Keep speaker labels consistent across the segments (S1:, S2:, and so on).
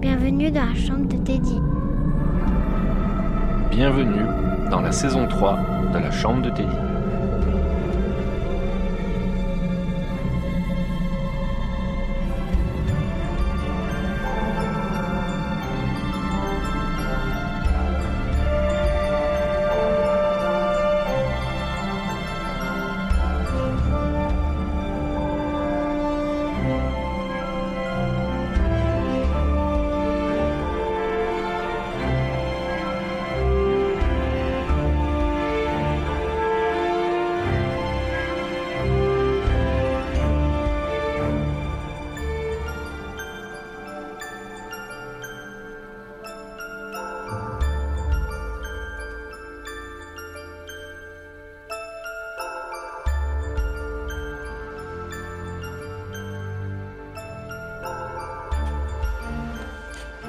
S1: bienvenue dans la chambre de Teddy.
S2: Bienvenue dans la saison 3 de la chambre de Teddy.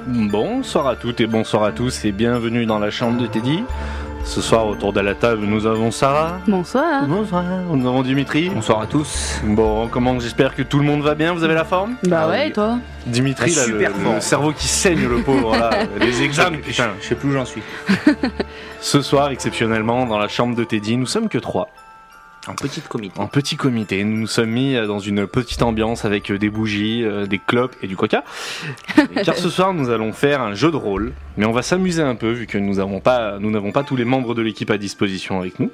S2: Bonsoir à toutes et bonsoir à tous et bienvenue dans la chambre de Teddy. Ce soir autour de la table nous avons Sarah.
S3: Bonsoir.
S2: Bonsoir. Nous avons Dimitri.
S4: Bonsoir à tous.
S2: Bon, comment j'espère que tout le monde va bien, vous avez la forme
S3: Bah ouais, et toi
S2: Dimitri, là,
S4: Ah,
S2: le,
S4: super
S2: le
S4: fort.
S2: cerveau qui saigne le pauvre, là, les examens, putain.
S4: Je sais plus où j'en suis.
S2: Ce soir, exceptionnellement, dans la chambre de Teddy, nous sommes que trois.
S4: En petite comité.
S2: En petit comité, nous nous sommes mis euh, dans une petite ambiance avec euh, des bougies, euh, des clopes et du coca. Car ce soir, nous allons faire un jeu de rôle, mais on va s'amuser un peu vu que nous n'avons pas, nous n'avons pas tous les membres de l'équipe à disposition avec nous.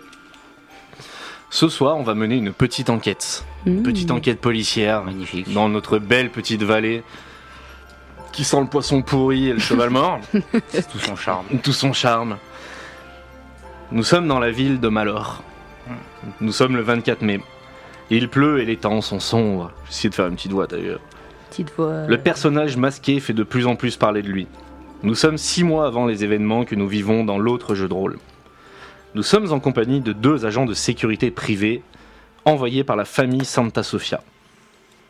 S2: Ce soir, on va mener une petite enquête,
S3: Mmh.
S2: petite enquête policière
S4: Oh, Magnifique.
S2: dans notre belle petite vallée qui sent le poisson pourri et le cheval mort,
S4: C'est tout son charme.
S2: tout son charme. Nous sommes dans la ville de Malor. Nous sommes le 24 mai. Il pleut et les temps sont sombres. J'essaie de faire une petite voix d'ailleurs.
S3: Petite voix.
S2: Le personnage masqué fait de plus en plus parler de lui. Nous sommes six mois avant les événements que nous vivons dans l'autre jeu de rôle. Nous sommes en compagnie de deux agents de sécurité privés envoyés par la famille Santa Sofia.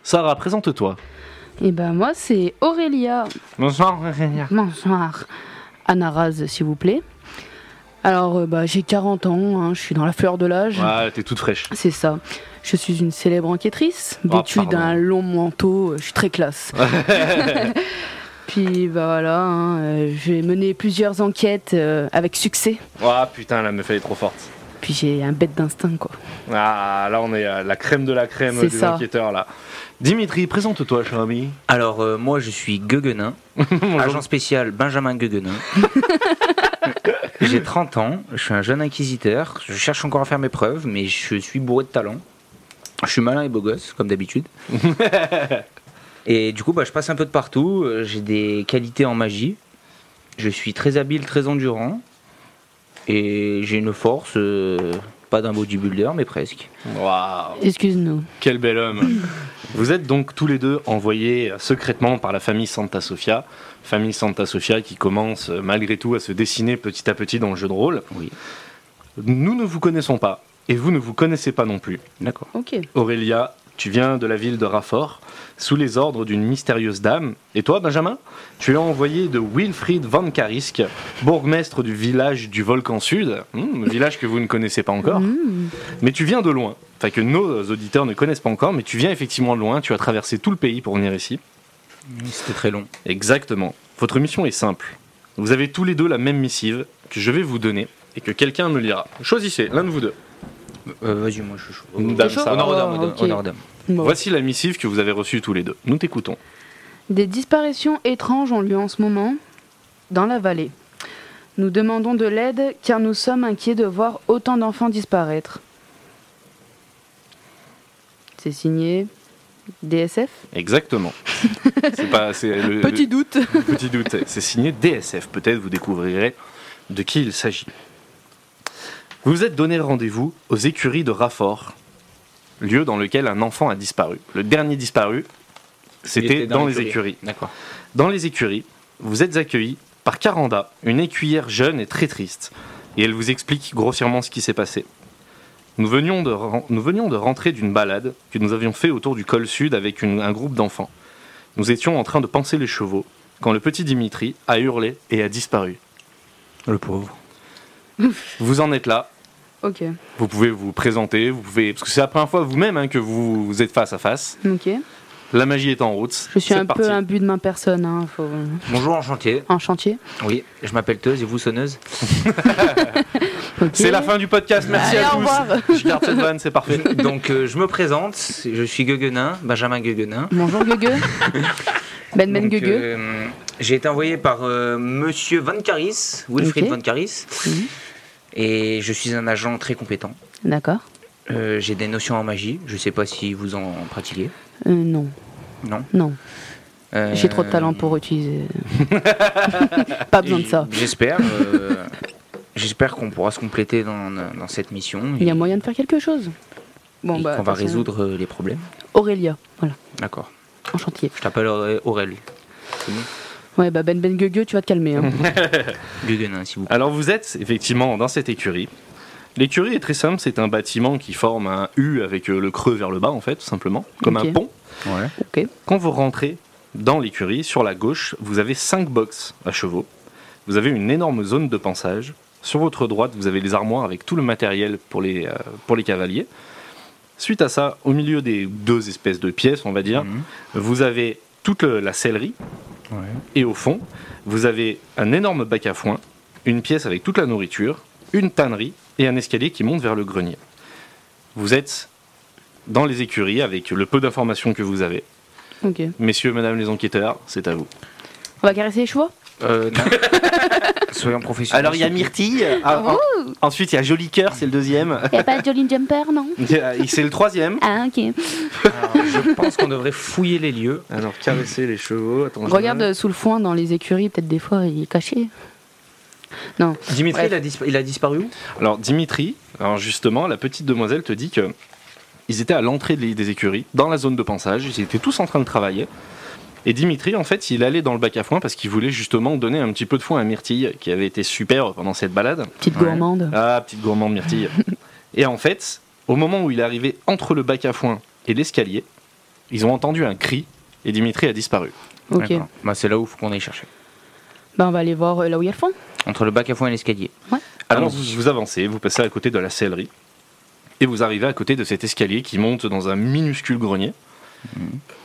S2: Sarah, présente-toi.
S3: Et ben moi, c'est Aurélia.
S2: Bonsoir.
S3: Bonsoir. Anaraz, s'il vous plaît. Alors, euh, bah, j'ai 40 ans, hein, je suis dans la fleur de l'âge.
S2: Ouais, t'es toute fraîche.
S3: C'est ça. Je suis une célèbre enquêtrice, vêtue
S2: Ah, pardon.
S3: d'un long manteau, euh, je suis très classe. Puis bah, voilà, hein, euh, j'ai mené plusieurs enquêtes euh, avec succès.
S2: Ah putain, la meuf elle est trop forte.
S3: Puis j'ai un bête d'instinct, quoi.
S2: Ah là on est à la crème de la crème
S3: C'est
S2: des
S3: ça.
S2: enquêteurs là. Dimitri, présente-toi cher ami.
S4: Alors, euh, moi, je suis Gueguenin, agent spécial Benjamin Gueguenin. J'ai 30 ans, je suis un jeune inquisiteur, je cherche encore à faire mes preuves, mais je suis bourré de talent. Je suis malin et beau gosse, comme d'habitude. et du coup, bah, je passe un peu de partout, euh, j'ai des qualités en magie, je suis très habile, très endurant, et j'ai une force, euh, pas d'un bodybuilder, mais presque.
S2: Waouh.
S3: Excuse-nous.
S2: Quel bel homme Vous êtes donc tous les deux envoyés euh, secrètement par la famille Santa Sofia, famille Santa Sofia qui commence euh, malgré tout à se dessiner petit à petit dans le jeu de rôle.
S4: Oui,
S2: Nous ne vous connaissons pas, et vous ne vous connaissez pas non plus.
S4: d'accord.
S3: Ok.
S2: Aurélia, tu viens de la ville de Raffort, sous les ordres d'une mystérieuse dame, et toi, Benjamin, tu es envoyé de Wilfried van Karisk, bourgmestre du village du Volcan Sud, Hmm, village que vous ne connaissez pas encore.
S3: Mmh.
S2: Mais tu viens de loin. Enfin, que nos auditeurs ne connaissent pas encore, mais tu viens effectivement de loin. Tu as traversé tout le pays pour venir ici.
S4: C'était très long.
S2: Exactement. Votre mission est simple. Vous avez tous les deux la même missive que je vais vous donner et que quelqu'un me lira. Choisissez, l'un de vous deux.
S4: Euh, Vas-y, moi je suis chaud.
S2: Une dame, ça.
S4: Honneur aux dames,
S3: Oh,
S4: honneur-
S3: ok.
S4: honneur aux dames.
S3: Bon.
S2: Voici la missive que vous avez reçue tous les deux. Nous t'écoutons.
S3: Des disparitions étranges ont lieu en ce moment dans la vallée. Nous demandons de l'aide car nous sommes inquiets de voir autant d'enfants disparaître. C'est signé DSF
S2: Exactement. C'est pas. c'est le- le-
S3: doute
S2: Petit doute, c'est signé DSF. Peut-être vous découvrirez de qui il s'agit. Vous vous êtes donné rendez-vous aux écuries de Raffort, lieu dans lequel un enfant a disparu. Le dernier disparu, c'était dans, les écuries.
S4: D'accord.
S2: Dans les écuries, vous êtes accueillis par Caranda, une écuyère jeune et très triste, et elle vous explique grossièrement ce qui s'est passé. Nous venions de, ren- nous venions de rentrer d'une balade que nous avions fait autour du col sud avec une- un groupe d'enfants. Nous étions en train de panser les chevaux quand le petit Dimitri a hurlé et a disparu.
S4: Le pauvre.
S2: Vous en êtes là,
S3: Ok,
S2: vous pouvez vous présenter, vous pouvez parce que c'est la première fois vous-même hein, que vous, vous êtes face à face.
S3: ok.
S2: La magie est en route.
S3: Je suis
S2: C'est
S3: un
S2: parti.
S3: peu imbu de ma personne, hein, faut...
S4: Bonjour, enchanté.
S3: en chantier.
S4: Oui, je m'appelle Teuse et vous sonneuse.
S3: Ok.
S2: C'est la fin du podcast. Merci
S3: Allez,
S2: à
S3: au revoir.
S2: tous. Je garde cette vanne, c'est parfait.
S4: Donc euh, je me présente, je suis Gueguenin, Benjamin Gueguenin.
S3: Bonjour Gueugue. Ben Ben
S4: Donc,
S3: Gueugue.
S4: euh, J'ai été envoyé par euh, Monsieur Van Caris, Wilfried
S3: Ok.
S4: Van Caris,
S3: Mhm.
S4: et je suis un agent très compétent.
S3: D'accord.
S4: Euh, J'ai des notions en magie, je sais pas si vous en pratiquez.
S3: Euh, non,
S4: Non.
S3: non.
S4: Euh,
S3: J'ai trop de talent pour utiliser. Pas besoin de ça.
S4: J'espère. euh, J'espère qu'on pourra se compléter dans, dans cette mission.
S3: Il y a
S4: et-
S3: moyen de faire quelque chose. Bon
S4: et
S3: bah.
S4: qu'on va
S3: attention.
S4: résoudre euh, les problèmes.
S3: Aurélia, voilà,
S4: D'accord.
S3: en chantier.
S4: Je t'appelle Auré- Aurélie. C'est bon
S3: Ouais, bah Ben Ben Gueugue, tu vas te calmer.
S4: Mhm.
S3: hein.
S4: Gueguenin, si vous
S2: Alors vous êtes effectivement dans cette écurie. L'écurie est très simple, c'est un bâtiment qui forme un U avec euh, le creux vers le bas en fait, tout simplement, comme
S3: Ok.
S2: un pont.
S4: Ouais.
S3: ok.
S2: Quand vous rentrez dans l'écurie, sur la gauche, vous avez 5 box à chevaux. Vous avez une énorme zone de pansage. Sur votre droite, vous avez les armoires avec tout le matériel pour les, euh, pour les cavaliers. Suite à ça, au milieu des deux espèces de pièces, on va dire,
S4: Mhm.
S2: vous avez toute le- la sellerie
S4: Ouais.
S2: et au fond, vous avez un énorme bac à foin, une pièce avec toute la nourriture, une tannerie et un escalier qui monte vers le grenier. Vous êtes dans les écuries avec le peu d'informations que vous avez.
S3: Ok.
S2: Messieurs, madame les enquêteurs, c'est à vous.
S3: On va caresser les chevaux
S4: Euh, non. Soyons professionnels.
S2: Alors il y a
S4: s'il vous
S2: Myrtille, ah, en- ensuite il y a Joli Cœur, c'est le deuxième,
S3: Y'a pas de Jolene Jumper, non
S2: Il y a- c'est le troisième.
S3: Ah, ok.
S4: plaît. Alors, je pense qu'on devrait fouiller les lieux.
S2: Alors caresser les chevaux, attends. je
S3: Regarde
S2: note.
S3: euh, sous le foin dans les écuries, peut-être des fois il est caché. Non.
S4: Dimitri,
S3: Bref.
S4: il a, dispa- il a disparu où
S2: Alors Dimitri, alors justement, la petite demoiselle te dit que ils étaient à l'entrée des, des écuries, dans la zone de pansage, ils étaient tous en train de travailler. Et Dimitri, en fait, il allait dans le bac à foin parce qu'il voulait justement donner un petit peu de foin à Myrtille, qui avait été super pendant cette balade.
S3: Petite
S4: Ouais.
S3: gourmande.
S2: Ah, petite gourmande Myrtille. et en fait, au moment où il est arrivé entre le bac à foin et l'escalier, ils ont entendu un cri et Dimitri a disparu.
S3: Ok.
S4: D'accord. Bah, c'est là où faut qu'on aille chercher.
S3: Bah, on va aller voir euh, là où il y a le foin.
S4: Entre le bac à foin et l'escalier.
S2: Alors
S4: Allons-y.
S2: vous, vous avancez, vous passez à côté de la sellerie et vous arrivez à côté de cet escalier qui monte dans un minuscule grenier. Mm.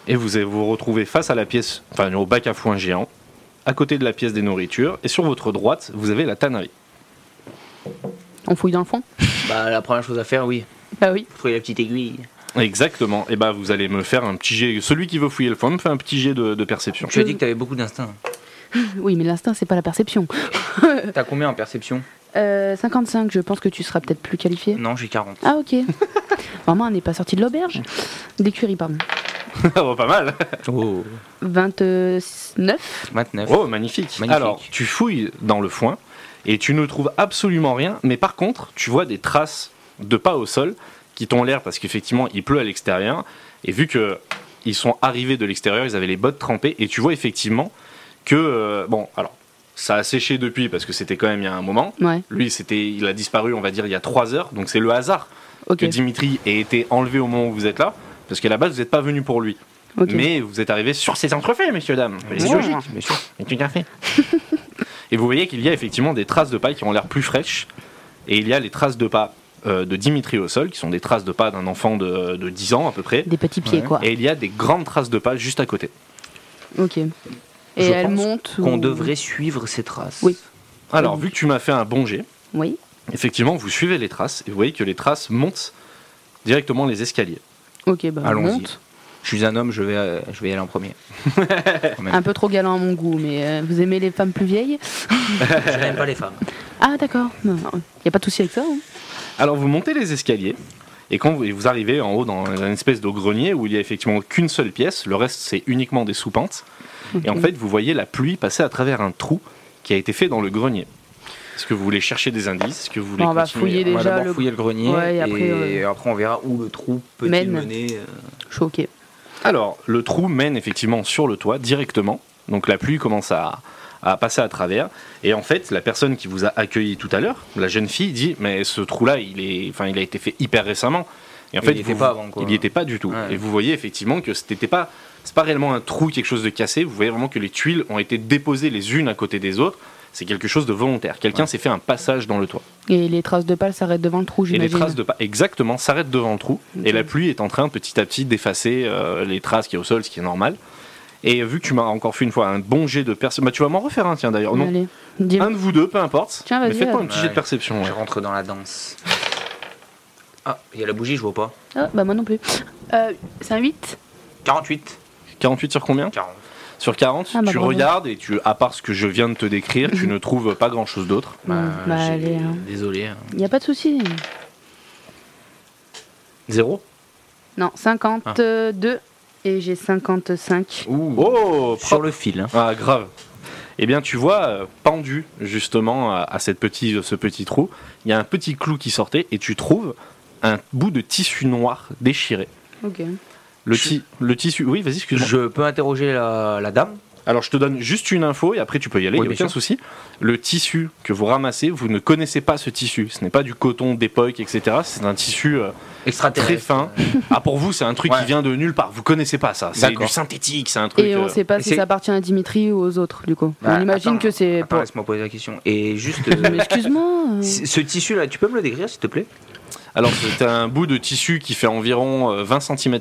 S2: Et vous vous vous retrouvez face à la pièce, enfin au bac à foin géant, à côté de la pièce des nourritures. Et sur votre droite, vous avez la tannerie.
S3: On fouille dans le foin
S4: Bah, la première chose à faire, oui.
S3: Bah oui.
S4: Faut trouver la petite aiguille.
S2: Exactement. Et bah vous allez me faire un petit jet. Celui qui veut fouiller le foin me fait un petit jet de, de perception.
S4: Tu as dit que t'avais beaucoup d'instinct.
S3: Oui, mais l'instinct, c'est pas la perception.
S4: T'as combien en perception
S3: Euh, 55, je pense que tu seras peut-être plus qualifié.
S4: Non, j'ai 40.
S3: Ah, ok. Vraiment, on n'est pas sorti de l'auberge D'écurie, pardon.
S2: Oh, pas mal.
S4: Oh.
S3: 29
S4: 29.
S2: Oh magnifique.
S4: Magnifique.
S2: Alors tu fouilles dans le foin et tu ne trouves absolument rien. Mais par contre, tu vois des traces de pas au sol qui t'ont l'air parce qu'effectivement il pleut à l'extérieur et vu que ils sont arrivés de l'extérieur, ils avaient les bottes trempées et tu vois effectivement que euh, bon alors ça a séché depuis parce que c'était quand même il y a un moment.
S3: Ouais,
S2: Lui, c'était, il a disparu, on va dire, il y a 3 heures. Donc c'est le hasard
S3: ok.
S2: que Dimitri ait été enlevé au moment où vous êtes là, parce qu'à la base vous n'êtes pas venu pour lui,
S3: ok.
S2: mais vous êtes arrivé sur ces entrefaits, messieurs dames. C'est
S4: Bien
S2: logique.
S4: sûr, bien sûr.
S2: Et tu fait. et vous voyez qu'il y a effectivement des traces de pas qui ont l'air plus fraîches. Et il y a les traces de pas euh, de Dimitri au sol, qui sont des traces de pas d'un enfant de, de 10 ans à peu près.
S3: Des petits pieds,
S4: Ouais.
S3: quoi.
S2: Et il y a des grandes traces de pas juste à côté.
S3: Ok. Et
S4: Je
S3: elle
S4: pense
S3: monte
S4: Qu'on
S3: ou-
S4: devrait suivre ces traces.
S3: Oui.
S2: Alors, vu que tu m'as fait un bon jet,
S3: Oui.
S2: effectivement, vous suivez les traces et vous voyez que les traces montent directement les escaliers.
S3: Ok, bah elle
S4: Allons-y.
S3: monte.
S4: Je suis un homme, je vais, euh, je vais y aller en premier.
S3: Un peu trop galant à mon goût, mais euh, vous aimez les femmes plus vieilles
S4: Je n'aime pas les femmes.
S3: Ah, d'accord. Non, non, y a pas de souci avec ça. hein.
S2: Alors, vous montez les escaliers. Et quand vous, et vous arrivez en haut dans une espèce de grenier où il y a effectivement qu'une seule pièce, le reste c'est uniquement des soupentes. Et en
S3: Ok.
S2: fait, vous voyez la pluie passer à travers un trou qui a été fait dans le grenier. Est-ce que vous voulez chercher des indices Est-ce que vous voulez
S3: Bon, on va
S2: continuer
S3: fouiller
S4: on
S3: Déjà,
S4: va d'abord
S3: le-
S4: fouiller le grenier
S3: Ouais,
S4: et,
S3: et
S4: après,
S3: après, ouais.
S4: on verra où le trou peut-il
S3: Mène.
S4: mener. euh.
S3: Choqué.
S2: Alors, le trou mène effectivement sur le toit directement. Donc la pluie commence à, à passer à travers. Et en fait, la personne qui vous a accueilli tout à l'heure, la jeune fille, dit Mais ce trou-là, il, est... enfin, il a été fait hyper récemment. Et en
S4: Il
S2: fait,
S4: y
S2: vous-
S4: était pas avant, quoi.
S2: Il n'y était pas du tout.
S4: Ouais.
S2: Et vous voyez effectivement que c'était pas. C'est pas réellement un trou, quelque chose de cassé. Vous voyez vraiment que les tuiles ont été déposées les unes à côté des autres. C'est quelque chose de volontaire. Quelqu'un s'est fait un passage dans le toit.
S3: Et les traces de pales s'arrêtent devant le trou,
S2: Et
S3: j'imagine.
S2: les traces de pas exactement s'arrêtent devant le trou.
S3: Ok.
S2: Et la pluie est en train petit à petit d'effacer euh, les traces qui est au sol, ce qui est normal. Et vu que tu m'as encore fait une fois un bon jet de perception, bah tu vas m'en refaire un tiens d'ailleurs. Oh, Non, Hein?
S3: Allez, dis
S2: un de vous deux, peu importe.
S3: Tiens,
S2: mais
S3: vas-y,
S2: faites-moi
S3: alors.
S2: un petit jet de
S4: Ouais.
S2: perception. ouais.
S4: Je rentre dans la danse. Ah, il y a la bougie, je vois pas.
S3: Ah, bah moi non plus. Euh, c'est un 8
S4: 48.
S2: 48 sur combien
S4: 40.
S2: Sur 40,
S3: Ah, bah,
S2: tu
S3: bravo.
S2: regardes et tu, à part ce que je viens de te décrire, tu ne trouves pas grand chose d'autre.
S3: Bah,
S4: j'ai-
S3: allez, hein.
S4: Désolé. hein.
S3: Il n'y a pas de souci.
S4: Zéro
S3: Non, 52 et j'ai 55.
S2: Oh,
S4: Sur le fil. hein.
S2: Ah, grave. Eh bien, tu vois, euh, pendu justement à, à cette petite, ce petit trou, il y a un petit clou qui sortait et tu trouves un bout de tissu noir déchiré.
S3: Ok.
S2: Le,
S4: Je-
S2: ti- le tissu. Oui, vas-y, excuse-moi.
S4: Je peux interroger la, la dame
S2: Alors, je te donne juste une info et après tu peux y aller, il
S4: Oui,
S2: n'y a
S4: bien
S2: aucun
S4: sûr.
S2: souci. Le tissu que vous ramassez, vous ne connaissez pas ce tissu. Ce n'est pas du coton d'époque, etc. C'est un tissu. euh,
S4: Extraterrestre. Euh,
S2: Très fin. ah, pour vous, c'est un truc qui
S4: Ouais.
S2: vient de nulle part. Vous connaissez pas ça. C'est
S4: D'accord.
S2: du synthétique, c'est un truc.
S3: Et on
S2: euh,
S3: sait pas si
S4: c'est-
S3: ça appartient à Dimitri ou aux autres, du coup.
S4: Bah,
S3: on imagine
S4: attends,
S3: que c'est.
S4: Attends,
S3: Pour...
S4: laisse-moi poser la question. Et juste,
S3: Mais
S4: euh,
S3: Excuse-moi. euh,
S4: c- ce tissu-là, tu peux me le décrire, s'il te plaît
S2: Alors, c'est un bout de tissu qui fait environ euh, 20 cm.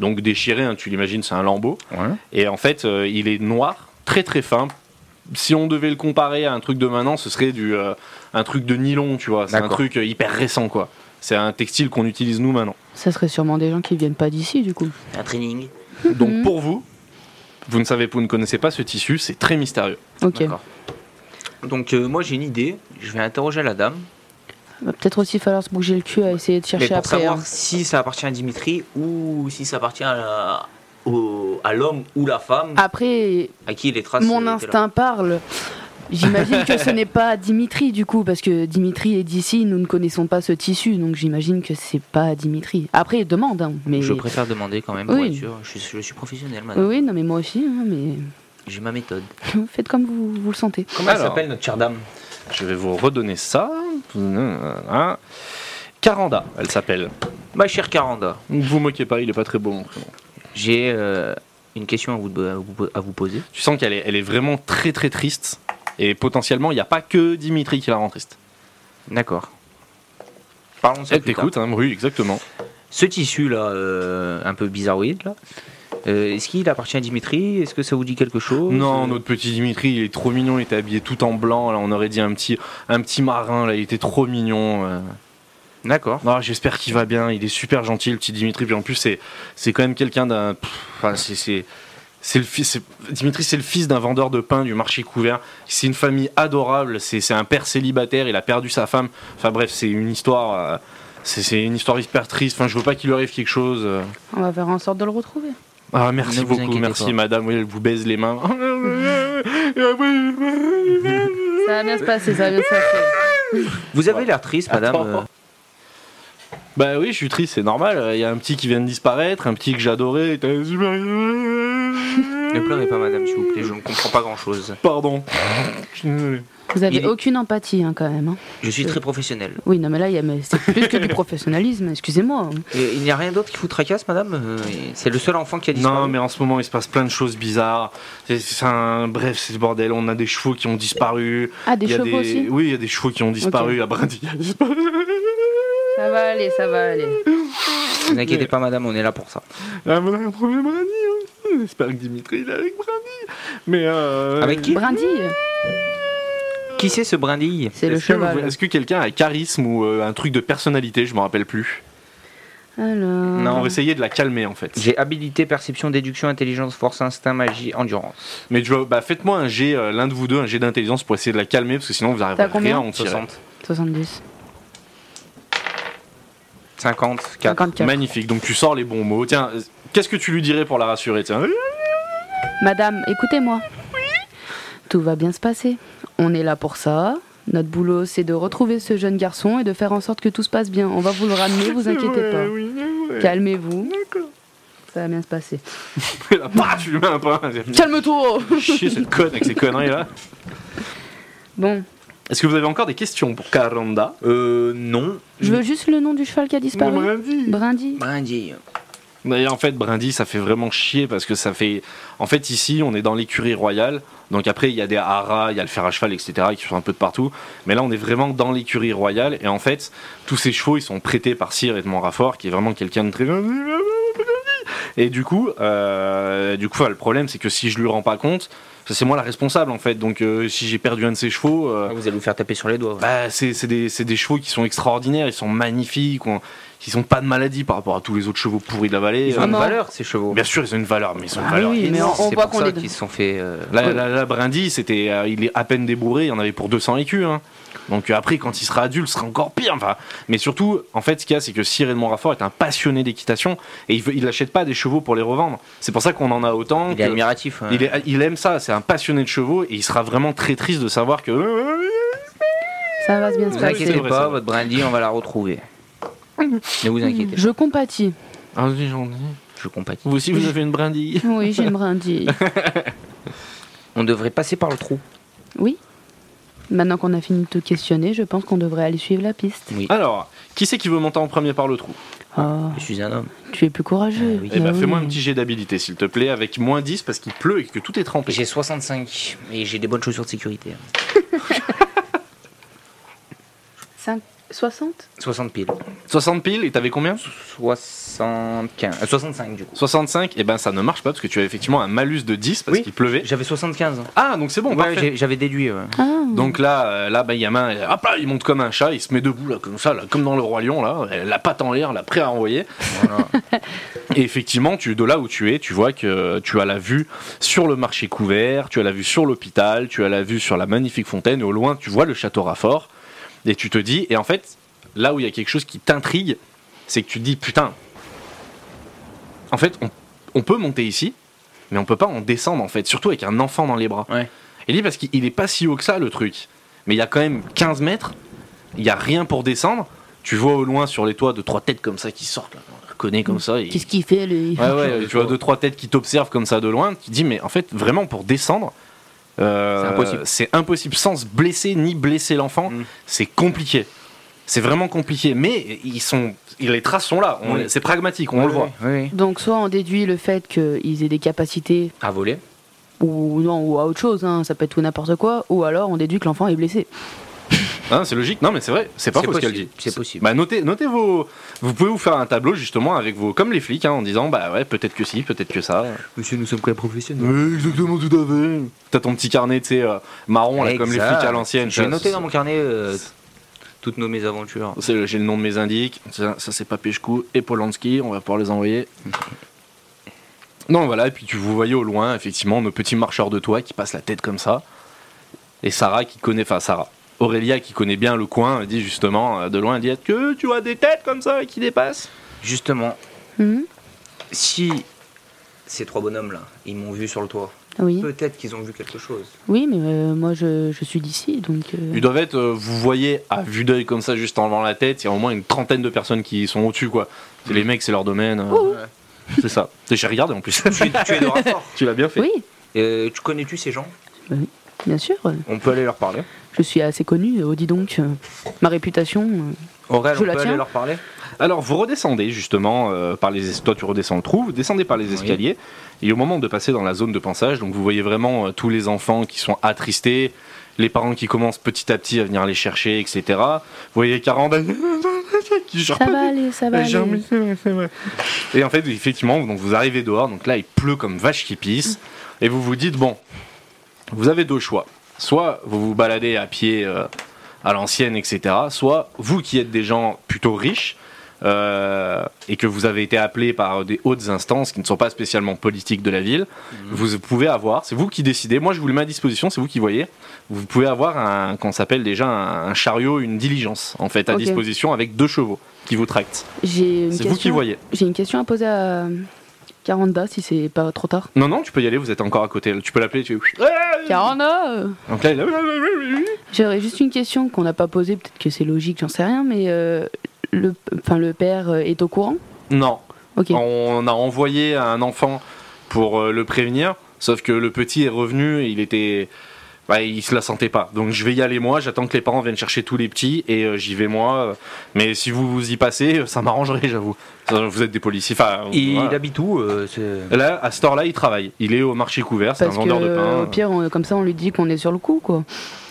S2: Donc, déchiré, hein, tu l'imagines, c'est un lambeau.
S4: Ouais.
S2: Et en fait, euh, il est noir, très très fin. Si on devait le comparer à un truc de maintenant, ce serait du, euh, un truc de nylon, tu vois. C'est un
S4: D'accord.
S2: truc euh, hyper récent, quoi. C'est un textile qu'on utilise nous maintenant.
S3: Ça serait sûrement des gens qui viennent pas d'ici, du coup.
S4: Un training.
S2: Donc, pour vous, vous ne savez, vous ne connaissez pas ce tissu, c'est très mystérieux.
S3: Ok.
S4: D'accord. Donc, euh, moi, j'ai une idée. Je vais interroger la dame.
S3: Va peut-être aussi falloir se bouger le cul à essayer de
S4: Mais
S3: chercher
S4: pour
S3: après.
S4: savoir
S3: hein.
S4: si ça appartient à Dimitri ou si ça appartient à, la- au- à l'homme ou la femme
S3: Après,
S4: à qui les traces.
S3: Ah, mon
S4: étaient Ah, là.
S3: instinct parle. J'imagine que ce n'est pas Dimitri, du coup, parce que Dimitri est d'ici, nous ne connaissons pas ce tissu, donc j'imagine que c'est pas Dimitri. Après, demande, hein, mais.
S4: Je préfère demander quand même
S3: Oui.
S4: pour être sûr. Je suis, je suis professionnel,
S3: Oui,
S4: madame.
S3: oui, non, mais moi aussi, hein, mais
S4: J'ai ma méthode.
S3: faites comme vous, vous le sentez.
S4: Comment elle
S2: Alors.
S4: s'appelle notre chère dame
S2: Je vais vous redonner ça. Hein. Caranda, elle s'appelle.
S4: Ma chère Caranda,
S2: Ne vous moquez pas, il est pas très beau mon prénom.
S4: j'ai euh, une question à vous, à vous- à vous poser.
S2: Tu sens qu'elle est, elle est vraiment très très triste. Et potentiellement, il n'y a pas que Dimitri qui la rend triste.
S4: D'accord. Parlons de ça
S2: Elle
S4: plus tard.
S2: t'écoute, hein, Bru, exactement.
S4: Ce tissu-là, euh, un peu bizarroïde, là, euh, est-ce qu'il appartient à Dimitri Est-ce que ça vous dit quelque chose
S2: Non,
S4: Euh,
S2: notre petit Dimitri, il est trop mignon, il était habillé tout en blanc. Là, on aurait dit un petit, un petit marin, là, il était trop mignon. euh.
S4: D'accord.
S2: Non, J'espère qu'il va bien, il est super gentil, le petit Dimitri. Puis en plus, c'est c'est quand même quelqu'un d'un. pff, Enfin, c'est- c'est. C'est le fils, c'est- Dimitri, c'est le fils d'un vendeur de pain du marché couvert. C'est une famille adorable. C'est c'est un père célibataire. Il a perdu sa femme. Enfin bref, c'est une histoire. euh, c'est- c'est une histoire hyper triste. Enfin, je veux pas qu'il lui arrive quelque chose. euh.
S3: On va faire en sorte de le retrouver.
S2: Ah, merci
S4: Ne vous
S2: beaucoup,
S4: inquiétez
S2: merci
S4: pas.
S2: madame. Oui, elle vous baise les mains.
S3: Ça va bien se passer, ça va bien se passer.
S4: Vous avez l'air triste, madame.
S2: Attends.
S4: euh,
S2: bah oui, je suis triste, c'est normal. Il y a un petit qui vient de disparaître, un petit que j'adorais.
S4: Ne pleurez pas, madame, s'il vous plaît. Je ne comprends pas grand-chose.
S2: Pardon. Je suis désolé.
S3: Vous avez
S4: Il est-
S3: aucune empathie, hein, quand même. hein.
S4: Je suis très professionnel.
S3: Oui, non, mais là, il y a- mais c'est plus que du professionnalisme, excusez-moi. hein.
S4: Et il n'y a rien d'autre qui vous tracasse, madame Euh, et C'est le seul enfant qui a disparu.
S2: Non, mais en ce moment, il se passe plein de choses bizarres. C'est- C'est un... Bref, c'est le bordel. On a des chevaux qui ont disparu.
S3: Ah, des
S2: Il y a
S3: chevaux aussi
S2: Oui, il y a des chevaux qui ont disparu. La brindille a disparu.
S3: Ça va aller, ça va aller.
S4: Ne vous inquiétez pas, madame, on est là pour ça.
S2: Ah, mais on a un premier brindille aussi. J'espère que Dimitri il est avec brindille. Mais. euh,
S4: Avec qui
S3: Brindille,
S4: Qui c'est ce brindille
S3: c'est le
S2: est-ce que-
S3: cheval.
S2: Est-ce que quelqu'un a un charisme ou euh, un truc de personnalité Je me rappelle plus.
S3: Alors...
S2: On va essayer de la calmer en fait.
S4: J'ai habilité, perception, déduction, intelligence, force, instinct, magie, endurance.
S2: Mais tu vois, bah, faites-moi un jet, euh, l'un de vous deux, un jet d'intelligence pour essayer de la calmer parce que sinon vous
S3: T'as
S2: arriverez
S3: combien
S2: rien à en tirer.
S3: 70.
S4: 50, 4.
S3: 54.
S2: Magnifique, donc tu sors les bons mots. Tiens, euh, qu'est-ce que tu lui dirais pour la rassurer Tiens,
S3: Madame, écoutez-moi. Tout va bien se passer. On est là pour ça. Notre boulot, c'est de retrouver ce jeune garçon et de faire en sorte que tout se passe bien. On va vous le ramener, vous inquiétez pas. Calmez-vous. Ça va bien se passer.
S2: Et là, bah, tu lui mets un pain.
S3: Calme-toi
S2: Chier cette conne avec ces conneries là.
S3: Bon,
S2: Est-ce que vous avez encore des questions pour Karanda
S4: Euh, non.
S3: je veux juste le nom du cheval qui a disparu.
S2: Brindille.
S3: Brindille.
S4: Brindille.
S2: Mais en fait, Brindy, ça fait vraiment chier parce que ça fait. En fait, ici, on est dans l'écurie royale. Donc après, il y a des haras, il y a le fer à cheval, etc., qui sont un peu de partout. Mais là, on est vraiment dans l'écurie royale. Et en fait, tous ces chevaux, ils sont prêtés par Cyr et de Montrafort, qui est vraiment quelqu'un de très. Et du coup, euh, du coup, le problème, c'est que si je lui rends pas compte, c'est moi la responsable en fait. Donc euh, si j'ai perdu un de ces chevaux, euh,
S4: Ah, vous allez vous faire taper sur les doigts. ouais.
S2: bah, c'est c'est des, c'est des chevaux qui sont extraordinaires, ils sont magnifiques, on- ils ont pas de maladie par rapport à tous les autres chevaux pourris de la vallée.
S4: ils ont
S2: Euh,
S4: une
S3: non.
S4: valeur ces chevaux.
S2: Bien sûr, ils ont une valeur, mais ils ont une
S3: Ah
S2: valeur.
S3: oui, mais on-
S4: énorme.
S3: on
S4: C'est
S3: voit
S4: pour
S3: qu'on
S4: ça
S3: les-
S4: qu'ils se sont fait. euh,
S2: Là, là, là, Brindy, c'était, euh, il est à peine débourré, il y en avait pour 200 écus. hein. Donc euh, après, quand il sera adulte, ce sera encore pire. Enfin, mais surtout, en fait, ce qu'il y a, c'est que Cyril Montrafort est un passionné d'équitation et il veut- il n'achète pas des chevaux pour les revendre. C'est pour ça qu'on en a autant.
S4: il est
S2: que-
S4: admiratif. hein. ouais.
S2: il, est- il aime ça, c'est un passionné de chevaux et il sera vraiment très triste de savoir que.
S3: Ça va bien se
S4: Ne vous
S2: Oui, c'est
S4: inquiétez
S3: passer.
S2: vrai, c'est
S4: pas,
S2: vrai.
S4: votre brandy, on va la retrouver. ne vous inquiétez pas,
S3: Je compatis.
S2: Ah,
S4: je compatis.
S2: Vous aussi, vous avez une brindille.
S3: Oui, j'ai une brindille.
S4: On devrait passer par le trou.
S3: Oui. Maintenant qu'on a fini de te questionner, je pense qu'on devrait aller suivre la piste.
S4: Oui.
S2: Alors, qui c'est qui veut monter en premier par le trou
S3: Ah,
S4: Je suis un homme.
S3: tu es plus courageux.
S4: Ah oui.
S2: Eh
S3: Bah
S2: ben, fais-moi
S3: oui.
S2: un petit jet d'habilité, s'il te plaît, avec moins 10 parce qu'il pleut et que tout est trempé.
S4: J'ai 65 et j'ai des bonnes chaussures de sécurité. hein.
S3: Cinq- 60
S4: 60 piles.
S2: 60 piles et t'avais combien
S4: 75. euh, 65 du coup.
S2: 65, et ben ça ne marche pas parce que tu as effectivement un malus de 10 parce
S4: Oui.
S2: qu'il pleuvait.
S4: J'avais 75.
S2: Ah, donc c'est bon,
S4: Ouais,
S2: parfait.
S4: j'ai- j'avais déduit. ouais.
S3: Ah,
S2: Donc là, euh, là, ben, Yamin, euh, hop là, il monte comme un chat, il se met debout là, comme ça, là, comme dans le roi lion, là, euh, la patte en l'air, la prêt à envoyer.
S4: Voilà.
S2: Et effectivement, tu, de là où tu es, tu vois que euh, tu as la vue sur le marché couvert, tu as la vue sur l'hôpital, tu as la vue sur la magnifique fontaine, et au loin, tu vois le château Raffort, et tu te dis, et en fait, là où il y a quelque chose qui t'intrigue, c'est que tu te dis, putain, en fait, on, on peut monter ici, mais on peut pas en descendre, en fait, surtout avec un enfant dans les bras.
S4: Ouais.
S2: Et lui, parce qu'il il est pas si haut que ça, le truc, mais il y a quand même 15 mètres, il y a rien pour descendre, tu vois au loin sur les toits de trois têtes comme ça qui sortent, là, on les reconnaît comme ça. et-
S3: qu'est-ce qu'il fait, lui
S2: Ouais, ouais, tu vois deux, trois têtes qui t'observent comme ça de loin, tu te dis, mais en fait, vraiment, pour descendre, euh,
S4: C'est impossible.
S2: c'est impossible. Sans se blesser ni blesser l'enfant,
S4: Mm.
S2: c'est compliqué. C'est vraiment compliqué. Mais ils sont, les traces sont là. On-
S4: Oui.
S2: C'est pragmatique, on le voit.
S4: Oui, oui.
S3: Donc, soit on déduit le fait qu'ils aient des capacités
S4: À voler.
S3: ou non ou à autre chose, hein, ça peut être tout n'importe quoi, ou alors on déduit que l'enfant est blessé.
S2: Hein, c'est logique. Non, mais c'est vrai. C'est pas
S4: C'est
S2: faux ce qu'elle dit.
S4: possible, c'est possible.
S2: Bah, notez, notez vos. Vous pouvez vous faire un tableau justement avec vos, comme les flics, hein, en disant, bah ouais, peut-être que si, peut-être que ça.
S4: Monsieur, nous sommes quand même professionnels.
S2: Oui, exactement, tout à fait. T'as ton petit carnet, tu sais, euh, marron, là, comme les
S4: Exact.
S2: flics à l'ancienne.
S4: J'ai
S2: tu vois,
S4: noté
S2: c'est-
S4: dans mon carnet euh, toutes nos mésaventures.
S2: C'est- J'ai le nom de mes indiques. Ça, ça, c'est Papechkou et Polanski. On va pouvoir les envoyer. Non, voilà. Et puis tu vous voyez au loin, effectivement, nos petits marcheurs de toit qui passent la tête comme ça. Et Sarah qui connaît. Enfin, Sarah. Aurélia qui connaît bien le coin elle dit justement euh, de loin elle dit Est-ce que tu as des têtes comme ça qui dépassent
S4: Justement,
S3: Mhm.
S4: si ces trois bonhommes là, ils m'ont vu sur le toit,
S3: Ah Oui,
S4: peut-être qu'ils ont vu quelque chose.
S3: oui, mais euh, moi je, je suis d'ici, donc. euh,
S2: Ils doivent être, euh, vous voyez à vue d'œil comme ça, juste en levant la tête, il y a au moins une trentaine de personnes qui sont au-dessus quoi. C'est les mecs, c'est leur domaine. euh,
S4: Ouh.
S2: c'est ça. J'ai regardé en plus.
S4: Tu, tu es de rapport.
S2: tu l'as bien fait.
S3: Oui,
S4: Euh, tu connais-tu ces gens
S3: bien sûr.
S4: On peut aller leur parler.
S3: Je suis assez connue, oh dis donc. euh, Ma réputation. euh,
S4: Aurèle,
S3: Je
S4: on
S3: la
S4: peut aller
S3: tiens.
S4: leur parler
S2: Alors vous redescendez justement euh, par les es- toi tu redescends le trou, vous descendez par les escaliers et au moment de passer dans la zone de passage, donc vous voyez vraiment euh, tous les enfants qui sont attristés, les parents qui commencent petit à petit à venir les chercher, etc. Vous voyez 40 qui genre,
S3: Ça va aller, ça va
S2: j'ai un
S3: aller.
S2: missile, c'est vrai. Et en fait effectivement donc vous arrivez dehors, donc là il pleut comme vache qui pisse et vous vous dites bon, vous avez deux choix, soit vous vous baladez à pied euh, à l'ancienne, etc. Soit vous qui êtes des gens plutôt riches euh, et que vous avez été appelés par des hautes instances qui ne sont pas spécialement politiques de la ville, vous pouvez avoir, c'est vous qui décidez, moi je vous le mets à disposition, c'est vous qui voyez, vous pouvez avoir un, qu'on s'appelle déjà un, un chariot, une diligence en fait à
S3: Ok.
S2: disposition avec deux chevaux qui vous tractent.
S3: J'ai une
S2: C'est vous qui
S3: question.
S2: voyez.
S3: J'ai une question à poser à Caranda si c'est pas trop tard.
S2: Non, non, tu peux y aller, vous êtes encore à côté, tu peux l'appeler, tu fais-
S3: Caranda euh,
S2: Donc là, il a-
S3: J'aurais juste une question qu'on n'a pas posée, peut-être que c'est logique, j'en sais rien, mais euh, le, enfin, le père euh, est au courant
S2: Non,
S3: Ok.
S2: On a envoyé un enfant pour euh, le prévenir, sauf que le petit est revenu et il était. bah, il se la sentait pas. Donc je vais y aller moi, j'attends que les parents viennent chercher tous les petits et euh, j'y vais moi. Mais si vous vous y passez, euh, ça m'arrangerait, j'avoue. Ça, Vous êtes des policiers. Enfin,
S4: Il
S2: voilà.
S4: habite où euh, ce-
S2: Là, à ce là il travaille. Il est au marché couvert, c'est un
S3: Parce que,
S2: vendeur de pain. euh.
S3: au pire, on- comme ça, on lui dit qu'on est sur le coup, quoi.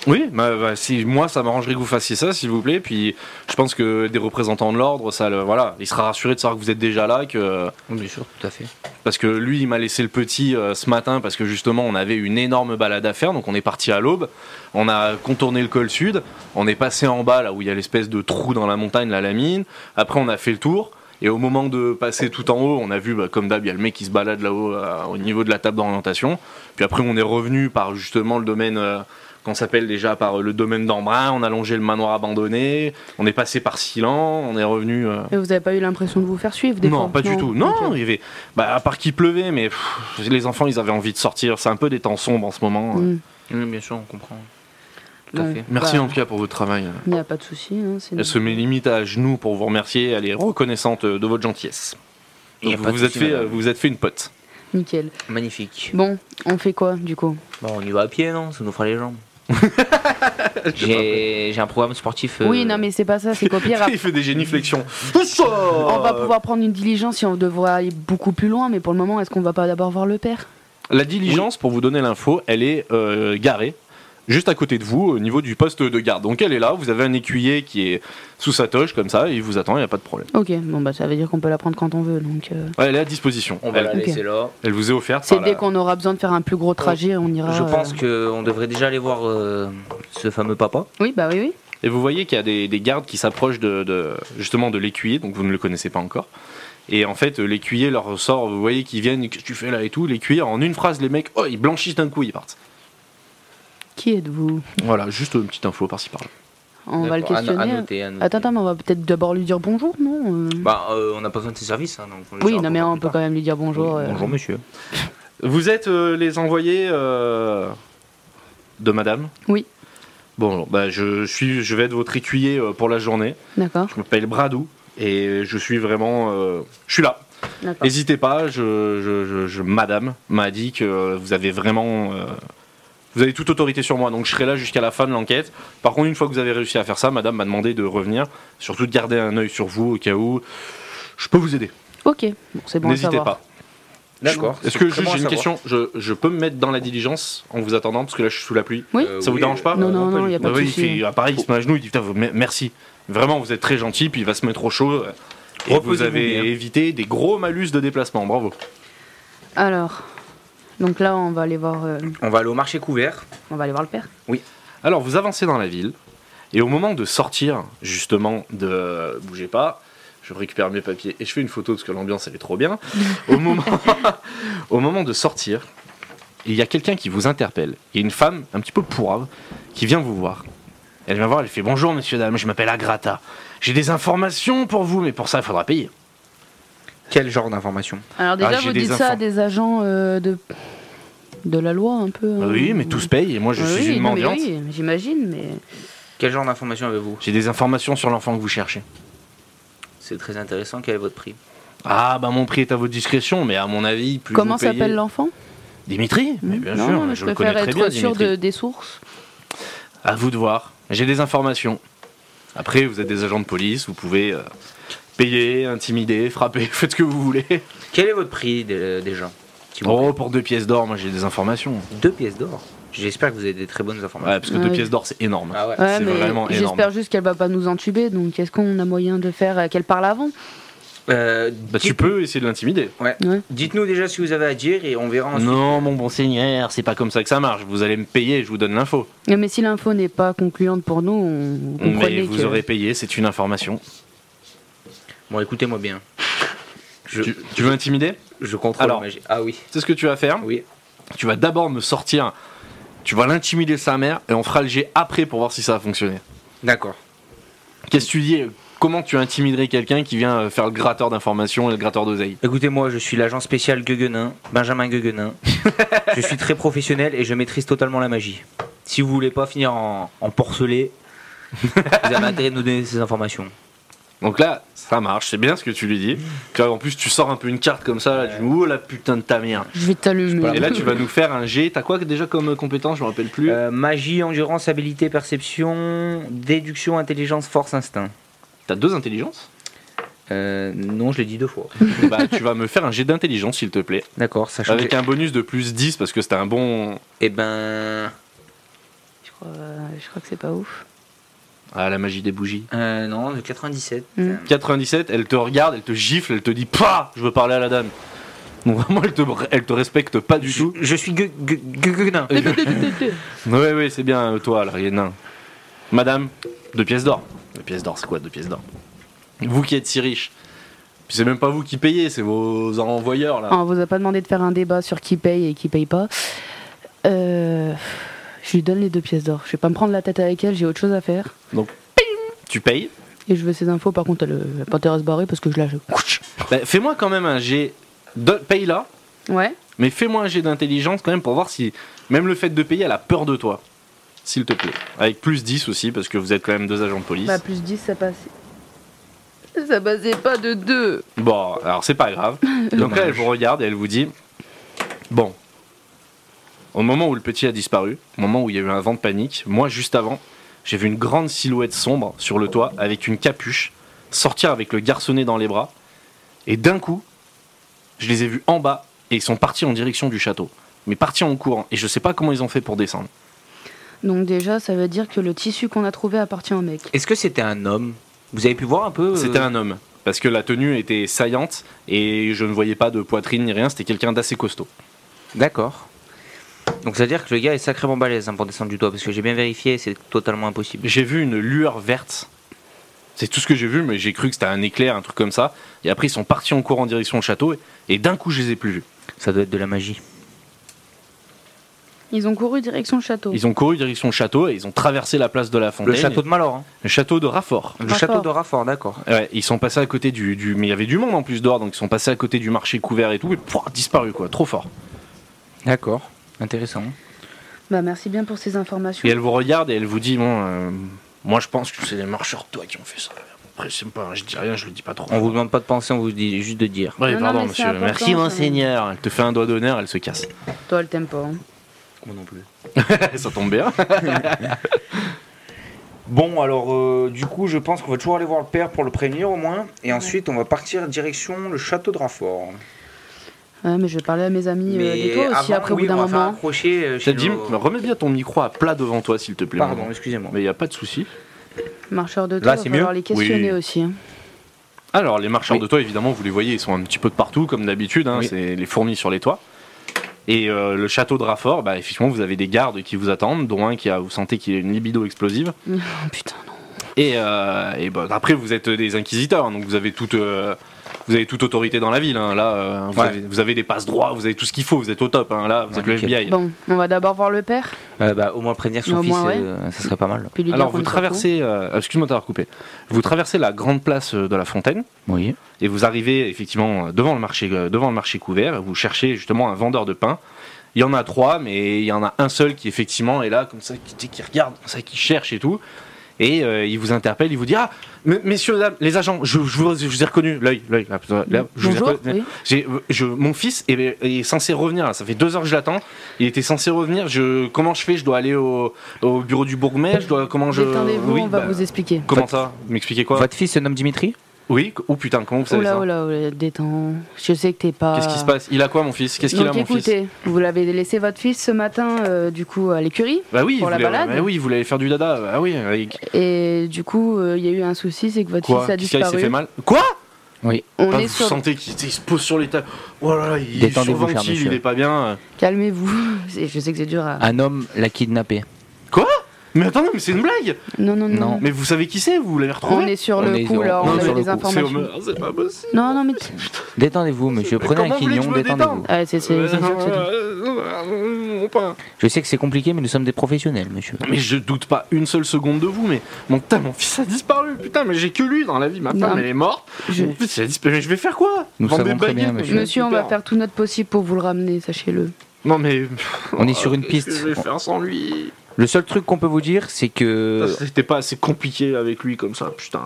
S2: Oui, bah, bah, si, moi ça m'arrangerait que vous fassiez ça, s'il vous plaît. Puis je pense que des représentants de l'ordre, ça, le, voilà, il sera rassuré de savoir que vous êtes déjà là, que
S4: Oui, Bien sûr, tout à fait.
S2: parce que lui, il m'a laissé le petit euh, ce matin parce que justement, on avait une énorme balade à faire. Donc, on est parti à l'aube. On a contourné le col sud. On est passé en bas, là où il y a l'espèce de trou dans la montagne, la lamine. Après, on a fait le tour. Et au moment de passer tout en haut, on a vu, bah, comme d'hab, il y a le mec qui se balade là-haut euh, au niveau de la table d'orientation. Puis après, on est revenu par justement le domaine. euh, qu'on s'appelle déjà par euh, le domaine d'Embrun, on a longé le manoir abandonné, on est passé par Silan, on est revenu euh,
S3: Et vous n'avez pas eu l'impression de vous faire suivre, des
S2: non,
S3: fois
S2: pas du tout. Non, il y avait. Bah, à part qu'il pleuvait, mais pff, les enfants, ils avaient envie de sortir. C'est un peu des temps sombres en ce moment. euh.
S3: Mm.
S4: Oui, bien sûr, on comprend. Tout
S3: Ouais.
S4: à fait.
S2: Merci
S3: Bah.
S2: en tout cas pour votre travail.
S3: Il n'y a pas de souci. hein, sinon-
S2: Elle se met limite à genoux pour vous remercier. Elle est reconnaissante de votre gentillesse.
S4: Il y a
S2: vous
S4: pas de
S2: vous êtes
S4: souci,
S2: fait,
S4: madame.
S2: euh, vous vous êtes fait une pote.
S3: Nickel.
S4: Magnifique.
S3: Bon, on fait quoi, du coup
S4: euh, Bon, on y va à pied, non Ça nous fera les jambes. J'ai j'ai un programme sportif. euh,
S3: Oui, non, mais c'est pas ça, c'est qu'au pire,
S2: Il fait des Euh, géniflexions.
S3: on va pouvoir prendre une diligence si on devrait aller beaucoup plus loin, mais pour le moment, est-ce qu'on va pas d'abord voir le père
S2: La diligence, pour vous donner l'info, elle est euh, garée juste à côté de vous, au niveau du poste de garde. Donc elle est là. Vous avez un écuyer qui est sous sa toche comme ça. Et il vous attend. Il n'y a pas de problème.
S3: Ok, bon, bah ça veut dire qu'on peut la prendre quand on veut, donc. euh,
S2: Ouais, elle est à disposition.
S4: On va
S2: elle,
S4: la
S3: Ok.
S4: laisser là.
S2: elle vous est offerte.
S3: C'est
S2: par la-
S3: dès qu'on aura besoin de faire un plus gros trajet, on ira.
S4: Je
S3: euh,
S4: pense qu'on devrait déjà aller voir euh, ce fameux papa.
S3: Oui, bah oui, oui.
S2: Et vous voyez qu'il y a des, des gardes qui s'approchent de, de- justement de l'écuyer, donc vous ne le connaissez pas encore. Et en fait, l'écuyer leur sort, vous voyez qu'ils viennent, qu'est-ce que tu fais là et tout. L'écuyer, en une phrase, les mecs, oh, ils blanchissent d'un coup, ils partent.
S3: Qui êtes-vous
S2: Voilà, juste une petite info par-ci par-là.
S3: On va le
S4: D'accord, à no- à
S3: questionner.
S4: noter, à noter.
S3: Attends, attends, mais on va peut-être d'abord lui dire bonjour, non euh
S4: Bah, euh, on n'a pas besoin de ses services. hein, donc on le
S3: Oui,
S4: saura
S3: non, mais
S4: pour
S3: on
S4: plus
S3: peut
S4: tard.
S3: quand même lui dire bonjour.
S4: Oui,
S3: euh.
S4: Bonjour, monsieur.
S2: Vous êtes euh, les envoyés euh, de madame
S3: Oui.
S2: Bon, bah, je, suis, je vais être votre écuyer euh, pour la journée.
S3: D'accord,
S2: Je m'appelle Bradou et je suis vraiment. euh, je suis là.
S3: d'accord.
S2: N'hésitez pas, je, je- je- je- madame m'a dit que euh, vous avez vraiment. euh, vous avez toute autorité sur moi, donc je serai là jusqu'à la fin de l'enquête. Par contre, une fois que vous avez réussi à faire ça, madame m'a demandé de revenir, surtout de garder un œil sur vous au cas où. Je peux vous aider,
S3: Ok, bon, c'est bon à
S2: n'hésitez
S3: savoir.
S2: pas.
S4: D'accord.
S2: Est-ce que
S4: c'est
S2: juste, j'ai
S4: très bon à
S2: une
S4: savoir.
S2: question je, je peux me mettre dans la diligence en vous attendant, parce que là je suis sous la pluie
S3: Oui
S4: Euh,
S2: Ça vous
S4: oui,
S2: dérange pas
S4: euh,
S3: Non, non, non,
S4: pas
S3: y a
S4: du-
S3: pas
S2: Bah
S3: de
S2: oui, il
S3: souci.
S2: fait- ah, pareil, il se met à genoux, il dit Putain, vous- me- merci. Vraiment, vous êtes très gentil, puis il va se mettre au chaud. euh, Et vous
S4: Reposez-vous
S2: avez
S4: bien.
S2: évité des gros malus de déplacement, bravo.
S3: Alors, donc là, on va aller voir, euh,
S4: On va aller au marché couvert.
S3: on va aller voir le père.
S2: Alors vous avancez dans la ville, et au moment de sortir, justement, de... euh, Bougez pas, je récupère mes papiers et je fais une photo parce que l'ambiance elle est trop bien. Au moment, au moment de sortir, il y a quelqu'un qui vous interpelle. Il y a une femme un petit peu pourrave qui vient vous voir. Elle vient voir, elle fait Bonjour monsieur, dame, je m'appelle Agrata. J'ai des informations pour vous, mais pour ça il faudra payer.
S4: Quel genre d'information
S3: Alors déjà,
S2: Ah, j'ai
S3: vous
S2: des
S3: dites ça à
S2: enfants.
S3: des agents euh, de de la loi un peu.
S2: Bah
S3: hein.
S2: oui, mais tout se paye et moi je
S3: Ah
S2: suis
S3: oui,
S2: une
S3: non, mais
S2: mendiante.
S3: oui, j'imagine, mais
S4: Quel genre d'information avez-vous
S2: J'ai des informations sur l'enfant que vous cherchez.
S4: C'est très intéressant. Quel est votre prix
S2: Ah bah mon prix est à votre discrétion, mais à mon avis, plus
S3: comment
S2: vous payez-
S3: s'appelle l'enfant
S2: Dimitri Mais bien
S3: Non,
S2: sûr,
S3: non, mais
S2: je,
S3: je,
S2: le
S3: préfère
S2: connais très
S3: être
S2: bien,
S3: sûr
S2: Dimitri.
S3: de, des sources.
S2: À vous de voir. J'ai des informations. Après, vous êtes des agents de police, vous pouvez euh, payer, intimider, frapper, faites ce que vous voulez.
S4: Quel est votre prix euh, dé- déjà s'il vous
S2: Oh, pour deux pièces d'or, moi j'ai des informations.
S4: plaît Deux pièces d'or. J'espère que vous avez des très bonnes informations.
S2: Ouais, parce que
S3: Ouais.
S2: deux pièces d'or, c'est énorme.
S4: Ah ouais.
S3: Ouais,
S2: C'est
S3: mais
S2: vraiment énorme.
S3: J'espère juste qu'elle va pas nous entuber, donc est-ce qu'on a moyen de faire euh, qu'elle parle avant
S4: Euh,
S2: Bah, tu
S4: dites-
S2: peux essayer de l'intimider.
S4: Ouais.
S3: Ouais.
S4: Dites-nous déjà ce que vous avez à dire et on verra ensuite.
S2: Non, mon bon seigneur, c'est pas comme ça que ça marche. Vous allez me payer, je vous donne l'info.
S3: Non, Mais si l'info n'est pas concluante pour nous, on vous
S2: Mais
S3: comprenez
S2: vous
S3: que-
S2: aurez payé, c'est une information.
S4: Bon, écoutez-moi bien. Je,
S2: Tu, tu veux intimider
S4: je contrôle
S2: Alors.
S4: ma magie. Ah oui.
S2: C'est ce que tu vas faire.
S4: Oui.
S2: Tu vas d'abord me sortir. Tu vas l'intimider sa mère et on fera le jet après pour voir si ça a fonctionné.
S4: D'accord.
S2: Qu'est-ce que tu dis Comment tu intimiderais quelqu'un qui vient euh, faire le gratteur d'informations et le gratteur d'oseille
S4: Écoutez-moi, je suis l'agent spécial Gueguenin, Benjamin Gueguenin. je suis très professionnel et je maîtrise totalement la magie. Si vous voulez pas finir en, en porcelet, vous avez intérêt de nous donner ces informations.
S2: Donc là, ça marche, c'est bien ce que tu lui dis. Tu vois, en plus, tu sors un peu une carte comme ça, là, tu dis, oh la putain de ta merde.
S3: Je vais t'allumer.
S2: Et là, tu vas nous faire un G. T'as quoi déjà comme euh, compétence Je me rappelle plus.
S4: Euh, magie, endurance, habilité, perception, déduction, intelligence, force, instinct.
S2: T'as deux intelligences
S4: Euh, non, je l'ai dit deux fois.
S2: Bah, tu vas me faire un G d'intelligence, s'il te plaît.
S4: D'accord, sachant
S2: Avec
S4: que-
S2: un bonus de plus 10 parce que c'était un bon.
S4: Eh ben.
S3: Je crois, euh, je crois que c'est pas ouf.
S2: Ah, la magie des bougies.
S4: euh, non, de 97.
S3: Mm.
S2: 97, elle te regarde, elle te gifle, elle te dit Pah Je veux parler à la dame. Donc vraiment, elle te, elle te respecte pas du
S4: Je,
S2: tout.
S4: je suis gue- gue- gue- gueudin.
S2: Ouais, ouais, c'est bien, euh, toi, là, il est nain. Madame, deux pièces d'or. Deux pièces d'or, c'est quoi deux pièces d'or Vous qui êtes si riche. Puis c'est même pas vous qui payez, c'est vos envoyeurs, là.
S3: Ah, on vous a pas demandé de faire un débat sur qui paye et qui paye pas. Euh, je lui donne les deux pièces d'or. Je vais pas me prendre la tête avec elle, j'ai autre chose à faire.
S2: Donc, ping, tu payes.
S3: Et je veux ces infos, par contre, elle euh, elle pas intérêt à se barrer parce que je lâche.
S2: Bah, fais-moi quand même un G. de- Paye là,
S3: Ouais.
S2: mais fais-moi un G d'intelligence quand même pour voir si, même le fait de payer, elle a peur de toi. S'il te plaît. Avec plus 10 aussi, parce que vous êtes quand même deux agents de police.
S3: Bah, plus 10, ça passait. Ça passait pas de 2.
S2: Bon, alors c'est pas grave. Donc là, elle vous regarde et elle vous dit Bon, au moment où le petit a disparu, au moment où il y a eu un vent de panique, moi, juste avant, j'ai vu une grande silhouette sombre sur le toit avec une capuche sortir avec le garçonnet dans les bras. Et d'un coup, je les ai vus en bas et ils sont partis en direction du château. Mais partis en courant. Et je sais pas comment ils ont fait pour descendre.
S3: Donc, déjà, ça veut dire que le tissu qu'on a trouvé appartient au mec.
S4: Est-ce que c'était un homme Vous avez pu voir un peu euh,
S2: C'était un homme. Parce que la tenue était saillante et je ne voyais pas de poitrine ni rien. C'était quelqu'un d'assez costaud.
S4: D'accord. Donc ça veut dire que le gars est sacrément balèze hein, pour descendre du toit parce que j'ai bien vérifié et c'est totalement impossible.
S2: J'ai vu une lueur verte. C'est tout ce que j'ai vu, mais j'ai cru que c'était un éclair, un truc comme ça. Et après, ils sont partis en courant en direction le château, et, et d'un coup, je les ai plus vus.
S4: Ça doit être de la magie.
S3: Ils ont couru direction le château.
S2: Ils ont couru direction le château, et ils ont traversé la place de la
S4: Le
S2: Fontaine.
S4: château de Malor. hein.
S2: Le château de Raffort.
S4: Le
S3: Raffort.
S4: château de Raffort, d'accord.
S2: Ouais, ils sont passés à côté du, du- Mais il y avait du monde en plus dehors, donc ils sont passés à côté du marché couvert et tout, et pouah, disparu, quoi, trop fort.
S4: D'accord. Intéressant.
S3: Bah, merci bien pour ces informations.
S2: Et elle vous regarde, et elle vous dit Bon, euh, moi je pense que c'est les marcheurs de toi qui ont fait ça. Après, c'est pas, je dis rien, je le dis pas trop.
S4: On vous demande pas de penser, on vous dit juste de dire.
S2: Ouais,
S3: Non, non,
S2: pardon,
S3: mais c'est
S2: monsieur.
S3: important,
S2: Merci,
S3: ça.
S2: monseigneur. Elle te fait un doigt d'honneur, elle se casse.
S3: Toi, elle t'aime pas. hein.
S4: Moi non plus.
S2: ça tombe bien.
S4: Bon, alors euh, du coup, je pense qu'on va toujours aller voir le père pour le prévenir au moins. Et ensuite, on va partir direction le château de Raffort.
S3: Ouais, mais je vais parler à mes amis euh, des toits aussi
S4: avant,
S3: après au
S4: oui,
S3: bout d'un
S4: on va faire
S3: moment.
S4: accrocher, euh,
S2: Ça
S4: chez
S2: dit,
S4: nos-
S2: remets bien ton micro à plat devant toi, s'il te plaît.
S4: Pardon,
S2: maman.
S4: excusez-moi.
S2: Mais il n'y a pas de souci.
S3: Marcheurs de
S4: Là,
S3: toit,
S4: c'est
S3: va falloir
S4: mieux
S3: les questionner
S2: Oui.
S3: aussi. hein.
S2: Alors, les marcheurs
S4: Oui.
S2: de toit, évidemment, vous les voyez, ils sont un petit peu de partout, comme d'habitude. hein,
S4: Oui.
S2: C'est les fourmis sur les toits. Et euh, le château de Raffort, bah, effectivement, vous avez des gardes qui vous attendent, dont un qui a, vous sentez qu'il a une libido explosive.
S3: Oh, putain, non.
S2: Et, euh, et bah, après, vous êtes des inquisiteurs, hein, donc vous avez toute, euh, vous avez toute autorité dans la ville. hein. Là, euh, vous,
S4: Ouais.
S2: avez, vous avez des passes droits, vous avez tout ce qu'il faut, vous êtes au top. hein. Là, vous
S4: Ouais,
S2: êtes le
S4: nickel.
S2: FBI.
S3: Bon, on va d'abord voir le père,
S4: Euh, bah, au moins prévenir son
S3: Au
S4: fils,
S3: moins, ouais.
S4: euh, ça serait pas mal.
S3: puis lui dire
S2: Alors,
S3: qu'on
S2: vous
S3: est sur
S2: traversez, euh, excuse-moi de t'avoir coupé, vous traversez la grande place euh, de la Fontaine.
S4: Oui.
S2: et vous arrivez effectivement devant le marché, euh, devant le marché couvert, et vous cherchez justement un vendeur de pain. Il y en a trois, mais il y en a un seul qui effectivement est là, comme ça, qui, tu sais, qui regarde, comme ça, qui cherche et tout. Et euh, il vous interpelle, il vous dit Ah, m- messieurs, dames, les agents, je, je vous, je vous ai reconnu, l'œil, l'œil, là, là,
S3: tout.
S2: là, je vous ai
S3: Bonjour,
S2: reconnu.
S3: oui.
S2: J'ai- je- mon fils est, est censé revenir, là, ça fait deux heures que je l'attends. Il était censé revenir. Je, comment je fais Je dois aller au, au bureau du bourgmestre. Je dois comment je
S3: Détendez-vous,
S2: oui,
S3: on va
S2: bah,
S3: vous expliquer.
S2: Comment ça Vous M'expliquez quoi
S4: Votre fils se nomme Dimitri
S2: Oui. Oh putain, comment vous savez ça
S3: Oula, oula, oula, détends. Je sais que t'es pas.
S2: Qu'est-ce qui se passe Il a quoi, mon fils Qu'est-ce qu'il
S3: Donc
S2: a, mon fils
S3: écoutez, vous l'avez laissé votre fils ce matin, euh, du coup, à l'écurie.
S2: Bah oui, il
S3: pour la
S2: voulait-
S3: balade
S2: bah oui, il voulait faire du dada. Bah oui. avec-
S3: Et du coup, euh, il y a eu un souci, c'est que votre
S2: Quoi
S3: fils a
S2: Qu'est-ce qu'il a- il s'est
S3: disparu.
S2: fait mal Quoi
S4: Oui.
S3: On
S2: Ah,
S3: est
S2: Vous
S3: sur.
S2: sentez qu'il il se pose sur les tables. Oh là là, il est
S4: Détendez-vous, cher
S2: surventile, il
S4: monsieur.
S2: est pas bien.
S3: Calmez-vous. C'est- Je sais que c'est dur
S2: Ah,
S3: à.
S4: Un homme l'a kidnappé.
S2: Mais attendez, mais c'est une blague
S3: Non, non, non.
S4: Non.
S2: Mais vous savez qui c'est Vous l'avez
S3: On
S2: retrouvé
S3: est sur
S4: On
S3: le
S4: est-
S3: coup, là,
S4: on
S3: on
S4: est
S3: a
S4: sur
S3: des
S4: le coup, c'est
S3: informations.
S2: Homer, Ah, c'est pas possible.
S3: Non, non, mais.
S4: Détendez-vous, monsieur.
S2: Mais
S4: Prenez
S2: comment
S4: un
S2: voulez-vous
S4: quignon,
S2: que je me
S4: détendez-vous.
S3: Ouais, c'est c'est- c'est ça que je te dis.
S2: Mon pain.
S4: Je sais que c'est compliqué, mais nous sommes des professionnels, monsieur.
S2: Mais je doute pas une seule seconde de vous, mais mon, putain, mon fils a disparu, putain, mais j'ai que lui dans la vie, ma femme
S3: Non.
S2: elle est morte,
S3: Je-
S2: mon fils il a disparu, mais je vais faire quoi
S4: Nous
S2: Vendre
S4: savons
S2: des
S4: très bien,
S2: baguettes,
S4: monsieur.
S2: mais
S3: Monsieur, on
S2: super.
S3: va faire tout notre possible pour vous le ramener, sachez-le.
S2: Non mais...
S4: On est sur une
S2: Euh, Qu'est-ce que
S4: piste.
S2: je vais faire sans lui
S4: Le seul truc qu'on peut vous dire, c'est que
S2: Euh, C'était pas assez compliqué avec lui comme ça, putain.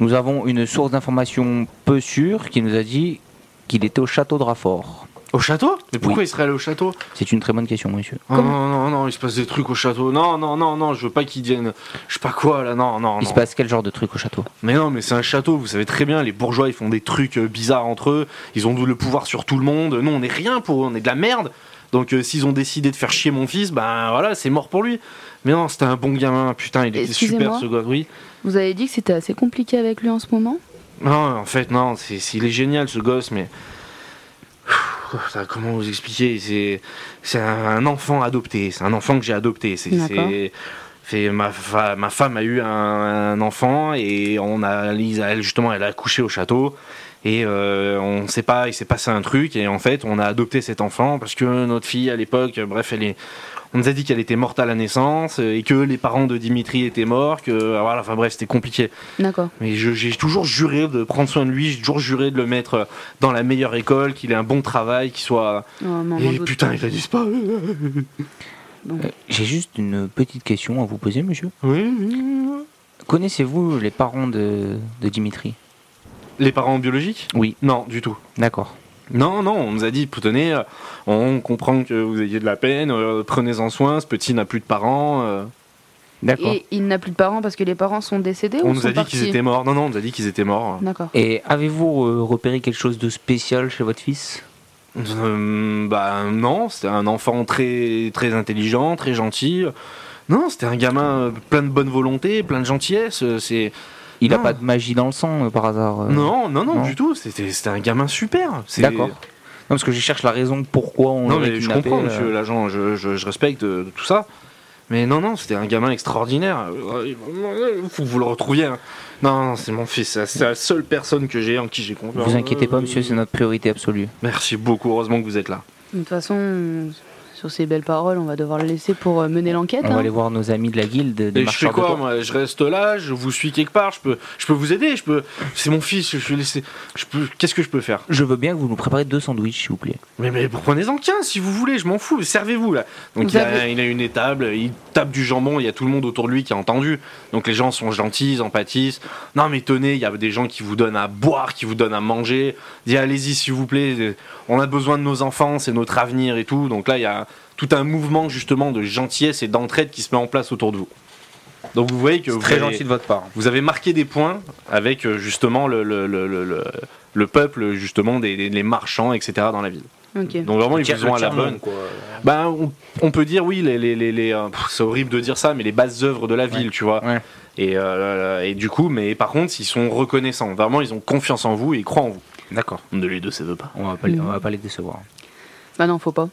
S4: Nous avons une source d'information peu sûre qui nous a dit qu'il était au château de Raffort.
S2: Au château Mais pourquoi il serait allé au château
S4: C'est une très bonne question, monsieur.
S2: Oh, Non, non, non, il se passe des trucs au château. Non, non, non, non, je veux pas qu'il devienne. Je sais pas quoi là, non, non,
S4: Il
S2: non.
S4: se passe quel genre de truc au château
S2: Mais non, mais c'est un château, vous savez très bien, les bourgeois ils font des trucs euh, bizarres entre eux, ils ont le pouvoir sur tout le monde. Nous on est rien pour eux, on est de la merde. Donc euh, s'ils ont décidé de faire chier mon fils, ben voilà, c'est mort pour lui. Mais non, c'était un bon gamin, putain, il était super
S3: Excusez-moi.
S2: ce gars, oui.
S3: Vous avez dit que c'était assez compliqué avec lui en ce moment
S2: Non, en fait, non, c'est, c'est- il est génial ce gosse, mais. Pfff, putain, Comment vous expliquer c'est, c'est un enfant adopté, c'est un enfant que j'ai adopté. C'est,
S3: D'accord.
S2: c'est- c'est ma, fa- ma femme a eu un, un enfant et on a, Lisa, elle, justement, elle a accouché au château. Et euh, on sait pas, il s'est passé un truc et en fait, on a adopté cet enfant parce que notre fille à l'époque, euh, bref, elle est, on nous a dit qu'elle était morte à la naissance euh, et que les parents de Dimitri étaient morts, que ah, voilà, enfin bref, c'était compliqué.
S3: D'accord.
S2: Mais je- j'ai toujours juré de prendre soin de lui, j'ai toujours juré de le mettre dans la meilleure école, qu'il ait un bon travail, qu'il soit.
S3: Oh, maman,
S2: Et
S3: doute.
S2: putain, il a disparu.
S4: Euh, J'ai juste une petite question à vous poser, monsieur.
S2: Oui, oui.
S4: Connaissez-vous les parents de, de Dimitri
S2: Les parents biologiques
S4: Oui.
S2: Non, du tout.
S4: D'accord.
S2: Non, non, on nous a dit, tenez, euh, on comprend que vous ayez de la peine, euh, prenez-en soin, ce petit n'a plus de parents. euh.
S4: D'accord.
S3: Et il n'a plus de parents parce que les parents sont décédés ou
S2: On nous
S3: sont
S2: a dit
S3: partis
S2: qu'ils étaient morts. Non, non, on nous a dit qu'ils étaient morts.
S3: D'accord.
S4: Et, avez-vous euh, repéré quelque chose de spécial chez votre fils
S2: Euh, bah non, c'était un enfant très très intelligent, très gentil. Non, c'était un gamin euh, plein de bonne volonté, plein de gentillesse. euh, C'est
S4: Il n'a
S2: Non.
S4: pas de magie dans le sang euh, par hasard euh
S2: Non, non, non,
S4: non.
S2: du tout. C'était c'était un gamin super. C'est-
S4: D'accord. Non, parce que je cherche la raison pourquoi on
S2: Non,
S4: l'aurait
S2: mais je
S4: kidnappé,
S2: comprends,
S4: euh.
S2: monsieur l'agent. Je, je- je respecte euh, tout ça. Mais non, non, c'était un gamin extraordinaire. Euh, euh, Faut que vous le retrouviez. hein. Non, non, c'est mon fils. c'est la- C'est la seule personne que j'ai en qui j'ai confiance.
S4: Vous inquiétez pas, monsieur, c'est notre priorité absolue.
S2: Merci beaucoup. Heureusement que vous êtes là.
S3: De toute façon, sur ces belles paroles, on va devoir le laisser pour euh, mener l'enquête.
S4: On va
S3: hein.
S4: aller voir nos amis de la guilde des
S2: Et je fais
S4: marchands de
S2: quoi,
S4: tours.
S2: moi Je reste là. Je vous suis quelque part. Je peux, je peux vous aider. Je peux. C'est mon fils. Je peux laisser. Je peux. Qu'est-ce que je peux faire
S4: Je veux bien que vous nous préparez deux sandwichs, s'il vous plaît.
S2: Mais, mais prenez-en qu'un si vous voulez, je m'en fous, servez-vous là. Donc
S3: Vous
S2: il a,
S3: avez-
S2: il a une étable, il tape du jambon, il y a tout le monde autour de lui qui a entendu. Donc les gens sont gentils, ils en pâtissent. Non mais tenez, il y a des gens qui vous donnent à boire, qui vous donnent à manger. Dis allez-y s'il vous plaît, on a besoin de nos enfants, c'est notre avenir et tout. Donc là il y a tout un mouvement justement de gentillesse et d'entraide qui se met en place autour de vous. Donc vous voyez que vous avez,
S4: de votre part.
S2: vous avez marqué des points avec euh, justement le, le, le- le- le- le peuple, justement des, des- les marchands, etc. dans la ville.
S3: Ok.
S2: Donc vraiment ils vous ont à la bonne. Ben, on, on peut dire oui, les, les, les, les, euh, pff, c'est horrible de dire ça, mais les bases œuvres de la ville, tu vois.
S4: ouais.
S2: Et, euh, et du coup, mais par contre, ils sont reconnaissants. Vraiment, ils ont confiance en vous et ils croient en vous.
S4: D'accord.
S2: On ne les deux, ça veut pas.
S4: On va pas, les-
S3: Mm.
S4: on va pas les décevoir.
S3: Bah non, faut pas.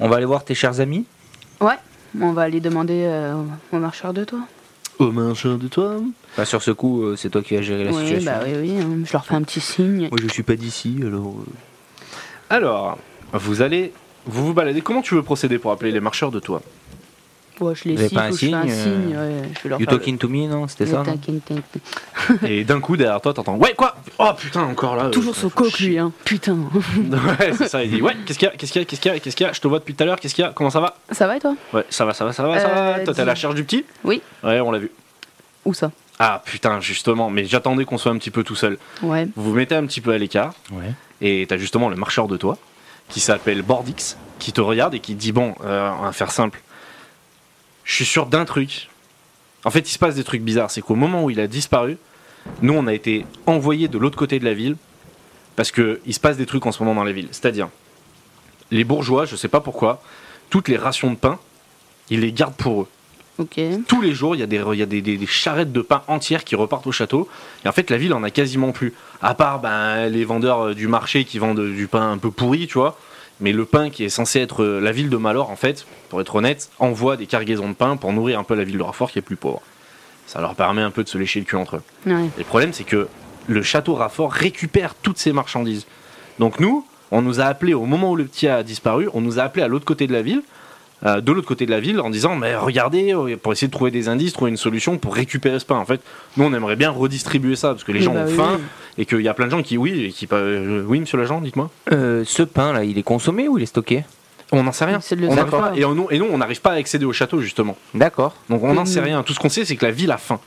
S4: On va aller voir tes chers amis.
S3: Ouais, on va aller demander euh, au marcheur de toi.
S2: Au machin de toi.
S4: Bah, sur ce coup, euh, c'est toi qui vas gérer la
S3: Oui,
S4: situation.
S3: bah oui, oui, hein, je leur fais un petit signe.
S4: Moi, je suis pas d'ici, alors. euh,
S2: Alors, vous allez, vous vous baladez. Comment tu veux procéder pour appeler les marcheurs de toi
S3: Ouais, je les
S4: Vous avez
S3: siffle
S4: pas un
S3: ou je fais un
S4: signe, euh,
S3: signe. ouais, je vais leur
S4: You
S3: faire le-
S4: talking to me, non C'était
S3: Le
S4: ça non
S3: talking, talking.
S2: Et d'un coup, derrière toi, t'entends Ouais, quoi Oh putain, encore là. euh,
S3: Toujours
S2: ça
S3: ce
S2: me fait
S3: coq,
S2: chier.
S3: lui, hein. Putain.
S2: ouais, c'est ça. Il dit Ouais, qu'est-ce qu'il y a Qu'est-ce qu'il y a Qu'est-ce qu'il y a Qu'est-ce qu'il y a Je te vois depuis tout à l'heure. Qu'est-ce qu'il y a Comment ça va
S3: Ça va et toi
S2: Ouais, ça va, ça va, ça va, ça va.
S3: Euh,
S2: Toi, t'es à la
S3: dis-
S2: charge du petit
S3: Oui.
S2: Ouais, on l'a vu.
S3: Où ça
S2: Ah putain, justement, mais j'attendais qu'on soit un petit peu tout seul.
S3: Ouais.
S2: Vous vous mettez un petit peu à l'écart
S4: Ouais.
S2: et t'as justement le marcheur de toi qui s'appelle Bordix qui te regarde et qui te dit Bon, euh, on va faire simple. Je suis sûr d'un truc. En fait, il se passe des trucs bizarres. C'est qu'au moment où il a disparu, nous on a été envoyés de l'autre côté de la ville parce que il se passe des trucs en ce moment dans la ville. C'est-à-dire, les bourgeois, je sais pas pourquoi, toutes les rations de pain, ils les gardent pour eux
S3: Ok.
S2: tous les jours, il y a, des, il y a des, des- des charrettes de pain entières qui repartent au château. Et en fait, la ville en a quasiment plus. À part ben, les vendeurs euh, du marché qui vendent du pain un peu pourri, tu vois. Mais le pain qui est censé être. euh, La ville de Malor, en fait, pour être honnête, envoie des cargaisons de pain pour nourrir un peu la ville de Raffort qui est plus pauvre. Ça leur permet un peu de se lécher le cul entre eux.
S3: Ouais.
S2: Et le problème, c'est que le château Raffort récupère toutes ces marchandises. Donc nous, on nous a appelés au moment où le petit a disparu, on nous a appelés à l'autre côté de la ville, euh, de l'autre côté de la ville, en disant mais regardez, euh, pour essayer de trouver des indices, trouver une solution pour récupérer ce pain. En fait, nous, on aimerait bien redistribuer ça parce que les
S3: Oui,
S2: gens
S3: bah
S2: ont
S3: oui,
S2: faim
S3: oui.
S2: et qu'il y a plein de gens qui oui, et qui peuvent- euh, oui, monsieur l'agent, dites-moi.
S4: Euh, ce pain là, il est consommé ou il est stocké
S2: On n'en sait rien.
S3: C'est de le
S2: On n'arrive
S3: savoir.
S2: pas- et, on- et nous, on n'arrive pas à accéder au château justement.
S4: D'accord.
S2: Donc on n'en sait
S3: Mhm.
S2: rien. Tout ce qu'on sait, c'est que la ville a faim.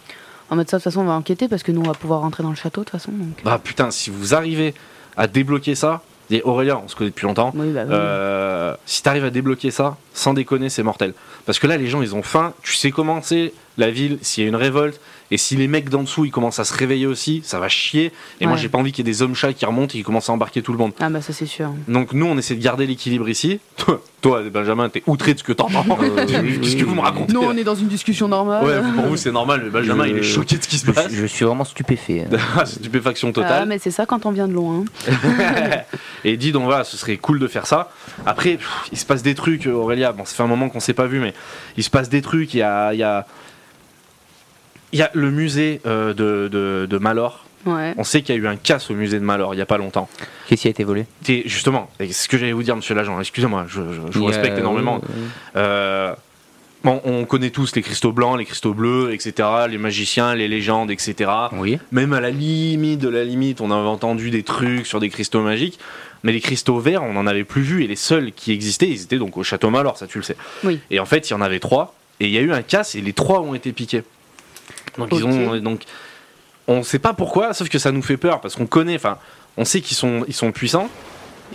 S3: En mode ça, de toute façon, on va enquêter parce que nous, on va pouvoir rentrer dans le château de toute façon. Donc.
S2: Bah putain, si vous arrivez à débloquer ça, et Aurélien, on se connaît depuis longtemps,
S3: Oui, bah oui.
S2: euh, si t'arrives à débloquer ça, sans déconner, c'est mortel. Parce que là, les gens, ils ont faim, tu sais comment c'est la ville, s'il y a une révolte, et si les mecs d'en dessous, ils commencent à se réveiller aussi, ça va chier. Et moi,
S3: Ouais.
S2: j'ai pas envie qu'il y ait des hommes chats qui remontent et qui commencent à embarquer tout le monde.
S3: Ah bah ça, c'est sûr.
S2: Donc nous, on essaie de garder l'équilibre ici. Toi, toi, Benjamin, t'es outré de ce que t'entends.
S4: Ah
S2: Qu'est-ce que vous me racontez
S3: Non, on est dans une discussion normale.
S2: Ouais, pour vous, c'est normal, mais Benjamin,
S4: Je-
S2: il est choqué de ce qui se passe.
S4: Je, je suis vraiment stupéfait. hein.
S2: Ah, Stupéfaction
S3: Ah,
S2: totale.
S3: mais c'est ça quand on vient de loin.
S2: et dit donc voilà ce serait cool de faire ça après pff, il se passe des trucs euh, Aurélia bon ça fait un moment qu'on s'est pas vu mais il se passe des trucs il y a il y a, il y a le musée euh, de, de, de Malor
S3: Ouais.
S2: on sait qu'il y a eu un casse au musée de Malor il y a pas longtemps
S4: Qu'est-ce qui a été volé
S2: et justement c'est ce que j'allais vous dire monsieur l'agent excusez-moi je, je- je vous
S4: Il y a-
S2: respecte énormément euh, bon, on connaît tous les cristaux blancs les cristaux bleus etc les magiciens les légendes etc
S4: Oui.
S2: même à la limite de la limite, on avait entendu des trucs sur des cristaux magiques, mais les cristaux verts, on n'en avait plus vu, et les seuls qui existaient, ils étaient donc au château Malor, ça tu le sais.
S3: Oui.
S2: Et en fait, il y en avait trois, et il y a eu un casse, et les trois ont été piqués. Donc ils
S3: Ok.
S2: ont. Donc, on ne sait pas pourquoi, sauf que ça nous fait peur, parce qu'on connaît, enfin, on sait qu'ils sont, ils sont puissants,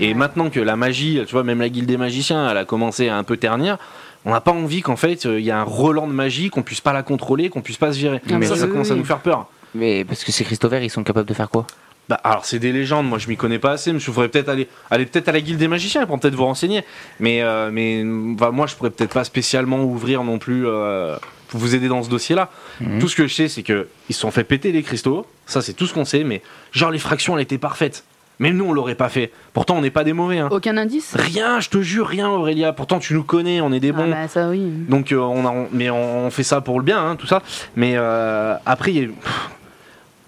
S2: et
S3: Ouais.
S2: maintenant que la magie, tu vois, même la guilde des magiciens, elle a commencé à un peu ternir. On n'a pas envie qu'en fait euh, il y a un relan de magie, qu'on puisse pas la contrôler, qu'on puisse pas se gérer.
S3: Ah,
S2: Mais
S3: mais
S2: ça, ça
S3: oui,
S2: commence à
S3: oui.
S2: nous faire peur.
S4: Mais parce que ces Christopher, ils sont capables de faire quoi
S2: Bah, alors c'est des légendes, moi je m'y connais pas assez, mais je pourrais peut-être aller, aller peut-être à la guilde des magiciens pour peut-être vous renseigner. Mais, euh, mais bah, moi je pourrais peut-être pas spécialement ouvrir non plus euh, pour vous aider dans ce dossier-là.
S4: Mhm.
S2: Tout ce que je sais c'est que ils se sont fait péter les cristaux, ça c'est tout ce qu'on sait, mais genre les fractions elles étaient parfaites. Même nous on l'aurait pas fait. Pourtant on n'est pas des mauvais. Hein.
S3: Aucun indice
S2: Rien, je te jure, rien Aurélia. Pourtant tu nous connais, on est des bons.
S3: Ah bah ça, oui.
S2: Donc euh, on, a- on- mais on, on fait ça pour le bien, hein, tout ça. Mais euh, après, il y a eu- pff,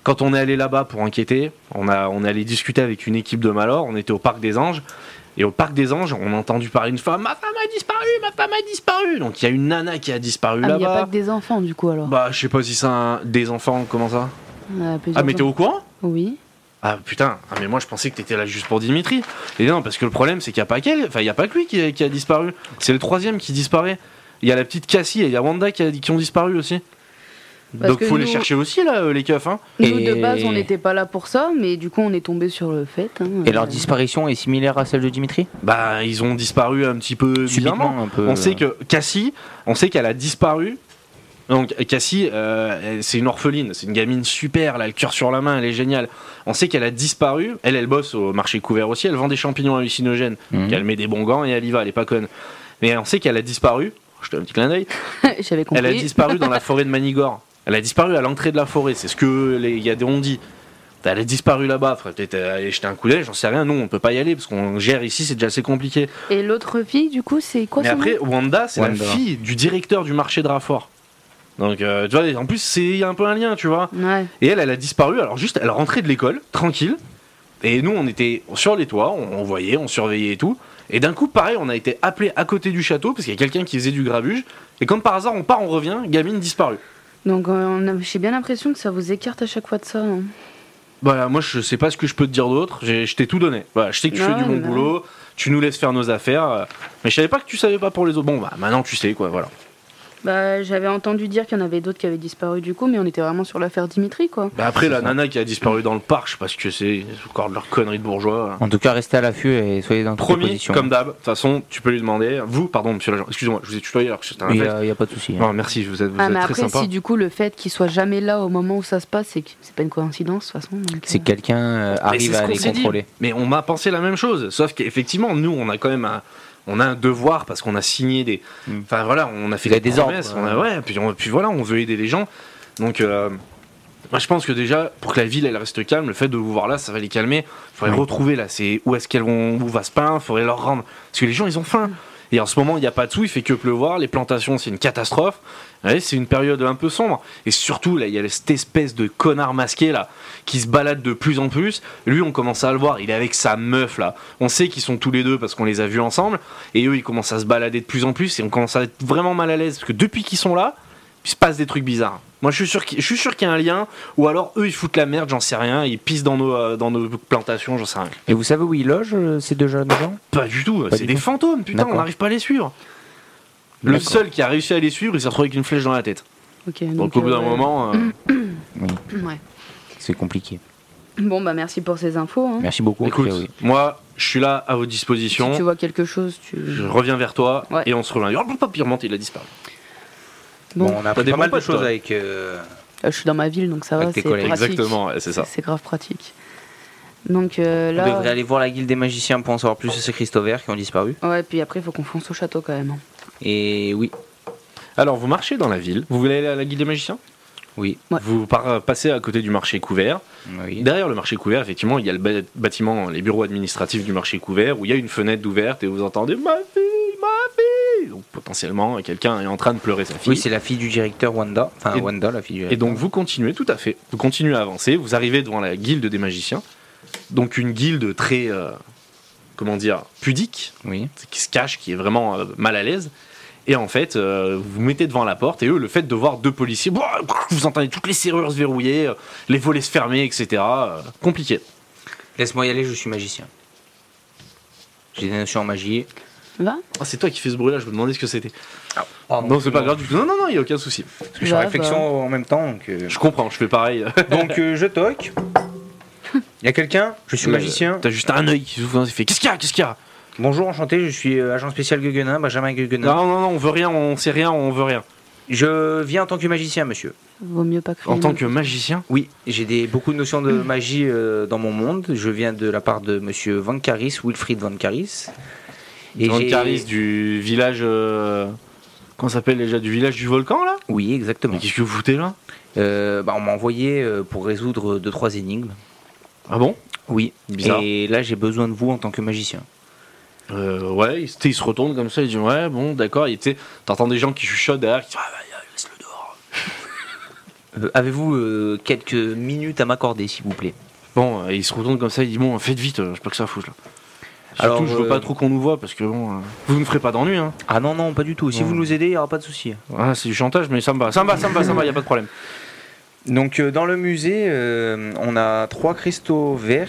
S2: quand on est allé là-bas pour enquêter, on, a, on est allé discuter avec une équipe de Malor. On était au parc des Anges. Et au parc des Anges, on a entendu parler une femme. Ma femme a disparu, ma femme a disparu. Donc il y a une nana qui a disparu
S3: Ah, mais il n'y a pas
S2: là-bas.
S3: que des enfants, du coup, alors.
S2: Bah je sais pas si c'est un- des enfants, comment ça
S3: Ah, plusieurs
S2: Ah mais t'es au courant
S3: enfants. Oui.
S2: ah putain, ah, mais moi je pensais que t'étais là juste pour Dimitri. Et non, parce que le problème c'est qu'il n'y a pas qu'elle, enfin il n'y a pas que lui qui a, qui a disparu. C'est le troisième qui disparaît. Il y a la petite Cassie et il y a Wanda qui, a- qui ont disparu aussi.
S3: Parce
S2: Donc
S3: que
S2: faut les
S3: nous-
S2: chercher aussi là, euh, les keufs. Hein.
S3: Nous, de
S4: Et-
S3: base, on n'était pas là pour ça, mais du coup, on est tombé sur le fait. hein.
S4: Et leur
S3: Euh,
S4: disparition est similaire à celle de Dimitri
S2: Bah ils ont disparu un petit peu Euh, bizarrement.
S4: un peu. euh,
S2: On sait que Cassie, on sait qu'elle a disparu. Donc Cassie, euh, elle- c'est une orpheline, c'est une gamine super, elle a le cœur sur la main, elle est géniale. On sait qu'elle a disparu. Elle, elle bosse au marché couvert aussi, elle vend des champignons hallucinogènes.
S4: Mhm.
S2: qu'elle met des bons gants et elle y va, elle est pas conne. Mais on sait qu'elle a disparu, je te fais un petit clin d'œil,
S3: J'avais compris.
S2: elle a disparu dans la forêt de Manigore. Elle a disparu à l'entrée de la forêt, c'est ce que les gars ont dit. Elle a disparu là-bas, faudrait peut-être euh, aller jeter un coup d'œil, j'en sais rien, non, on peut pas y aller parce qu'on gère ici, c'est déjà assez compliqué.
S3: Et l'autre fille, du coup, c'est quoi
S2: Mais
S3: son nom
S2: après, Wanda, c'est la
S4: Wanda.
S2: fille du directeur du marché de Raffort. Donc, euh, tu vois, en plus, c'est il y a un peu un lien, tu vois.
S3: Ouais.
S2: Et elle, elle a disparu. Alors juste, elle rentrait de l'école, tranquille. Et nous, on était sur les toits, on, on voyait, on surveillait et tout. Et d'un coup, pareil, on a été appelé à côté du château parce qu'il y a quelqu'un qui faisait du grabuge. Et comme par hasard, on part, on revient, gamine disparue.
S3: Donc, euh, on a- j'ai bien l'impression que ça vous écarte à chaque fois de ça. hein.
S2: Voilà, Bah, moi, je sais pas ce que je peux te dire d'autre. J'ai- Je t'ai tout donné. Voilà, je sais que tu
S3: Ah
S2: fais du
S3: ouais,
S2: bon
S3: bah
S2: boulot, tu nous laisses faire nos affaires. euh, Mais je savais pas que tu savais pas pour les autres. Bon, bah maintenant, tu sais quoi, voilà.
S3: Bah, j'avais entendu dire qu'il y en avait d'autres qui avaient disparu, du coup, mais on était vraiment sur l'affaire Dimitri, quoi.
S2: Bah après,
S4: C'est
S2: la
S4: ça.
S2: nana qui a disparu dans le parc, je sais pas ce que c'est, c'est encore de leur connerie de bourgeois.
S4: En tout cas, restez à l'affût et soyez dans toutes les
S2: Promis,
S4: positions.
S2: comme d'hab, de toute façon, tu peux lui demander. Vous, pardon, monsieur l'agent, excusez-moi, je vous ai tutoyé alors que c'était un
S4: Il n'y
S2: fait.
S4: a, y a pas de souci. hein.
S2: Non, merci, vous êtes, vous
S3: Ah,
S2: êtes
S3: mais
S2: très
S3: après,
S2: sympa.
S3: si du coup le fait qu'il soit jamais là au moment où ça se passe, c'est que- c'est pas une coïncidence de toute façon. donc,
S4: C'est
S3: euh,
S4: que quelqu'un euh, arrive
S2: c'est ce
S4: à
S2: qu'on
S4: les
S2: s'est dit.
S4: contrôler.
S2: Mais on m'a pensé la même chose, sauf qu'effectivement, nous, on a quand même un, on a un devoir parce qu'on a signé des.
S4: Mm.
S2: Enfin voilà, on a fait
S4: Il y a
S2: des
S4: des ordres,
S2: promesses, on a- ouais, puis, on- puis voilà, on veut aider les gens. Donc, euh, moi, je pense que déjà, pour que la ville elle reste calme, le fait de vous voir là, ça va les calmer. faudrait
S4: Oui.
S2: retrouver là, c'est où est-ce qu'elles vont, où va se peindre, faudrait leur rendre. Parce que les gens, ils ont faim. Et en ce moment, il n'y a pas de sous, il fait que pleuvoir, les plantations, c'est une catastrophe. Ouais, c'est une période un peu sombre. Et surtout, là, il y a cette espèce de connard masqué, là, qui se balade de plus en plus. Lui, on commence à le voir, il est avec sa meuf, là. On sait qu'ils sont tous les deux parce qu'on les a vus ensemble. Et eux, ils commencent à se balader de plus en plus et on commence à être vraiment mal à l'aise. Parce que depuis qu'ils sont là, il se passe des trucs bizarres. Moi, je suis sûr qu'il je suis sûr qu'il y a un lien. Ou alors, eux, ils foutent la merde, j'en sais rien. Ils pissent dans nos, euh, dans nos plantations, j'en sais rien.
S4: Et vous savez où ils logent, euh, ces deux jeunes gens
S2: Pas du tout,
S4: Pas
S2: c'est
S4: du
S2: des
S4: tout.
S2: fantômes, putain, on
S4: D'accord.
S2: n'arrive pas à les suivre. Le
S4: D'accord.
S2: seul qui a réussi à les suivre, il s'est retrouvé avec une flèche dans la tête.
S3: ok,
S2: Donc,
S3: donc,
S2: au bout
S3: euh,
S2: d'un
S3: ouais.
S2: moment, euh,
S4: Oui,
S3: Ouais.
S4: c'est compliqué.
S3: Bon, bah merci pour ces infos. hein.
S4: Merci beaucoup. en tout
S2: Écoute,
S4: cas, oui.
S2: moi, je suis là à votre
S3: Si
S2: disposition.
S3: tu vois quelque chose, tu.
S2: Je reviens vers toi
S3: Ouais.
S2: et on se revient. Oh, bon, papy, remonte, il a disparu.
S3: Bon,
S4: Bon, on
S2: t'as
S4: a
S2: des
S4: appris pas mal
S2: bons
S4: de
S2: potes,
S4: choses
S2: toi.
S4: avec. euh,
S3: Euh, je suis dans ma ville, donc ça va.
S4: Avec tes
S3: c'est
S4: collègues.
S3: pratique.
S2: Exactement, ouais, c'est ça.
S3: C'est grave pratique. Donc euh,
S4: On devrait
S3: là.
S4: aller voir la guilde des magiciens pour en savoir plus sur ces cristaux verts qui ont disparu.
S3: Ouais, puis après, il faut qu'on fonce au château quand même. hein.
S4: Et oui,
S2: Alors, vous marchez dans la ville. Vous voulez aller à la guilde des magiciens
S4: oui,
S3: Ouais.
S2: Vous par- passez à côté du marché couvert.
S4: Bah, oui.
S2: Derrière le marché couvert, effectivement, il y a le ba- bâtiment, les bureaux administratifs du marché couvert, où il y a une fenêtre ouverte et vous entendez ma fille, ma fille. Donc potentiellement, quelqu'un est en train de pleurer sa fille.
S4: Oui, c'est la fille du directeur Wanda. Enfin,
S2: Et-
S4: Wanda, la fille du
S2: Et
S4: directeur.
S2: donc vous continuez, tout à fait. Vous continuez à avancer. Vous arrivez devant la guilde des magiciens. Donc une guilde très, euh, comment dire, pudique,
S4: Oui.
S2: qui se cache, qui est vraiment euh, mal à l'aise. Et en fait, euh, vous vous mettez devant la porte et eux, le fait de voir deux policiers, Bouah vous entendez toutes les serrures se verrouiller, euh, les volets se fermer, etc. euh, compliqué.
S4: Laisse-moi y aller, je suis magicien. J'ai des notions en magie.
S3: Va
S2: Ah, c'est toi qui fais ce bruit-là, je me demandais ce que c'était.
S4: Oh,
S2: Non, c'est pas grave du tout. Non, non, non, il n'y a aucun souci.
S4: Parce que je suis
S3: Bah,
S4: en réflexion en même temps. Donc, euh,
S2: Je comprends, je fais pareil.
S4: donc, euh, je toque. Il y a quelqu'un Je suis magicien.
S2: T'as juste un œil qui s'ouvre, il fait Qu'est-ce qu'il y a Qu'est-ce qu'il y a
S4: Bonjour, enchanté, je suis euh, agent spécial Guguenin, Benjamin Guguenin.
S2: Non, non, non, on veut rien, on sait rien, on veut rien.
S4: Je viens en tant que magicien, monsieur.
S3: Vaut mieux pas crier.
S2: En tant
S3: non.
S2: que magicien,
S4: Oui, j'ai des, beaucoup de notions de magie euh, dans mon monde. Je viens de la part de monsieur Van Caris, Wilfried Van Caris. Et
S2: Grand
S4: j'ai-
S2: Caris du village. euh, Comment ça s'appelle déjà Du village du volcan là
S4: Oui, exactement.
S2: Mais qu'est-ce que vous foutez là
S4: Euh, bah, on m'a envoyé euh, pour résoudre deux, trois énigmes.
S2: Ah bon
S4: Oui,
S2: Bizarre.
S4: Et là, j'ai besoin de vous en tant que magicien.
S2: Euh, ouais, il, tu sais, il se retourne comme ça, il dit ouais, bon, d'accord. Et tu sais, T'entends des gens qui chuchotent derrière, qui disent ah, bah, laisse-le dehors.
S4: Euh, Avez-vous euh, quelques minutes à m'accorder, s'il vous plaît
S2: Bon, et il se retourne comme ça, il dit bon, faites vite, euh, je sais pas que ça fout là. Surtout,
S4: Alors,
S2: je veux
S4: euh,
S2: pas trop qu'on nous voit parce que bon, euh, vous ne ferez pas d'ennui. Hein.
S4: Ah non, non, pas du tout. Si
S2: Ouais.
S4: vous nous aidez, il n'y aura pas de souci.
S2: Ah, c'est du chantage, mais ça me va, ça me va, ça me va, ça me va, y a pas de problème.
S4: Donc, euh, dans le musée, euh, on a trois cristaux verts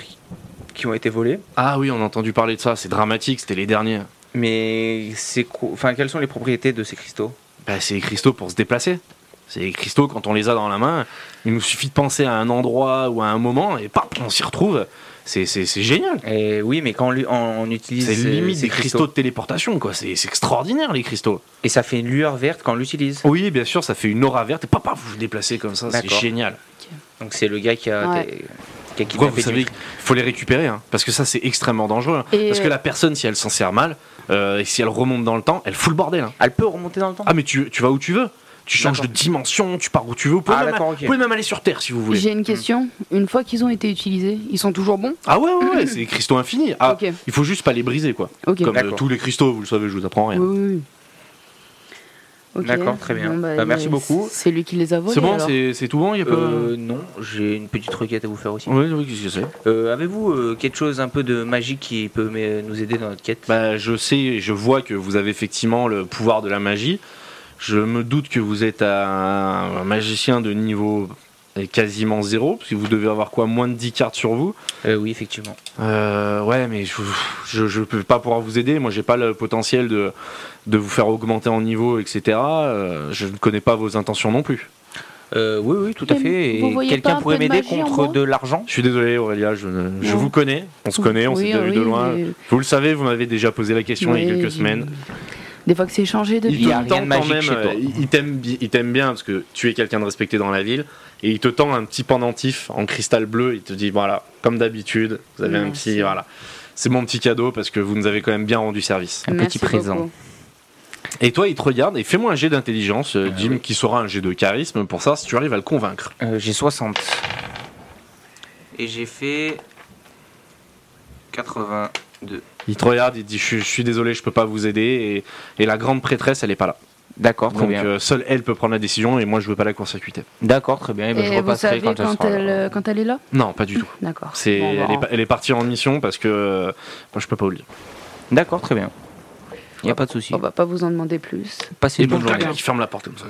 S4: qui ont été volés.
S2: Ah oui, on a entendu parler de ça, c'est dramatique, c'était les derniers.
S4: Mais c'est quoi- enfin, quelles sont les propriétés de ces cristaux
S2: Bah, c'est les cristaux pour se déplacer. C'est les cristaux, quand on les a dans la main, il nous suffit de penser à un endroit ou à un moment et paf, on s'y retrouve. C'est, c'est, c'est génial.
S4: Eh oui, mais quand on, lu- on- on utilise
S2: C'est
S4: euh,
S2: limite
S4: ces
S2: des cristaux de téléportation, quoi. C'est, c'est extraordinaire, les cristaux.
S4: et ça fait une lueur verte quand on l'utilise.
S2: Oui, bien sûr, ça fait une aura verte et paf, paf, vous vous déplacez comme ça,
S4: D'accord.
S2: c'est génial.
S4: Donc c'est le gars qui a,
S3: Ouais.
S4: qui a- qui a
S2: Pourquoi
S4: kidnappé
S2: vous savez
S4: Dimitri.
S2: qu'il faut les récupérer, hein, parce que ça, c'est extrêmement dangereux. hein.
S3: Et,
S2: Parce que
S3: euh,
S2: la personne, si elle s'en sert mal, euh, et si elle remonte dans le temps, elle fout le bordel. hein.
S4: Elle peut remonter dans le temps.
S2: Ah, mais tu, tu vas où tu veux. Tu changes de
S4: D'accord.
S2: dimension, tu pars où tu veux. Vous pouvez,
S4: Ah,
S2: même,
S4: d'accord, ok.
S2: vous pouvez même aller sur Terre si vous voulez. Hmm.
S3: J'ai une question. Une fois qu'ils ont été utilisés, ils sont toujours bons
S2: Ah ouais, ouais, ouais, c'est des cristaux infinis. Ah,
S3: Ok.
S2: Il faut juste pas les briser, quoi.
S3: Ok.
S2: Comme euh,
S4: D'accord.
S2: tous les cristaux, vous le savez, je vous apprends
S3: Oui,
S2: rien.
S3: oui, oui. Ok.
S4: D'accord, très bien. Bah,
S3: il-
S4: merci beaucoup.
S3: C'est lui qui les a volés.
S2: C'est bon,
S3: alors.
S2: c'est c'est tout bon, il y a pas.
S4: Euh, non, j'ai une petite requête à vous faire aussi.
S2: Oui, oui, qu'est-ce que c'est
S4: Euh, Avez-vous euh, quelque chose un peu de magique qui peut mais, nous aider dans notre quête
S2: Bah, je sais, et je vois que vous avez effectivement le pouvoir de la magie. Je me doute que vous êtes un, un magicien de niveau quasiment zéro, parce que vous devez avoir quoi, moins de 10 cartes sur vous.
S4: Euh, Oui, effectivement.
S2: Euh, ouais, mais je, je, je peux pas pouvoir vous aider. Moi, j'ai pas le potentiel de, de vous faire augmenter en niveau, etc. Euh, je ne connais pas vos intentions non plus.
S4: Euh, oui, oui, tout à
S3: Mais
S4: fait.
S3: vous
S4: Et
S3: voyez pas
S4: Quelqu'un
S3: un
S4: pourrait
S3: peu de
S4: m'aider
S3: magie en
S4: contre
S3: moi
S4: de l'argent
S2: Je suis désolé Aurélia, je, ne- je
S3: Non.
S2: vous connais, on se connaît, on
S3: Oui,
S2: s'est déjà vu
S3: oui,
S2: de loin.
S3: mais-
S2: Vous le savez, vous m'avez déjà posé la question il y a
S3: Ouais,
S2: quelques
S3: j'ai-
S2: semaines.
S3: Des fois que c'est changé depuis.
S2: Il
S4: y a
S2: te
S4: rien de
S2: tend quand
S4: magique
S2: même,
S4: chez toi.
S2: euh, il il t'aime bi- il t'aime bien parce que tu es quelqu'un de respecté dans la ville et il te tend un petit pendentif en cristal bleu, il te dit voilà, comme d'habitude, vous avez un
S3: Merci.
S2: petit voilà. C'est mon petit cadeau parce que vous nous avez quand même bien rendu service.
S4: Un
S3: Merci
S4: petit présent.
S3: beaucoup.
S2: Et toi, il te regarde et fais-moi un jet d'intelligence, euh, Jim,
S4: Ah oui.
S2: qui sera un jet de charisme pour ça si tu arrives à le convaincre.
S4: Euh, J'ai 60. Et j'ai fait 82.
S2: Il te regarde, il te dit je, suis- je suis désolé, je peux pas vous aider et, et la grande prêtresse, elle est pas là.
S4: D'accord, très
S2: Donc
S4: bien.
S2: euh, seule elle peut prendre la décision et moi je veux pas la consécuter.
S4: D'accord, très bien. Eh ben, je
S3: Et vous
S4: repasserai
S3: savez
S4: quand,
S3: quand,
S4: elle sera
S3: elle,
S4: là.
S3: euh, quand elle est là
S2: Non, pas du tout.
S3: D'accord.
S2: C'est,
S3: Bon, bah,
S2: elle, est, pa- elle est partie en mission parce que euh, moi je peux pas oublier.
S4: D'accord, très bien. Il n'y a pas de souci.
S3: on va pas vous en demander plus.
S4: Passez
S2: Et
S4: une
S2: bon,
S4: bonne
S2: quelqu'un
S4: journée.
S2: qui ferme la porte comme ça.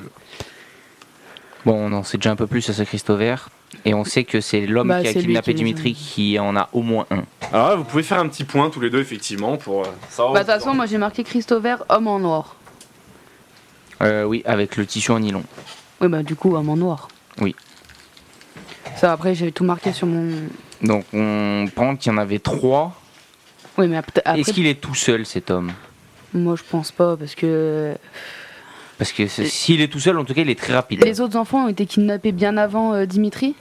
S4: Bon, on en sait déjà un peu plus sur ce Christo Vert. Et on sait que c'est l'homme
S3: Bah,
S4: qui a
S3: c'est lui
S4: kidnappé
S3: qui les a.
S4: Dimitri qui en a au moins un.
S2: Alors là, vous pouvez faire un petit point tous les deux effectivement pour euh, savoir.
S3: Bah, de toute façon, moi j'ai marqué Christo Vert, homme en noir.
S4: Euh, oui, avec le tissu en nylon.
S3: Oui, bah du coup, homme en noir. Ça, après, j'ai tout marqué sur mon.
S4: Donc on prend qu'il y en avait trois.
S3: Oui, mais ap- après,
S4: Est-ce qu'il est tout seul cet homme
S3: moi, je pense pas, parce que
S4: Parce que c'est-
S3: Euh,
S4: s'il est tout seul, en tout cas, il est très rapide.
S3: les autres enfants ont été kidnappés bien avant euh, Dimitri.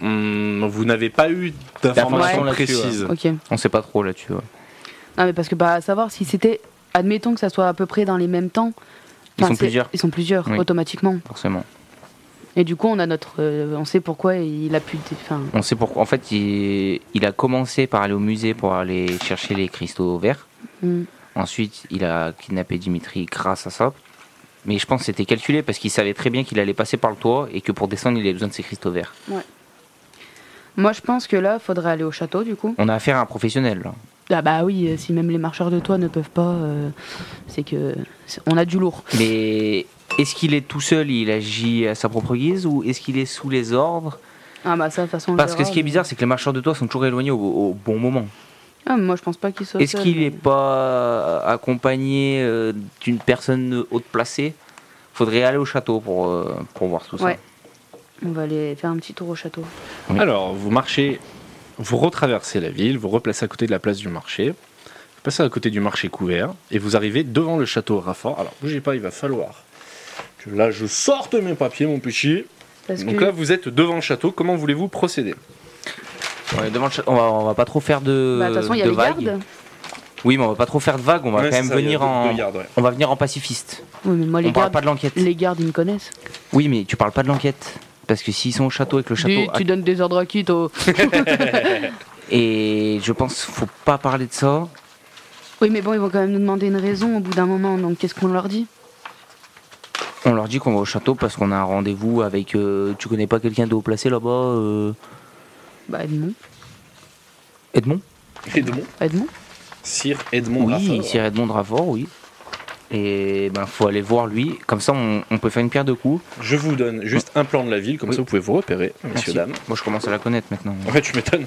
S2: Hmm, vous n'avez pas eu
S4: D'informations
S2: d'informations
S4: là-dessus,
S2: précises.
S3: Ok. Non,
S4: On sait pas trop là-dessus. ouais.
S3: mais parce que, bah, à savoir si c'était. Admettons que ça soit à peu près dans les mêmes temps.
S4: Ils
S3: Enfin,
S4: sont
S3: c'est-
S4: plusieurs,
S3: Ils sont plusieurs,
S4: Oui.
S3: automatiquement.
S4: forcément.
S3: Et du coup, on a notre, euh, on sait pourquoi il a pu. dé- Enfin,
S4: On sait pourquoi. En fait, il, il a commencé par aller au musée pour aller chercher les cristaux verts.
S3: hmm.
S4: Ensuite, il a kidnappé Dimitri grâce à ça. Mais je pense que c'était calculé parce qu'il savait très bien qu'il allait passer par le toit et que pour descendre, il avait besoin de ses cristaux verts.
S3: moi, je pense que là, faudrait aller au château, du coup.
S4: On a affaire à un professionnel. hein. là.
S3: Ah bah oui, euh, si même les marcheurs de toit ne peuvent pas, euh, c'est que c'est- on a du lourd.
S4: Mais est-ce qu'il est tout seul, il agit à sa propre guise ou est-ce qu'il est sous les ordres
S3: Ah bah ça, de toute façon. on
S4: Parce que
S3: verra,
S4: ce qui est
S3: mais-
S4: bizarre, c'est que les marcheurs de toit sont toujours éloignés au, au bon moment.
S3: Ah, moi, je pense pas qu'il soit.
S4: Est-ce
S3: seul,
S4: qu'il
S3: mais-
S4: n'est pas accompagné euh, d'une personne haute placée Faudrait aller au château pour, euh, pour voir tout ça.
S3: Ouais. On va aller faire un petit tour au château.
S4: Oui.
S2: Alors, vous marchez, vous retraversez la ville, vous replacez à côté de la place du marché, vous passez à côté du marché couvert, et vous arrivez devant le château Raffort. Alors, bougez pas, il va falloir que là je sorte mes papiers, mon petit.
S3: Parce
S2: Donc
S3: que
S2: là, vous êtes devant le château, comment voulez-vous procéder
S4: Ouais, devant le château, on, va, on va pas trop faire de,
S3: Bah, de toute façon, il y a
S4: euh, de
S3: les
S4: vagues.
S3: gardes.
S4: Oui, mais on va pas trop faire de vagues. On va
S2: Ouais,
S4: quand
S2: c'est
S4: même
S2: ça, il y a
S4: venir
S2: deux-
S4: en,
S2: deux gardes, ouais.
S4: on va venir en pacifiste.
S3: Oui, mais moi, les
S4: on parle
S3: gardes,
S4: pas de l'enquête.
S3: les gardes, ils me connaissent.
S4: Oui, mais tu parles pas de l'enquête parce que s'ils sont au château et que le château
S3: Dis, tu donnes des ordres à qui, toi
S4: et je pense faut pas parler de ça.
S3: Oui, mais bon, ils vont quand même nous demander une raison au bout d'un moment. Donc, qu'est-ce qu'on leur dit
S4: On leur dit qu'on va au château parce qu'on a un rendez-vous avec. euh, tu connais pas quelqu'un de haut placé là-bas euh,
S3: Bah Edmond,
S4: Edmond
S2: Edmond,
S3: Edmond.
S2: Sire Edmond
S4: Oui,
S2: Raffort.
S4: Sir Edmond de Raffort, oui. Et ben faut aller voir lui. Comme ça, on, on peut faire une pierre de coups.
S2: Je vous donne juste un plan de la ville, comme
S4: Oui.
S2: ça vous pouvez vous repérer, messieurs,
S4: Merci.
S2: dames.
S4: Moi, je commence à la connaître maintenant.
S2: En fait, tu m'étonnes.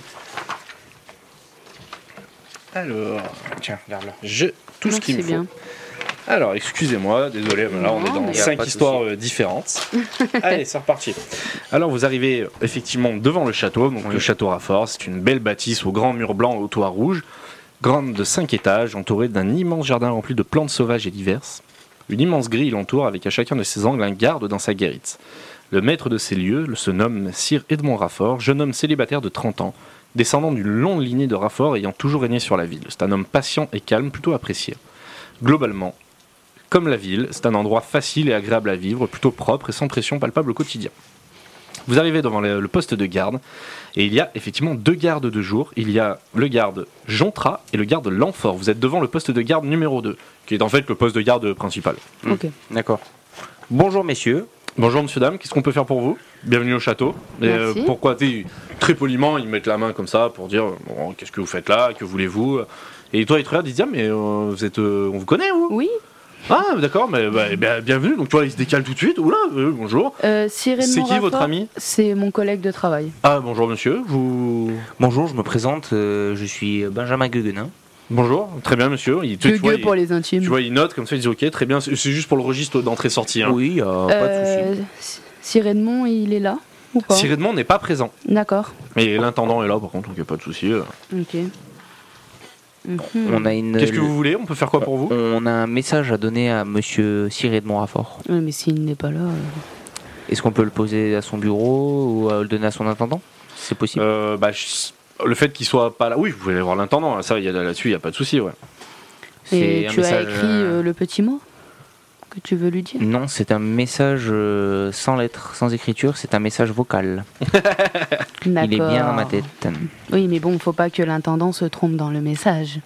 S2: Alors,
S4: Tiens, regarde-là.
S2: je tout ce
S3: Donc,
S2: qu'il me
S3: c'est
S2: faut.
S3: bien.
S2: Alors, excusez-moi, désolé, mais là on
S3: Non,
S2: est dans
S3: mais
S4: y a
S2: cinq
S4: pas de
S2: histoires euh, différentes. Allez, c'est reparti. Alors vous arrivez euh, effectivement devant le château, donc le château Raffort, c'est une belle bâtisse au grand mur blanc au toit rouge, grande de 5 étages, entourée d'un immense jardin rempli de plantes sauvages et diverses. Une immense grille l'entoure avec à chacun de ses angles un garde dans sa guérite. Le maître de ces lieux le- se nomme Sir Edmond Raffort, jeune homme célibataire de 30 ans, descendant d'une longue lignée de Raffort ayant toujours régné sur la ville. C'est un homme patient et calme, plutôt apprécié. Globalement, comme la ville, c'est un endroit facile et agréable à vivre, plutôt propre et sans pression palpable au quotidien. Vous arrivez devant le, le poste de garde, et il y a effectivement deux gardes de jour. Il y a le garde Jontra et le garde Lanfort. Vous êtes devant le poste de garde numéro 2, qui est en fait le poste de garde principal.
S3: Ok.
S4: Mm. D'accord. Bonjour messieurs.
S2: Bonjour monsieur, dame, qu'est-ce qu'on peut faire pour vous Bienvenue au château. Et, euh,
S3: Merci.
S2: pourquoi tu sais, Très poliment, ils mettent la main comme ça pour dire Bon, qu'est-ce que vous faites là, que voulez-vous Et toi, ils te regardent, ils disent Ah, mais euh, vous êtes, euh, on vous connaît ou
S3: Oui.
S2: Ah, d'accord, mais bah, eh bien, bienvenue. Donc, tu vois, il se décale tout de suite. Oula, euh, bonjour.
S3: Euh, Cyril
S2: C'est qui
S3: Monraffort,
S2: votre ami
S3: C'est mon collègue de travail.
S2: Ah, bonjour, monsieur. Vous.
S4: Bonjour, je me présente. euh, je suis Benjamin Gueguenin.
S2: Bonjour, très bien, monsieur. Il, tu, tu
S3: Que
S2: vois,
S3: gueux
S2: il,
S3: pour les intimes.
S2: tu vois, il note comme ça, il dit Ok, très bien. C'est c'est juste pour le registre d'entrée-sortie. Hein.
S4: Oui, euh, pas de souci.
S3: Euh, C- Cyril Edmond, il est là ou pas
S2: Cyril Edmond n'est pas présent.
S3: D'accord.
S2: Et l'intendant est là, par contre, donc il n'y a pas de souci. euh.
S3: Ok. Mhm.
S4: On a une.
S2: Qu'est-ce que vous voulez On peut faire quoi pour vous
S4: On a un message à donner à Monsieur Sir Edmond Raffort.
S3: Ouais, mais s'il n'est pas là. euh,
S4: Est-ce qu'on peut le poser à son bureau ou à le donner à son intendant C'est possible.
S2: Euh, bah, je- Le fait qu'il soit pas là. Oui, vous pouvez aller voir l'intendant. hein. Ça, il y a- là-dessus, il n'y a pas de souci. Ouais.
S4: C'est
S3: Et
S4: un
S3: tu as
S4: message,
S3: écrit
S4: euh,
S3: euh, le petit mot que tu veux lui dire
S4: Non, c'est un message euh, sans lettres, sans écriture. C'est un message vocal. Il est bien dans ma tête.
S3: Oui, mais bon, faut pas que l'intendant se trompe dans le message.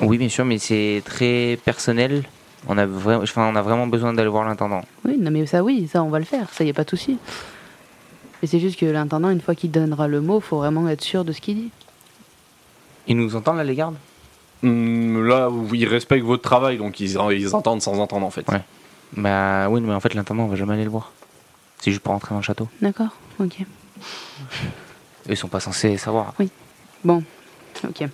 S4: Oui, bien sûr, mais c'est très personnel. On a, vra- enfin, on a vraiment besoin d'aller voir l'intendant.
S3: Oui, non, mais ça, oui, ça, on va le faire. Ça, y a pas de souci. Mais c'est juste que l'intendant, une fois qu'il donnera le mot, faut vraiment être sûr de ce qu'il dit.
S4: Ils nous entendent là, les gardes
S2: Hum, là, oui, ils respectent votre travail, donc ils, ils entendent sans entendre, en fait.
S4: Ouais. Bah oui, mais en fait, l'intendant, on va jamais aller le voir. C'est juste pour rentrer dans le château.
S3: D'accord Ok.
S4: Ils sont pas censés savoir.
S3: Bon. Ok.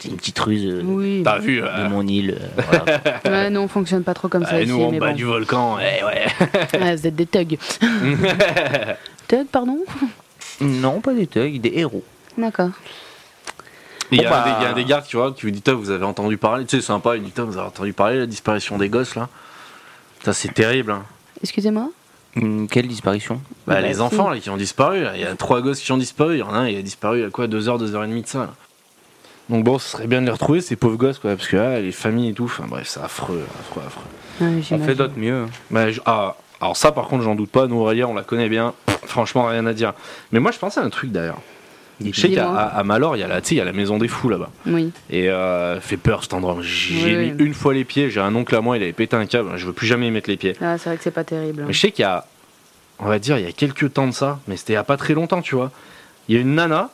S4: C'est une petite ruse euh,
S3: Oui.
S2: T'as vu euh,
S4: de mon île. euh, voilà.
S3: Ouais, nous, on fonctionne pas trop comme ça
S2: Et
S3: ici,
S2: Bah, nous, en
S3: mais
S2: bas
S3: bon.
S2: du volcan, eh ouais.
S3: Ah, vous êtes des thugs. thugs, pardon
S4: Non, pas des thugs, des héros.
S3: D'accord.
S2: Il y,
S4: Bon,
S2: a un des-
S4: bah.
S2: il y a un des gardes tu vois, qui vous dit Tain, Vous avez entendu parler, tu sais, c'est sympa, il dit Tain, Vous avez entendu parler de la disparition des gosses là Ça, c'est terrible. hein.
S3: Excusez-moi
S4: Hum, quelle disparition
S2: Bah,
S3: Bah,
S2: les
S3: si.
S2: enfants là, qui ont disparu, là. il y a trois gosses qui ont disparu. Il y en a un, il a disparu à quoi 2 heures, 2 heures et demie de ça. là. Donc bon, ce serait bien de les retrouver, ces pauvres gosses, quoi, parce que là, les familles et tout, enfin bref, c'est affreux, affreux, affreux.
S3: Ouais,
S4: On fait
S3: Ah, j'imagine.
S4: d'autres mieux.
S2: Bah, je- ah, alors ça, par contre, j'en doute pas. Nous, Aurélia, on la connaît bien. Pff, Franchement, rien à dire. Mais moi, je pensais à un truc d'ailleurs. Je sais qu'à
S3: Dis-moi.
S2: à- à Malor, il y a la, tu sais, il y a la maison des fous là-bas.
S3: Oui.
S2: Et euh, fait peur cet endroit. J'ai
S3: Oui,
S2: mis
S3: oui.
S2: une fois les pieds. J'ai un oncle à moi, il avait pété un câble. Je veux plus jamais y mettre les pieds.
S3: Ah, c'est vrai que c'est pas terrible. hein.
S2: Mais je sais qu'il y a, on va dire, il y a quelques temps de ça, mais c'était il y a pas très longtemps, tu vois. Il y a une nana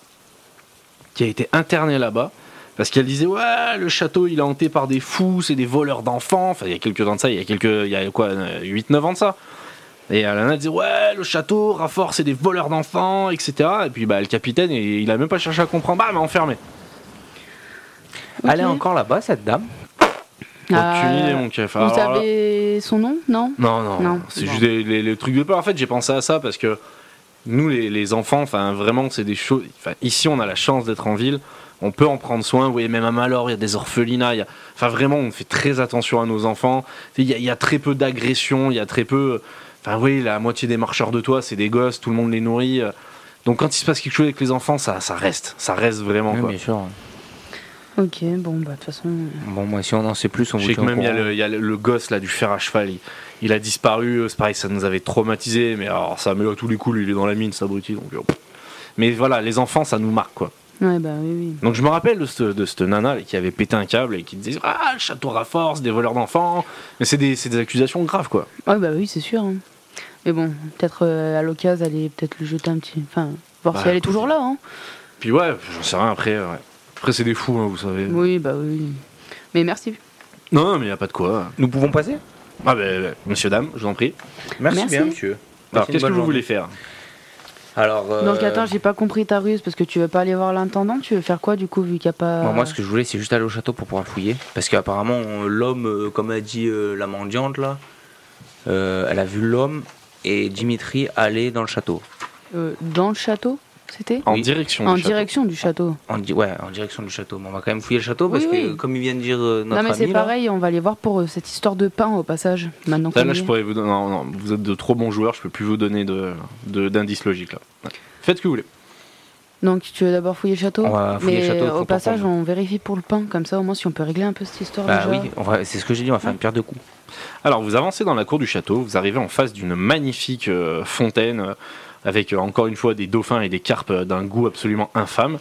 S2: qui a été internée là-bas parce qu'elle disait ouais le château il est hanté par des fous, c'est des voleurs d'enfants. Enfin il y a quelques temps de ça, il y a quelques, il y a quoi, 8-9 ans de ça. Et la nana disait ouais le château, Raffort c'est des voleurs d'enfants, etc. Et puis bah le capitaine il, il a même pas cherché à comprendre, bah m'a enfermé.
S4: Elle est
S3: Ok.
S4: encore là-bas, cette dame.
S3: Ah,
S2: Aucune idée, mon kiff.
S3: Vous
S2: Alors là-
S3: savez son nom Non
S2: Non, non,
S3: Non.
S2: c'est
S3: Bon.
S2: juste des- les, les trucs de peur. En fait, j'ai pensé à ça parce que nous, les, les enfants, enfin, vraiment, c'est des choses. Enfin, ici, on a la chance d'être en ville. On peut en prendre soin. Vous voyez, même à Malor, il y a des orphelinats. il y a- Enfin, vraiment, on fait très attention à nos enfants. Il y a, il y a très peu d'agressions. Il y a très peu. Enfin, oui, la moitié des marcheurs de toit, c'est des gosses. Tout le monde les nourrit. Donc, quand il se passe quelque chose avec les enfants, ça, ça reste. Ça reste vraiment.
S4: Oui,
S2: quoi.
S4: bien sûr.
S3: Ok, bon, bah de toute façon. euh,
S4: Bon, moi, si on en sait plus, on
S2: Je
S4: vous
S2: sais que
S4: tient au
S2: même il y a,
S4: courant.
S2: le, il y a le- le gosse là du fer à cheval, il, il a disparu, euh, c'est pareil, ça nous avait traumatisé, mais alors ça met à tous les coups, lui, il est dans la mine, ça abruti, donc. euh, pff. Mais voilà, les enfants, ça nous marque quoi.
S3: Ouais, bah oui, oui.
S2: Donc je me rappelle de cette, de cette nana là, qui avait pété un câble et qui disait Ah, le château Rafforce, des voleurs d'enfants. Mais c'est des, c'est des accusations graves quoi.
S3: Ouais, bah oui, c'est sûr. hein. Mais bon, peut-être euh, à l'occasion, allez peut-être le jeter un petit. Enfin, voir si
S2: Bah,
S3: elle est toujours là. Hein.
S2: Puis ouais, j'en sais rien après. ouais. Après, c'est des fous, hein, vous
S4: euh,
S2: savez.
S3: Oui, bah oui. Mais merci.
S2: Non, non, mais il a pas de quoi.
S4: Nous pouvons passer
S2: Ah, ben, ben, monsieur, dame, je vous en prie.
S4: Merci,
S3: Merci.
S4: bien, monsieur.
S2: Alors,
S4: Passez une
S2: qu'est-ce que
S4: bonne
S2: vous voulez
S4: journée.
S2: faire
S4: Alors, euh,
S3: Donc attends, j'ai pas compris ta ruse parce que tu veux pas aller voir l'intendant. Tu veux faire quoi du coup, vu qu'il y a pas.
S4: Bon, Bah, moi, ce que je voulais, c'est juste aller au château pour pouvoir fouiller. Parce qu'apparemment, on- l'homme, euh, comme a dit euh, la mendiante, là, euh, elle a vu l'homme et Dimitri aller dans le château.
S3: Euh, dans le château, c'était
S2: En
S4: Oui.
S2: direction.
S3: En
S2: du château.
S3: direction du château.
S4: En, di- ouais, en direction du château. Mais on va quand même fouiller le château parce
S3: Oui,
S4: que,
S3: oui.
S4: comme il vient de dire euh, notre
S3: non, mais c'est
S4: ami, là,
S3: pareil, on va aller voir pour euh, cette histoire de pain au passage. Maintenant
S2: Là,
S3: qu'on
S2: là,
S3: y
S2: je
S3: est.
S2: pourrais vous donner. Non, non, vous êtes de trop bons joueurs, je peux plus vous donner de, de- d'indices logiques là. Ouais. Faites ce que vous voulez.
S3: Donc tu veux d'abord fouiller le château
S4: On va
S3: Mais
S4: fouiller
S3: euh,
S4: le château, faut
S3: au
S4: pas
S3: passage,
S4: prendre.
S3: on vérifie pour le pain, comme ça au moins si on peut régler un peu cette histoire
S4: bah
S3: déjà.
S4: oui, on va- c'est ce que j'ai dit, on va faire une pierre de coups.
S2: Alors, vous avancez dans la cour du château, vous arrivez en face d'une magnifique euh, fontaine euh, avec euh, encore une fois des dauphins et des carpes euh, d'un goût absolument infâme.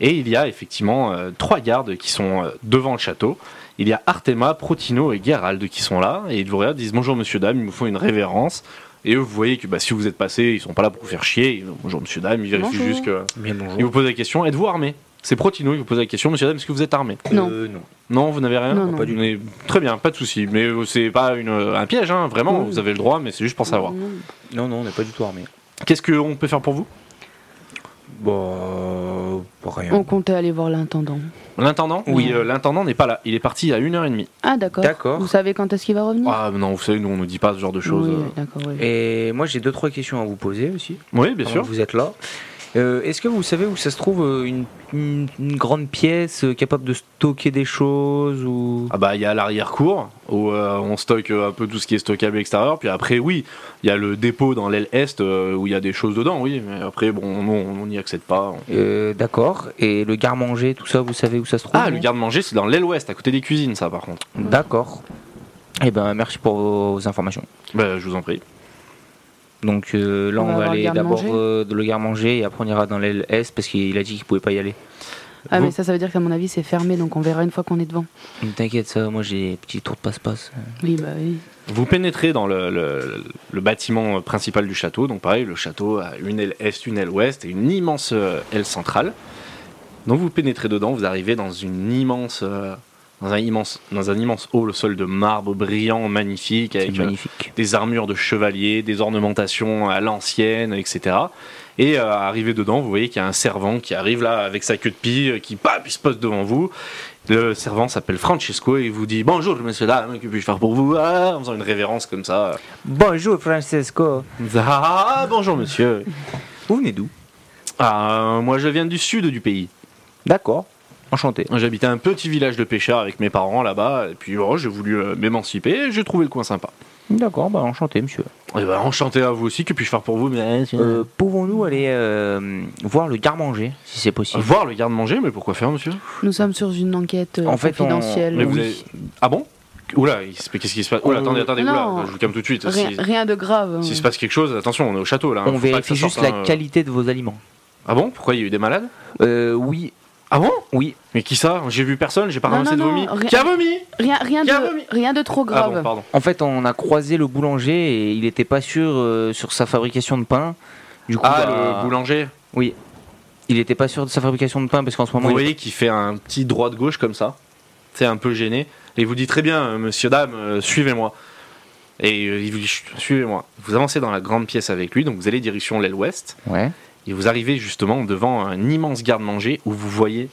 S2: et il y a effectivement euh, trois gardes qui sont euh, devant le château. Il y a Artema, Protino et Gerald qui sont là et ils vous regardent, ils disent bonjour monsieur dame, ils vous font une révérence. Et eux, vous voyez que bah, si vous êtes passé, ils sont pas là pour vous faire chier. Ils disent, Bonjour monsieur dame, ils vérifient
S3: Bonjour.
S2: juste que.
S4: Mais bonjour.
S2: Il vous pose la question, êtes-vous armé C'est Protino, il vous pose la question, monsieur Adam, est-ce que vous êtes armé
S3: Non.
S4: Euh, non.
S2: Non, vous n'avez rien
S3: Non, non.
S4: Pas du tout.
S2: Mais Très bien, pas de souci. Mais euh, c'est pas une, euh, un piège, hein, vraiment,
S3: Oui.
S2: vous avez le droit, mais c'est juste pour savoir.
S3: Non.
S4: Non, non, on n'est pas du tout armé.
S2: Qu'est-ce qu'on peut faire pour vous Bah,
S4: Bon, pas rien.
S3: On comptait aller voir l'intendant.
S2: L'intendant Oui,
S3: Oui.
S2: euh, l'intendant n'est pas là. Il est parti à 1h30.
S3: Ah d'accord.
S4: D'accord.
S3: Vous savez quand est-ce qu'il va revenir
S2: Ah non, vous savez, nous, on nous dit pas ce genre de choses.
S3: Oui,
S2: euh.
S3: d'accord. oui.
S4: Et moi, j'ai deux, trois questions à vous poser aussi.
S2: Oui, bien
S3: Ah,
S4: Pendant
S2: sûr.
S4: que Vous êtes là. Euh, Est-ce que vous savez où ça se trouve euh, une, une- une grande pièce euh, capable de stocker des choses ou
S2: Ah bah il y a l'arrière-cour où euh, on stocke euh, un peu tout ce qui est stockable à l'extérieur, puis après oui, il y a le dépôt dans l'aile est euh, où il y a des choses dedans, oui, mais après bon, non, on n'y accède pas. on-
S4: Euh, D'accord. Et le garde-manger, tout ça, vous savez où ça se trouve
S2: Ah, le garde-manger c'est dans l'aile ouest, à côté des cuisines ça par contre.
S4: D'accord. Eh ben, merci pour vos informations.
S2: Bah, je vous en prie.
S4: Donc euh, là,
S3: On
S4: on,
S3: va
S4: va
S3: voir le
S4: aller d'abord
S3: garde-manger
S4: euh, dans le garde-manger et après on ira dans l'aile S parce qu'il a dit qu'il pouvait pas y aller.
S3: Ah mais
S2: Vous-
S3: ça, ça veut dire qu'à mon avis c'est fermé, donc on verra une fois qu'on est devant.
S4: T'inquiète, ça, moi j'ai petit tour de passe-passe.
S3: Oui, bah oui.
S2: Vous pénétrez dans le, le- le bâtiment principal du château, donc pareil, le château a une aile est, une aile ouest et une immense euh, aile centrale. Donc vous pénétrez dedans, vous arrivez dans une immense, euh, dans un immense, dans un immense hall, sol de marbre brillant, magnifique,
S4: C'est
S2: avec euh,
S4: magnifique.
S2: des armures de chevaliers, des ornementations à l'ancienne, etc. Et euh, arrivé dedans, vous voyez qu'il y a un servant qui arrive là avec sa queue de pie, euh, qui paf, il se pose devant vous. Le servant s'appelle Francesco et il vous dit bonjour, messieurs dames, hein, que puis-je faire pour vous Ah, En faisant une révérence comme ça.
S4: Bonjour Francesco.
S2: Ah, bonjour monsieur.
S4: Vous venez d'où
S2: Ah, euh, moi, je viens du sud du pays.
S4: D'accord, enchanté.
S2: J'habitais un petit village de pêcheurs avec mes parents là-bas, et puis oh, j'ai voulu euh, m'émanciper, et j'ai trouvé le coin sympa.
S4: D'accord, bah enchanté, monsieur.
S2: Et ben, enchanté à vous aussi, que puis-je faire pour vous mais...
S4: Euh, Pouvons-nous aller euh, voir le garde-manger, si c'est possible
S2: Voir le garde-manger, mais pourquoi faire, monsieur
S3: Nous sommes sur une enquête euh,
S4: En fait, on-
S3: confidentielle.
S2: Mais vous
S4: Oui.
S2: avez- Ah bon Oula, il se- mais qu'est-ce qui se passe Oula,
S4: On-
S2: attendez, attendez,
S3: Euh, Non.
S2: oula, je vous calme tout de suite.
S3: Rien,
S2: Si-
S3: rien de grave. hein.
S2: S'il se passe quelque chose, attention, on est au château là. hein,
S4: On
S2: faut pas que
S4: vérifie
S2: ça
S4: juste
S2: sorte,
S4: la
S2: hein.
S4: qualité de vos aliments.
S2: Ah bon Pourquoi il y a eu des malades
S4: Euh, oui,
S2: Ah bon
S4: oui.
S2: Mais qui ça J'ai vu personne, j'ai pas
S3: Non,
S2: ramassé de
S3: non,
S2: vomi.
S3: non, rien-
S2: Qui a vomi
S3: Rien, rien,
S2: Qui a vomi
S3: de, rien de trop
S2: Ah
S3: grave.
S2: bon, pardon.
S4: En fait, on a croisé le boulanger et il n'était pas sûr euh, sur sa fabrication de pain. Du coup,
S2: Ah,
S4: bah,
S2: le boulanger.
S4: Oui. Il n'était pas sûr de sa fabrication de pain parce qu'en ce moment,
S2: Vous
S4: il-
S2: voyez qui fait un petit droit de gauche comme ça C'est un peu gêné. Et il vous dit très bien, euh, monsieur, dame, euh, suivez-moi. Et euh, il vous dit, Chut, suivez-moi. Vous avancez dans la grande pièce avec lui, donc vous allez direction l'aile ouest.
S4: ouais.
S2: Et vous arrivez justement devant un immense garde-manger où vous voyez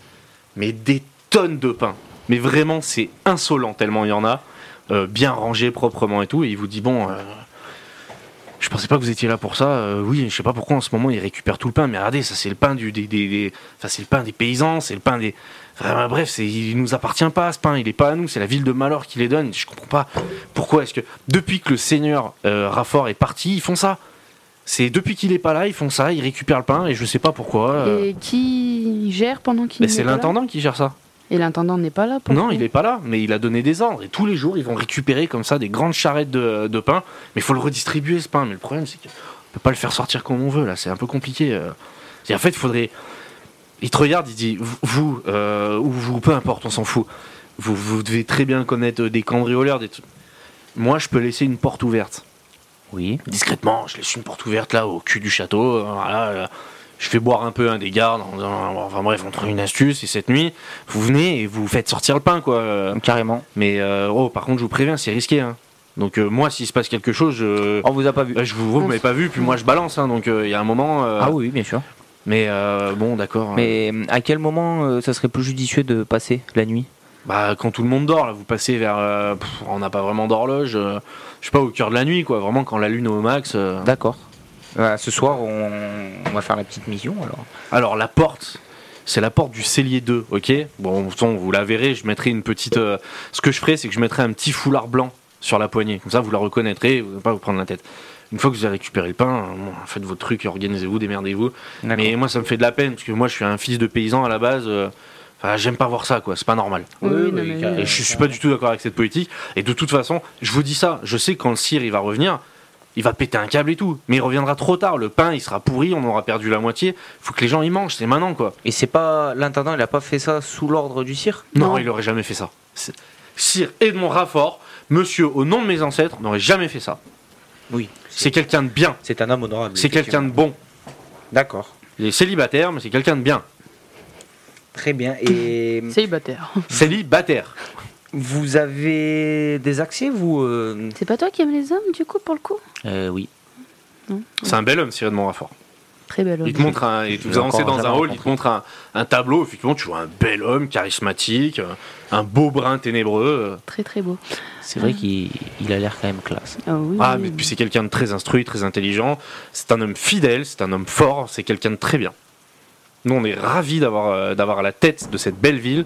S2: mais des tonnes de pain. Mais vraiment, c'est insolent tellement il y en a, euh, bien rangé proprement et tout. Et il vous dit bon, euh, je pensais pas que vous étiez là pour ça. Euh, oui, je sais pas pourquoi en ce moment ils récupèrent tout le pain. Mais regardez, ça c'est le pain du, des, des- des- enfin c'est le pain des paysans, c'est le pain des. Enfin, bah, bref, c'est, il nous appartient pas ce pain. Il est pas à nous. C'est la ville de Malor qui les donne. Je comprends pas pourquoi est-ce que depuis que le seigneur euh, Raffort est parti, ils font ça. C'est depuis qu'il est pas là, ils font ça, ils récupèrent le pain et je sais pas pourquoi. euh.
S3: Et qui gère pendant qu'il
S2: Mais
S3: n'est
S2: c'est
S3: pas là
S2: l'intendant qui gère ça.
S3: Et l'intendant n'est pas là pour
S2: Non,
S3: ça.
S2: il est pas là, mais il a donné des ordres. Et tous les jours, ils vont récupérer comme ça des grandes charrettes de, de pain. Mais il faut le redistribuer, ce pain. Mais le problème, c'est qu'on peut pas le faire sortir comme on veut, là. C'est un peu compliqué. euh. C'est- En fait, il faudrait. Il te regarde, il dit Vous- Vous, euh, ou vous, peu importe, on s'en fout. Vous, vous devez très bien connaître euh, des cambrioleurs, des trucs. Moi, je peux laisser une porte ouverte
S4: Oui.
S2: discrètement, je laisse une porte ouverte là au cul du château. euh, voilà, euh, je fais boire un peu un des gardes. en disant, enfin bref, on trouve une astuce. Et cette nuit, vous venez et vous faites sortir le pain, quoi. euh.
S4: Carrément.
S2: Mais euh, oh, par contre, je vous préviens, c'est risqué. hein. Donc euh, moi, s'il se passe quelque chose, je,
S4: On vous a pas vu.
S2: euh, je vous, vous m'avez pas vu, puis moi je balance. hein, donc euh, il y a un moment. euh,
S4: Ah oui, bien sûr.
S2: Mais euh, bon, d'accord. hein.
S4: Mais euh, à quel moment euh, ça serait plus judicieux de passer la nuit
S2: Bah, quand tout le monde dort, là, vous passez vers. euh, pff, on n'a pas vraiment d'horloge. euh, je sais pas, au cœur de la nuit, quoi. Vraiment, quand la lune est au max. euh.
S4: D'accord. Bah, ce soir, on... on va faire la petite mission alors.
S2: Alors la porte, c'est la porte du cellier 2, ok Bon, de toute façon, vous la verrez, je mettrai une petite... euh, ce que je ferai, c'est que je mettrai un petit foulard blanc sur la poignée, comme ça vous la reconnaîtrez, vous n'allez pas vous prendre la tête. Une fois que vous avez récupéré le pain, euh, bon, faites votre truc, organisez-vous, démerdez-vous. Mais moi, ça me fait de la peine, parce que moi, je suis un fils de paysan à la base. euh, Enfin, j'aime pas voir ça, quoi, c'est pas normal.
S3: Oui,
S4: Oui,
S3: oui,
S4: oui,
S3: non, mais
S4: carrément.
S2: Et je suis pas du tout d'accord avec cette politique. Et de toute façon, je vous dis ça, je sais que quand le cire il va revenir, il va péter un câble et tout. Mais il reviendra trop tard, le pain il sera pourri, on aura perdu la moitié. Faut que les gens y mangent, c'est maintenant quoi.
S4: Et c'est pas. L'intendant, il a pas fait ça sous l'ordre du cirque
S2: Non,
S3: Non.
S2: il aurait jamais fait ça. C'est- Sire Edmond Raffort, monsieur au nom de mes ancêtres, n'aurait jamais fait ça.
S4: Oui.
S2: C'est quelqu'un de bien,
S4: C'est un homme honorable.
S2: c'est quelqu'un de bon.
S4: D'accord.
S2: Il est célibataire, mais c'est quelqu'un de bien.
S4: Très bien. Et
S3: Célibataire.
S2: Célibataire.
S4: vous avez des accès, vous euh
S3: C'est pas toi qui aimes les hommes, du coup, pour le coup
S4: Oui.
S2: C'est un bel homme, Sire Edmond Raffort.
S3: Très belle homme.
S2: Il te montre un, et
S4: Je
S2: vous
S4: l'ai
S2: avancez
S4: encore
S2: dans un
S4: jamais
S2: hall, il te
S4: rencontré.
S2: montre un, un tableau. Effectivement, tu vois un bel homme, charismatique, euh, un beau brun ténébreux. euh.
S3: Très très beau.
S4: C'est vrai qu'il il a l'air quand même classe.
S3: Ah oui.
S2: Ah,
S3: oui.
S2: mais puis c'est quelqu'un de très instruit, très intelligent. C'est un homme fidèle, c'est un homme fort, c'est quelqu'un de très bien. Nous, on est ravis d'avoir euh, d'avoir à la tête de cette belle ville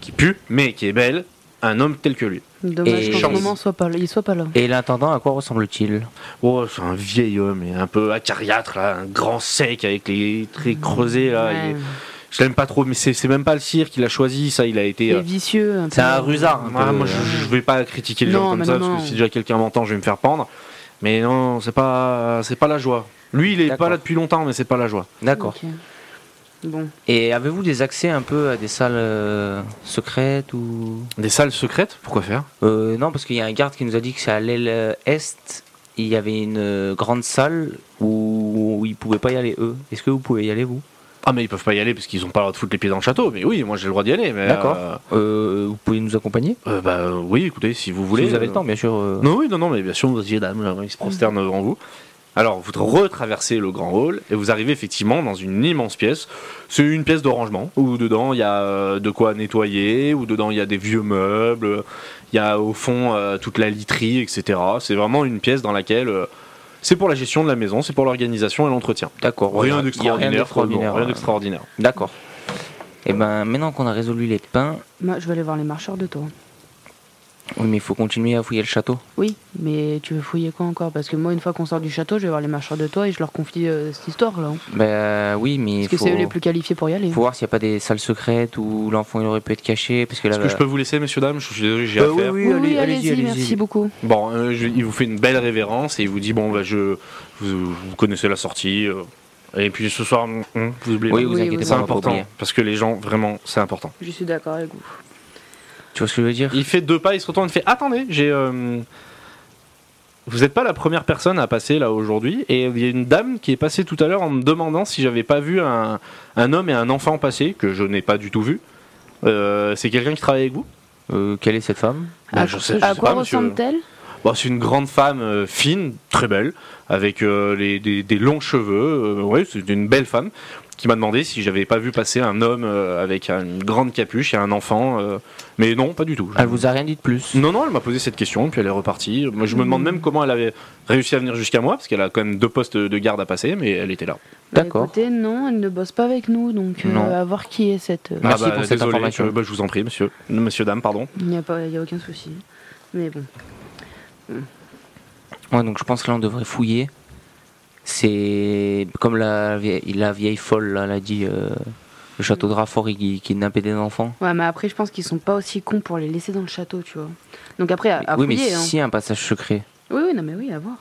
S2: qui pue, mais qui est belle, un homme tel que lui.
S3: Dommage
S4: Et
S3: qu'en ce
S2: chance.
S3: moment soit pas là. il soit pas là.
S4: Et l'intendant, à quoi ressemble-t-il
S2: Oh, c'est un vieil homme, et un peu acariâtre, là, un grand sec avec les traits creusés. Là,
S3: Ouais.
S2: Il est- Je l'aime pas trop, mais c'est c'est même pas le cirque qu'il a choisi, ça, il a été.
S3: Il est
S2: euh,
S3: vicieux. un
S4: C'est
S3: peu.
S4: un rusard. un peu. euh.
S2: Ouais, moi, je, je vais pas critiquer les
S3: hein, Non,
S2: gens comme
S3: mais
S2: ça
S3: non,
S2: parce
S3: non.
S2: que si déjà quelqu'un m'entend, je vais me faire pendre. Mais non, c'est pas, c'est pas la joie. Lui, il est
S4: D'accord.
S2: pas là depuis longtemps, mais c'est pas la joie.
S4: D'accord.
S3: Ok. Bon.
S4: Et avez-vous des accès un peu à des salles euh, secrètes ou
S2: Des salles secrètes, pourquoi faire
S4: Euh, Non, parce qu'il y a un garde qui nous a dit que c'est à l'aile euh, est. Il y avait une euh, grande salle où ils pouvaient pas y aller eux. Est-ce que vous pouvez y aller vous
S2: Ah, mais ils peuvent pas y aller parce qu'ils ont pas le droit de foutre les pieds dans le château. Mais oui, moi j'ai le droit d'y aller. mais,
S4: D'accord.
S2: euh,
S4: Euh, Vous pouvez nous accompagner
S2: euh, bah euh, oui, écoutez, si vous voulez.
S4: Si vous avez
S2: euh,
S4: le temps, bien sûr. euh.
S2: Non, oui, non, non, mais bien sûr, monsieur, dame, là, euh, il se prosterne devant vous. Alors, vous retraversez le grand hall et vous arrivez effectivement dans une immense pièce. C'est une pièce de rangement où dedans il y a euh, de quoi nettoyer, où dedans il y a des vieux meubles, il y a au fond euh, toute la literie, etc. C'est vraiment une pièce dans laquelle euh, C'est pour la gestion de la maison, c'est pour l'organisation et l'entretien.
S4: D'accord. voilà.
S2: Rien
S4: Il y a Rien
S2: d'extraordinaire. quoi,
S4: d'extraordinaire.
S2: bon, Rien d'extraordinaire.
S4: D'accord. Et ben maintenant qu'on a résolu les pains,
S3: Moi, Bah, je vais aller voir les marcheurs de toit.
S4: oui, mais il faut continuer à fouiller le château.
S3: Oui, mais tu veux fouiller quoi encore Parce que moi, une fois qu'on sort du château, je vais voir les marcheurs de toit et je leur confie euh, cette histoire-là. hein.
S4: Bah oui, mais
S3: Parce que
S4: faut...
S3: c'est eux les plus qualifiés pour y aller.
S4: faut voir s'il n'y a pas des salles secrètes où l'enfant il aurait pu être caché. Parce que là,
S2: Est-ce que je peux vous laisser, messieurs, dames Je suis désolé, j'ai
S4: Euh,
S2: affaire.
S4: oui, allez- allez-y,
S3: merci
S4: allez-y.
S3: beaucoup.
S2: Bon, euh, je- il vous fait une belle révérence et il vous dit Bon, bah, je, vous, vous connaissez la sortie. euh, et puis ce soir, mm, mm, vous oubliez
S4: Oui,
S2: pas.
S4: vous
S3: Oui,
S4: inquiétez
S3: oui,
S2: c'est
S4: pas, on va pas
S2: important.
S4: oublier.
S2: Parce que les gens, vraiment, c'est important.
S3: Je suis d'accord avec vous.
S4: Tu vois ce que je veux dire
S2: Il fait deux pas, il se retourne et fait Attendez, j'ai. euh, vous n'êtes pas la première personne à passer là aujourd'hui. Et il y a une dame qui est passée tout à l'heure en me demandant si j'avais pas vu un, un homme et un enfant passer, que je n'ai pas du tout vu. Euh, c'est quelqu'un qui travaille avec vous
S4: Euh, Quelle est cette femme
S2: Bah,
S3: à
S2: je sais- je
S3: à
S2: sais
S3: quoi
S2: pas, monsieur.
S3: ressemble-t-elle
S2: Bon, c'est une grande femme euh, fine, très belle, avec euh, les- des, des longs cheveux. oui, c'est une belle femme qui m'a demandé si j'avais pas vu passer un homme euh, avec une grande capuche et un enfant. euh, mais non, pas du tout.
S4: Elle vous a rien dit de plus
S2: Non, non, elle m'a posé cette question, puis elle est repartie. Moi, je me demande même comment elle avait réussi à venir jusqu'à moi, parce qu'elle a quand même deux postes de garde à passer, mais elle était là.
S3: Bah,
S4: D'accord.
S3: écoutez, non, elle ne bosse pas avec nous, donc euh,
S4: Non.
S3: à voir qui est cette. euh,
S4: Merci pour cette
S2: Ah désolé,
S4: information.
S2: Je, bah, je vous en prie, monsieur. Monsieur, dame, pardon.
S3: Il n'y a, pas- il y a aucun souci. Mais bon.
S4: Ouais, donc je pense que là on devrait fouiller. C'est comme la vieille, la vieille folle, là, elle a dit euh, le château de Raffort, il, il kidnappait des enfants.
S3: Ouais, mais après, je pense qu'ils sont pas aussi cons pour les laisser dans le château, tu vois. Donc après, à, à
S4: oui, mais
S3: fouiller. hein.
S4: si un passage secret.
S3: Oui, oui, non, mais oui, à voir.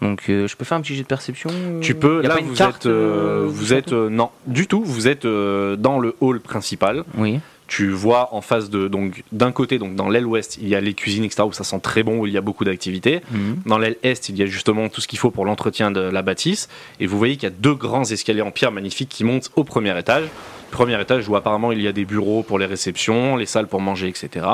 S4: Donc euh, je peux faire un petit jet de perception euh,
S2: Tu peux.
S4: y a
S2: Là,
S4: pas une
S2: vous
S4: carte,
S2: êtes, euh,
S4: euh, du
S2: vous êtes,
S4: château
S2: euh, non, du tout. Vous êtes euh, dans le hall principal.
S4: Oui.
S2: Tu vois en face de donc d'un côté donc dans l'aile ouest il y a les cuisines etc où ça sent très bon où il y a beaucoup d'activités.
S4: Mhm.
S2: Dans l'aile est il y a justement tout ce qu'il faut pour l'entretien de la bâtisse et vous voyez qu'il y a deux grands escaliers en pierre magnifiques qui montent au premier étage. Premier étage où apparemment il y a des bureaux pour les réceptions, les salles pour manger etc.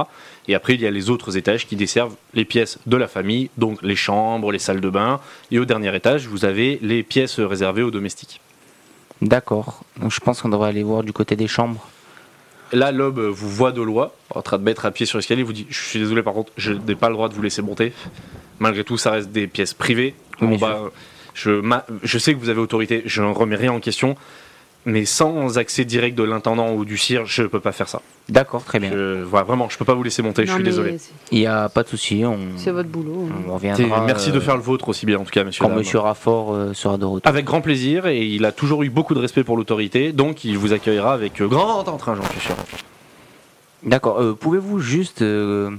S2: Et après il y a les autres étages qui desservent les pièces de la famille donc les chambres, les salles de bain et au dernier étage vous avez les pièces réservées aux domestiques.
S4: D'accord. Donc je pense qu'on devrait aller voir du côté des chambres.
S2: Là, l'aube vous voit de loin, en train de mettre à pied sur l'escalier, vous dit Je suis désolé, par contre, je n'ai pas le droit de vous laisser monter. Malgré tout, ça reste des pièces privées.
S4: Oui,
S2: Bon,
S4: bien
S2: bah, je, ma- je sais que vous avez autorité, je ne remets rien en question, mais sans accès direct de l'intendant ou du cire, je ne peux pas faire ça.
S4: D'accord, très bien.
S2: Je- voilà, vraiment, je ne peux pas vous laisser monter, je
S3: Non,
S2: suis
S3: mais
S2: désolé.
S3: c'est-
S4: Il n'y a pas de souci. On,
S3: C'est votre boulot. hein.
S4: on reviendra.
S2: Et Merci de
S4: euh,
S2: faire le vôtre aussi bien, en tout cas, monsieur.
S4: quand
S2: dame.
S4: Monsieur Raffort euh, sera de retour.
S2: Avec grand plaisir, et il a toujours eu beaucoup de respect pour l'autorité, donc il vous accueillera avec euh, grand entrain, j'en suis sûr.
S4: D'accord. euh, Pouvez-vous juste, euh,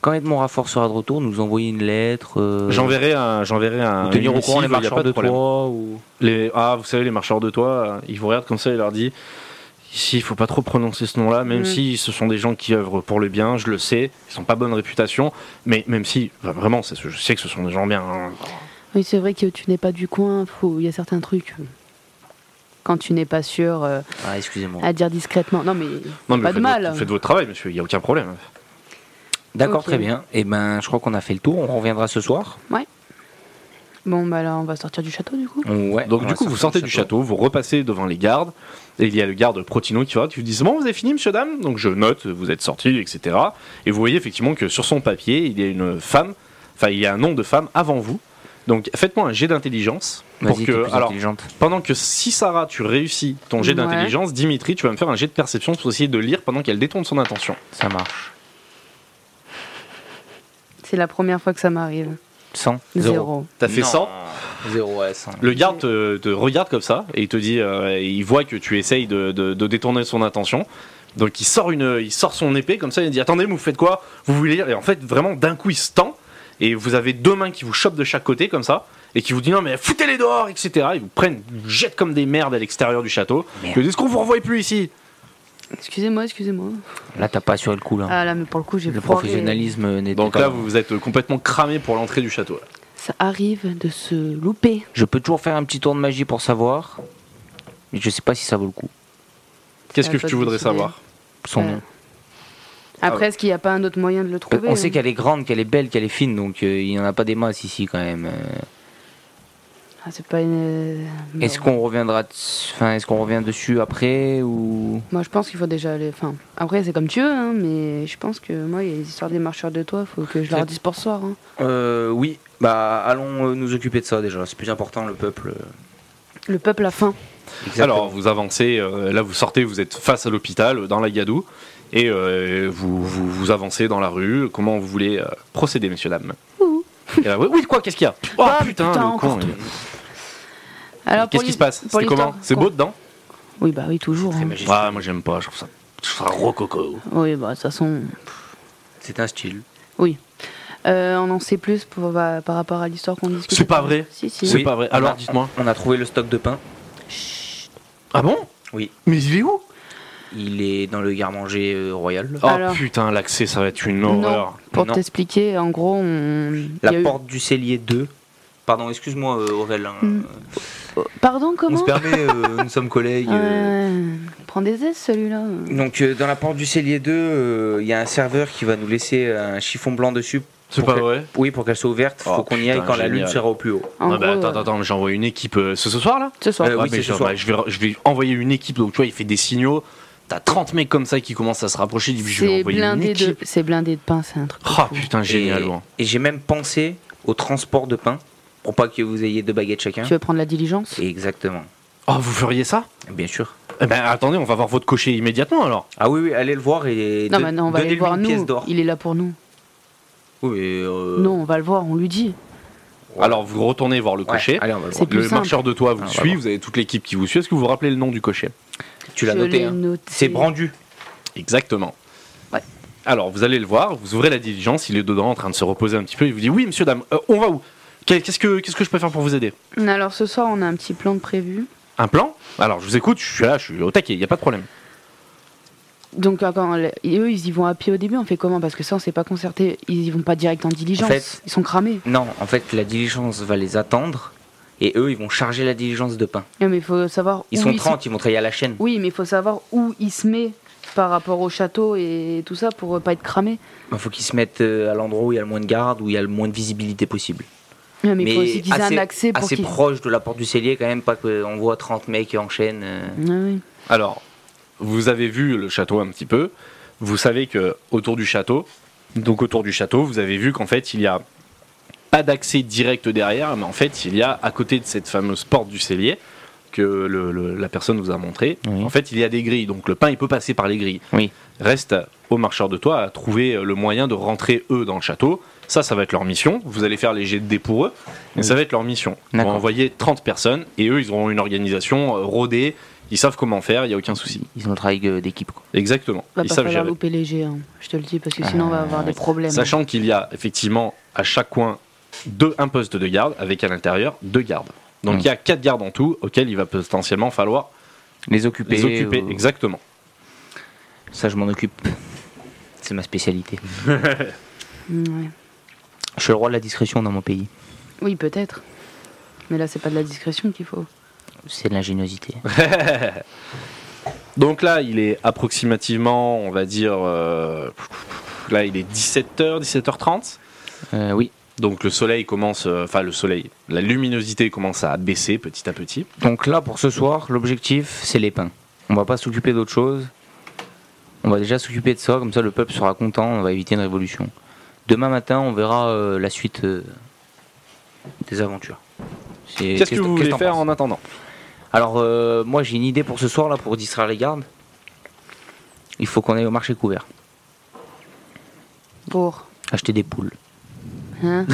S4: quand Edmond Raffort sera de retour, nous envoyer une lettre euh,
S2: J'enverrai un. J'enverrai un.
S4: ou tenir
S2: une
S4: au courant les
S2: missive, il y a pas
S4: marchands de
S2: problème.
S4: toit ou...
S2: Les, ah, vous savez, les marcheurs de toit, euh, ils vous regardent comme ça, ils leur dit ici, il faut pas trop prononcer ce nom-là, même
S3: Mm.
S2: si ce sont des gens qui œuvrent pour le bien, je le sais, ils sont pas bonne réputation, mais même si, enfin, vraiment, c'est ce- je sais que ce sont des gens bien. hein.
S3: Oui, c'est vrai que tu n'es pas du coin, faut- il y a certains trucs. euh, Quand tu n'es pas sûr euh,
S4: Ah, excusez-moi.
S3: à dire discrètement. Non, mais,
S2: Non, mais
S3: pas
S2: faites,
S3: de mal.
S2: Votre, faites votre travail, monsieur, il n'y a aucun problème.
S4: D'accord,
S3: Ok.
S4: très bien. Et ben, je crois qu'on a fait le tour. On reviendra ce soir.
S3: Bon, bah là, on va sortir du château du coup.
S4: Ouais.
S2: Donc,
S4: on
S2: du
S4: va
S2: coup, vous sortez
S4: sortir
S2: du château. vous repassez devant les gardes, et il y a le garde Protino qui va, qui vous dit Bon, vous avez fini, monsieur, dame Donc, je note, vous êtes sorti, etc. Et vous voyez effectivement que sur son papier, il y a une femme, enfin, il y a un nom de femme avant vous. Donc, faites-moi un jet d'intelligence pour
S4: Vas-y, t'es
S2: que.
S4: plus
S2: Alors,
S4: intelligente.
S2: Pendant que si Sarah, tu réussis ton jet
S3: Ouais.
S2: d'intelligence, Dimitri, tu vas me faire un jet de perception pour essayer de lire pendant qu'elle détourne son attention.
S4: Ça marche.
S3: C'est la première fois que ça m'arrive.
S4: 100.
S3: Zéro.
S4: 0.
S2: T'as fait 100
S4: 0, ouais, 100.
S2: Le garde te, te regarde comme ça et il te dit, euh, et il voit que tu essayes de, de- de détourner son attention. Donc il sort, une, il sort son épée comme ça, il dit Attendez, mais vous faites quoi Vous voulez lire Et en fait, vraiment, d'un coup, il se tend et vous avez deux mains qui vous chopent de chaque côté comme ça et qui vous dit Non, mais foutez-les dehors, etc. Ils vous prennent, ils vous jettent comme des merdes à l'extérieur du château.
S4: Merde.
S2: Ils vous disent, Est-ce qu'on vous revoit plus ici
S3: Excusez-moi, excusez-moi.
S4: Là, t'as pas assuré le coup, là.
S3: Ah là, mais pour le coup, j'ai
S4: le
S3: foiré.
S4: professionnalisme n'est
S2: Donc là, vous vous êtes complètement cramé pour l'entrée du château. là.
S3: Ça arrive de se louper.
S4: Je peux toujours faire un petit tour de magie pour savoir. Mais je sais pas si ça vaut le coup.
S2: Qu'est-ce
S3: Ah,
S2: que
S3: toi,
S2: tu voudrais
S3: tu décides.
S2: savoir
S4: Son
S3: Ouais.
S4: nom.
S3: Après, est-ce qu'il n'y a pas un autre moyen de le trouver
S4: Ah On
S3: hein
S4: sait qu'elle est grande, qu'elle est belle, qu'elle est fine, donc euh, il n'y en a pas des masses ici quand même. euh.
S3: Ah, c'est pas une.
S4: Est-ce qu'on reviendra, ts- enfin, est-ce qu'on revient dessus après ou
S3: Moi, je pense qu'il faut déjà aller. Enfin, après, c'est comme tu veux, hein, mais je pense que moi, il y a les histoires des marcheurs de toit, faut que je leur dise pour ce soir. hein.
S4: euh, Oui. Bah, allons euh, nous occuper de ça déjà. C'est plus important le peuple. euh,
S3: Le peuple a faim.
S2: Alors, vous avancez, euh, là vous sortez, vous êtes face à l'hôpital, euh, dans la Gadoue, et euh, vous, vous, vous avancez dans la rue. Comment vous voulez euh, procéder, messieurs, dames
S3: Ouh.
S2: Et là, oui, oui, quoi, qu'est-ce qu'il y a Oh
S3: Ah,
S2: putain,
S3: putain,
S2: le
S3: encore
S2: con,
S3: toi.
S2: il-
S3: Alors,
S2: Qu'est-ce
S3: pour
S2: qui
S3: l'hi-
S2: se passe
S3: pour
S2: C'était
S3: l'histoire-
S2: comment C'est beau dedans
S3: Oui, bah oui, toujours. hein.
S4: Majesté.
S2: Ouais, moi j'aime pas, je trouve ça, je trouve ça Ah, rococo.
S3: Oui, bah de toute façon,
S4: C'est un style.
S3: euh, on en sait plus pour- bah, par rapport à l'histoire qu'on discute.
S2: C'est pas vrai.
S3: Si, si.
S2: C'est
S4: Oui.
S2: pas vrai.
S4: On
S2: Alors,
S4: a-
S2: dites-moi.
S4: On a trouvé le stock de pain.
S2: Ah bon
S4: Oui.
S2: Mais il est où
S4: Il est dans le garde-manger euh, royal.
S2: Oh
S3: Alors.
S2: putain, l'accès, ça va être une
S3: Non.
S2: horreur.
S3: Pour
S4: Non.
S3: t'expliquer, en gros, on. il y a
S4: La
S3: eu-
S4: porte du cellier 2. Pardon, excuse-moi euh, Aurel. hein.
S3: Mm. Oh, Pardon,
S4: On se
S3: comment Ah,
S4: permet, euh, nous sommes collègues. euh.
S3: Ouais, Prends des aises, celui-là.
S4: Donc euh, dans la porte du cellier 2, euh, il y a un serveur qui va nous laisser euh, un chiffon blanc dessus.
S2: C'est
S4: pour
S2: pas
S4: que-
S2: vrai
S4: Oui, pour qu'elle soit ouverte, faut
S2: Oh,
S4: qu'on y aille
S2: putain,
S4: quand la lune
S2: génial.
S4: sera au plus haut.
S3: En
S2: Ah bah,
S3: gros,
S2: Attends,
S3: euh,
S2: attends, attends, mais j'envoie une équipe euh, ce, ce soir là
S3: Ce soir.
S4: Euh,
S2: Ouais,
S4: oui,
S2: mais
S4: c'est ce
S2: genre,
S4: soir.
S2: bah, je, vais, je vais envoyer une équipe, donc tu vois, il fait des signaux. T'as 30 mecs comme ça qui commencent à se rapprocher, il dit, je vais
S3: c'est
S2: envoyer une
S3: blindé, de...
S2: équipe.
S3: c'est blindé de pain, c'est un truc. de
S2: Ah
S3: fou.
S2: putain, génial. ouais.
S4: Et, et j'ai même pensé au transport de pain pour pas que vous ayez deux baguettes
S2: Hein
S4: chacun.
S3: Tu veux prendre la diligence
S4: Exactement,
S2: Oh, vous feriez ça
S4: bien sûr.
S2: Eh ben attendez, on va voir votre cocher immédiatement alors.
S4: Ah oui, oui, allez le voir et
S3: Non,
S4: don-
S3: mais non, on va aller
S4: donnez-lui
S3: le voir
S4: une pièce
S3: nous.
S4: d'or.
S3: Il est là pour nous.
S4: Oui, mais, euh,
S3: Non, on va le voir, on lui dit.
S4: ouais.
S2: Alors vous retournez voir le
S4: Ouais,
S2: cocher.
S4: Allez, on va le
S3: C'est
S4: voir.
S3: plus
S2: Le
S3: simple.
S2: marcheur de toit vous
S4: Ah, on va
S2: suit,
S4: voir.
S2: vous avez toute l'équipe qui vous suit. Est-ce que vous vous rappelez le nom du cocher
S4: Tu l'as
S3: Je
S4: noté.
S3: l'ai
S4: hein.
S3: noté.
S4: C'est Brandu.
S2: Exactement.
S3: Ouais.
S2: Alors vous allez le voir, vous ouvrez la diligence, il est dedans en train de se reposer un petit peu, il vous dit oui monsieur dame, euh, on va où Qu'est- Qu'est-ce que qu'est-ce que je peux faire pour vous aider
S3: Alors ce soir, on a un petit plan de prévu.
S2: Un plan Alors je vous écoute, je suis là, je suis au taquet, il y a pas de problème.
S3: Donc, euh, quand les- eux, ils y vont à pied au début. On fait comment Parce que ça, on s'est pas concerté. Ils y vont pas direct en diligence.
S4: En fait-
S3: ils sont cramés.
S4: Non, en fait, la diligence va les attendre et eux, ils vont charger la diligence de pain.
S3: Non, mais il faut savoir.
S4: Ils
S3: où
S4: sont
S3: se-
S4: 30, ils vont travailler à la chaîne.
S3: Oui, mais il faut savoir où il se met par rapport au château et tout ça pour euh, pas être cramé.
S4: Il faut qu'ils se mettent euh, à l'endroit où il y a le moins de garde, où il y a le moins de visibilité possible.
S3: Non, mais, il faut aussi qu'ils aient un accès pour
S4: assez
S3: qu'ils.
S4: proche de la porte du cellier quand même, pas qu'on voit 30 mecs en chaîne. euh.
S3: Ah oui.
S2: Alors, vous avez vu le château un petit peu. Vous savez que autour du château, donc autour du château, vous avez vu qu'en fait, il y a pas d'accès direct derrière, mais en fait, il y a à côté de cette fameuse porte du cellier que le- le- la personne vous a montré.
S4: Oui.
S2: En fait, il y a des grilles, donc le pain il peut passer par les grilles.
S4: Oui.
S2: Reste aux marcheurs de toit à trouver euh, le moyen de rentrer eux dans le château. Ça, ça va être leur mission. Vous allez faire les jets de dés pour eux, mais
S4: Oui.
S2: ça va être leur mission. Ils vont
S4: D'accord.
S2: envoyer 30 personnes et eux, ils auront une organisation euh, rodée. Ils savent comment faire, il n'y a aucun souci.
S4: Ils ont le travail euh, d'équipe. quoi.
S2: Exactement.
S3: Va
S2: Ils
S3: pas
S2: savent
S3: falloir
S2: gérer.
S3: louper les jets, hein. je te le dis, parce que sinon on va avoir des problèmes.
S2: Sachant qu'il y a effectivement à chaque coin deux, un poste de garde avec à l'intérieur deux gardes. Donc
S4: Mm.
S2: il y a quatre gardes en tout auxquels il va potentiellement falloir
S4: Les occuper.
S2: les occuper.
S4: euh,
S2: Exactement.
S4: Ça, je m'en occupe. C'est ma spécialité.
S3: Mm, ouais.
S4: Je suis le roi de la discrétion dans mon pays.
S3: Oui, peut-être. Mais là, c'est pas de la discrétion qu'il faut.
S4: C'est de l'ingéniosité.
S2: Donc là, il est approximativement, on va dire, euh, là il est 17h, 17h30.
S4: Euh, oui.
S2: Donc le soleil commence, euh, enfin le soleil, la luminosité commence à baisser petit à petit.
S4: Donc là, pour ce soir, l'objectif, c'est les pains. On va pas s'occuper d'autre chose. On va déjà s'occuper de ça, comme ça le peuple sera content, on va éviter une révolution. Demain matin, on verra euh, la suite euh, des aventures. C'est-
S2: Qu'est-ce que vous voulez
S4: t'en
S2: faire
S4: penses
S2: en attendant
S4: Alors, euh, moi, j'ai une idée pour ce soir, là, pour distraire les gardes. Il faut qu'on aille au marché couvert,
S3: Pour.
S4: acheter des poules.
S3: Hein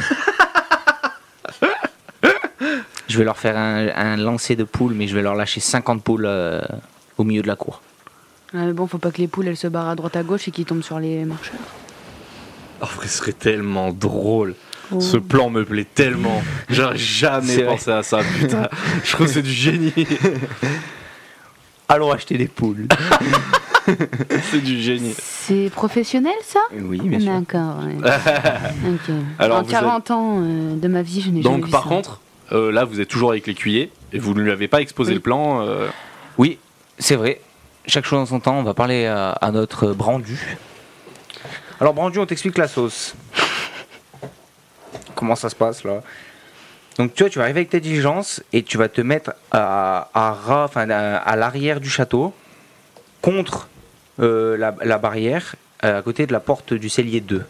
S4: Je vais leur faire un, un lancer de poules, mais je vais leur lâcher 50 poules euh, au milieu de la cour.
S3: Ah, mais bon, faut pas que les poules elles se barrent à droite à gauche et qu'ils tombent sur les marcheurs.
S2: En vrai, Oh, ce serait tellement drôle.
S3: Oh.
S2: Ce plan me plaît tellement. J'aurais jamais
S4: C'est vrai.
S2: pensé à ça, putain. Je trouve que c'est du génie.
S4: Allons acheter des poules.
S2: c'est du génie.
S3: C'est professionnel ça
S4: oui, bien sûr.
S3: D'accord. ouais. Ok.
S2: Alors,
S3: en
S2: vous
S3: 40 ans euh, de ma vie, je n'ai jamais
S2: Donc,
S3: vu
S2: par
S3: ça.
S2: contre, euh, là, vous êtes toujours avec l'écuyer et vous ne lui avez pas exposé
S3: Oui.
S2: le plan. euh,
S4: Oui, c'est vrai. Chaque chose en son temps, on va parler à, à notre Brandu. Alors Brandu, on t'explique la sauce. Comment ça se passe là Donc tu vois, tu vas arriver avec ta diligence et tu vas te mettre à, à, ra- enfin, à, à l'arrière du château, contre euh, la, la barrière, euh, à côté de la porte du cellier 2.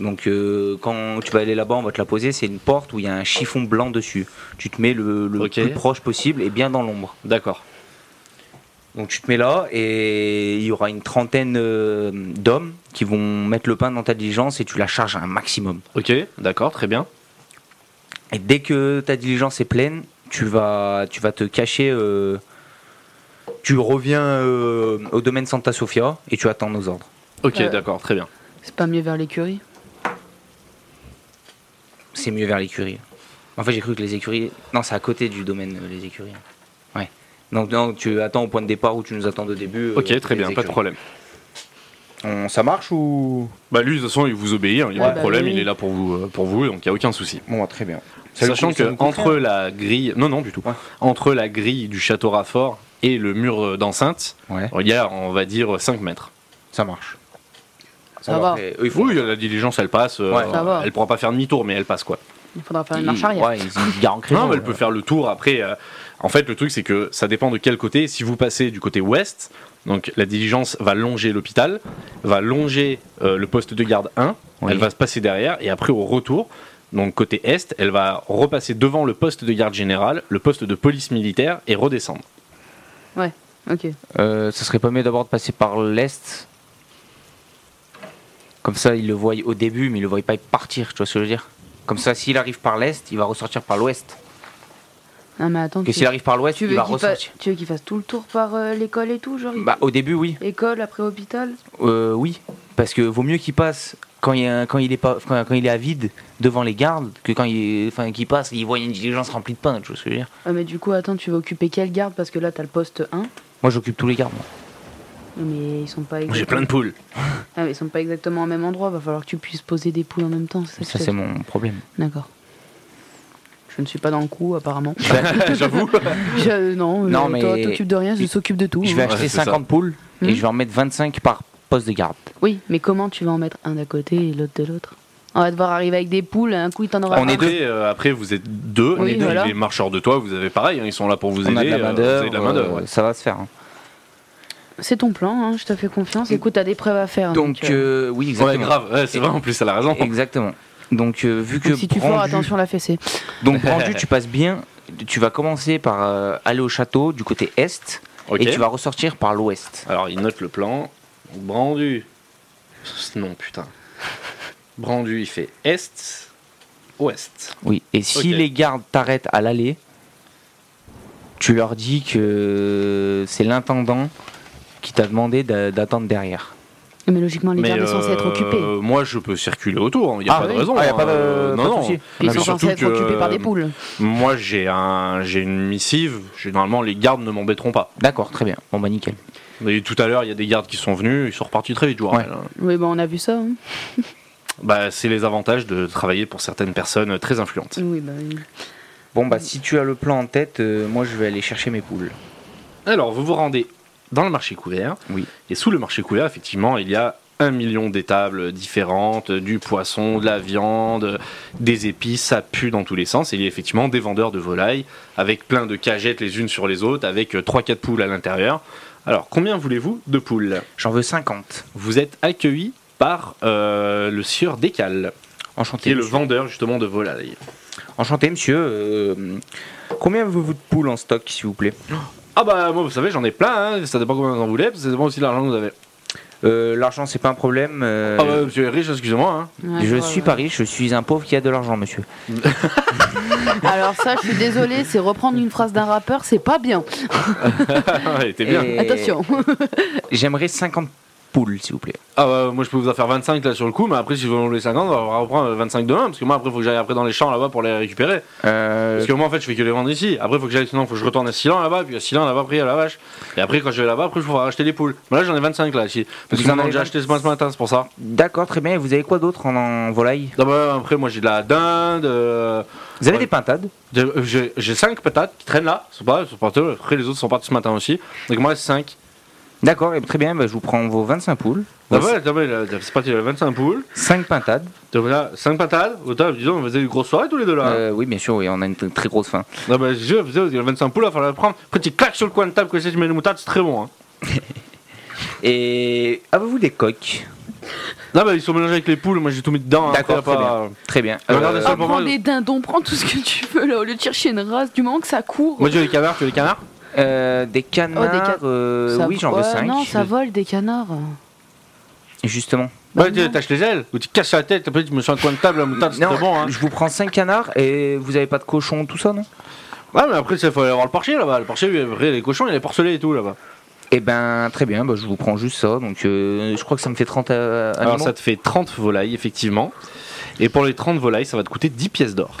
S4: Donc euh, quand tu vas aller là-bas, on va te la poser, c'est une porte où il y a un chiffon blanc dessus. Tu te mets le, le
S2: Ok.
S4: plus proche possible et bien dans l'ombre.
S2: D'accord.
S4: Donc tu te mets là et il y aura une trentaine euh, d'hommes qui vont mettre le pain dans ta diligence et tu la charges à un maximum.
S2: Ok, d'accord, très bien.
S4: Et dès que ta diligence est pleine, tu vas, tu vas te cacher. euh, tu reviens euh, au domaine Santa Sofia et tu attends nos ordres.
S2: Ok,
S3: Euh.
S2: d'accord, très bien.
S3: C'est pas mieux vers l'écurie
S4: C'est mieux vers l'écurie. En fait, j'ai cru que les écuries. Non, c'est à côté du domaine, euh, les écuries. Ouais. Donc, non, tu attends au point de départ où tu nous attends au début. euh,
S2: Ok, très
S4: les
S2: bien, pas de
S4: écuries.
S2: problème.
S4: On- ça marche ou.
S2: Bah lui, de toute façon, il vous obéit, hein. il n'y a
S3: Ouais,
S2: pas de
S3: bah
S2: problème,
S3: oui.
S2: il est là pour vous, euh, pour vous donc il n'y a aucun souci.
S4: Bon, bah, très bien. Ça lui
S2: Sachant
S4: coûte- ça
S2: que
S4: lui coûte
S2: entre la grille, non non du tout,
S4: Ouais.
S2: entre la grille du château Raffort et le mur euh, d'enceinte,
S4: rien. Ouais,
S2: il y a on va dire 5 mètres.
S4: ça marche.
S3: Ça
S4: Bon,
S3: va.
S4: après, eux, ils font-
S2: Oui, la diligence elle passe, euh,
S4: Ouais.
S3: Ça va.
S2: elle pourra pas faire demi-tour mais elle passe quoi.
S3: Il faudra faire une marche arrière.
S4: Mm, Ouais, ils ils garent en créneau,
S2: Non, mais elle
S4: euh.
S2: peut faire le tour après. euh, en fait, le truc, c'est que ça dépend de quel côté. Si vous passez du côté ouest, donc la diligence va longer l'hôpital, va longer euh, le poste de garde 1,
S4: Oui.
S2: elle va se passer derrière, et après au retour, donc côté est, elle va repasser devant le poste de garde général, le poste de police militaire, et redescendre.
S3: Ok.
S4: Euh, ça serait pas mieux d'abord de passer par l'Est Comme ça, il le voit au début, mais il le voit pas partir, tu vois ce que je veux dire Comme ça, s'il arrive par l'Est, il va ressortir par l'Ouest.
S3: Non, mais attends.
S4: Que s'il arrive par l'Ouest,
S3: tu
S4: il
S3: veux
S4: va
S3: qu'il fa-
S4: ressortir.
S3: tu veux qu'il fasse tout le tour par euh, l'école et tout Genre, il-
S4: Bah, au début, oui.
S3: école, après hôpital
S4: Euh, oui. Parce que vaut mieux qu'il passe quand il, y a un- quand, il est pas, quand, quand il est à vide devant les gardes que quand il, enfin, qu'il passe, il voit une diligence remplie de pain, tu vois ce que je veux dire
S3: Ah, mais du coup, attends, tu vas occuper quelle garde Parce que là, t'as le poste 1.
S4: Moi, j'occupe tous les gardes. moi.
S3: Mais ils sont pas.
S2: J'ai
S3: exactement-
S2: plein de poules.
S3: Ah, mais ils sont pas exactement au même endroit. Va falloir que tu puisses poser des poules en même temps. c'est
S4: Ça,
S3: que
S4: c'est mon problème.
S3: D'accord. Je ne suis pas dans le coup, apparemment.
S4: Bah,
S2: J'avoue.
S3: Je- euh, non,
S4: Non,
S3: euh,
S4: mais-
S3: toi, t'occupes de rien, je s'occupe de tout.
S4: Je vais
S3: hein.
S2: Ouais,
S4: acheter
S2: c'est ça.
S4: 50 poules et
S3: Mhm.
S4: je vais en mettre 25 par poste de garde.
S3: Oui, mais comment tu vas en mettre un d'un côté et l'autre de l'autre On va devoir arriver avec des poules, un coup, il t'en aura
S4: On
S3: un.
S4: est deux.
S2: Après, euh, après, vous êtes deux,
S3: Oui,
S2: et puis
S3: voilà.
S2: les marcheurs de toit, vous avez pareil, hein, ils sont là pour vous
S4: On
S2: aider.
S4: a de la
S2: euh, vous avez de la
S4: main
S2: main-d'œuvre,
S4: d'œuvre,
S2: ouais.
S4: euh, ça va se faire. hein.
S3: C'est ton plan, hein, je te fais confiance. Écoute, t'as des preuves à faire.
S4: Donc,
S3: euh,
S4: euh, oui,
S2: Ouais,
S4: exactement.
S2: grave, ouais, c'est vrai, en plus, elle a raison.
S4: Exactement. Donc, euh, vu que.
S3: donc si tu
S4: Brandu-
S3: foires, attention à la fessée.
S4: Donc, Brandu, tu passes bien. Tu vas commencer par euh, aller au château du côté est
S2: Ok.
S4: et tu vas ressortir par l'ouest.
S2: Alors il note le plan. Brandu. Non putain. Brandu il fait est, ouest.
S4: Oui. Et si
S2: Ok.
S4: les gardes t'arrêtent à l'allée, tu leur dis que c'est l'intendant qui t'a demandé d'a- d'attendre derrière.
S3: Mais logiquement, les gardes ils sont censés être occupés.
S2: euh, moi je peux circuler autour, il n'y a
S4: Ah,
S2: pas de
S4: oui.
S2: raison.
S4: Ah, y a
S2: hein.
S4: pas de-
S2: Euh, non,
S4: pas de
S2: non.
S4: souci.
S3: Ils
S2: mais
S3: sont
S2: surtout
S3: censés être
S2: que-
S3: occupés
S4: euh,
S3: par des poules.
S2: Moi j'ai un, j'ai une missive, généralement les gardes ne m'embêteront pas.
S4: D'accord, très bien. Bon, bah nickel.
S2: Mais tout à l'heure il y a des gardes qui sont venus, ils sont repartis très vite, je vous rappelle, hein.
S3: Oui, bon, on a vu ça. hein.
S2: Bah, c'est les avantages de travailler pour certaines personnes très influentes.
S3: Oui, bah, oui.
S4: Bon, bah si tu as le plan en tête, euh, moi je vais aller chercher mes poules.
S2: Alors vous vous rendez dans le marché couvert.
S4: Oui.
S2: Et sous le marché couvert, effectivement, il y a un million d'étables différentes, du poisson, de la viande, des épices, ça pue dans tous les sens. Et il y a effectivement des vendeurs de volailles avec plein de cagettes les unes sur les autres, avec 3-4 poules à l'intérieur. Alors, combien voulez-vous de poules
S4: J'en veux 50.
S2: Vous êtes accueilli par euh, le sieur Décal, qui
S4: Enchanté.
S2: est le
S4: monsieur.
S2: vendeur justement de volailles.
S4: Enchanté, monsieur. euh, combien avez-vous de poules en stock, s'il vous plaît
S2: Ah bah, moi, vous savez, j'en ai plein, hein, ça dépend combien vous en voulez, parce que ça dépend aussi de l'argent que vous avez.
S4: Euh, L'argent, c'est pas un problème. euh,
S2: Ah bah, monsieur est riche, excusez-moi. hein.
S3: Ouais,
S4: je
S3: ouais,
S4: suis
S3: ouais.
S4: pas riche, je suis un pauvre qui a de l'argent, monsieur.
S3: Alors, ça, je suis désolée, c'est reprendre une phrase d'un rappeur, c'est pas bien.
S2: Elle était bien.
S4: Et
S3: Attention.
S4: J'aimerais 50 poules, s'il vous plaît.
S2: Ah bah moi je peux vous en faire 25 là sur le coup, mais après si vous voulez les 50, on va reprendre 25 demain, parce que moi après faut que j'aille après dans les champs là-bas pour les récupérer.
S4: Euh,
S2: Parce que moi en fait je fais que les vendre ici, après faut que j'aille sinon faut que je retourne à Silan là-bas, puis à Silan là-bas après à la vache. Et après quand je vais là-bas, après je vais racheter les poules. Mais là j'en ai 25 là, ici. parce
S4: Vous
S2: que
S4: en
S2: j'en ai
S4: avez
S2: déjà
S4: 20?
S2: acheté ce matin, c'est pour ça.
S4: D'accord, très bien. Et vous avez quoi d'autre en, en volaille
S2: Non, bah, après moi j'ai de la dinde, euh,
S4: Vous avez
S2: Ouais.
S4: des pintades
S2: j'ai- j'ai 5 patates qui traînent là, sont pas, sont pas- après les autres sont partis ce matin aussi. Donc moi 5.
S4: D'accord, eh, très bien, bah, je vous prends vos 25 poules,
S2: Ah ouais, t'as vu, là, c'est parti, il y a 25 poules.
S4: 5 pintades.
S2: T'as vu là, 5 patates. Au top, dis donc, vous avez une grosse soirée tous les deux là.
S4: Euh, oui, bien sûr, oui, on a une t- très grosse faim.
S2: Non, bah, je vous avez 25 poules, il falloir la prendre. Quand tu claques sur le coin de table, que si tu mets une moutarde, c'est très bon. Hein.
S4: Et avez-vous des coques
S2: Non, bah, ils sont mélangés avec les poules, moi j'ai tout mis dedans. hein.
S4: D'accord,
S2: Après,
S4: très
S2: pas-
S4: Très bien.
S2: Euh, regardez ça.
S3: Ah,
S2: pour
S3: prends
S2: moi-
S3: des dindons, prends tout ce que tu veux là, au lieu de chercher une race, du moment que ça court.
S2: Moi, tu veux les canards, tu veux les canards
S4: euh, des canards,
S3: ca-
S4: euh,
S3: Oh, Ça-
S4: oui, j'en
S3: Ouais,
S4: veux 5.
S3: Non, ça vole des canards.
S4: Justement.
S3: Bah
S2: Ouais, tu
S3: non.
S2: tâches les ailes, ou tu casses la tête, après tu me sens un coin de table, la moutarde, c'est
S4: Non,
S2: très bon. Hein.
S4: je vous prends 5 canards et vous avez pas de cochon, tout ça, non
S2: Ouais, mais après, il faut aller voir le porcher là-bas. Le porcher, lui, après, les cochons, il est porcelé et tout là-bas.
S4: Eh ben, très bien, bah, je vous prends juste ça. Donc, euh, je crois que ça me fait 30 euh,
S2: Alors,
S4: animaux.
S2: ça te fait 30 volailles, effectivement. Et pour les 30 volailles, ça va te coûter 10 pièces d'or.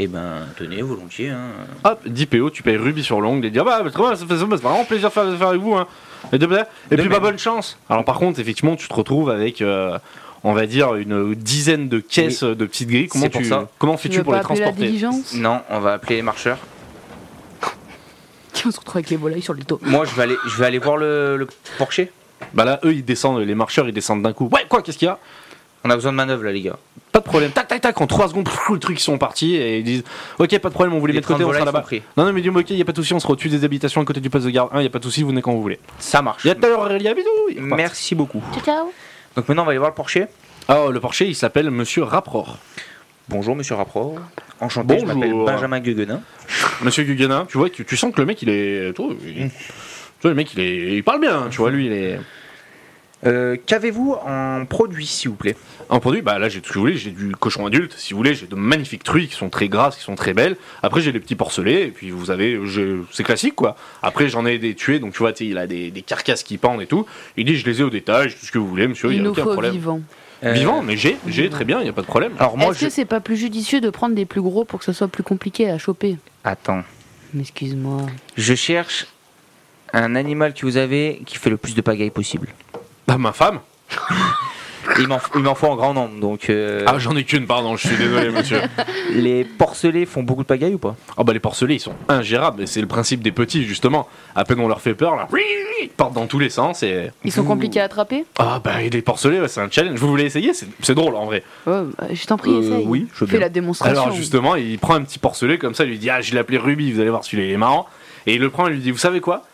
S4: Eh ben, tenez, volontiers. hein.
S2: Hop, 10 PO, tu payes Ruby sur l'ongle et dis Ah bah, bah, très bien, ça fait ça fait vraiment plaisir de faire, de faire avec vous. Hein. Et, de- et puis,
S4: même.
S2: bah, bonne chance. Alors, par contre, effectivement, tu te retrouves avec, euh, on va dire, une dizaine de caisses de petites grilles. Comment,
S4: C'est pour
S2: tu,
S4: ça.
S2: comment
S3: Tu
S2: fais-tu
S3: veux
S2: pour
S3: pas
S2: les
S3: appeler la
S2: transporter
S3: diligence
S4: Non, on va appeler les marcheurs.
S3: Tiens, on se retrouve avec les volailles sur le dos.
S4: Moi, je vais aller, je vais aller voir le, le porcher.
S2: Bah, là, eux, ils descendent, les marcheurs, ils descendent d'un coup. Ouais, quoi, qu'est-ce qu'il y a
S4: On a besoin de manœuvre, là, les gars.
S2: Pas de problème. Tac, tac, tac, en 3 secondes, pff, le truc, ils sont partis et ils disent Ok, pas de problème, on vous les,
S4: Les
S2: met de côté,
S4: 30
S2: on sera
S4: volailles
S2: là-bas.
S4: sont pris.
S2: Non, non, mais dis-moi, ok, y a pas de souci, on sera au-dessus des habitations à côté du poste de garde 1, y a pas de souci, vous venez quand vous voulez.
S4: Ça marche.
S2: Y a tout à l'heure, Aurélia, bisous ils repartent.
S4: Merci beaucoup.
S3: Ciao, ciao.
S4: Donc, maintenant, on va aller voir le porcher.
S2: Ah, le porcher, il s'appelle Monsieur Rapror.
S4: Bonjour, monsieur Rapport. Enchanté, je m'appelle
S2: Bonjour.
S4: Benjamin Guguenin.
S2: Monsieur Guguenin, tu vois, tu, tu sens que le mec, il est. Tu vois, il- tu vois, le mec, il, est, il parle bien, tu vois, lui, il est.
S4: Euh, Qu'avez-vous en produit, s'il vous plaît
S2: En produit, bah là, j'ai tout ce que vous voulez, j'ai du cochon adulte, si vous voulez, j'ai de magnifiques truies qui sont très grasses, qui sont très belles. Après, j'ai des petits porcelets, et puis vous avez. j'ai- C'est classique, quoi. Après, j'en ai des tués, donc tu vois, tu sais, il a des, des carcasses qui pendent et tout. Il dit, je les ai au détail, tout ce que vous voulez, monsieur, il n'y
S3: Il
S2: a
S3: nous
S2: aucun
S3: faut
S2: problème.
S3: vivants.
S4: Euh,
S2: Vivant, mais j'ai, j'ai, très bien, il n'y a pas de problème.
S4: Alors, moi,
S3: Est-ce
S4: je.
S3: que c'est pas plus judicieux de prendre des plus gros pour que ça soit plus compliqué à choper
S4: Attends.
S3: Mais excuse-moi.
S4: Je cherche un animal que vous avez qui fait le plus de pagaille possible.
S2: Bah, ma femme
S4: Il m'en il m'en faut en grand nombre, donc euh,
S2: Ah, j'en ai qu'une, pardon, je suis désolé, monsieur.
S4: les porcelets font beaucoup de pagaille ou pas
S2: Ah bah les porcelets ils sont ingérables et c'est le principe des petits justement. À peine on leur fait peur là, ils partent dans tous les sens et
S3: Ils sont
S4: Vous-
S3: compliqués à attraper
S2: ah bah et les porcelets ouais, c'est un challenge. Vous voulez essayer C'est c'est drôle en vrai.
S3: Ouais, bah, Je t'en prie,
S2: Euh,
S3: essaye.
S2: oui, je veux
S3: Fais
S2: bien.
S3: la démonstration.
S2: Alors justement il prend un petit porcelet comme ça, il lui dit ah je l'ai appelé Ruby, vous allez voir celui-là il est marrant. Et il le prend et lui dit vous savez quoi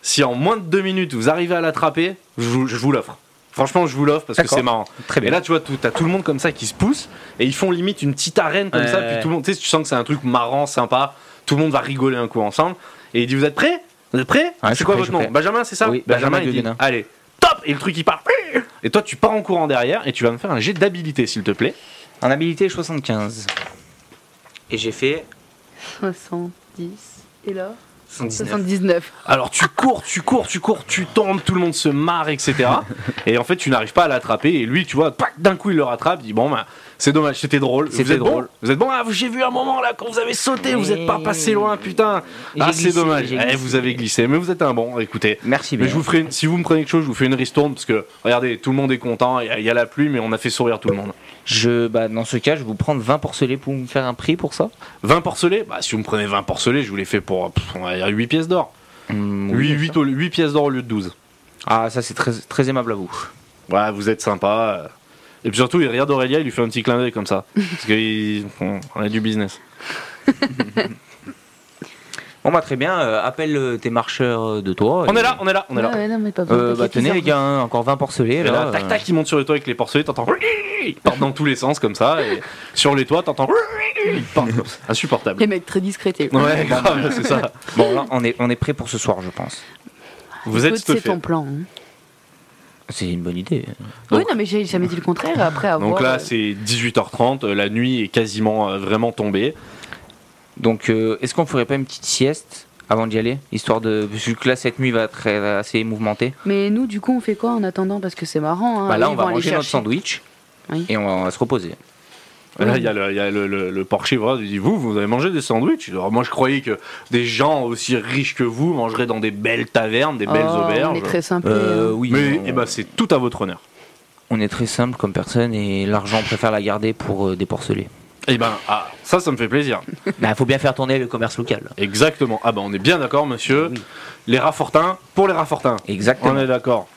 S2: Si en moins de deux minutes vous arrivez à l'attraper, je vous, je vous l'offre. Franchement je vous l'offre parce que
S4: D'accord.
S2: c'est marrant.
S4: Très
S2: Et là, tu vois, tout- t'as tout le monde comme ça qui se pousse et ils font limite une petite arène comme
S4: Ouais,
S2: ça.
S4: ouais,
S2: Puis
S4: ouais.
S2: tout le monde, tu sais, tu sens que c'est un truc marrant, sympa. Tout le monde va rigoler un coup ensemble. Et il dit Vous êtes prêts Vous êtes prêts
S4: je
S2: C'est
S4: suis
S2: quoi
S4: prêt,
S2: votre
S4: je suis
S2: nom
S4: prêt.
S2: Benjamin, c'est ça
S4: Oui, Benjamin
S2: il dit
S4: Gueguenin.
S2: Allez, top Et le truc il part. Et toi, tu pars en courant derrière et tu vas me faire un jet d'habilité, s'il te plaît.
S4: En habilité 75. Et j'ai fait
S3: 70. Et là
S4: 79.
S3: 79.
S2: Alors, tu cours, tu cours, tu cours, tu tombes, tout le monde se marre, etc. Et en fait, tu n'arrives pas à l'attraper. Et lui, tu vois, pac, d'un coup, il le rattrape. Il dit Bon, bah. C'est dommage, c'était drôle. Vous
S4: C'était
S2: êtes bon
S4: drôle.
S2: vous êtes bon. Ah, j'ai vu un moment là quand vous avez sauté, vous n'êtes pas
S4: Oui.
S2: passé loin, putain.
S4: J'ai
S2: Ah, c'est
S4: glissé,
S2: dommage.
S4: j'ai
S2: Eh,
S4: glissé.
S2: vous avez glissé, Eh mais vous êtes un bon. Écoutez,
S4: Merci bien.
S2: mais je vous ferai une- si vous me prenez quelque chose, je vous fais une ristourne parce que regardez, tout le monde est content. Il y a- il y, a la pluie, mais on a fait sourire tout le monde.
S4: Je- bah, dans ce cas, je vais vous prendre 20 porcelets pour me faire un prix pour ça
S2: 20 porcelets Bah, si vous me prenez 20 porcelets, je vous les fais pour pff, on va dire 8 pièces d'or.
S4: Hmm,
S2: 8,
S4: bien sûr.
S2: pièces d'or au lieu de 12.
S4: Ah, ça c'est très, très aimable à vous.
S2: Voilà, vous êtes sympa. euh. Et puis surtout, il regarde Aurélia, il lui fait un petit clin d'œil comme ça. parce qu'on a du business.
S4: Bon bah très bien, euh, appelle euh, tes marcheurs euh, de toi.
S2: On
S4: et-
S2: est là, on est là, on est là.
S3: Ouais, ouais, non, mais pas besoin,
S4: Euh, bah,
S3: t'inquiète,
S4: tenez
S3: ils
S4: les gars, hein, encore 20 porcelets.
S2: Et là,
S4: Là,
S2: tac
S4: euh,
S2: tac, il monte sur le toit avec les porcelets, t'entends. Ils partent dans tous les sens comme ça, et sur les toits, t'entends. Ils partent comme ça.
S3: arrivent.
S2: Insupportable.
S3: Les mecs très discrets. t'es-
S2: Ouais, grave, c'est ça.
S4: Bon là, on est, on est prêt pour ce soir, je pense.
S2: Vous êtes
S3: Écoute, C'est
S2: stuffé.
S3: ton plan. hein.
S4: C'est une bonne idée.
S3: oui, non, mais j'ai jamais dit le contraire. Après avoir.
S2: Donc là,
S3: euh,
S2: c'est 18h30, euh, la nuit est quasiment euh, vraiment tombée.
S4: Donc, euh, est-ce qu'on ferait pas une petite sieste avant d'y aller Histoire de. Vu que là, cette nuit va être euh, assez mouvementée.
S3: Mais nous, du coup, on fait quoi en attendant Parce que c'est marrant. Hein.
S4: bah, là,
S3: Ils
S4: on
S3: vont
S4: va
S3: aller
S4: manger notre
S3: chercher.
S4: sandwich
S3: Oui.
S4: et on va, on va se reposer.
S2: Là, il y a le, il y a le, le- le porcher, voilà, il dit Vous, vous avez mangé des sandwichs Alors, Moi, je croyais que des gens aussi riches que vous mangeraient dans des belles tavernes, des belles
S3: Oh, On
S2: auberges.
S3: est très hein. simple.
S4: Euh, oui,
S2: Mais
S4: on,
S2: eh ben, c'est tout à votre honneur.
S4: on est très simple comme personne et l'argent, on préfère la garder pour euh, des porcelets.
S2: Eh ben, ah, ça, ça me fait plaisir.
S4: Il Bah, faut bien faire tourner le commerce local.
S2: Exactement. Ah ben, on est bien d'accord, monsieur.
S4: Oui.
S2: Les Raffortins, pour les Raffortins.
S4: Exactement.
S2: On est d'accord.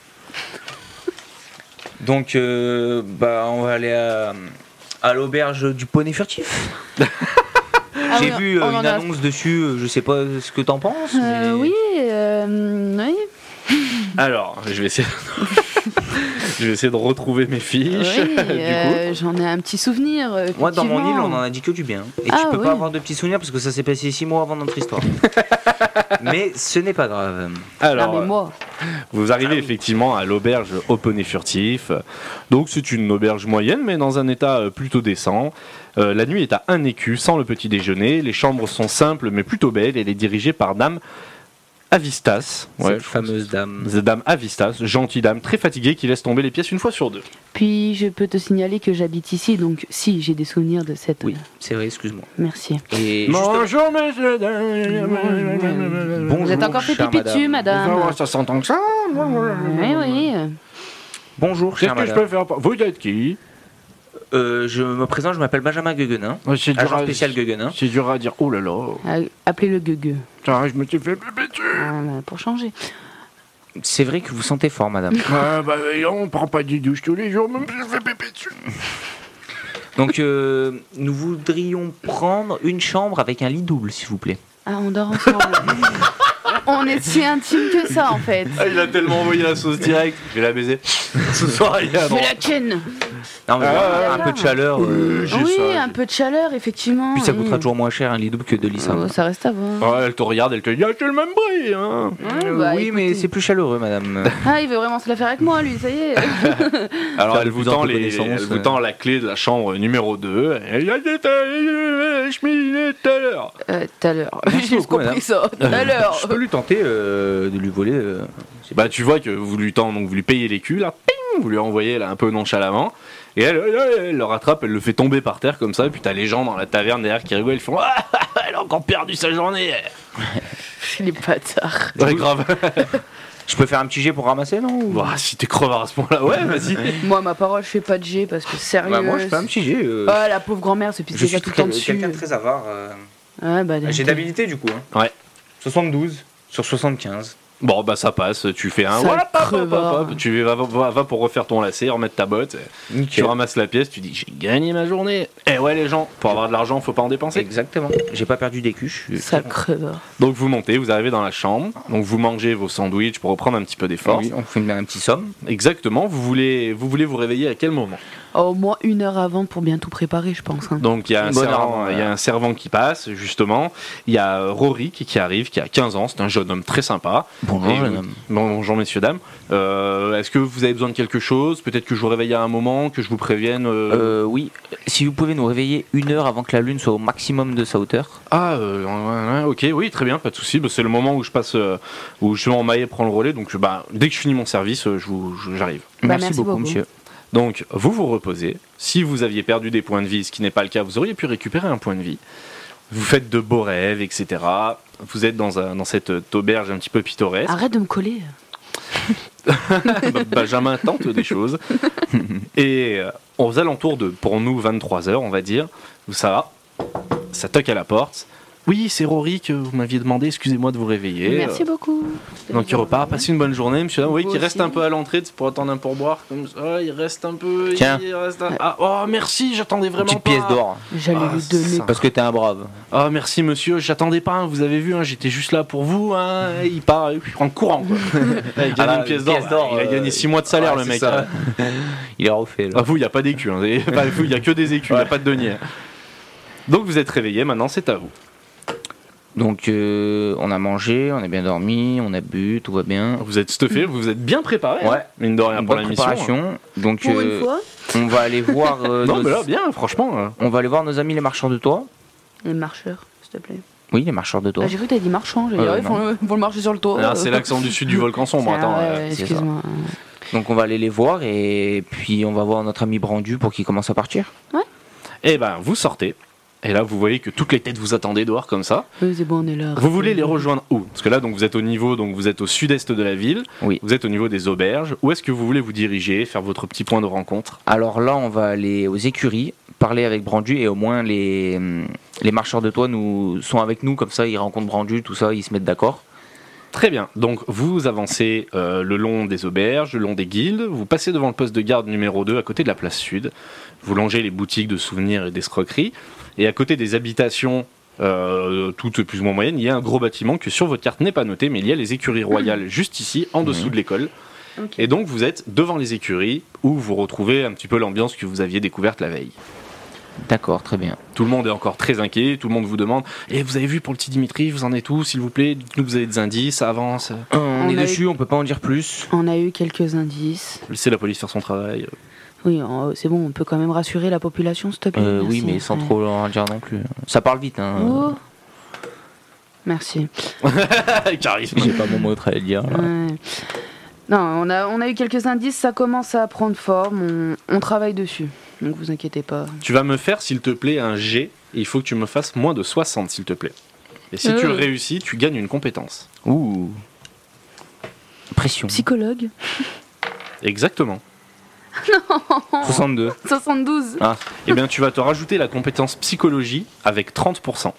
S4: Donc, euh, bah, on va aller à, à l'auberge du poney furtif.
S3: Ah
S4: J'ai
S3: oui,
S4: vu euh,
S3: on en
S4: une
S3: a-
S4: annonce dessus, euh, je sais pas ce que t'en penses. mais-
S3: Euh, oui, euh, oui.
S2: Alors, je vais essayer. je vais essayer de retrouver mes fiches.
S3: Oui,
S2: du coup.
S3: euh, j'en ai un petit souvenir. euh,
S4: Moi, dans mon île,
S3: effectivement.
S4: on en a dit que du bien. Et
S3: Ah,
S4: tu peux
S3: oui.
S4: pas avoir de petits souvenirs parce que ça s'est passé six mois avant notre histoire. mais ce n'est pas grave.
S2: Alors,
S3: ah,
S4: euh,
S3: mais moi.
S2: Vous arrivez
S4: Ah oui.
S2: effectivement à l'auberge au Poney Furtif. Donc c'est une auberge moyenne, mais dans un état euh, plutôt décent. Euh, la nuit est à un écu, sans le petit déjeuner. Les chambres sont simples, mais plutôt belles. Elle est dirigée par Dame Avistas. Ouais,
S4: Cette fameuse dame.
S2: je- Dame Avistas, gentille dame, très fatiguée, qui laisse tomber les pièces une fois sur deux.
S3: Puis je peux te signaler que j'habite ici, donc si j'ai des souvenirs de cette.
S4: Oui, c'est vrai, excuse-moi.
S3: Merci.
S4: Et justement-
S2: Bonjour, monsieur.
S4: Bonjour,
S3: Vous êtes encore fait
S4: chère
S3: pipi dessus, madame.
S2: Ça s'entend que ça
S4: Ah,
S3: Oui, oui.
S4: Bonjour,
S2: Qu'est-ce
S4: chère
S2: que je
S4: madame.
S2: peux faire pour- Vous êtes qui
S4: Euh, je me présente, je m'appelle Benjamin Gueguenin,
S2: C'est
S4: agent spécial Gueguenin.
S2: C'est dur à dire. Oh là là.
S3: Euh, Appelez le gueugue.
S2: Putain, je me suis fait pipi dessus.
S3: Voilà, pour changer.
S4: C'est vrai que vous sentez fort, madame.
S2: Ah bah on prend pas des douches tous les jours, même je fais pépé dessus.
S4: Donc, euh, nous voudrions prendre une chambre avec un lit double, s'il vous plaît.
S3: Ah, on dort ensemble. on est si intime que ça, en fait.
S2: Ah, il a tellement envoyé la sauce directe, je vais la baiser. Ce soir, il y
S4: Ah,
S2: a
S3: Je la tienne.
S4: Non, mais
S2: Ah,
S4: voilà,
S3: ah,
S4: un
S3: ah.
S4: peu de chaleur. euh,
S3: Oui, un peu de chaleur, effectivement.
S4: Puis ça
S3: Oui.
S4: coûtera toujours moins cher un lit double que de lit
S3: Oh,
S4: simple.
S3: Ça reste à voir.
S2: elle te regarde, elle te dit Ah, c'est le même bruit hein.
S4: Ah.
S3: Ouais, bah,
S4: oui, mais
S3: écoutez.
S4: c'est plus chaleureux, madame.
S3: Ah, il veut vraiment se la faire avec moi, lui, ça y est.
S2: Alors,
S4: Faire
S2: elle
S4: de
S2: vous,
S4: plus en
S2: tend
S4: plus
S2: les,
S4: connaissance,
S2: elle vous
S4: euh.
S2: tend la clé de la chambre numéro 2. Elle a dit Je cheminée tout à l'heure.
S3: Euh, Tout à l'heure.
S4: Merci
S3: J'ai
S4: beaucoup,
S3: compris
S4: madame.
S3: ça. Tout à l'heure.
S4: Je peux lui tenter euh, de lui voler. euh,
S2: Bah, tu vois que vous lui tend, donc vous lui payez les culs, là, ping, vous lui envoyez là, un peu nonchalamment. Et elle, elle, elle, elle le rattrape, elle le fait tomber par terre comme ça. Et puis t'as les gens dans la taverne derrière qui rigolent, ils font Ah, elle a encore perdu sa journée.
S3: Il est bâtard.
S2: Très grave.
S4: Je peux faire un petit jet pour ramasser, non ou-
S2: Bah, si t'es crevard à ce point-là, ouais, vas-y.
S3: Moi, ma parole, je fais pas de G parce que sérieux.
S4: Bah, moi, je fais un petit jet. euh,
S3: Ah, la pauvre grand-mère se pisse
S4: je
S3: déjà
S4: suis
S3: tout le
S4: quel-
S3: temps dessus.
S4: quelqu'un de très avare. euh.
S3: Ouais, bah,
S4: J'ai
S3: d'accord.
S4: d'habilité, du coup. hein.
S2: Ouais.
S4: 72 sur 75.
S2: Bon bah ça passe, tu fais un
S3: Sale
S2: voilà, pop, pop,
S3: crevard.
S2: pop, pop. tu vas, va, va pour refaire ton lacet, remettre ta botte, tu
S4: Nickel.
S2: ramasses la pièce, tu dis j'ai gagné ma journée. Eh ouais les gens, pour avoir de l'argent, faut pas en dépenser.
S4: Exactement. J'ai pas perdu des culs. je suis-
S3: Sale creveur.
S2: Donc vous montez, vous arrivez dans la chambre, donc vous mangez vos sandwichs pour reprendre un petit peu d'effort.
S4: Eh Oui, on fait une, un petit somme.
S2: Exactement, vous voulez vous voulez vous réveiller à quel moment
S3: Oh, au moins une heure avant pour bien tout préparer, je pense. hein.
S2: Donc il y a un
S4: Bonne
S2: servant,
S4: arme,
S2: il y a un servant qui passe justement, il y a euh, Rory qui, qui arrive qui a 15 ans, c'est un jeune homme très sympa. Et-
S4: Bonjour, jeune homme.
S2: Bon, bonjour messieurs dames. Euh, Est-ce que vous avez besoin de quelque chose Peut-être que je vous réveille à un moment, que je vous prévienne. euh,
S4: Euh, oui, si vous pouvez nous réveiller une heure avant que la lune soit au maximum de sa hauteur.
S2: Ah, euh, ouais, ouais, ok, oui, très bien, pas de souci. Bah, c'est le moment où je passe, euh, où justement Maillet prend le relais. Donc, bah, dès que je finis mon service, euh, je vous- je- j'arrive.
S3: Bah, merci beaucoup.
S4: monsieur.
S2: Donc, vous vous reposez. Si vous aviez perdu des points de vie, ce qui n'est pas le cas, vous auriez pu récupérer un point de vie. Vous faites de beaux rêves, etc. Vous êtes dans, un- dans cette euh, auberge un petit peu pittoresque.
S3: Arrête de me coller.
S2: Bah, Benjamin tente des choses. Et euh, aux alentours de, pour nous, 23h, on va dire, où ça va, ça toque à la porte. Oui, c'est Rory que vous m'aviez demandé, excusez-moi de vous
S4: euh,
S2: réveiller. Euh,
S3: Merci beaucoup.
S2: Donc il repart, passez une bonne journée, monsieur. Vous voyez
S3: Vous
S2: qu'il reste
S3: aussi.
S2: un peu à l'entrée tu sais, pour attendre un pourboire. Comme ça, Ah, il reste un peu.
S4: Tiens.
S2: Il reste un- Ah, oh, merci, j'attendais
S4: Une
S2: vraiment.
S4: petite
S2: pas.
S4: pièce d'or.
S3: J'allais
S2: Ah,
S3: lui donner.
S2: ça.
S4: Parce que t'es un brave.
S2: Ah, merci, monsieur, j'attendais pas, hein, vous avez vu, hein, j'étais juste là pour vous. hein. Il part euh, en courant. quoi. il gagne
S4: Ah,
S2: une pièce d'or.
S4: pièce d'or,
S2: Il a
S4: euh,
S2: gagné 6 mois de salaire, le
S4: Ouais, c'est
S2: mec.
S4: ça. Il est refait,
S2: Ah,
S4: là.
S2: vous, il n'y a pas d'écus. hein. C'est- pas- vous, Il n'y a que des écus, il n'y a pas de denier. Donc vous êtes réveillé, maintenant c'est à vous.
S4: Donc, euh, on a mangé, on a bien dormi, on a bu, tout va bien.
S2: Vous êtes stuffé, vous êtes bien préparé.
S4: Ouais.
S2: hein, mine de rien
S4: Une
S2: pour
S4: bonne
S2: la mission. hein.
S4: préparation. Donc,
S3: Pour
S4: euh,
S3: une fois.
S4: on va aller voir. euh,
S2: Non,
S4: nos-
S2: mais là, bien, franchement. hein.
S4: On va aller voir nos amis les marchands de toit.
S3: Les marcheurs, s'il te plaît.
S4: Oui, les marchands de toit.
S3: Ah, J'ai cru que t'avais dit marchand. J'ai dit,
S4: Euh,
S3: ah, ils font le- font le marché sur le toit.
S2: Ah, c'est l'accent du sud du volcan sombre.
S3: Ah,
S2: Attends,
S3: ouais,
S2: euh,
S3: ouais,
S4: c'est ça.
S3: Excuse-moi.
S4: Donc, on va aller les voir et puis on va voir notre ami Brandu pour qu'il commence à partir.
S2: Eh ben, vous sortez. Et là, vous voyez que toutes les têtes vous attendaient dehors comme ça.
S3: Oui, c'est bon, on est là.
S2: Vous voulez les rejoindre où Parce que là, donc, vous êtes au niveau, donc vous êtes au sud-est de la ville.
S4: Oui.
S2: Vous êtes au niveau des auberges. Où est-ce que vous voulez vous diriger, faire votre petit point de rencontre
S4: Alors là, on va aller aux écuries parler avec Brandu et au moins les, hum, les marcheurs de toit nous, sont avec nous, comme ça ils rencontrent Brandu, tout ça, ils se mettent d'accord.
S2: Très bien. Donc vous avancez euh, le long des auberges, le long des guildes, vous passez devant le poste de garde numéro 2 à côté de la place sud, vous longez les boutiques de souvenirs et d'escroqueries, et à côté des habitations euh, toutes plus ou moins moyennes, il y a un gros bâtiment que sur votre carte n'est pas noté, mais il y a les écuries royales juste ici, en dessous
S4: Oui.
S2: de l'école.
S3: Ok.
S2: Et donc vous êtes devant les écuries, où vous retrouvez un petit peu l'ambiance que vous aviez découverte la veille.
S4: D'accord, très bien.
S2: Tout le monde est encore très inquiet, tout le monde vous demande Et vous avez vu pour le petit Dimitri, vous en êtes où, s'il vous plaît Dites-nous que vous avez des indices, ça avance. euh,
S4: On,
S3: On
S4: est
S3: a
S4: dessus, on peut pas en dire plus.
S3: On a eu quelques indices.
S2: Laissez la police faire son travail.
S3: Oui, en- euh, c'est bon, on peut quand même rassurer la population, s'il te plaît.
S4: Euh, oui,
S3: Merci.
S4: mais sans
S3: Ouais.
S4: trop en dire non plus. Ça parle vite, hein.
S3: Oh. Merci.
S2: Charisme.
S4: J'ai pas mon mot à dire. là.
S3: Ouais. Non, on a, on a eu quelques indices, ça commence à prendre forme, on, on travaille dessus. Donc vous inquiétez pas.
S2: Tu vas me faire, s'il te plaît, un G. Et il faut que tu me fasses moins de 60, s'il te plaît. Et si tu
S3: Euh.
S2: réussis, tu gagnes une compétence.
S4: Ouh. Pression.
S3: Psychologue
S2: Exactement.
S4: 62.
S3: 72
S2: Eh bien, tu vas te rajouter la compétence psychologie avec 30%.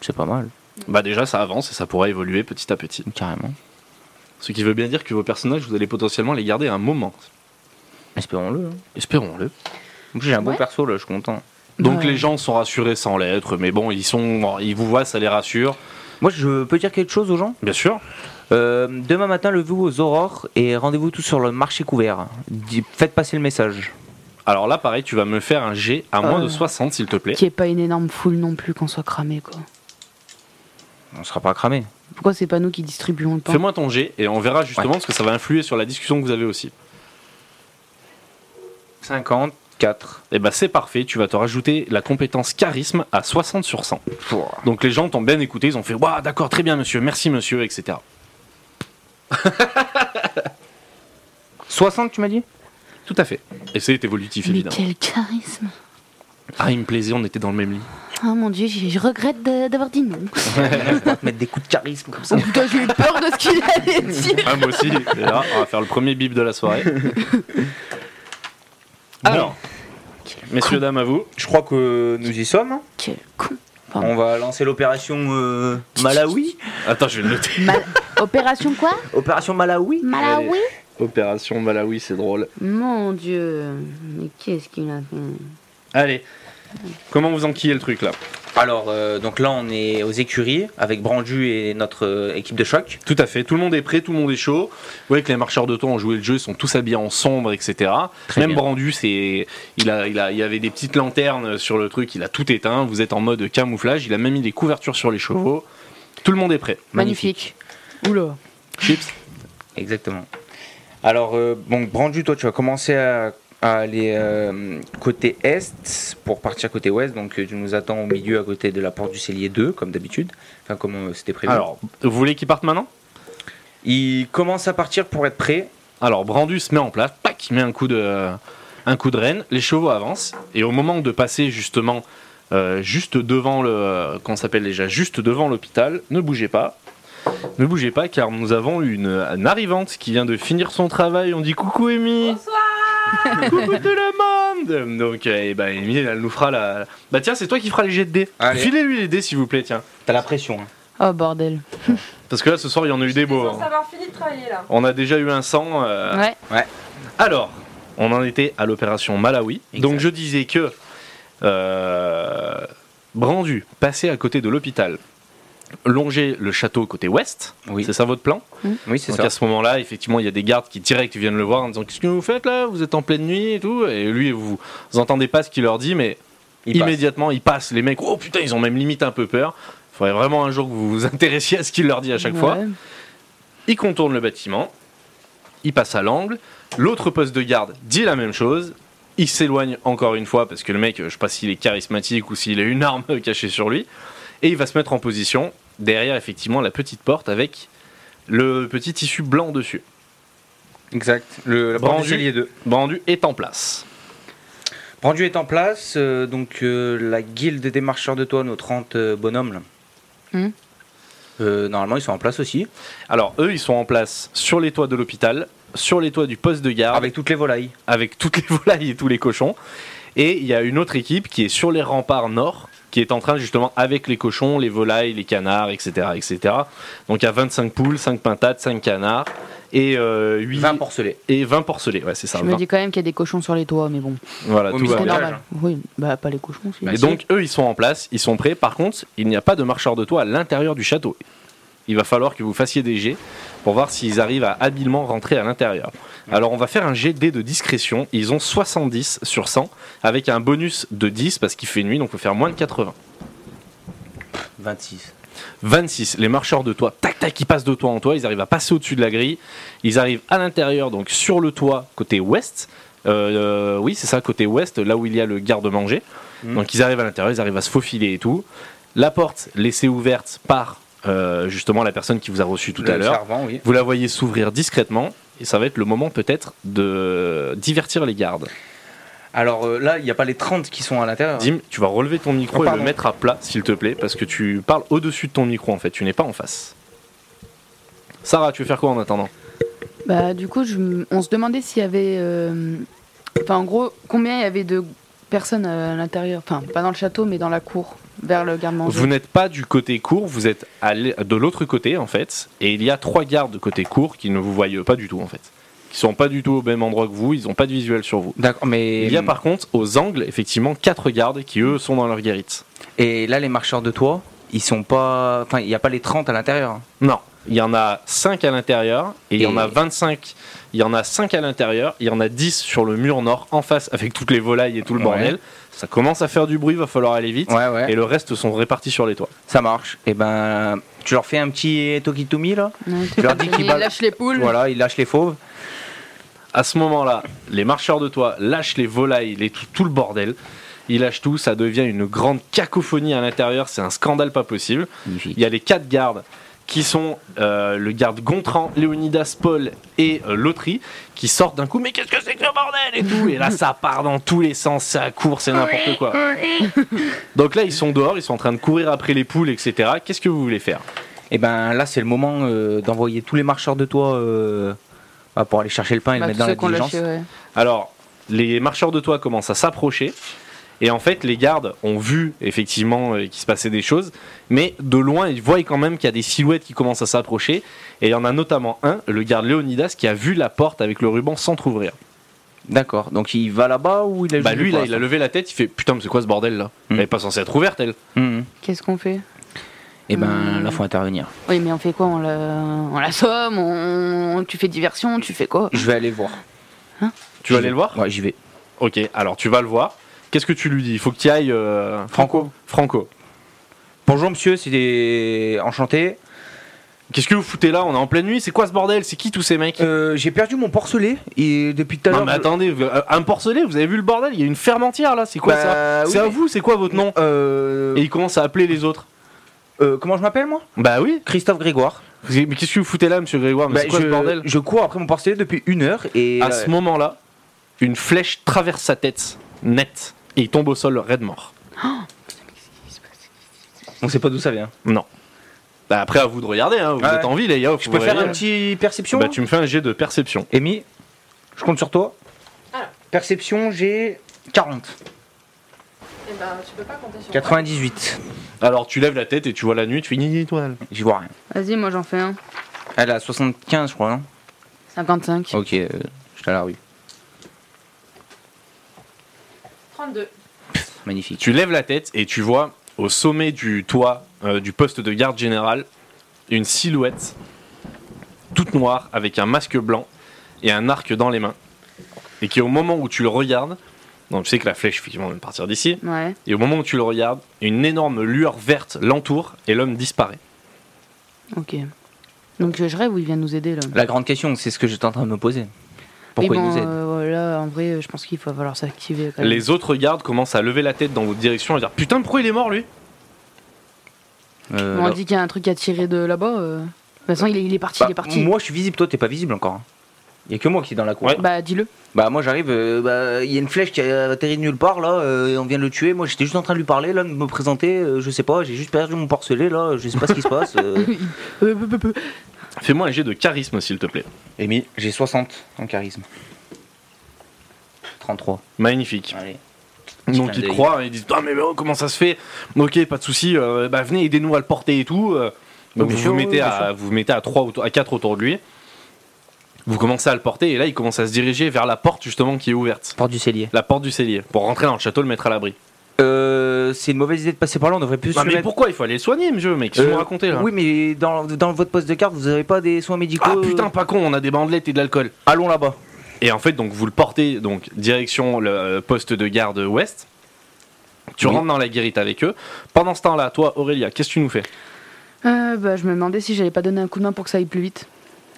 S4: C'est pas mal,
S2: Bah déjà, ça avance et ça pourra évoluer petit à petit.
S4: carrément.
S2: Ce qui veut bien dire que vos personnages, vous allez potentiellement les garder un moment.
S4: Espérons-le. hein.
S2: Espérons-le.
S4: En plus, J'ai un beau
S3: Ouais.
S4: perso là, je suis content.
S2: Donc
S3: Ouais.
S2: les gens sont rassurés sans l'être, mais bon, ils sont, ils vous voient, ça les rassure.
S4: Moi, je peux dire quelque chose aux gens
S2: Bien sûr.
S4: Euh, Demain matin, levez-vous aux aurores et rendez-vous tous sur le marché couvert. Dis- Faites passer le message.
S2: Alors là, pareil, tu vas me faire un G à moins
S3: Euh.
S2: de 60, s'il te plaît.
S3: Qui est pas une énorme foule non plus qu'on soit cramé quoi.
S4: On sera pas cramé.
S3: Pourquoi c'est pas nous qui distribuons le pain
S2: Fais-moi ton G et on verra justement parce que ça va influer sur la discussion que vous avez aussi.
S4: 54.
S2: Eh ben c'est parfait, tu vas te rajouter la compétence charisme à 60 sur 100. Donc les gens t'ont bien écouté, ils ont fait Waouh, d'accord, très bien monsieur, merci monsieur, etc.
S4: 60, tu m'as dit
S2: Tout à fait. Et c'est évolutif
S3: Mais
S2: évidemment.
S3: quel charisme
S2: Ah, il me plaisait, on était dans le même lit.
S3: Ah mon dieu, je je regrette de- d'avoir dit non.
S4: Mettre des coups de charisme comme
S3: Oh putain, j'ai eu peur de ce qu'il allait dire
S2: Ah, moi aussi. Et là, on va faire le premier bip de la soirée. Alors, messieurs, dames, à vous.
S4: Je crois que nous y sommes.
S3: Quel con
S4: On va lancer l'opération euh, Malawi.
S2: Attends, je vais le noter.
S3: Mal- Opération quoi
S4: Opération Malawi.
S3: Malawi
S2: Opération Malawi, c'est drôle.
S3: Mon dieu, mais qu'est-ce qu'il a fait
S2: Allez, comment vous enquillez le truc là
S4: Alors, euh, donc là, on est aux écuries avec Brandu et notre euh, équipe de choc.
S2: Tout à fait, tout le monde est prêt, tout le monde est chaud. Vous voyez que les marcheurs de temps ont joué le jeu, ils sont tous habillés en sombre, etc.
S4: Très
S2: Même
S4: bien.
S2: Brandu, c'est, il, a, il, a, il y avait des petites lanternes sur le truc, il a tout éteint, vous êtes en mode camouflage, il a même mis des couvertures sur les chevaux. Tout le monde est prêt.
S4: Magnifique.
S3: Oula
S2: Chips
S4: Exactement. Alors, euh, bon, Brandu, toi, tu vas commencer à, à aller euh, côté est pour partir côté ouest. Donc, euh, tu nous attends au milieu à côté de la porte du cellier 2, comme d'habitude. Enfin, comme euh, c'était prévu.
S2: Alors, vous voulez qu'ils partent maintenant
S4: il commence à partir pour être prêt.
S2: Alors, Brandu se met en place, tac, il met un coup de, un coup de renne, les chevaux avancent, et au moment de passer justement, euh, juste devant le, qu'on s'appelle déjà, juste devant l'hôpital, ne bougez pas. Ne bougez pas, car nous avons une, une arrivante qui vient de finir son travail. On dit coucou Amy. Bonsoir. coucou tout le monde. Donc, euh, eh ben, Amy, elle nous fera la. Bah tiens, c'est toi qui feras les jets de dés.
S4: Allez.
S2: Filez-lui les dés, s'il vous plaît, tiens.
S4: T'as la pression. hein.
S3: Oh bordel
S2: Parce que là, ce soir, il y en a eu des beaux. hein.
S5: Ça va fini de travailler là.
S2: On a déjà eu un sang. euh,
S3: Ouais,
S2: Alors, on en était à l'opération Malawi.
S4: Exact.
S2: Donc je disais que euh, Brandu passait à côté de l'hôpital, longeait le château côté ouest.
S4: Oui,
S2: C'est ça votre plan
S4: oui c'est
S2: Donc
S4: ça.
S2: à ce moment-là, effectivement, il y a des gardes qui direct viennent le voir en disant qu'est-ce que vous faites là Vous êtes en pleine nuit et tout. Et lui, vous, vous entendez pas ce qu'il leur dit, mais
S4: Il passe.
S2: immédiatement, ils passent. Les mecs, oh putain, ils ont même limite un peu peur. Il faudrait vraiment un jour que vous vous intéressiez à ce qu'il leur dit à chaque fois.
S3: Ouais.
S2: Il contourne le bâtiment, il passe à l'angle, l'autre poste de garde dit la même chose, il s'éloigne encore une fois parce que le mec, je sais pas s'il est charismatique ou s'il a une arme cachée sur lui, et il va se mettre en position derrière effectivement la petite porte avec le petit tissu blanc dessus.
S4: Exact. Le, la porte du
S2: Brandu.
S4: cellier 2.
S2: Brandu est en place.
S4: Brandu est en place. euh, donc, euh, la guilde des marcheurs de toit, nos 30 euh, bonhommes, là.
S3: Hmm.
S4: Euh, normalement, ils sont en place aussi.
S2: Alors eux, ils sont en place sur les toits de l'hôpital, sur les toits du poste de garde,
S4: Avec toutes les volailles.
S2: avec toutes les volailles et tous les cochons. Et il y a une autre équipe qui est sur les remparts nord, qui est en train justement avec les cochons, les volailles, les canards, etc. etc. Donc il y a 25 poules, 5 pintades, 5 canards et, euh, 8
S4: 20 porcelets.
S2: et 20 porcelets. Ouais, c'est ça.
S3: Je me
S2: 20.
S3: dis quand même qu'il y a des cochons sur les toits, mais bon,
S2: Voilà,
S6: Oh,
S2: tout
S6: mais
S2: va
S3: c'est
S6: Ouais,
S2: bien.
S3: normal. Oui, bah pas les cochons. c'est-
S5: Bah,
S2: Et donc eux, ils sont en place, ils sont prêts. Par contre, il n'y a pas de marcheur de toit à l'intérieur du château. Il va falloir que vous fassiez des jets pour voir s'ils arrivent à habilement rentrer à l'intérieur. Alors on va faire un jet de dés de discrétion. Ils ont 70 sur 100 avec un bonus de 10 parce qu'il fait nuit, donc on peut faire moins de 80.
S4: 26.
S2: 26, les marcheurs de toit, tac tac, ils passent de toit en toit, ils arrivent à passer au-dessus de la grille, ils arrivent à l'intérieur, donc sur le toit côté ouest, Euh, euh, oui c'est ça, côté ouest, là où il y a le garde-manger,
S6: Mhm.
S2: donc ils arrivent à l'intérieur, ils arrivent à se faufiler et tout, la porte laissée ouverte par euh, justement la personne qui vous a reçu tout à l'heure,
S5: Servant, oui.
S2: vous la voyez s'ouvrir discrètement, et ça va être le moment peut-être de divertir les gardes.
S5: Alors euh, là, il n'y a pas les 30 qui sont à
S4: Ah.
S5: l'intérieur.
S2: Dim, tu vas relever ton micro
S5: Oh,
S2: et le
S5: pardon.
S2: mettre à plat, s'il te plaît, parce que tu parles au-dessus de ton micro en fait, tu n'es pas en face. Sarah, tu veux faire quoi en attendant
S3: Bah du coup, je m- on se demandait s'il y avait, euh, enfin en gros, combien il y avait de personnes à l'intérieur, enfin pas dans le château, mais dans la cour, vers le garde-manger.
S2: Vous n'êtes pas du côté court, vous êtes à l'e- de l'autre côté en fait, et il y a trois gardes de côté court qui ne vous voient pas du tout en fait. Qui sont pas du tout au même endroit que vous, ils n'ont pas de visuel sur vous.
S4: D'accord, mais.
S2: Il y a par contre aux angles effectivement quatre gardes qui eux sont dans leur guérite.
S4: Et là, les marcheurs de toit, ils sont pas. Enfin, il n'y a pas les 30 à l'intérieur. hein.
S2: Non, il y en a 5 à l'intérieur et il y en a
S4: Et-
S2: 25. Il y en a 5 à l'intérieur, il y en a 10 sur le mur nord en face avec toutes les volailles et tout le
S4: Ouais.
S2: bordel. Ça commence à faire du bruit, va falloir aller vite.
S4: Ouais, ouais.
S2: Et le reste sont répartis sur les toits.
S4: Ça marche. Et ben, tu leur fais un petit Tokitomi là
S3: Ouais,
S4: Tu leur dis qu'ils
S3: ils
S4: bal-
S3: lâchent les
S2: Hmm.
S3: poules.
S4: Voilà, ils lâchent les fauves.
S2: À ce moment-là, les marcheurs de toit lâchent les volailles, les tout, tout le bordel. Ils lâchent tout, ça devient une grande cacophonie à l'intérieur, c'est un scandale pas possible. Il y a les quatre gardes qui sont euh, le garde Gontran, Léonidas, Paul et euh, Lotry qui sortent d'un coup. Mais qu'est-ce que c'est que ce bordel et tout Et là, ça part dans tous les sens, ça court, c'est n'importe quoi.
S1: Euh,
S2: Donc là, ils sont dehors, ils sont en train de courir après les poules, etc. Qu'est-ce que vous voulez faire
S4: Et ben là, c'est le moment euh, d'envoyer tous les marcheurs de toit euh, bah, pour aller chercher le pain et
S3: Bah,
S4: le
S3: tous
S4: mettre dans
S3: ceux
S4: la
S3: qu'on lâche,
S4: diligence.
S3: ouais.
S2: Alors, les marcheurs de toit commencent à s'approcher. Et en fait, les gardes ont vu effectivement euh, qu'il se passait des choses, mais de loin, ils voient quand même qu'il y a des silhouettes qui commencent à s'approcher. Et il y en a notamment un, le garde Léonidas, qui a vu la porte avec le ruban s'entrouvrir.
S4: D'accord. Donc il va là-bas ou il a
S2: Bah
S4: juste
S2: lui,
S4: le
S2: là,
S4: toit,
S2: il a levé la tête, il fait Putain, mais c'est quoi ce bordel là
S4: Mm.
S2: Elle est pas censée être ouverte, elle.
S4: ça Mhm.
S3: Qu'est-ce qu'on fait
S4: Et ben
S3: Mm.
S4: là, faut intervenir.
S3: Oui, mais on fait quoi On la, on l'assomme on... Tu fais diversion Tu fais quoi
S4: Je vais aller voir.
S2: Tu vas aller le voir
S4: Ouais, j'y vais.
S2: Ok, alors tu vas le voir. Qu'est-ce que tu lui dis Il faut que tu ailles. euh,
S4: Franco.
S2: Franco.
S4: Bonjour monsieur, c'est enchanté.
S2: Qu'est-ce que vous foutez là On est en pleine nuit, c'est quoi ce bordel C'est qui tous ces mecs
S4: Euh, J'ai perdu mon porcelet et depuis tout à
S2: Non
S4: l'heure.
S2: mais
S4: je-
S2: attendez, vous- euh, un porcelet, vous avez vu le bordel Il y a une ferme entière là, c'est quoi
S4: Bah,
S2: ça
S4: oui,
S2: C'est à
S4: mais-
S2: vous, c'est quoi votre nom
S4: Euh,
S2: Et il commence à appeler les autres.
S4: euh, comment je m'appelle moi
S2: Bah oui
S4: Christophe Grégoire.
S2: Mais qu'est-ce que vous foutez là, monsieur Grégoire Mais
S4: Bah,
S2: c'est quoi
S4: je,
S2: ce bordel
S4: je cours après mon porcelet depuis une heure et. euh,
S2: À ce moment-là, une flèche traverse sa tête, nette, et il tombe au sol raide mort.
S4: on sait pas d'où ça vient.
S2: Bah après, à vous de regarder, hein, vous
S4: Ouais.
S2: êtes en ville, les gars.
S4: Je peux faire un petit perception
S2: Bah, tu me fais un jet de perception.
S4: Amy, je compte sur toi. Perception, j'ai 40.
S7: Eh ben,
S3: tu peux pas compter sur
S4: 98.
S2: Alors, tu lèves la tête et tu vois la nuit, tu fais une étoile.
S4: J'y vois rien.
S3: Vas-y, moi j'en fais un.
S4: Elle a 75, je crois, non
S3: 55.
S4: Ok, euh, je suis à la rue.
S3: 32.
S4: Magnifique.
S2: Tu lèves la tête et tu vois au sommet du toit euh, du poste de garde général une silhouette toute noire avec un masque blanc et un arc dans les mains. Et qui, au moment où tu le regardes, donc tu sais que la flèche, effectivement, va partir d'ici,
S3: Ouais.
S2: et au moment où tu le regardes, une énorme lueur verte l'entoure et l'homme disparaît.
S3: Ok. Donc euh, je rêve où il vient nous aider là.
S4: La grande question, c'est ce que j'étais en train de me poser. Pourquoi
S3: Oui,
S4: il
S3: bon,
S4: nous aide
S3: euh, ouais, Là, en vrai, euh, je pense qu'il va falloir s'activer. Quand même.
S2: Les autres gardes commencent à lever la tête dans votre direction et à dire Putain, pourquoi il est mort lui
S4: Euh,
S3: Bon, on
S4: alors-
S3: dit qu'il y a un truc à tirer de là-bas. euh. De toute façon, il est, il est parti, il est
S4: Bah,
S3: parti.
S4: Moi, je suis visible, toi, t'es pas visible encore. Il y a que moi qui est dans la cour.
S2: Ouais.
S3: Bah, dis-le.
S4: Bah moi j'arrive, euh, bah, il y a une flèche qui a atterri de nulle part là, euh, et on vient de le tuer, moi j'étais juste en train de lui parler, là, de me présenter, euh, je sais pas, j'ai juste perdu mon porcelet là, je sais pas ce qui se passe. euh.
S3: Euh, peu, peu, peu.
S2: Fais-moi un jet de charisme s'il te plaît.
S4: Amy, j'ai 60 en charisme. 33.
S2: Magnifique.
S4: Allez.
S2: Donc
S4: clin
S2: ils te
S4: d'œil.
S2: croient, ils disent ah mais oh, comment ça se fait Ok, pas de souci, euh, bah, venez aidez-nous à le porter et tout. euh. Donc
S4: Bien
S2: vous
S4: sûr,
S2: vous
S4: oui,
S2: mettez
S4: bien
S2: à vous vous mettez à trois autour- à quatre autour de lui. Vous commencez à le porter et là il commence à se diriger vers la porte justement qui est ouverte,
S4: Porte du cellier.
S2: la porte du cellier, pour rentrer dans le château le mettre à l'abri.
S4: Euh, c'est une mauvaise idée de passer par là, on devrait plus
S2: Bah,
S4: se
S2: mais
S4: mettre-
S2: pourquoi il faut aller le soigner, monsieur, mec Qu'est-ce que vous
S4: Euh,
S2: racontez là
S4: Oui, mais dans, dans votre poste de carte, vous avez pas des soins médicaux
S2: Ah
S4: euh,
S2: putain, pas con, on a des bandelettes et de l'alcool.
S4: Allons là-bas.
S2: Et en fait, donc vous le portez donc direction le euh, poste de garde ouest. Tu
S4: Oui.
S2: rentres dans la guérite avec eux. Pendant ce temps-là, toi, Aurélia, qu'est-ce que tu nous fais
S3: Euh, bah, je me demandais si j'allais pas donner un coup de main pour que ça aille plus vite.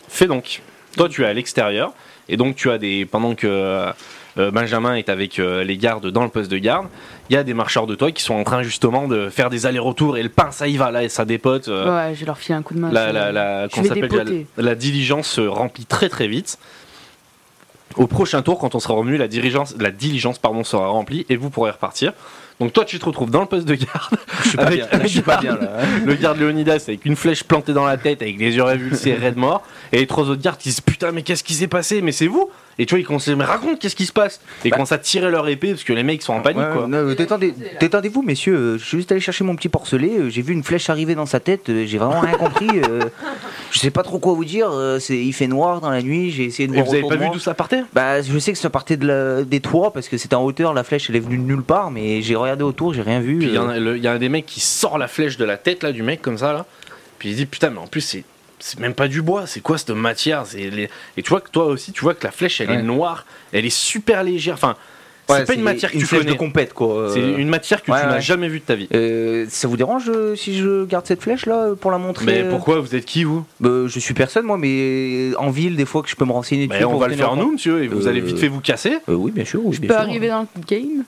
S2: Fais donc. Toi, tu es à l'extérieur. Et donc, tu as des. Pendant que euh, Benjamin est avec euh, les gardes dans le poste de garde, il y a des marcheurs de toi qui sont en train justement de faire des allers-retours. Et le pain, ça y va, là, et ça dépote. euh,
S3: ouais, je vais leur filer un coup de main.
S2: la,
S3: ça-
S2: la, la,
S3: je
S2: qu'on
S3: vais
S2: s'appelle déjà,
S3: dépoter.
S2: la diligence se remplit très très vite. Au prochain tour, quand on sera revenu, la diligence, la diligence pardon, sera remplie et vous pourrez repartir. Donc toi, tu te retrouves dans le poste de garde. Je suis
S5: pas bien, là, je suis pas bien, là. hein.
S2: Le garde Leonidas avec une flèche plantée dans la tête, avec les yeux révulsés, raide mort. Et les trois autres gardes qui disent putain, mais qu'est-ce qui s'est passé Mais c'est vous Et tu vois, ils commencent à dire, mais raconte, qu'est-ce qui se passe Et ils
S5: Bah.
S2: commencent à tirer leur épée parce que les mecs sont en panique.
S4: Ouais,
S2: quoi.
S4: non, euh, détendez- Détendez-vous, messieurs. euh, Je suis juste allé chercher mon petit porcelet. euh, J'ai vu une flèche arriver dans sa tête. euh, J'ai vraiment rien compris. euh, Je sais pas trop quoi vous dire. euh, c'est- Il fait noir dans la nuit. J'ai essayé de
S2: Et
S4: voir
S2: vous avez
S4: autour
S2: pas
S4: de
S2: vu
S4: moi.
S5: hein.
S2: d'où ça partait
S4: Bah, je sais que ça partait de la- des toits parce que c'était en hauteur. La flèche, elle est venue de nulle part. Mais j'ai regardé autour, j'ai rien vu.
S2: Puis il y, en
S4: euh.
S2: a- le- il y a un des mecs qui sort la flèche de la tête là du mec comme ça là. Puis il dit putain mais en plus c'est c'est même pas du bois, c'est quoi cette matière C'est les- Et tu vois que toi aussi tu vois que la flèche elle est
S4: Ouais.
S2: noire, elle est super légère. Enfin
S4: Ouais,
S2: c'est pas une matière que tu
S4: flèche
S2: connais.
S4: de compète, quoi. euh.
S2: C'est une matière que
S4: ouais,
S2: tu n'as
S4: ouais.
S2: jamais vue de ta vie.
S4: Euh, ça vous dérange euh, si je garde cette flèche là pour la montrer
S2: Mais
S4: euh
S2: pourquoi vous êtes qui vous
S4: Bah, Je suis personne moi, mais euh, en ville des fois que je peux me renseigner.
S2: Bah,
S4: dessus
S2: On
S4: pour
S2: va le
S4: obtenir
S2: faire
S4: un-
S2: nous monsieur et vous
S4: Euh,
S2: allez vite fait vous casser.
S4: Euh, oui, bien sûr. Oui,
S3: Je
S4: bien
S3: peux
S4: sûr.
S3: arriver
S2: hein.
S3: dans le game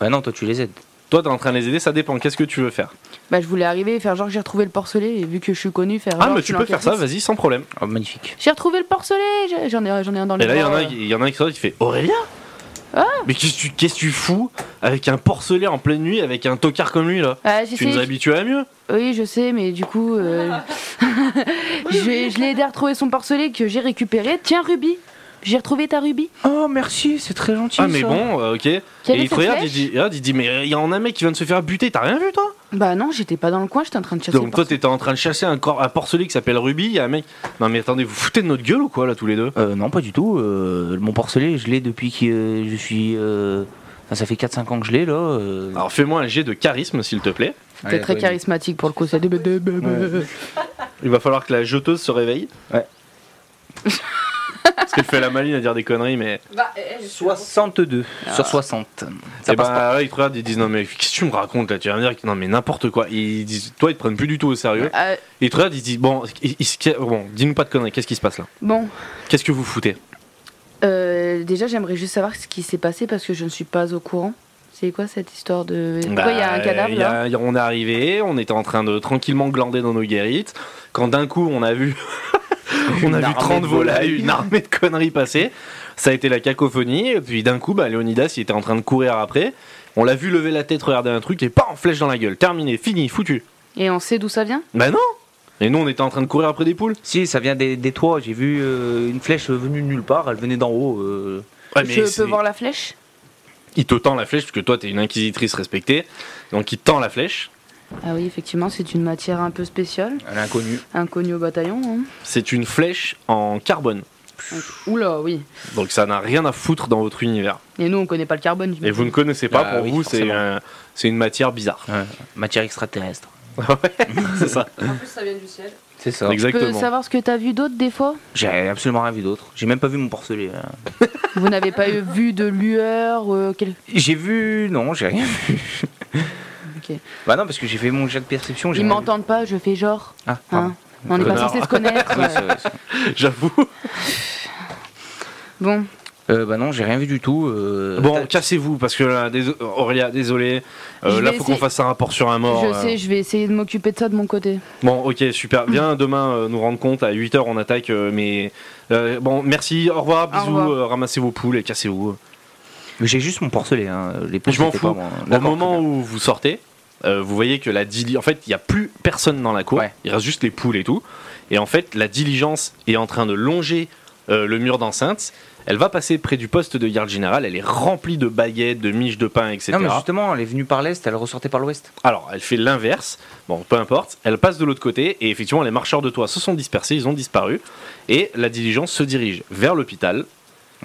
S4: Bah non, toi tu les aides.
S2: Toi t'es en train de les aider, ça dépend. Qu'est-ce que tu veux faire
S3: Bah, je voulais arriver et faire genre que j'ai retrouvé le porcelet et vu que je suis connu, faire.
S2: Ah
S3: genre,
S2: mais
S3: je
S2: tu
S3: suis
S2: peux faire ça,
S3: l'enquêtrice.
S2: vas-y sans problème.
S4: Oh, magnifique.
S3: J'ai retrouvé le porcelet j'ai- J'en ai, j'en ai un dans le
S2: Et là il y en a
S3: bras,
S2: un
S3: euh.
S2: qui- il y en a un qui sort qui fait Aurélien
S3: Ah
S2: Mais qu'est-ce que tu- qu'est-ce que tu fous avec un porcelet en pleine nuit avec un tocard comme lui là
S3: Ah, j'ai
S2: Tu nous
S3: essayé-
S2: habitues à mieux
S3: Oui, je sais, mais du coup, euh, je, je l'ai aidé à retrouver son porcelet que j'ai récupéré. Tiens, Ruby, j'ai retrouvé ta Ruby.
S4: Oh merci, c'est très gentil.
S2: Ah mais
S4: ça.
S2: bon, euh, ok. Et
S3: Quelle
S2: il
S3: est
S2: te
S3: cette
S2: regarde, il
S3: flèche
S2: dit, regarde, il dit, mais il y en a un mec qui vient de se faire buter, t'as rien vu toi
S3: Bah non, j'étais pas dans le coin, j'étais en train de chasser. le
S2: Donc toi t'étais en train de chasser un, corps, un porcelet qui s'appelle Ruby, il y a un mec... Non mais attendez, vous foutez de notre gueule ou quoi là tous les deux
S4: Euh, non, pas du tout. euh, mon porcelet, je l'ai depuis que euh, je suis. euh, enfin, ça fait 4-5 ans que je l'ai là. euh.
S2: Alors fais-moi un jet de charisme s'il te plaît.
S3: porcelet. T'es très charismatique pour le coup, c'est des- des- des-
S2: Il va falloir que la jeteuse se réveille.
S4: Ouais.
S2: Parce qu'elle fait la maline à dire des conneries mais...
S7: Bah, eh,
S4: 62 sur 60. Ça
S2: Et
S4: passe pas.
S2: bah là ils te regardent, ils disent non mais qu'est-ce que tu me racontes là Tu vas me dire que non mais n'importe quoi. Ils disent, toi ils te prennent plus du tout au sérieux.
S3: Euh,
S2: Ils te regardent, ils disent bon, ils- ils- bon dis-nous pas de conneries, qu'est-ce qui se passe là
S3: bon,
S2: Qu'est-ce que vous foutez
S3: euh, déjà, j'aimerais juste savoir ce qui s'est passé parce que je ne suis pas au courant. C'est quoi cette histoire de. Pourquoi il y a un
S2: Bah,
S3: cadavre
S2: il y
S3: là
S2: a- On est arrivé, on était en train de tranquillement glander dans nos guérites, quand d'un coup on a vu, on a
S4: Une
S2: vu
S4: armée
S2: 30
S4: de
S2: volailles,
S4: volailles.
S2: une armée de conneries passer. Ça a été la cacophonie, et puis d'un coup, bah, Léonidas il était en train de courir après. On l'a vu lever la tête, regarder un truc, et pas en flèche dans la gueule. Terminé, fini, foutu.
S3: Et on sait d'où ça vient
S2: Bah non Et nous on était en train de courir après des poules.
S4: Si, ça vient des, des toits. J'ai vu euh, une flèche venue de nulle part. Elle venait d'en haut. euh.
S2: Ouais, mais
S3: Je
S2: c'est-
S3: peux voir la flèche
S2: Il te tend la flèche, parce que toi t'es une inquisitrice respectée, donc il te tend la flèche.
S3: Ah oui, effectivement, c'est une matière un peu spéciale,
S5: Elle est inconnue.
S3: inconnue au bataillon. hein.
S2: C'est une flèche en carbone,
S3: Donc, Oula, oui.
S2: donc ça n'a rien à foutre dans votre univers.
S3: Et nous, on connaît pas le carbone.
S2: Et
S3: j'imagine.
S2: vous ne connaissez pas,
S4: Ah
S2: pour
S4: oui,
S2: vous, c'est
S4: forcément.
S2: un- c'est une matière bizarre.
S4: Matière extraterrestre.
S2: c'est ça.
S7: En plus, ça vient du ciel.
S4: C'est ça.
S3: Tu peux
S2: Exactement.
S3: savoir ce que t'as vu d'autre des fois
S4: J'ai absolument rien vu d'autre. J'ai même pas vu mon porcelet. euh.
S3: Vous n'avez pas eu vu de lueur euh, quel-
S4: J'ai vu. Non, j'ai rien vu.
S3: Ok.
S4: Bah non, parce que j'ai fait mon jet de perception. j'ai
S3: Ils
S4: rien
S3: m'entendent pas, je fais genre.
S4: vu. Ah, pardon.
S3: hein. on n'est pas
S2: Connard.
S3: censé se connaître.
S4: Oui,
S3: Ah, ouais.
S4: c'est vrai, c'est vrai.
S2: J'avoue.
S3: Bon,
S4: Euh, bah non, j'ai rien vu du tout. euh,
S2: Bon,
S4: t'as-
S2: cassez-vous parce que là, déso- Aurélia, désolé. Euh,
S3: Je
S2: là,
S3: vais
S2: faut qu'on
S3: essayer-
S2: fasse un rapport sur un mort.
S3: je
S2: euh.
S3: sais, je vais essayer de m'occuper de ça de mon côté.
S2: Bon, ok, super. Viens demain euh, nous rendre compte. À 8h, on attaque. euh, mais euh, bon, merci. Au revoir. Bisous.
S3: revoir.
S2: euh, ramassez vos poules et cassez-vous.
S4: Mais j'ai juste mon porcelet. hein, Les pots,
S2: Je m'en
S4: c'était
S2: fous.
S4: pas moi.
S2: Au
S4: D'accord,
S2: moment
S4: très
S2: où vous sortez, euh, vous voyez que la diligence. En fait, il n'y a plus personne dans la cour.
S4: Ouais.
S2: Il reste juste les poules et tout. Et en fait, la diligence est en train de longer euh, le mur d'enceinte. Elle va passer près du poste de garde général. Elle est remplie de baguettes, de miches de pain, etc.
S5: Non, mais justement, elle est venue par l'Est, elle ressortait par l'Ouest.
S2: Alors, elle fait l'inverse. Bon, peu importe. Elle passe de l'autre côté et effectivement, les marcheurs de toit se sont dispersés, ils ont disparu. Et la diligence se dirige vers l'hôpital.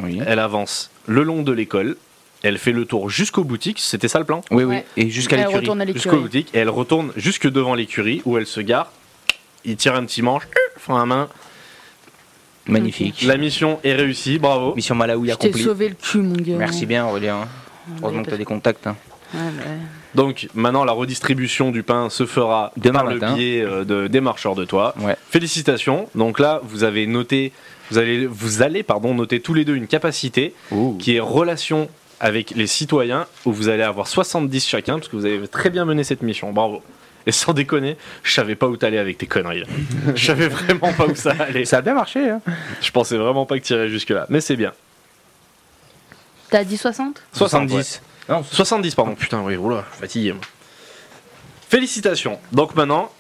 S4: Oui,
S2: Elle avance le long de l'école. Elle fait le tour jusqu'aux boutiques. C'était ça le plan
S4: oui,
S3: Ouais. Euh,
S4: et jusqu'à
S3: Elle
S4: l'écurie.
S3: retourne à
S2: Jusqu'aux
S3: l'écurie.
S2: boutiques. Et elle retourne jusque devant l'écurie où elle se gare. Il tire un petit manche, font la main.
S4: Magnifique.
S2: La mission est réussie, bravo.
S4: Mission Malawi
S3: Je t'ai
S4: accomplie.
S3: sauvé hein. Ah, le cul, mon gars.
S4: Merci bien, Aurélien.
S3: Ouais,
S4: Heureusement que
S3: parce-
S4: tu as des contacts. hein.
S3: Ouais, ouais.
S2: Donc maintenant, la redistribution du pain se fera
S4: Demain
S2: par
S4: matin.
S2: le biais euh, de, des marcheurs de toit.
S4: Ouais.
S2: Félicitations. Donc là, vous avez noté, vous allez, vous allez pardon, noter tous les deux une capacité qui est relation avec les citoyens, où vous allez avoir 70 chacun, parce que vous avez très bien mené cette mission. Bravo. Et sans déconner, je savais pas où t'allais avec tes conneries. là. Je savais vraiment pas où ça allait.
S5: Ça a bien marché, hein.
S2: Je pensais vraiment pas que t'irais jusque-là. Mais c'est bien.
S3: T'as dit 60
S2: 70.
S4: 70.
S5: Non,
S2: 70, pardon. Oh, Putain, oui, oula, fatigué. moi. Félicitations. Donc maintenant,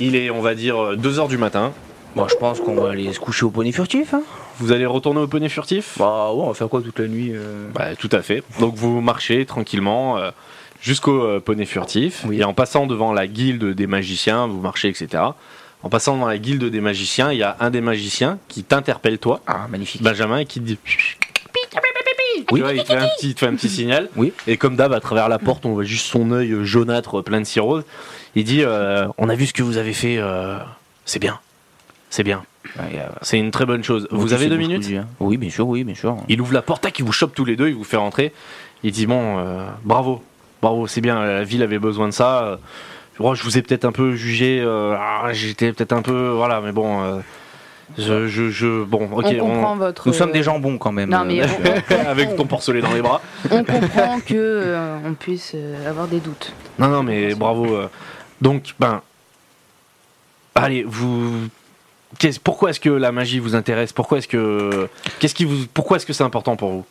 S2: il est, on va dire, 2h du matin.
S4: Bon, je pense qu'on va aller se coucher au poney furtif. hein.
S2: Vous allez retourner au poney furtif
S5: Bah ouais, on va faire quoi toute la nuit euh
S2: Bah, Tout à fait. Donc vous marchez tranquillement euh, jusqu'au euh, poney furtif. Et en passant devant la guilde des magiciens, vous marchez, etc. En passant devant la guilde des magiciens, il y a un des magiciens qui t'interpelle, toi,
S4: Ah, magnifique.
S2: Benjamin, et qui te dit. Tu vois, il te fait un petit, il te fait un petit signal.
S4: Oui.
S2: Et comme d'hab, à travers la porte, on voit juste son œil jaunâtre, plein de cirrhose. Il dit euh, On a vu ce que vous avez fait. euh, c'est bien. C'est bien.
S4: Ouais, euh,
S2: C'est une très bonne chose. vous
S4: Motus
S2: avez
S4: et
S2: deux
S4: Bouche
S2: minutes
S4: cousue, hein. Oui, bien sûr, oui, bien sûr.
S2: Il ouvre la porte, tac, il vous chope tous les deux, il vous fait rentrer. Il dit bon, euh, bravo, bravo, c'est bien, la ville avait besoin de ça. Euh, oh, je vous ai peut-être un peu jugé, euh, ah, j'étais peut-être un peu, voilà, mais bon, euh, je, je, je- bon, ok,
S3: on comprend
S2: on-
S3: votre.
S4: Nous sommes des jambons quand même.
S3: euh, Non, mais
S4: euh,
S3: on-
S2: avec ton porcelet dans les bras.
S3: on comprend que euh, on puisse euh, avoir des doutes.
S2: Non, non, mais bravo. euh. Donc, ben, allez, vous. qu'est-ce- pourquoi est-ce que la magie vous intéresse Pourquoi est-ce que, qu'est-ce qui vous, pourquoi est-ce que c'est important pour vous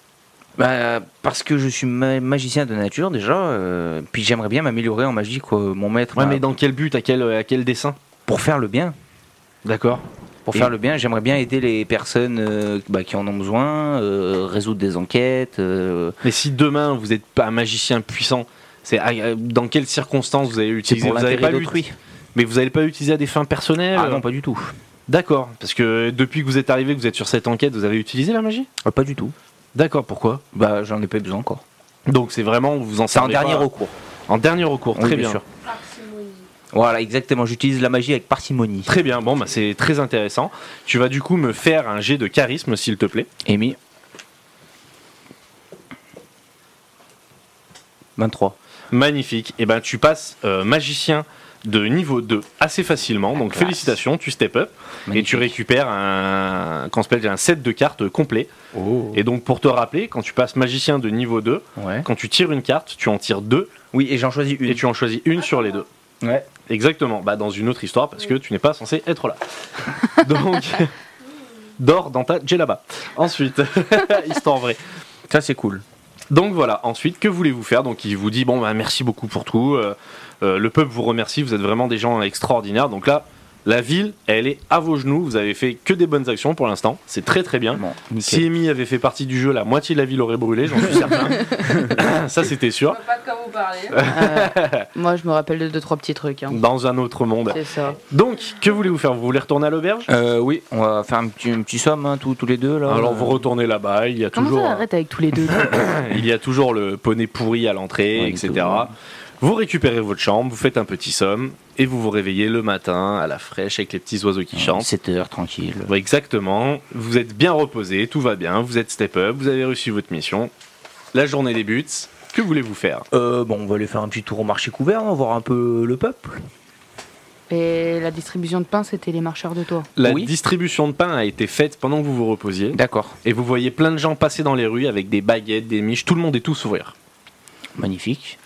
S4: Bah, parce que je suis ma- magicien de nature déjà, euh, puis j'aimerais bien m'améliorer en magie, quoi. Mon maître,
S2: Ouais,
S4: m'a-
S2: mais dans quel but, à quel, à quel dessin
S4: pour faire le bien.
S2: D'accord.
S4: Pour
S2: Et-
S4: faire le bien, j'aimerais bien aider les personnes euh, bah, qui en ont besoin, euh, résoudre des enquêtes. euh,
S2: Mais si demain vous n'êtes pas un magicien puissant, c'est ah, euh, dans quelles circonstances vous allez
S4: c'est
S2: utiliser
S4: pour
S2: vous avez
S4: l'intérêt
S2: pas
S4: d'autrui.
S2: ut- Mais vous n'allez pas utiliser à des fins personnelles
S4: Ah non, pas du tout.
S2: D'accord. Parce que depuis que vous êtes arrivé, que vous êtes sur cette enquête, vous avez utilisé la magie
S4: Ah, pas du tout.
S2: D'accord. Pourquoi
S4: Bah, j'en ai pas besoin encore.
S2: Donc c'est vraiment vous en
S4: C'est en
S2: servez
S4: dernier
S2: pas-
S4: recours.
S2: En dernier recours.
S4: Oui,
S2: Très
S4: bien
S2: bien.
S4: sûr.
S7: Ah,
S4: Voilà, exactement. J'utilise la magie avec parcimonie.
S2: Très bien. Bon, bah, c'est très intéressant. Tu vas du coup me faire un jet de charisme, s'il te plaît.
S4: Amy 23.
S2: Magnifique. Et ben tu passes euh, magicien de niveau 2 assez facilement. Donc
S4: classe.
S2: félicitations, tu step up. Et tu récupères un, qu'on s'appelle, un set de cartes complet. Et donc pour te rappeler, quand tu passes magicien de niveau 2,
S4: Ouais.
S2: quand tu tires une carte, tu en tires deux
S4: Oui, et j'en choisis une.
S2: et tu en choisis une sur les deux.
S4: Ouais.
S2: Exactement, bah dans une autre histoire parce que tu n'es pas censé être là. donc dors dans ta djellaba. Ensuite, histoire vraie.
S4: Ça, c'est cool.
S2: Donc voilà, ensuite, que voulez-vous faire Donc il vous dit, bon, bah, merci beaucoup pour tout, euh, euh, le peuple vous remercie, vous êtes vraiment des gens extraordinaires. Donc là, la ville, elle est à vos genoux, vous avez fait que des bonnes actions pour l'instant, c'est très très bien.
S4: Bon, nickel.
S2: Si Amy avait fait partie du jeu, la moitié de la ville aurait brûlé, j'en suis certain. Ça, c'était sûr.
S7: pas de quoi vous parler.
S3: Euh, moi, je me rappelle de deux trois petits trucs. hein.
S2: Dans un autre monde.
S3: C'est ça.
S2: Donc, que voulez-vous faire Vous voulez retourner à l'auberge
S4: Euh, oui, on va faire un petit, un petit somme hein, tous, tous les deux là.
S2: Euh, Alors, vous retournez là-bas, il y a
S3: Comment
S2: toujours, hein.
S3: ça arrête avec tous les deux
S2: il y a toujours le poney pourri à l'entrée,
S4: Ouais,
S2: etc.
S4: tout.
S2: Vous récupérez votre chambre, vous faites un petit somme, et vous vous réveillez le matin à la fraîche avec les petits oiseaux qui chantent.
S4: 7 heures tranquille.
S2: Ouais, Exactement, vous êtes bien reposé, tout va bien, vous êtes step up, vous avez reçu votre mission. La journée débute, que voulez-vous faire
S5: Euh, bon, on va aller faire un petit tour au marché couvert, on va voir un peu le peuple.
S3: Et la distribution de pain, c'était les marcheurs de toit.
S2: La
S4: Oui.
S2: distribution de pain a été faite pendant que vous vous reposiez.
S4: D'accord,
S2: Et vous voyez plein de gens passer dans les rues avec des baguettes, des miches, tout le monde est tous ouvert.
S4: magnifique.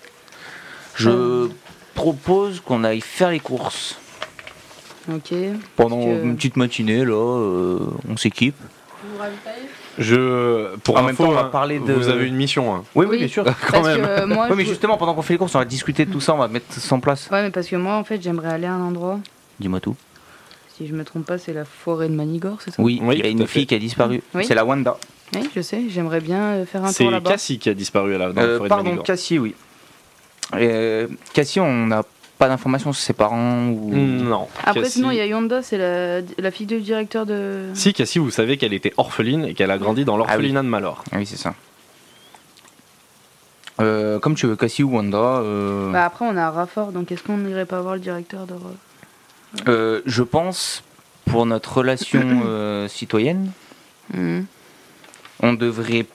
S4: Euh. Je propose qu'on aille faire les courses.
S3: Ok.
S4: Pendant
S3: Parce que-
S4: une petite matinée là, euh, on s'équipe.
S7: Vous vous ravitaillez
S2: Je, pour
S4: En même
S2: info,
S4: temps, on va
S2: hein,
S4: parler de-
S2: vous avez une mission. hein.
S4: Oui,
S3: Oui. Parce que euh, moi,
S4: Oui, mais
S3: je-
S4: justement, pendant qu'on fait les courses, on va discuter de tout ça, on va mettre ça en place.
S3: Ouais, mais parce que moi, en fait, j'aimerais aller à un endroit.
S4: Dis-moi tout.
S3: si je me trompe pas, c'est la forêt de Manigore, c'est ça
S4: Oui,
S2: Oui,
S4: il y a
S2: tout
S4: une
S2: à fait.
S4: fille qui a disparu.
S3: Oui.
S4: C'est la Wanda.
S3: Oui, je sais, j'aimerais bien euh, faire un
S2: C'est
S3: tour là-bas.
S2: Cassie qui a disparu à la, dans la
S4: Euh,
S2: forêt de
S4: pardon,
S2: Manigore.
S4: Cassie, oui. Euh, Cassie, on n'a pas d'informations sur ses parents ou.
S2: Hmm. Non.
S3: Après,
S2: Cassie-
S3: sinon, il y a Yonda, c'est la, la fille du directeur de.
S2: Si, Cassie, vous savez qu'elle était orpheline et qu'elle a grandi dans l'orphelinat de Malor.
S4: Ah oui, c'est ça. Euh, comme tu veux, Cassie ou Wanda. euh,
S3: Bah, après, on a Rafford, donc est-ce qu'on n'irait pas voir le directeur de.
S4: euh, je pense, pour notre relation euh, citoyenne,
S3: Hmm.
S4: on devrait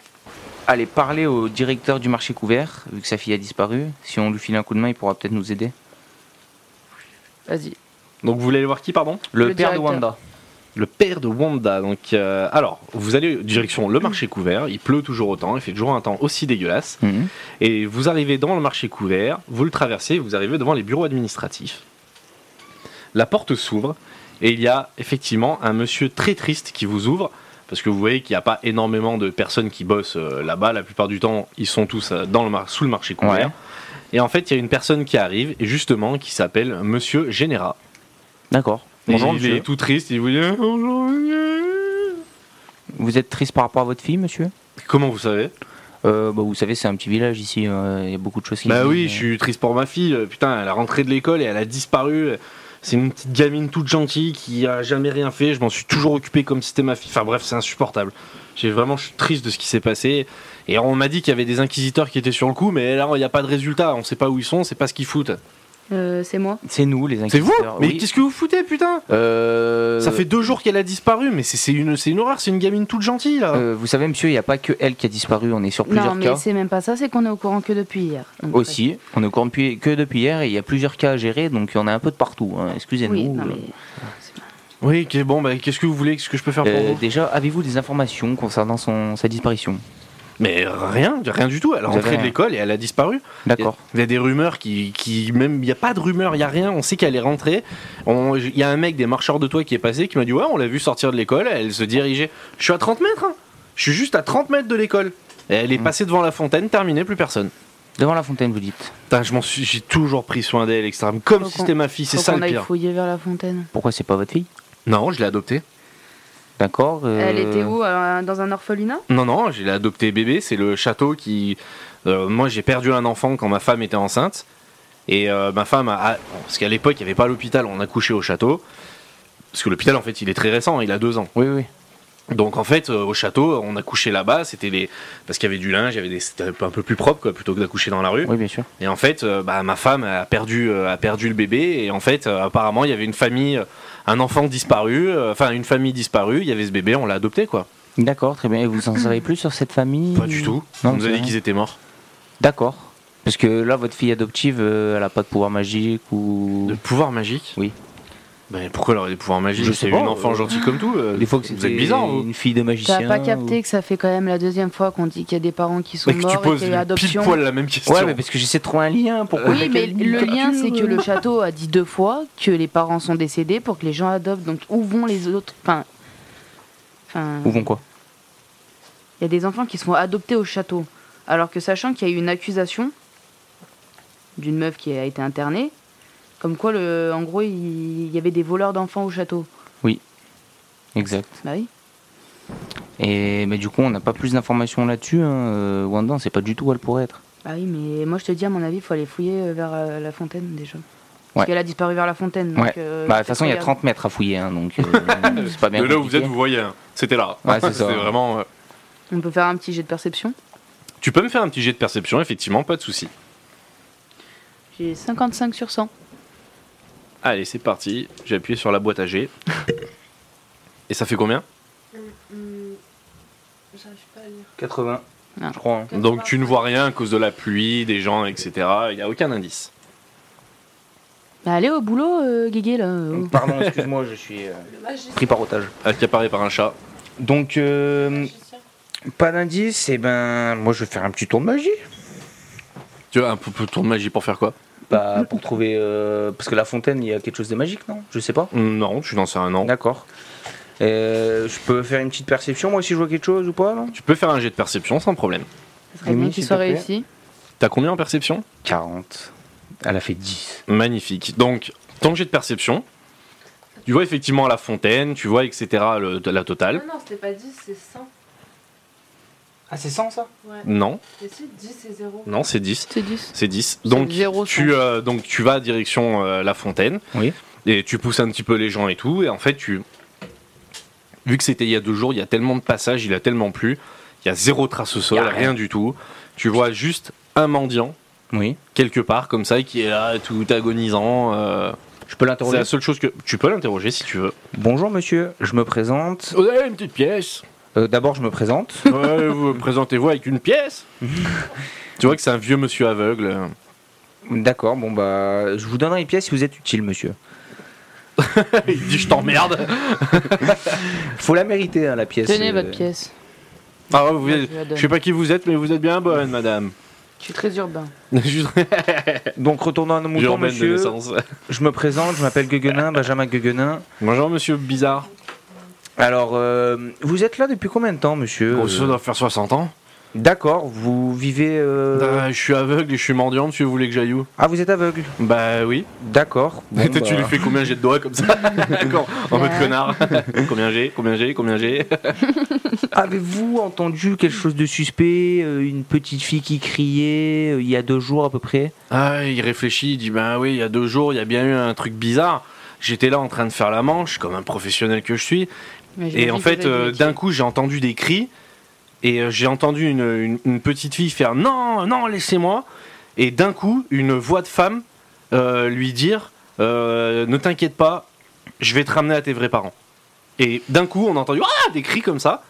S4: aller parler au directeur du marché couvert, vu que sa fille a disparu. Si on lui file un coup de main, il pourra peut-être nous aider.
S3: Vas-y.
S2: Donc vous voulez aller voir qui, pardon
S4: Le,
S3: Le
S4: père
S3: directeur.
S4: de Wanda.
S2: Le père de Wanda. Donc, euh, alors, vous allez direction
S3: Hmm.
S2: le marché couvert. Il pleut toujours autant. Il fait toujours un temps aussi dégueulasse.
S4: Mhm.
S2: Et vous arrivez dans le marché couvert. Vous le traversez. Vous arrivez devant les bureaux administratifs. La porte s'ouvre et il y a effectivement un monsieur très triste qui vous ouvre. Parce que vous voyez qu'il n'y a pas énormément de personnes qui bossent euh, là-bas. La plupart du temps, ils sont tous euh, dans le mar- sous le marché couvert.
S4: Ouais.
S2: Et en fait, il y a une personne qui arrive, et justement, qui s'appelle Monsieur Généra.
S4: D'accord.
S2: Et
S4: Bonjour,
S2: il est
S4: monsieur.
S2: tout triste, il vous dit Ah, Bonjour, monsieur.
S4: Vous êtes triste par rapport à votre fille, monsieur
S2: Comment vous savez
S4: Euh, bah, Vous savez, c'est un petit village ici. euh, Il y a beaucoup de choses qui.
S2: Bah
S4: se
S2: oui,
S4: disent,
S2: je suis triste pour ma fille. euh, Putain, elle a rentré de l'école et elle a disparu. Euh, C'est une petite gamine toute gentille qui a jamais rien fait. Je m'en suis toujours occupé comme si c'était ma fille. Enfin bref, c'est insupportable. J'ai vraiment, je suis triste de ce qui s'est passé. Et on m'a dit qu'il y avait des inquisiteurs qui étaient sur le coup, mais là, il n'y a pas de résultat. On sait pas où ils sont, c'est pas ce qu'ils foutent.
S3: Euh, c'est moi.
S4: euh, C'est nous, les
S2: C'est vous
S4: inquisiteurs.
S2: Mais
S4: oui.
S2: qu'est-ce que vous foutez, putain
S4: Euh,
S2: Ça fait deux jours qu'elle a disparu, mais c'est- c'est une, c'est une horreur, c'est une gamine toute gentille là.
S4: euh, vous savez, monsieur, il n'y a pas que elle qui a disparu. On est sur
S3: non,
S4: plusieurs
S3: mais
S4: cas.
S3: c'est même pas ça, c'est qu'on est au courant que depuis hier. Donc, euh,
S4: Aussi, on est corrompu que depuis hier et il y a plusieurs cas à gérer, donc il y en a un peu de partout. hein.
S3: ouais.
S4: Excusez-nous.
S3: Oui, non, mais.
S2: Oui, ok, bon, bah, qu'est-ce que vous voulez, qu'est-ce que je peux faire pour
S4: Euh,
S2: vous
S4: déjà, avez-vous des informations concernant son, sa disparition
S2: Mais rien, rien du tout. Elle est
S4: Vous avez
S2: rentrée de
S4: rien.
S2: l'école et elle a disparu.
S4: D'accord.
S2: Il y, a des rumeurs qui, qui même, il n'y a pas de rumeurs, il n'y a rien. On sait qu'elle est rentrée. On- Il y a un mec des marcheurs de toit qui est passé qui m'a dit ouais, on l'a vu sortir de l'école, elle se dirigeait. Je suis à 30 mètres. hein. Je suis juste à 30 mètres de l'école. Et Elle est
S4: Mm.
S2: passée devant la fontaine, terminée, plus personne.
S4: Devant la fontaine, vous dites.
S2: Putain, je m'en suis, j'ai toujours pris soin d'elle, extrême, comme
S3: Faut
S2: si
S3: qu'on-
S2: c'était ma fille. C'est
S3: Faut
S2: ça
S3: qu'on
S2: le
S3: aille
S2: pire.
S3: fouiller vers la fontaine.
S4: Pourquoi c'est pas votre fille
S2: Non, je l'ai adoptée.
S4: D'accord. euh,
S3: Elle était où euh, Dans un orphelinat
S2: Non, non, j'ai adopté bébé, c'est le château qui... euh, moi, j'ai perdu un enfant quand ma femme était enceinte. Et euh, ma femme a... a- Parce qu'à l'époque, il n'y avait pas l'hôpital, on accouchait au château. Parce que l'hôpital, en fait, il est très récent, il a deux ans.
S4: Oui, oui.
S2: Donc, en fait, euh, au château, on accouchait là-bas, c'était les... Parce qu'il y avait du linge, il y avait des... c'était un peu plus propre, quoi, plutôt que d'accoucher dans la rue.
S4: Oui, bien sûr.
S2: Et en fait, euh, bah, ma femme a perdu, euh, a perdu le bébé. Et en fait, euh, apparemment, il y avait une famille, euh, un enfant disparu, euh, enfin, une famille disparue, il y avait ce bébé, on l'a adopté, quoi.
S4: D'accord, très bien. Et vous en savez plus sur cette famille
S2: Pas du tout.
S4: Mmh. Non,
S2: on nous a
S4: c'est
S2: dit
S4: vrai.
S2: qu'ils étaient morts.
S4: D'accord. Parce que là, votre fille adoptive, euh, elle a pas de pouvoir magique ou.
S2: De pouvoir magique
S4: Oui.
S2: Ben pourquoi elle aurait des pouvoirs magiques
S4: Je
S2: C'est
S4: sais
S2: une
S4: pas,
S2: enfant
S4: euh,
S2: gentille comme tout. euh,
S4: Des fois que
S2: vous êtes
S4: c'était
S2: bizarre. vous.
S4: une fille de magicien.
S3: T'as pas capté
S4: ou-
S3: que ça fait quand même la deuxième fois qu'on dit qu'il y a des parents qui sont
S2: Mec, tu
S3: morts et
S2: poses
S3: qu'il y a
S2: pile
S3: adoption.
S2: poil la même question. Euh.
S4: Ouais, mais parce que j'essaie de trouver un lien. Pourquoi
S3: Oui, mais
S4: laquelle-
S3: le lien, c'est que le château a dit deux fois que les parents sont décédés pour que les gens adoptent. Donc où vont les autres Enfin, enfin,
S4: Où vont quoi
S3: il y a des enfants qui sont adoptés au château, alors que sachant qu'il y a eu une accusation d'une meuf qui a été internée, comme quoi le, en gros, il il y avait des voleurs d'enfants au château.
S4: Exact.
S3: Bah oui.
S4: Et mais du coup, on n'a pas plus d'informations là-dessus. Hein. euh, Wanda, on sait pas du tout où elle pourrait être.
S3: Bah oui, mais moi je te dis, à mon avis, il faut aller fouiller euh, vers euh, la fontaine déjà. Parce
S4: Ouais.
S3: qu'elle a disparu vers la fontaine.
S4: Ouais.
S3: Donc, euh,
S4: bah, de toute façon, il y a
S3: regarde.
S4: 30 mètres à fouiller, hein, donc euh, c'est pas bien.
S2: de là où vous
S4: compliqué.
S2: êtes, vous voyez. hein. C'était là.
S4: Ouais, c'est ça.
S2: C'était vraiment. euh,
S3: On peut faire un petit jet de perception.
S2: Tu peux me faire un petit jet de perception, effectivement, pas de souci.
S3: J'ai 55 sur 100.
S2: Allez, c'est parti. J'ai appuyé sur la boîte à G. Et ça fait combien
S7: Hum, J'arrive pas à lire.
S4: 80,
S3: Ah.
S4: je crois. hein.
S2: Donc tu ne vois rien à cause de la pluie, des gens, etc. Il n'y a aucun indice.
S3: Bah allez au boulot, euh, Guégué, là. euh.
S4: Pardon, excuse-moi, je suis euh,
S7: Le magicien.
S4: pris par otage.
S2: Accaparé par un chat.
S4: Donc, euh,
S7: magicien.
S4: pas d'indice, et ben moi je vais faire un petit tour de magie.
S2: Tu vois, un peu peu de tour de magie pour faire quoi
S4: Bah, pour trouver. euh, parce que la fontaine, il y a quelque chose de magique, non Je sais pas.
S2: Non, tu n'en sais rien. Non.
S4: D'accord. Euh, je peux faire une petite perception, moi, si je vois quelque chose ou pas, non
S2: Tu peux faire un jet de perception sans problème.
S3: Ça serait bien
S4: Mimi,
S3: que tu
S4: s'il
S3: sois
S4: te plaît.
S3: réussi.
S2: T'as combien en perception
S4: 40. Elle a fait 10.
S2: Magnifique. Donc, ton jet de perception, Tu vois effectivement la fontaine, tu vois, etc., le- de la totale.
S7: Ah Non, non, c'était pas 10, c'est 100.
S8: Ah, c'est 100 ça
S7: Ouais.
S2: Non,
S7: Et si 10 c'est 0.
S2: non, c'est 10.
S3: C'est 10.
S2: C'est 10.
S3: C'est
S2: Donc,
S3: zéro
S2: tu,
S3: sens.
S2: euh, donc tu vas direction euh, la fontaine.
S4: Oui.
S2: Et tu pousses un petit peu les gens et tout. Et en fait, tu. Vu que c'était il y a deux jours, il y a tellement de passages, il a tellement plu. Il y a zéro trace au sol,
S4: Y a
S2: rien.
S4: rien.
S2: du tout. Tu vois juste un mendiant,
S4: Oui.
S2: quelque part, comme ça, qui est là, tout agonisant. euh,
S4: Je peux
S2: C'est
S4: l'interroger.
S2: la seule chose que. Tu peux l'interroger si tu veux.
S4: Bonjour monsieur, je me présente.
S2: Ouais, une petite pièce.
S4: Euh, D'abord, je me présente.
S2: Ouais, vous présentez-vous avec une pièce. tu vois que c'est un vieux monsieur aveugle.
S4: D'accord, bon bah, je vous donnerai une pièce si vous êtes utile, monsieur.
S2: Il dit Je t'emmerde.
S4: Faut la mériter, hein, la pièce.
S3: Tenez
S4: euh,
S3: votre pièce.
S2: Ah, ouais, vous
S3: Moi,
S2: êtes-
S3: je la donne.
S2: Je sais pas qui vous êtes, mais vous êtes bien bonne, madame.
S3: Je suis très urbain.
S2: Juste
S4: Donc, retournons à nos moutons,
S2: urbaine de
S4: monsieur.
S2: naissance.
S4: Je me présente, je m'appelle Gueguenin, Benjamin Gueguenin.
S2: Bonjour, monsieur Bizarre.
S4: Alors, euh, vous êtes là depuis combien de temps, monsieur
S2: Bon, Oh, ça
S4: Euh,
S2: doit faire 60 ans.
S4: D'accord, vous vivez. euh,
S2: Euh, je suis aveugle et je suis mendiant, monsieur, vous voulez que j'aille où
S4: Ah, vous êtes aveugle
S2: Bah oui.
S4: D'accord. bon,
S2: Toi, tu
S4: bah,
S2: lui fais combien j'ai de doigts comme ça D'accord, en mode
S3: Ouais.
S2: connard. combien j'ai Combien j'ai Combien j'ai
S4: Avez-vous entendu quelque chose de suspect euh, Une petite fille qui criait euh, il y a deux jours à peu près
S2: Ah, il réfléchit, il dit bah oui, il y a deux jours, il y a bien eu un truc bizarre. J'étais là en train de faire la manche, comme un professionnel que je suis.
S3: Mais je me
S2: Et
S3: dis
S2: en
S3: que
S2: fait,
S3: vous êtes
S2: euh,
S3: métier.
S2: d'un coup, j'ai entendu des cris et euh, j'ai entendu une, une- une petite fille faire non, non, laissez-moi. Et d'un coup, une voix de femme euh, lui dire euh, ne t'inquiète pas, je vais te ramener à tes vrais parents. Et d'un coup, on a entendu ah des cris comme ça.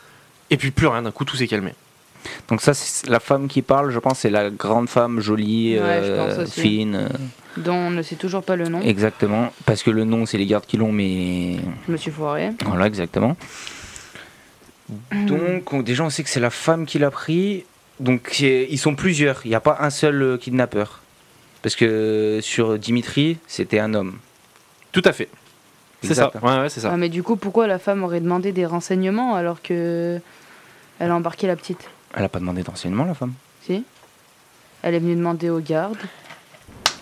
S2: Et puis plus rien, d'un coup tout s'est calmé.
S4: Donc, ça, c'est la femme qui parle, je pense, c'est la grande femme jolie,
S3: Ouais,
S4: euh,
S3: je pense aussi.
S4: fine. euh,
S3: dont on ne sait toujours pas le nom.
S4: Exactement. Parce que le nom, c'est les gardes qui l'ont, mais.
S3: Je me suis foiré.
S4: Voilà, exactement. Donc, on- déjà, on sait que c'est la femme qui l'a pris. Donc, c'est- ils sont plusieurs. Il n'y a pas un seul euh, kidnappeur. Parce que euh, sur Dimitri, c'était un homme.
S2: Tout à fait. C'est ça.
S4: Exact.
S2: Ouais, ouais, c'est ça.
S3: Ah, mais du coup, pourquoi la femme aurait demandé des renseignements alors que elle a embarqué la petite
S4: Elle n'a pas demandé d'enseignement, la femme.
S3: Si Elle est venue demander aux gardes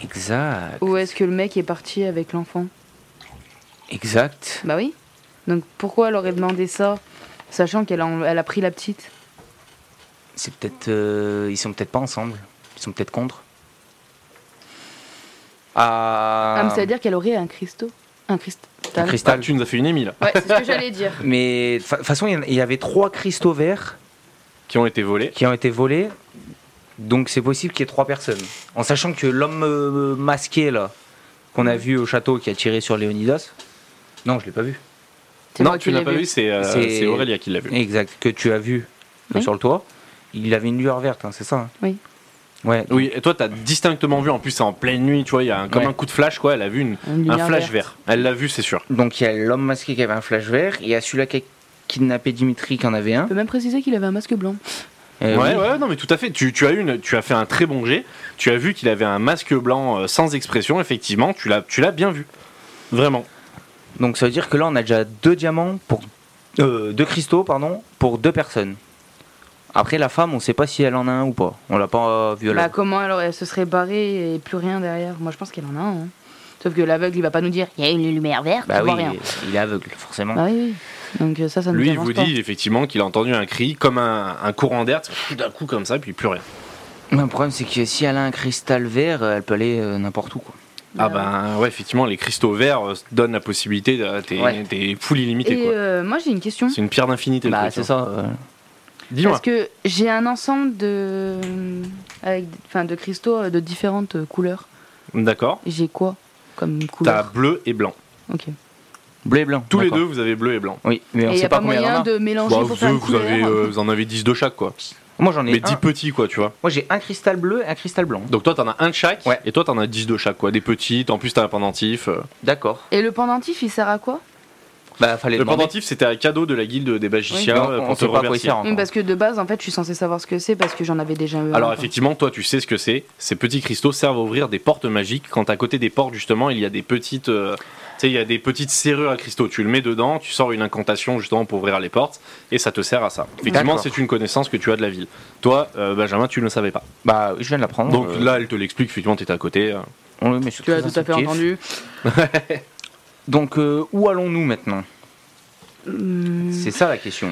S4: Exact.
S3: où est-ce que le mec est parti avec l'enfant.
S4: Exact.
S3: Bah oui. Donc pourquoi elle aurait demandé ça, sachant qu'elle a, elle a pris la petite
S4: C'est peut-être. euh, ils sont peut-être pas ensemble. Ils sont peut-être contre. Ah.
S3: Ah, mais ça veut dire qu'elle aurait un cristaux. Un cristal.
S4: Un cristal.
S2: Ah, tu nous as fait une émile
S3: Ouais, c'est ce que j'allais dire.
S4: Mais de fa- toute façon, il y en- il y avait trois cristaux verts.
S2: qui ont été volées.
S4: qui ont été volés. Donc c'est possible qu'il y ait trois personnes. En sachant que l'homme euh, masqué là, qu'on a vu au château qui a tiré sur Léonidas. Non, je l'ai pas vu.
S3: C'est
S2: Non,
S3: moi
S2: tu
S3: qui
S2: l'as
S3: l'ai
S2: pas vu, c'est euh,
S4: C'est-
S2: c'est Aurélia qui l'a vu.
S4: Exact, que tu as vu euh,
S3: Oui.
S4: sur le toit. Il avait une lueur verte, hein, c'est ça hein
S3: Oui.
S4: Ouais.
S2: Oui, et toi, t'as distinctement vu, en plus, c'est en pleine nuit, tu vois, il y a un- comme
S4: Ouais.
S2: un coup de flash, quoi. Elle a vu une-
S3: Une
S2: un
S3: lumière
S2: flash
S3: verte.
S2: vert. Elle l'a vu, c'est sûr.
S4: Donc il y a l'homme masqué qui avait un flash vert, il y a celui-là qui a kidnappé Dimitri qui en avait un.
S3: On peut même préciser qu'il avait un masque blanc.
S4: Euh,
S2: ouais,
S4: oui.
S2: ouais, non, mais tout à fait. Tu, tu as une, tu as fait un très bon jet. Tu as vu qu'il avait un masque blanc euh, sans expression, effectivement. Tu l'as, tu l'as bien vu. Vraiment.
S4: Donc ça veut dire que là on a déjà deux diamants pour euh, deux cristaux pardon pour deux personnes. Après la femme, on sait pas si elle en a un ou pas. On l'a pas vu.
S3: Bah comment alors elle se serait barrée et plus rien derrière Moi je pense qu'elle en a un. hein. Sauf que l'aveugle il va pas nous dire il y a une lumière verte,
S4: Bah
S3: on
S4: oui,
S3: voit rien.
S4: il est aveugle, forcément.
S3: Bah oui, oui. Donc euh, ça, ça ne
S2: Lui,
S3: nous
S2: il
S3: avance
S2: vous
S3: pas.
S2: dit effectivement qu'il a entendu un cri comme un, un courant d'air, tout d'un coup comme ça, puis plus rien.
S4: Le problème, c'est que si elle a un cristal vert, elle peut aller euh, n'importe où. Quoi.
S2: Ah
S3: Bah,
S2: ben ouais, effectivement, les cristaux verts euh, donnent la possibilité, de- euh, t'es
S4: Ouais.
S2: t'es full illimité,
S3: Et
S2: quoi.
S3: euh, moi j'ai une question.
S2: C'est une pierre d'infinité. le
S4: Bah,
S2: truc,
S4: c'est
S2: hein.
S4: ça.
S2: Dis-moi.
S3: Parce que j'ai un ensemble de, euh, avec, enfin, de cristaux euh, de différentes euh, couleurs.
S2: D'accord.
S3: J'ai quoi comme
S2: T'as
S3: couleur
S2: bleu et blanc.
S3: Ok. Et
S4: Bleu et blanc.
S2: Tous les
S4: d'accord.
S2: deux, vous avez bleu et blanc.
S4: Oui, mais on
S3: il n'y
S4: sait
S3: a
S4: pas
S3: pas,
S4: combien il y en
S3: moyen
S4: a.
S3: de mélanger
S2: Bah,
S3: pour
S2: vous,
S3: faire hein.
S2: deux,
S3: une
S2: vous,
S3: couleur.
S2: avez, euh, vous en avez 10 de chaque, quoi.
S4: Moi, j'en ai
S2: Mais
S4: un.
S2: 10 petits, quoi, tu vois.
S4: Moi, j'ai un cristal bleu et un cristal blanc.
S2: Donc toi, t'en as un de chaque,
S4: Ouais.
S2: et toi, t'en as 10 de chaque, quoi. Des petites, en plus, t'as un pendentif. euh.
S4: D'accord.
S3: Et le pendentif, il sert à quoi
S4: Bah, fallait
S2: Le
S4: demander.
S2: pendentif, c'était un cadeau de la guilde des magiciens
S4: Non,
S2: euh,
S4: on
S2: pour te
S4: sait pas à quoi il
S2: remercier.
S4: sert. hein. encore.
S3: Oui, Parce que de base, en fait, je suis censée savoir ce que c'est parce que j'en avais déjà eu. un,
S2: Alors
S3: quoi.
S2: effectivement, toi tu sais ce que c'est. Ces petits cristaux servent à ouvrir des portes magiques. Quand à côté des portes justement, il y a des petites, euh, tu sais, il y a des petites serrures à cristaux. Tu le mets dedans, tu sors une incantation justement pour ouvrir les portes, et ça te sert à ça. Effectivement,
S4: D'accord.
S2: c'est une connaissance que tu as de la ville. Toi, euh, Benjamin, tu ne le savais pas.
S4: Bah, je viens de l'apprendre.
S2: Donc
S4: euh,
S2: là, elle te l'explique. Effectivement, t'étais à côté. euh.
S4: oui, mais je suis
S3: Tu l'as
S4: très
S3: tout à fait
S4: instructif.
S3: entendu.
S4: Donc, euh, où allons-nous maintenant
S3: Hum,
S4: C'est ça la question.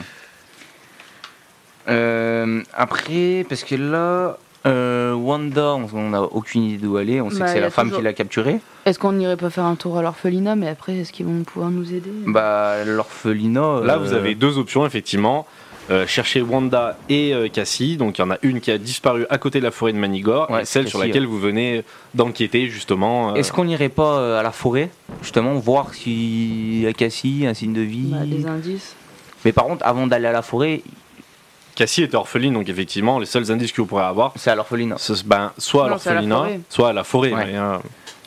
S4: Euh, après, parce que là, euh, Wanda, on- on n'a aucune idée d'où aller. On sait
S3: Bah,
S4: que c'est
S3: il y
S4: la
S3: a
S4: femme
S3: toujours-
S4: qui l'a capturée.
S3: Est-ce qu'on n'irait pas faire un tour à l'orphelinat Mais après, est-ce qu'ils vont pouvoir nous aider
S4: Bah, l'orphelinat.
S2: Là,
S4: euh,
S2: vous avez deux options, effectivement. Euh, chercher Wanda et euh, Cassie. Donc, il y en a une qui a disparu à côté de la forêt de Manigore,
S4: Ouais,
S2: et celle sur
S4: Cassie,
S2: laquelle vous venez d'enquêter, justement. euh,
S4: Est-ce qu'on n'irait pas euh, à la forêt, justement, voir s'il y a Cassie, un signe de vie
S3: Bah, Des indices.
S4: Mais par contre, avant d'aller à la forêt,
S2: Cassie était orpheline, donc effectivement, les seuls indices que vous pourrez avoir,
S4: c'est à l'orphelinat.
S2: c'est ben, soit à
S3: Non, c'est à la
S2: l'orphelinat,
S3: forêt.
S2: soit à la forêt.
S4: Ouais.
S2: mais, euh,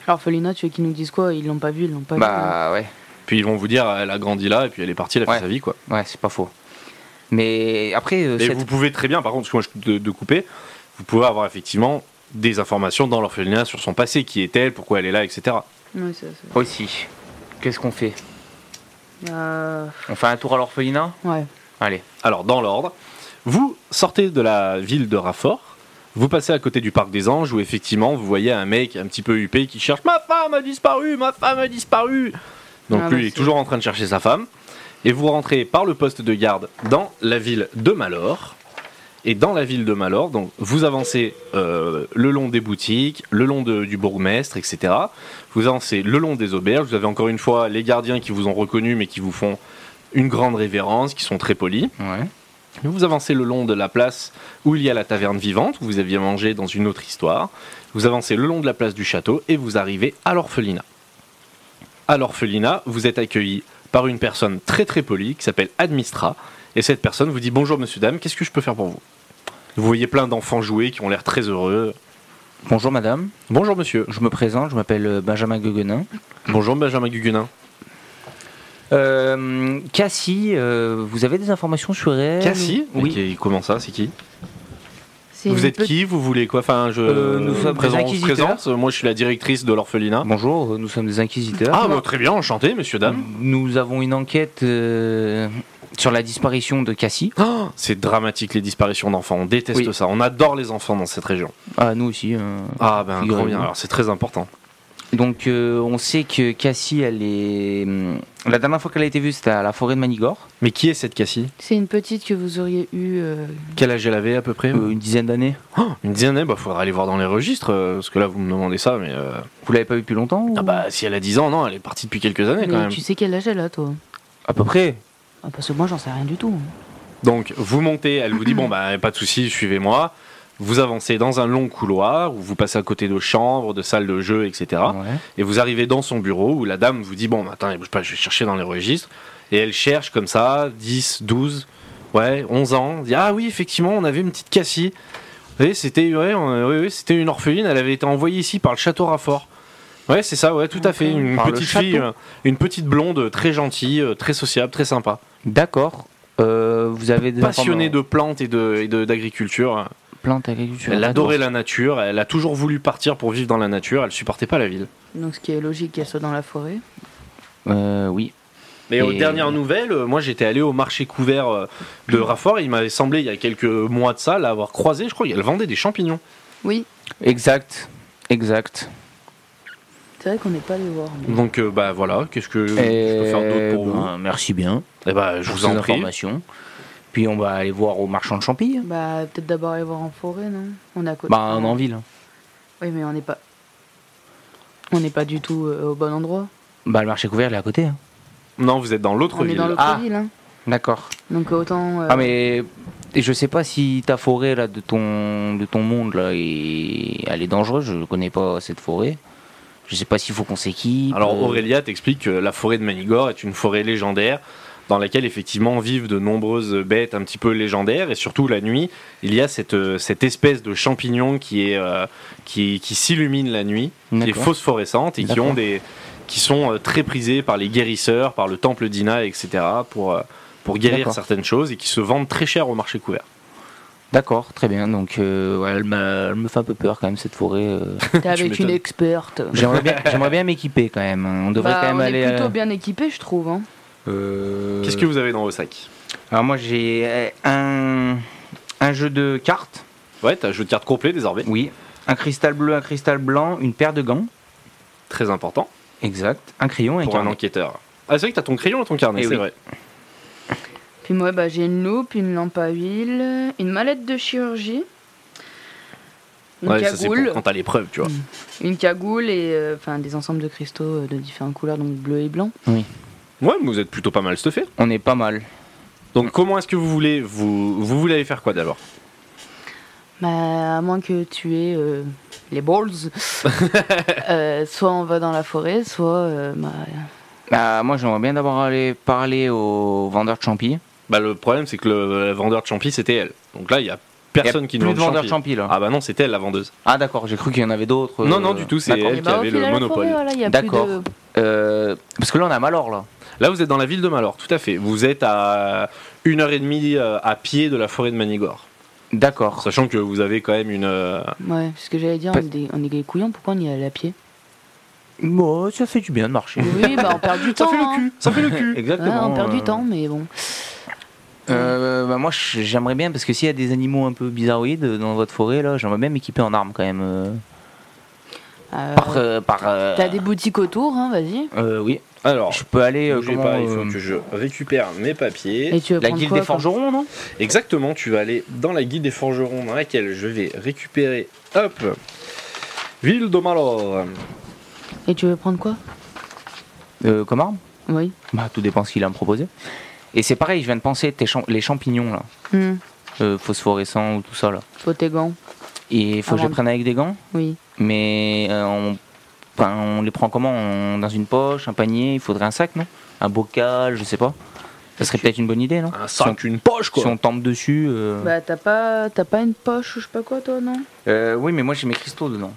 S3: L'orphelinat, tu veux qu'ils nous disent quoi Ils l'ont pas vu, ils l'ont pas vu.
S4: Bah, ouais.
S2: puis ils vont vous dire, elle a grandi là, et puis elle est partie, elle a
S4: Ouais.
S2: fait sa vie, quoi.
S4: Ouais, c'est pas faux. Mais après, euh,
S2: Et
S4: cette-
S2: vous pouvez très bien, par contre, excuse-moi je- de, de couper, vous pouvez avoir effectivement des informations dans l'orphelinat sur son passé, qui est-elle, pourquoi elle est là, etc.
S3: Ouais, c'est ça.
S4: aussi, qu'est-ce qu'on fait
S3: Euh,
S4: On fait un tour à l'orphelinat
S3: ouais.
S4: Allez.
S2: Alors, dans l'ordre, vous sortez de la ville de Raffort, vous passez à côté du parc des anges où effectivement vous voyez un mec un petit peu huppé qui cherche Ma femme a disparu, ma femme a disparu Donc
S3: Ah
S2: lui
S3: bah,
S2: il est
S3: c'est-
S2: toujours en train de chercher sa femme. Et vous rentrez par le poste de garde dans la ville de Malor. Et dans la ville de Malor, donc, vous avancez euh, le long des boutiques, le long de- du bourgmestre, etc. Vous avancez le long des auberges. Vous avez encore une fois les gardiens qui vous ont reconnus mais qui vous font une grande révérence, qui sont très polis.
S4: Ouais.
S2: Vous avancez le long de la place où il y a la taverne vivante, où vous aviez mangé dans une autre histoire. Vous avancez le long de la place du château et vous arrivez à l'orphelinat. À l'orphelinat, vous êtes accueilli par une personne très très polie qui s'appelle Administra. Et cette personne vous dit Bonjour monsieur, dame, qu'est-ce que je peux faire pour vous Vous voyez plein d'enfants jouer qui ont l'air très heureux.
S4: Bonjour madame,
S2: Bonjour monsieur.
S4: je me présente, je m'appelle euh, Benjamin Gueguenin.
S2: Bonjour Benjamin Guguenin.
S4: Euh, Cassie, euh, vous avez des informations sur elle
S2: Cassie
S4: Euh, Oui.
S2: Ok, Comment ça C'est qui
S3: C'est
S2: Vous
S3: une
S2: êtes
S3: pe-
S2: qui Vous voulez quoi Enfin, je
S4: Euh, nous sommes des
S2: présente,
S4: inquisiteurs.
S2: présente. Moi je suis la directrice de l'orphelinat.
S4: Bonjour, euh, nous sommes des inquisiteurs.
S2: Ah, bah, très bien, enchanté, messieurs, dames.
S4: Nous avons une enquête euh, sur la disparition de Cassie.
S2: Oh, c'est dramatique les disparitions d'enfants, on déteste
S4: Oui.
S2: ça, on adore les enfants dans cette région.
S4: Ah, nous aussi. euh.
S2: Ah ben
S4: Figurez-vous.
S2: trop bien, alors c'est très important.
S4: Donc euh, on sait que Cassie, elle est... euh, La dernière fois qu'elle a été vue, c'était à la forêt de Manigore,
S2: Mais qui est cette Cassie
S3: C'est une petite que vous auriez eue. euh,
S2: Quel âge elle avait à peu près
S4: euh, une dizaine d'années.
S2: Oh, Une dizaine d'années, bah faudra aller voir dans les registres, euh, parce que là vous me demandez ça, mais... euh,
S4: Vous l'avez pas vue depuis longtemps ou-
S2: Ah bah si elle a 10 ans, non, elle est partie depuis quelques années quand
S3: Mais
S2: même.
S3: tu sais quel âge elle a, toi
S4: À peu près.
S3: Ah, Parce que moi, j'en sais rien du tout.
S2: Donc vous montez, elle vous dit bon bah pas de souci, suivez-moi. Vous avancez dans un long couloir où vous passez à côté de chambres, de salles de jeu, etc.
S4: Ouais.
S2: Et vous arrivez dans son bureau où la dame vous dit Bon, bah, attends, bouge pas, je vais chercher dans les registres. Et elle cherche comme ça, 10, 12, ouais, 11 ans. Dit Ah oui, effectivement, on avait une petite Cassie. Et c'était ouais, on- ouais, ouais, c'était une orpheline, elle avait été envoyée ici par le château Raffort. Ouais, c'est ça, ouais, tout à fait. Une
S4: Par le
S2: petite
S4: château.
S2: fille, euh, une petite blonde, très gentille, euh, très sociable, très sympa.
S4: D'accord. Euh, vous avez des
S2: Passionnée
S4: informa-
S2: de plantes et d'agriculture. De, d'agriculture.
S4: plantes agriculture.
S2: elle adorait la nature, elle a toujours voulu partir pour vivre dans la nature, elle supportait pas la ville.
S3: Donc, ce qui est logique qu'elle soit dans la forêt.
S4: Euh, oui.
S2: Mais aux
S4: Et-
S2: dernières nouvelles, euh, moi j'étais allé au marché couvert euh, de Raffort et il m'avait semblé il y a quelques mois de ça l'avoir croisé, je crois qu'elle vendait des champignons.
S3: Oui,
S4: Exact. Exact.
S3: c'est vrai qu'on n'est pas allé voir. mais-
S2: Donc euh, bah voilà, qu'est-ce que je peux faire d'autre pour vous
S4: ben, Merci bien.
S2: Eh bah, je
S4: pour
S2: vous
S4: ces
S2: en prie.
S4: informations. Puis on va aller voir au marchand de champilles.
S3: Bah, peut-être d'abord aller voir en forêt, non On est à côté.
S4: Bah, en ville.
S3: Oui, mais on n'est pas. On n'est pas du tout euh, au bon endroit.
S4: Bah, le marché couvert, il est à côté. hein.
S2: Non, vous êtes dans l'autre
S3: on est
S2: ville.
S3: dans l'autre
S4: Ah.
S3: ville, hein.
S4: D'accord.
S3: Donc, autant. euh,
S4: Ah, mais je sais pas si ta forêt là, de, ton, de ton monde, là, est- elle est dangereuse. Je connais pas cette forêt. Je sais pas s'il faut qu'on s'équipe.
S2: Alors
S4: euh,
S2: Aurélia t'explique que la forêt de Manigore est une forêt légendaire dans laquelle effectivement vivent de nombreuses bêtes un petit peu légendaires et surtout la nuit il y a cette, euh, cette espèce de champignon qui est euh, qui, qui s'illumine la nuit qui est
S4: Euh, D'accord.
S2: phosphorescente et qui
S4: D'accord.
S2: ont des qui sont euh, très prisés par les guérisseurs par le temple d'Ina etc pour euh, pour guérir
S4: D'accord. Euh.
S2: certaines choses et qui se vendent très cher au marché couvert
S4: D'accord, très bien. Donc, euh, ouais, elle, m'a- elle me fait un peu peur quand même, cette forêt. euh.
S3: T'es avec
S2: m'étonnes.
S3: une experte.
S4: J'aimerais bien, j'aimerais bien m'équiper quand même. hein. On devrait
S3: Bah,
S4: quand même
S3: on
S4: aller.
S3: est
S4: euh, à-
S3: plutôt bien équipé, je trouve. Hein.
S4: Euh,
S2: qu'est-ce que vous avez dans vos sacs
S4: Alors moi j'ai euh, un, un jeu de cartes,
S2: ouais t'as un jeu de cartes complet désormais
S4: oui, un cristal bleu, un cristal blanc, une paire de gants,
S2: très important
S4: Exact. Un crayon et un
S2: pour un
S4: carnet.
S2: enquêteur. Ah, c'est vrai que t'as ton crayon dans ton carnet,
S4: Eh
S2: c'est
S4: oui.
S2: vrai.
S3: Puis moi, bah, j'ai une loupe, une lampe à huile, une mallette de chirurgie, une
S2: Ouais, ça c'est pour
S3: cagoule,
S2: quand t'as l'épreuve, tu vois.
S3: une cagoule et euh, enfin des ensembles de cristaux euh, de différentes couleurs, donc bleu et blanc.
S2: Ouais, mais vous êtes plutôt pas mal stuffé.
S4: On est pas mal.
S2: Donc comment est-ce que vous voulez vous vous voulez aller faire quoi d'abord
S3: Bah, à moins que tu aies euh, les balls, Euh, soit on va dans la forêt, soit euh, bah,
S4: Bah, moi, j'aimerais bien d'abord aller parler au vendeur de champi.
S2: Bah le problème c'est que le, la vendeur de champi c'était elle. Donc là il y a personne qui
S4: plus
S2: nous
S4: de vendeur
S2: vendeur
S4: de champi là.
S2: Ah bah non, c'était elle la vendeuse.
S4: Ah, d'accord, j'ai cru qu'il y en avait d'autres.
S2: Non,
S4: euh,
S2: non, du tout, c'est
S4: d'accord.
S2: elle.
S3: et
S2: qui
S3: bah, au
S2: avait le
S3: final, à la
S2: monopole.
S3: forêt, voilà, il y a plus
S4: D'accord.
S3: de-
S4: Euh, parce que là, on a Malor là.
S2: Là vous êtes dans la ville de Malor, tout à fait. Vous êtes à une heure et demie euh, à pied de la forêt de Manigore.
S4: D'accord.
S2: Sachant que vous avez quand même une... euh,
S3: Ouais, c'est ce que j'allais dire, on
S4: Pas-
S3: est, des, on est des couillons, pourquoi on y allait à pied
S5: Bon, ça fait du bien de marcher.
S3: Oui, bah on perd du temps. hein.
S2: Ça fait le cul
S3: Ouais,
S4: Exactement.
S3: on perd
S4: euh,
S3: du temps, mais bon.
S4: Euh, bah, moi, je- j'aimerais bien, parce que s'il y a des animaux un peu bizarroïdes euh, dans votre forêt, là, j'aimerais bien m'équiper en armes quand même. euh,
S3: Euh,
S4: par. euh, par euh,
S3: T'as des boutiques autour, hein, vas-y.
S4: euh, oui.
S2: Alors,
S4: Je peux aller. euh,
S2: Oh, bougez
S4: comment,
S2: pas, il faut
S4: euh,
S2: que je récupère mes papiers.
S3: Et tu veux
S4: La
S3: prendre
S4: guilde
S3: quoi,
S4: des
S3: comme-
S4: forgerons, non
S2: Exactement, tu vas aller dans la guide des forgerons dans laquelle je vais récupérer. Hop Ville de Malor.
S3: Et tu veux prendre quoi
S4: euh, Comme arme
S3: Oui.
S4: Bah, tout dépend ce qu'il a à me proposer. Et c'est pareil, je viens de penser, tes champ- les champignons, là,
S3: Hmm,
S4: euh, phosphorescents ou tout ça, là.
S3: Faut tes gants.
S4: Et il faut que je
S3: Ah,
S4: les prenne avec des gants,
S3: Oui.
S4: mais euh, on... enfin, on les prend comment On- Dans une poche, un panier, il faudrait un sac, non Un bocal, je sais pas. Ça serait peut-être une bonne idée, non
S2: Un
S4: Si on-
S2: sac, une poche
S4: Si
S2: quoi
S4: on tombe dessus. euh,
S3: Bah t'as pas, t'as pas une poche ou je sais pas quoi toi, non
S4: euh, oui, mais moi j'ai mes cristaux dedans.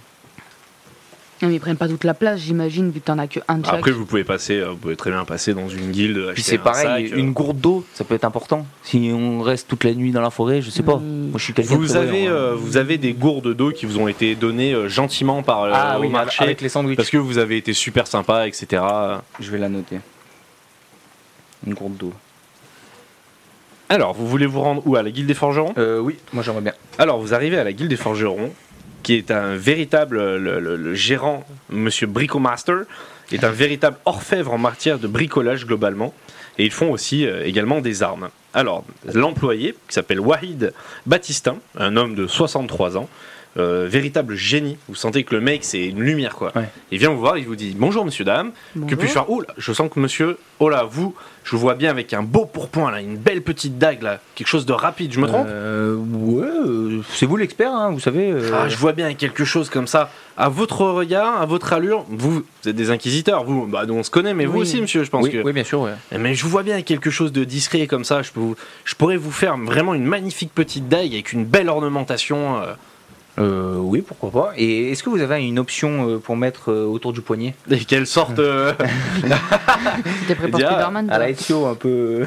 S3: Non mais ils prennent pas toute la place, j'imagine, vu que t'en as que un de chaque.
S2: Après, vous pouvez passer, euh, vous pouvez très bien passer dans une guilde. acheter
S4: Puis c'est
S2: un
S4: pareil,
S2: sac, euh.
S4: une gourde d'eau, ça peut être important. Si on reste toute la nuit dans la forêt, je sais pas.
S3: Hmm.
S4: Moi je suis quelqu'un de
S2: Vous
S4: très
S2: avez,
S4: voyant, hein.
S2: euh, vous avez des gourdes d'eau qui vous ont été données euh, gentiment par euh,
S4: ah,
S2: au
S4: oui,
S2: marché
S4: avec les sandwichs.
S2: parce que vous avez été super sympa, etc.
S4: Je vais la noter. Une gourde d'eau.
S2: Alors, vous voulez vous rendre où à la guilde des forgerons
S4: Euh, oui, moi j'aimerais bien.
S2: Alors, vous arrivez à la Guilde des Forgerons, qui est un véritable. euh, Le, le- le gérant, monsieur Bricomaster, est un véritable orfèvre en matière de bricolage globalement. Et ils font aussi euh, également des armes. Alors, l'employé, qui s'appelle Wahid Batistin, un homme de 63 ans, euh, véritable génie. Vous sentez que le mec, c'est une lumière, quoi.
S4: Ouais.
S2: Il vient vous voir, il vous dit Bonjour, monsieur, dame. Que
S3: Bonjour.
S2: puis-je faire Oh là, je sens que monsieur. Oh là, vous, je vous vois bien avec un beau pourpoint, là, une belle petite dague, là. Quelque chose de rapide, je me trompe
S4: Euh, ouais, euh, c'est vous l'expert, hein, vous savez. euh.
S2: Ah, je vois bien quelque chose comme ça. À votre regard, à votre allure, vous, vous êtes des inquisiteurs, vous. Bah, nous on se connaît, mais vous
S3: Oui.
S2: aussi, monsieur, je pense
S4: oui,
S2: que. Eh,
S4: oui, bien sûr, ouais.
S2: Mais je vois bien quelque chose de discret comme ça. Je, peux vous- je pourrais vous faire vraiment une magnifique petite dague avec une belle ornementation. euh.
S4: Euh, oui, pourquoi pas. Et est-ce que vous avez une option euh, pour mettre euh, autour du poignet
S2: Et qu'elle sorte. euh,
S3: T'es prêt pour
S2: Dia,
S3: Spider-Man
S4: À
S3: toi
S4: la Ezio, un peu. euh,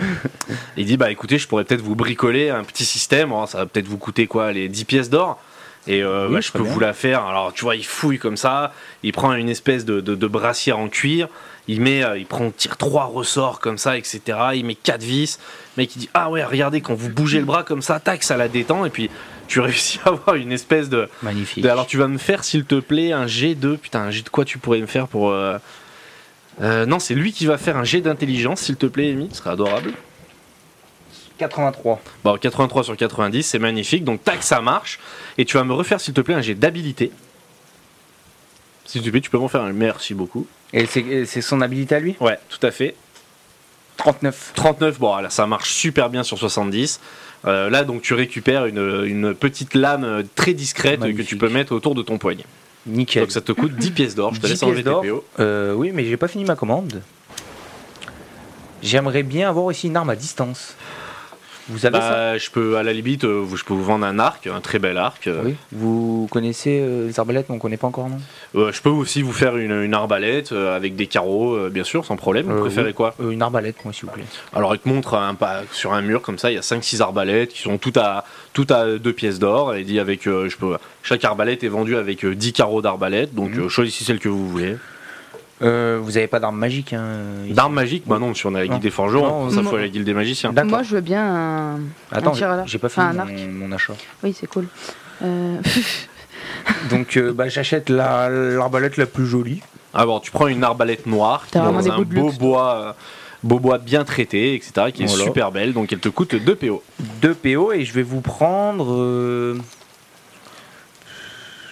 S2: Il dit bah écoutez, je pourrais peut-être vous bricoler un petit système. Alors, ça va peut-être vous coûter quoi Les 10 pièces d'or. Et euh,
S4: Oui,
S2: bah, je
S4: très
S2: peux
S4: bien.
S2: vous la faire. Alors tu vois, il fouille comme ça. Il prend une espèce de, de, de brassière en cuir. Il met, euh, il prend, tire trois ressorts comme ça, etc. Il met quatre vis. Le mec il dit ah ouais, regardez quand vous bougez le bras comme ça, tac, ça la détend. Et puis tu réussis à avoir une espèce de.
S4: Magnifique.
S2: de- alors tu vas me faire s'il te plaît un G2. Putain, un G de quoi tu pourrais me faire pour euh, euh, non, c'est lui qui va faire un jet d'intelligence, s'il te plaît, Amy. Ce serait adorable.
S4: 83.
S2: Bon, 83 sur 90, c'est magnifique. Donc, tac, ça marche. Et tu vas me refaire, s'il te plaît, un jet d'habilité. Si tu peux, tu peux m'en faire un. Merci beaucoup.
S4: Et c'est et c'est son habilité à lui
S2: Ouais, tout à fait.
S4: 39.
S2: 39, bon, là, ça marche super bien sur 70. Euh, là, donc, tu récupères une, une petite lame euh, très discrète
S4: Magnifique.
S2: que tu peux mettre autour de ton poignet.
S4: Nickel.
S2: Donc, ça te coûte 10 pièces d'or. Je te
S4: 10
S2: laisse enlever
S4: pièces
S2: tes
S4: d'or.
S2: PO.
S4: Euh, oui, mais j'ai pas fini ma commande. J'aimerais bien avoir aussi une arme à distance. Vous avez ça
S2: Bah, je peux, à la limite, euh, vous- je peux vous vendre un arc, un très bel arc. Euh,
S4: Oui. Vous connaissez euh, les arbalètes, mais on connaît pas encore, non
S2: euh, je peux aussi vous faire une, une arbalète euh, avec des carreaux, euh, bien sûr, sans problème. Vous
S4: Euh,
S2: préférez
S4: oui.
S2: quoi
S4: Euh, Une arbalète, moi, s'il vous plaît.
S2: Alors il te montre un, pa- sur un mur comme ça, il y a 5-6 arbalètes qui sont toutes à, toutes à deux pièces d'or. Et il dit avec, euh, je peux, chaque arbalète est vendue avec euh, 10 carreaux d'arbalète. Donc
S4: Mhm.
S2: euh, choisissez celle que vous voulez.
S4: Euh, vous avez pas d'arme magique, hein ici
S2: D'armes magiques Bah non, si on est à la
S4: Non.
S2: guilde des forgerons,
S4: Non,
S2: ça
S3: non.
S2: faut à la guilde des magiciens.
S4: D'accord.
S3: Moi je veux bien un...
S4: Attends,
S3: un tir à
S4: j'ai-
S3: l'arc.
S4: j'ai pas fini
S3: Enfin, un
S4: mon, mon achat.
S3: Oui c'est cool. Euh,
S4: Donc, euh, bah, j'achète la- l'arbalète la, plus jolie.
S2: Ah bon, tu prends une arbalète noire qui est
S3: T'as vraiment
S2: dans
S3: des
S2: un
S3: bouts de
S2: beau
S3: luxe.
S2: bois, euh, beau bois bien traité, etc., qui est
S5: Voilà.
S2: super belle, donc elle te coûte 2 PO.
S5: 2 PO et je vais vous prendre. euh,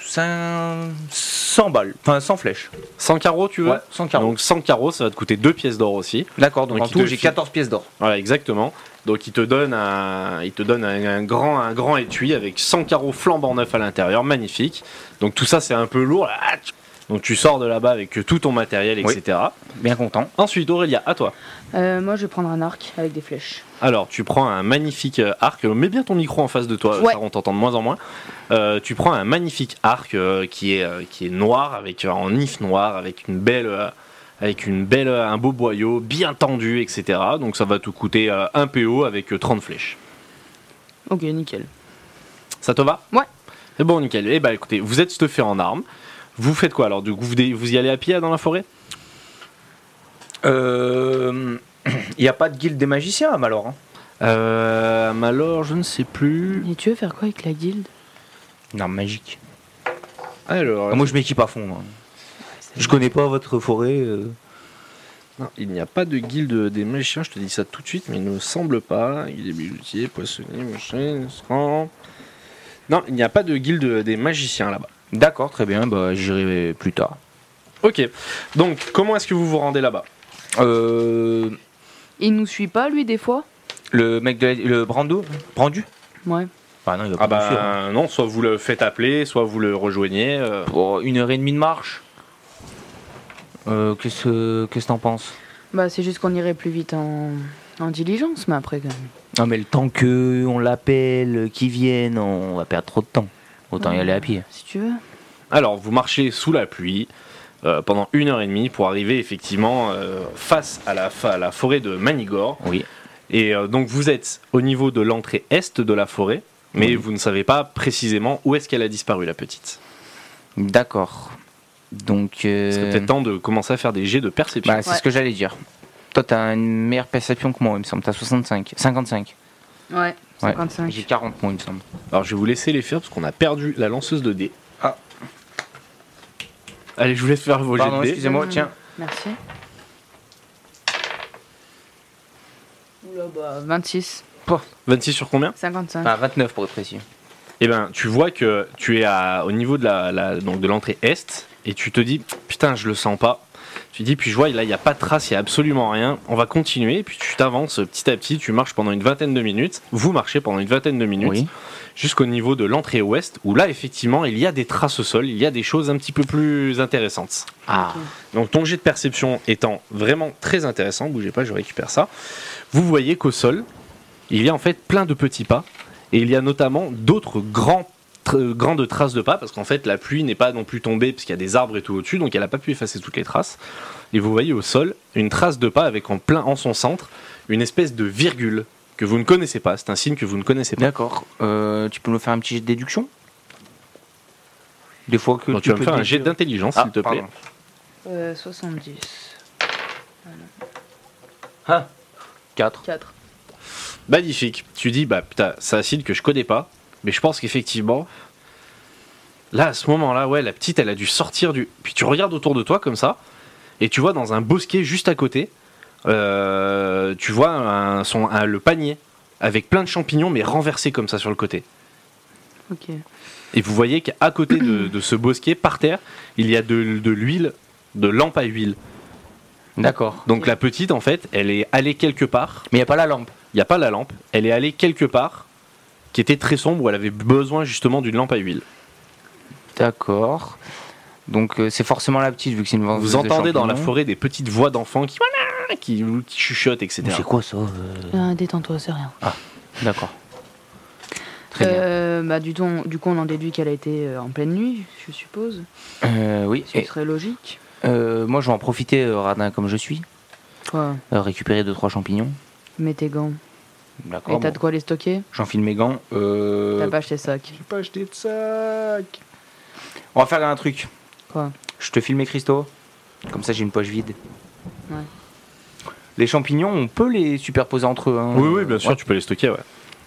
S5: cinq- 100 balles. Enfin, 100 flèches.
S2: 100 carreaux, tu veux
S5: Ouais, 100 carreaux.
S2: Donc 100 carreaux, ça va te coûter 2 pièces d'or aussi.
S5: D'accord, donc,
S2: Donc,
S5: en
S2: il
S5: tout,
S2: te
S5: j'ai
S2: file-
S5: 14 pièces d'or.
S2: Voilà, exactement. Donc il te donne un, il te donne un, un grand, un grand étui avec 100 carreaux flambant neufs à l'intérieur, magnifique. Donc tout ça c'est un peu lourd. là. Ah, tu- Donc tu sors de là-bas avec tout ton matériel,
S4: Oui.
S2: etc.
S4: Bien content.
S2: Ensuite Aurélia, à toi.
S3: Euh, moi, je vais prendre un arc avec des flèches.
S2: Alors tu prends un magnifique euh, arc. Mets bien ton micro en face de toi,
S3: Ouais.
S2: ça on t'entend de moins en moins. Euh, tu prends un magnifique arc euh, qui est euh, qui est noir avec euh, en if noir avec une belle euh, avec une belle euh, un beau boyau bien tendu, etc. Donc ça va te coûter euh, un PO avec euh, 30 flèches.
S3: Ok, nickel.
S2: Ça te va
S3: Ouais.
S2: C'est bon, nickel. Eh ben écoutez, vous êtes stuffé en armes. Vous faites quoi alors Du coup, vous, dé- vous y allez à pied dans la forêt
S5: Euh, Il n'y a pas de guilde des magiciens à Malor. hein.
S2: Euh. Alors, je ne sais plus.
S3: Et tu veux faire quoi avec la guilde
S5: Une arme magique.
S2: Alors,
S5: Ah, moi, je m'équipe à fond. moi. Je connais pas votre forêt. euh.
S2: non, il n'y a pas de guilde des magiciens, je te dis ça tout de suite, mais il ne me semble pas. Il est bijoutier, poissonnier, machin, serrant. Non, il n'y a pas de guilde des magiciens là-bas.
S4: D'accord, très bien, bah, j'irai plus tard.
S2: Ok. Donc, comment est-ce que vous vous rendez là-bas
S4: Euh,
S3: Il nous suit pas, lui, des fois
S4: le mec de la- le Brando Brandu
S3: Ouais.
S4: Ah non, il va
S2: Ah
S4: pas nous suivre.
S2: bah non, soit vous le faites appeler, soit vous le rejoignez. euh.
S4: Pour une heure et demie de marche Euh, Qu'est-ce qu'est-ce t'en penses
S3: Bah, c'est juste qu'on irait plus vite en, en diligence, mais après, quand même.
S4: Non mais le temps que on l'appelle, qu'il vienne, on va perdre trop de temps. Autant y aller à pied.
S3: Si tu veux.
S2: Alors, vous marchez sous la pluie euh, pendant une heure et demie pour arriver effectivement euh, face à la, fa- à la forêt de Manigore.
S4: Oui.
S2: Et euh, donc, vous êtes au niveau de l'entrée est de la forêt, mais vous ne savez pas précisément où est-ce qu'elle a disparu, la petite.
S4: D'accord. Donc euh,
S2: C'est peut-être temps de commencer à faire des jets de perception.
S4: bah, c'est
S3: Ouais.
S4: ce que j'allais dire. Toi t'as une meilleure perception que moi, il me semble. T'as 65, 55.
S3: Ouais,
S4: Ouais.
S3: 55.
S4: J'ai 40 moi, il me semble.
S2: Alors, je vais vous laisser les faire parce qu'on a perdu la lanceuse de dés.
S5: Ah.
S2: Allez, je vous laisse faire vos jets
S4: Pardon,
S2: de dés.
S4: excusez-moi.
S3: Mm.
S4: Tiens,
S3: Merci. Oula, bah, 26.
S2: 26 sur combien
S3: 55.
S4: Ah, 29 pour être précis.
S2: Eh ben, tu vois que tu es à- au niveau de la, la- donc de l'entrée est et tu te dis putain, je le sens pas. Tu dis puis je vois là, il n'y a pas de trace, il y a absolument rien. On va continuer et puis tu t'avances petit à petit, tu marches pendant une vingtaine de minutes. Vous marchez pendant une vingtaine de minutes
S4: Oui.
S2: jusqu'au niveau de l'entrée ouest où là effectivement, il y a des traces au sol, il y a des choses un petit peu plus intéressantes.
S4: Ah.
S2: Donc ton jet de perception étant vraiment très intéressant, bougez pas, je récupère ça. Vous voyez qu'au sol, il y a en fait plein de petits pas, et il y a notamment d'autres grands tr- grandes traces de pas, parce qu'en fait la pluie n'est pas non plus tombée, parce qu'il y a des arbres et tout au-dessus, donc elle n'a pas pu effacer toutes les traces. Et vous voyez au sol une trace de pas avec en plein en son centre une espèce de virgule que vous ne connaissez pas. C'est un signe que vous ne connaissez pas.
S4: D'accord. Euh, tu peux nous faire un petit jet de déduction Des fois que
S2: Donc tu vas me
S4: peux
S2: faire un jet
S4: déduire.
S2: d'intelligence,
S4: Ah,
S2: s'il te plaît.
S4: pardon.
S3: Euh, 70.
S4: 4.
S3: 4.
S2: Magnifique. Tu dis, bah putain, c'est un signe que je connais pas, mais je pense qu'effectivement, là, à ce moment-là, ouais, la petite, elle a dû sortir du. Puis tu regardes autour de toi comme ça, et tu vois dans un bosquet juste à côté, euh, tu vois un- son, un- le panier avec plein de champignons, mais renversés comme ça sur le côté.
S3: Ok.
S2: Et vous voyez qu'à côté de, de ce bosquet, par terre, il y a de, de l'huile, de lampe à huile.
S4: D'accord.
S2: Donc la petite, en fait, elle est allée quelque part,
S4: Mais il n'y a pas la lampe.
S2: il n'y a pas la lampe, elle est allée quelque part qui était très sombre, où elle avait besoin justement d'une lampe à huile.
S4: D'accord. Donc euh, c'est forcément la petite vu que c'est une vendeuse
S2: Vous
S4: de
S2: entendez dans la
S4: champignons.
S2: forêt des petites voix d'enfants qui, qui, qui chuchotent, etc.
S5: Mais C'est quoi ça euh
S3: Ah, Détends-toi, c'est rien.
S4: D'accord. Très bien.
S3: Euh, bah, du, ton- du coup, on en déduit qu'elle a été euh, en pleine nuit, je suppose.
S4: Euh, oui.
S3: Ce qui
S4: Et,
S3: serait logique.
S4: euh, moi je vais en profiter, euh, radin comme je suis,
S3: Quoi
S4: euh, récupérer deux trois champignons.
S3: Mets tes gants.
S4: D'accord.
S3: Et t'as
S4: bon.
S3: de quoi les stocker
S4: J'enfile mes gants. euh,
S3: T'as pas acheté sac.
S2: pas acheté de sac.
S4: On va faire un truc.
S3: Quoi
S4: Je te file mes cristaux. Comme ça j'ai une poche vide.
S3: Ouais.
S4: Les champignons, on peut les superposer entre eux. hein.
S2: Oui, oui, bien sûr,
S4: Ouais.
S2: tu peux les stocker, ouais.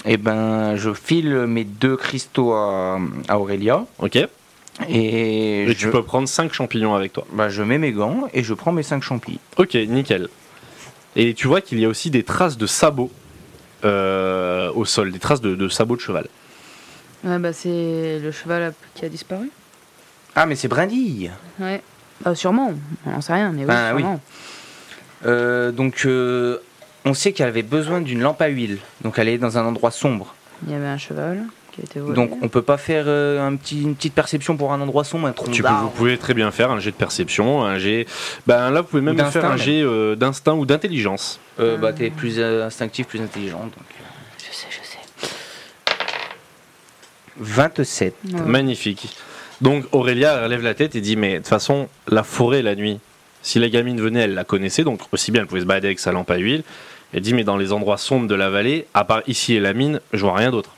S4: Eh ben, je file mes deux cristaux à, à Aurélia.
S2: Ok.
S4: Et,
S2: Et
S4: je,
S2: tu peux prendre 5 champignons avec toi.
S4: bah, je mets mes gants et je prends mes 5 champis.
S2: Ok, nickel. Et tu vois qu'il y a aussi des traces de sabots euh, au sol, des traces de, de sabots de cheval.
S3: Ouais, bah, c'est le cheval à- qui a disparu.
S4: Ah, mais c'est brindille
S3: Ouais. Ah, sûrement, on n'en sait rien, mais oui,
S4: Ben oui.
S3: sûrement.
S4: Euh, Donc, euh, on sait qu'elle avait besoin d'une lampe à huile. Donc, elle est dans un endroit sombre.
S3: Il y avait un cheval qui a été volé.
S4: Donc, on peut pas faire euh, un petit, une petite perception pour un endroit sombre, un tronc
S2: Tu peux, vous
S4: d'arbre.
S2: pouvez très bien faire un jet de perception, un jet. Ben là, vous pouvez même
S4: Ou d'instinct,
S2: faire un
S4: même.
S2: jet euh, d'instinct ou d'intelligence.
S4: Euh, bah, t'es plus euh, instinctif, plus intelligent. donc. euh.
S3: Je sais, je sais.
S4: 27.
S3: Ouais.
S2: Magnifique. Donc Aurélia elle relève la tête et dit Mais de toute façon, la forêt la nuit, si la gamine venait, elle la connaissait, donc aussi bien elle pouvait se balader avec sa lampe à huile. Elle dit Mais dans les endroits sombres de la vallée, à part ici et la mine, je vois rien d'autre.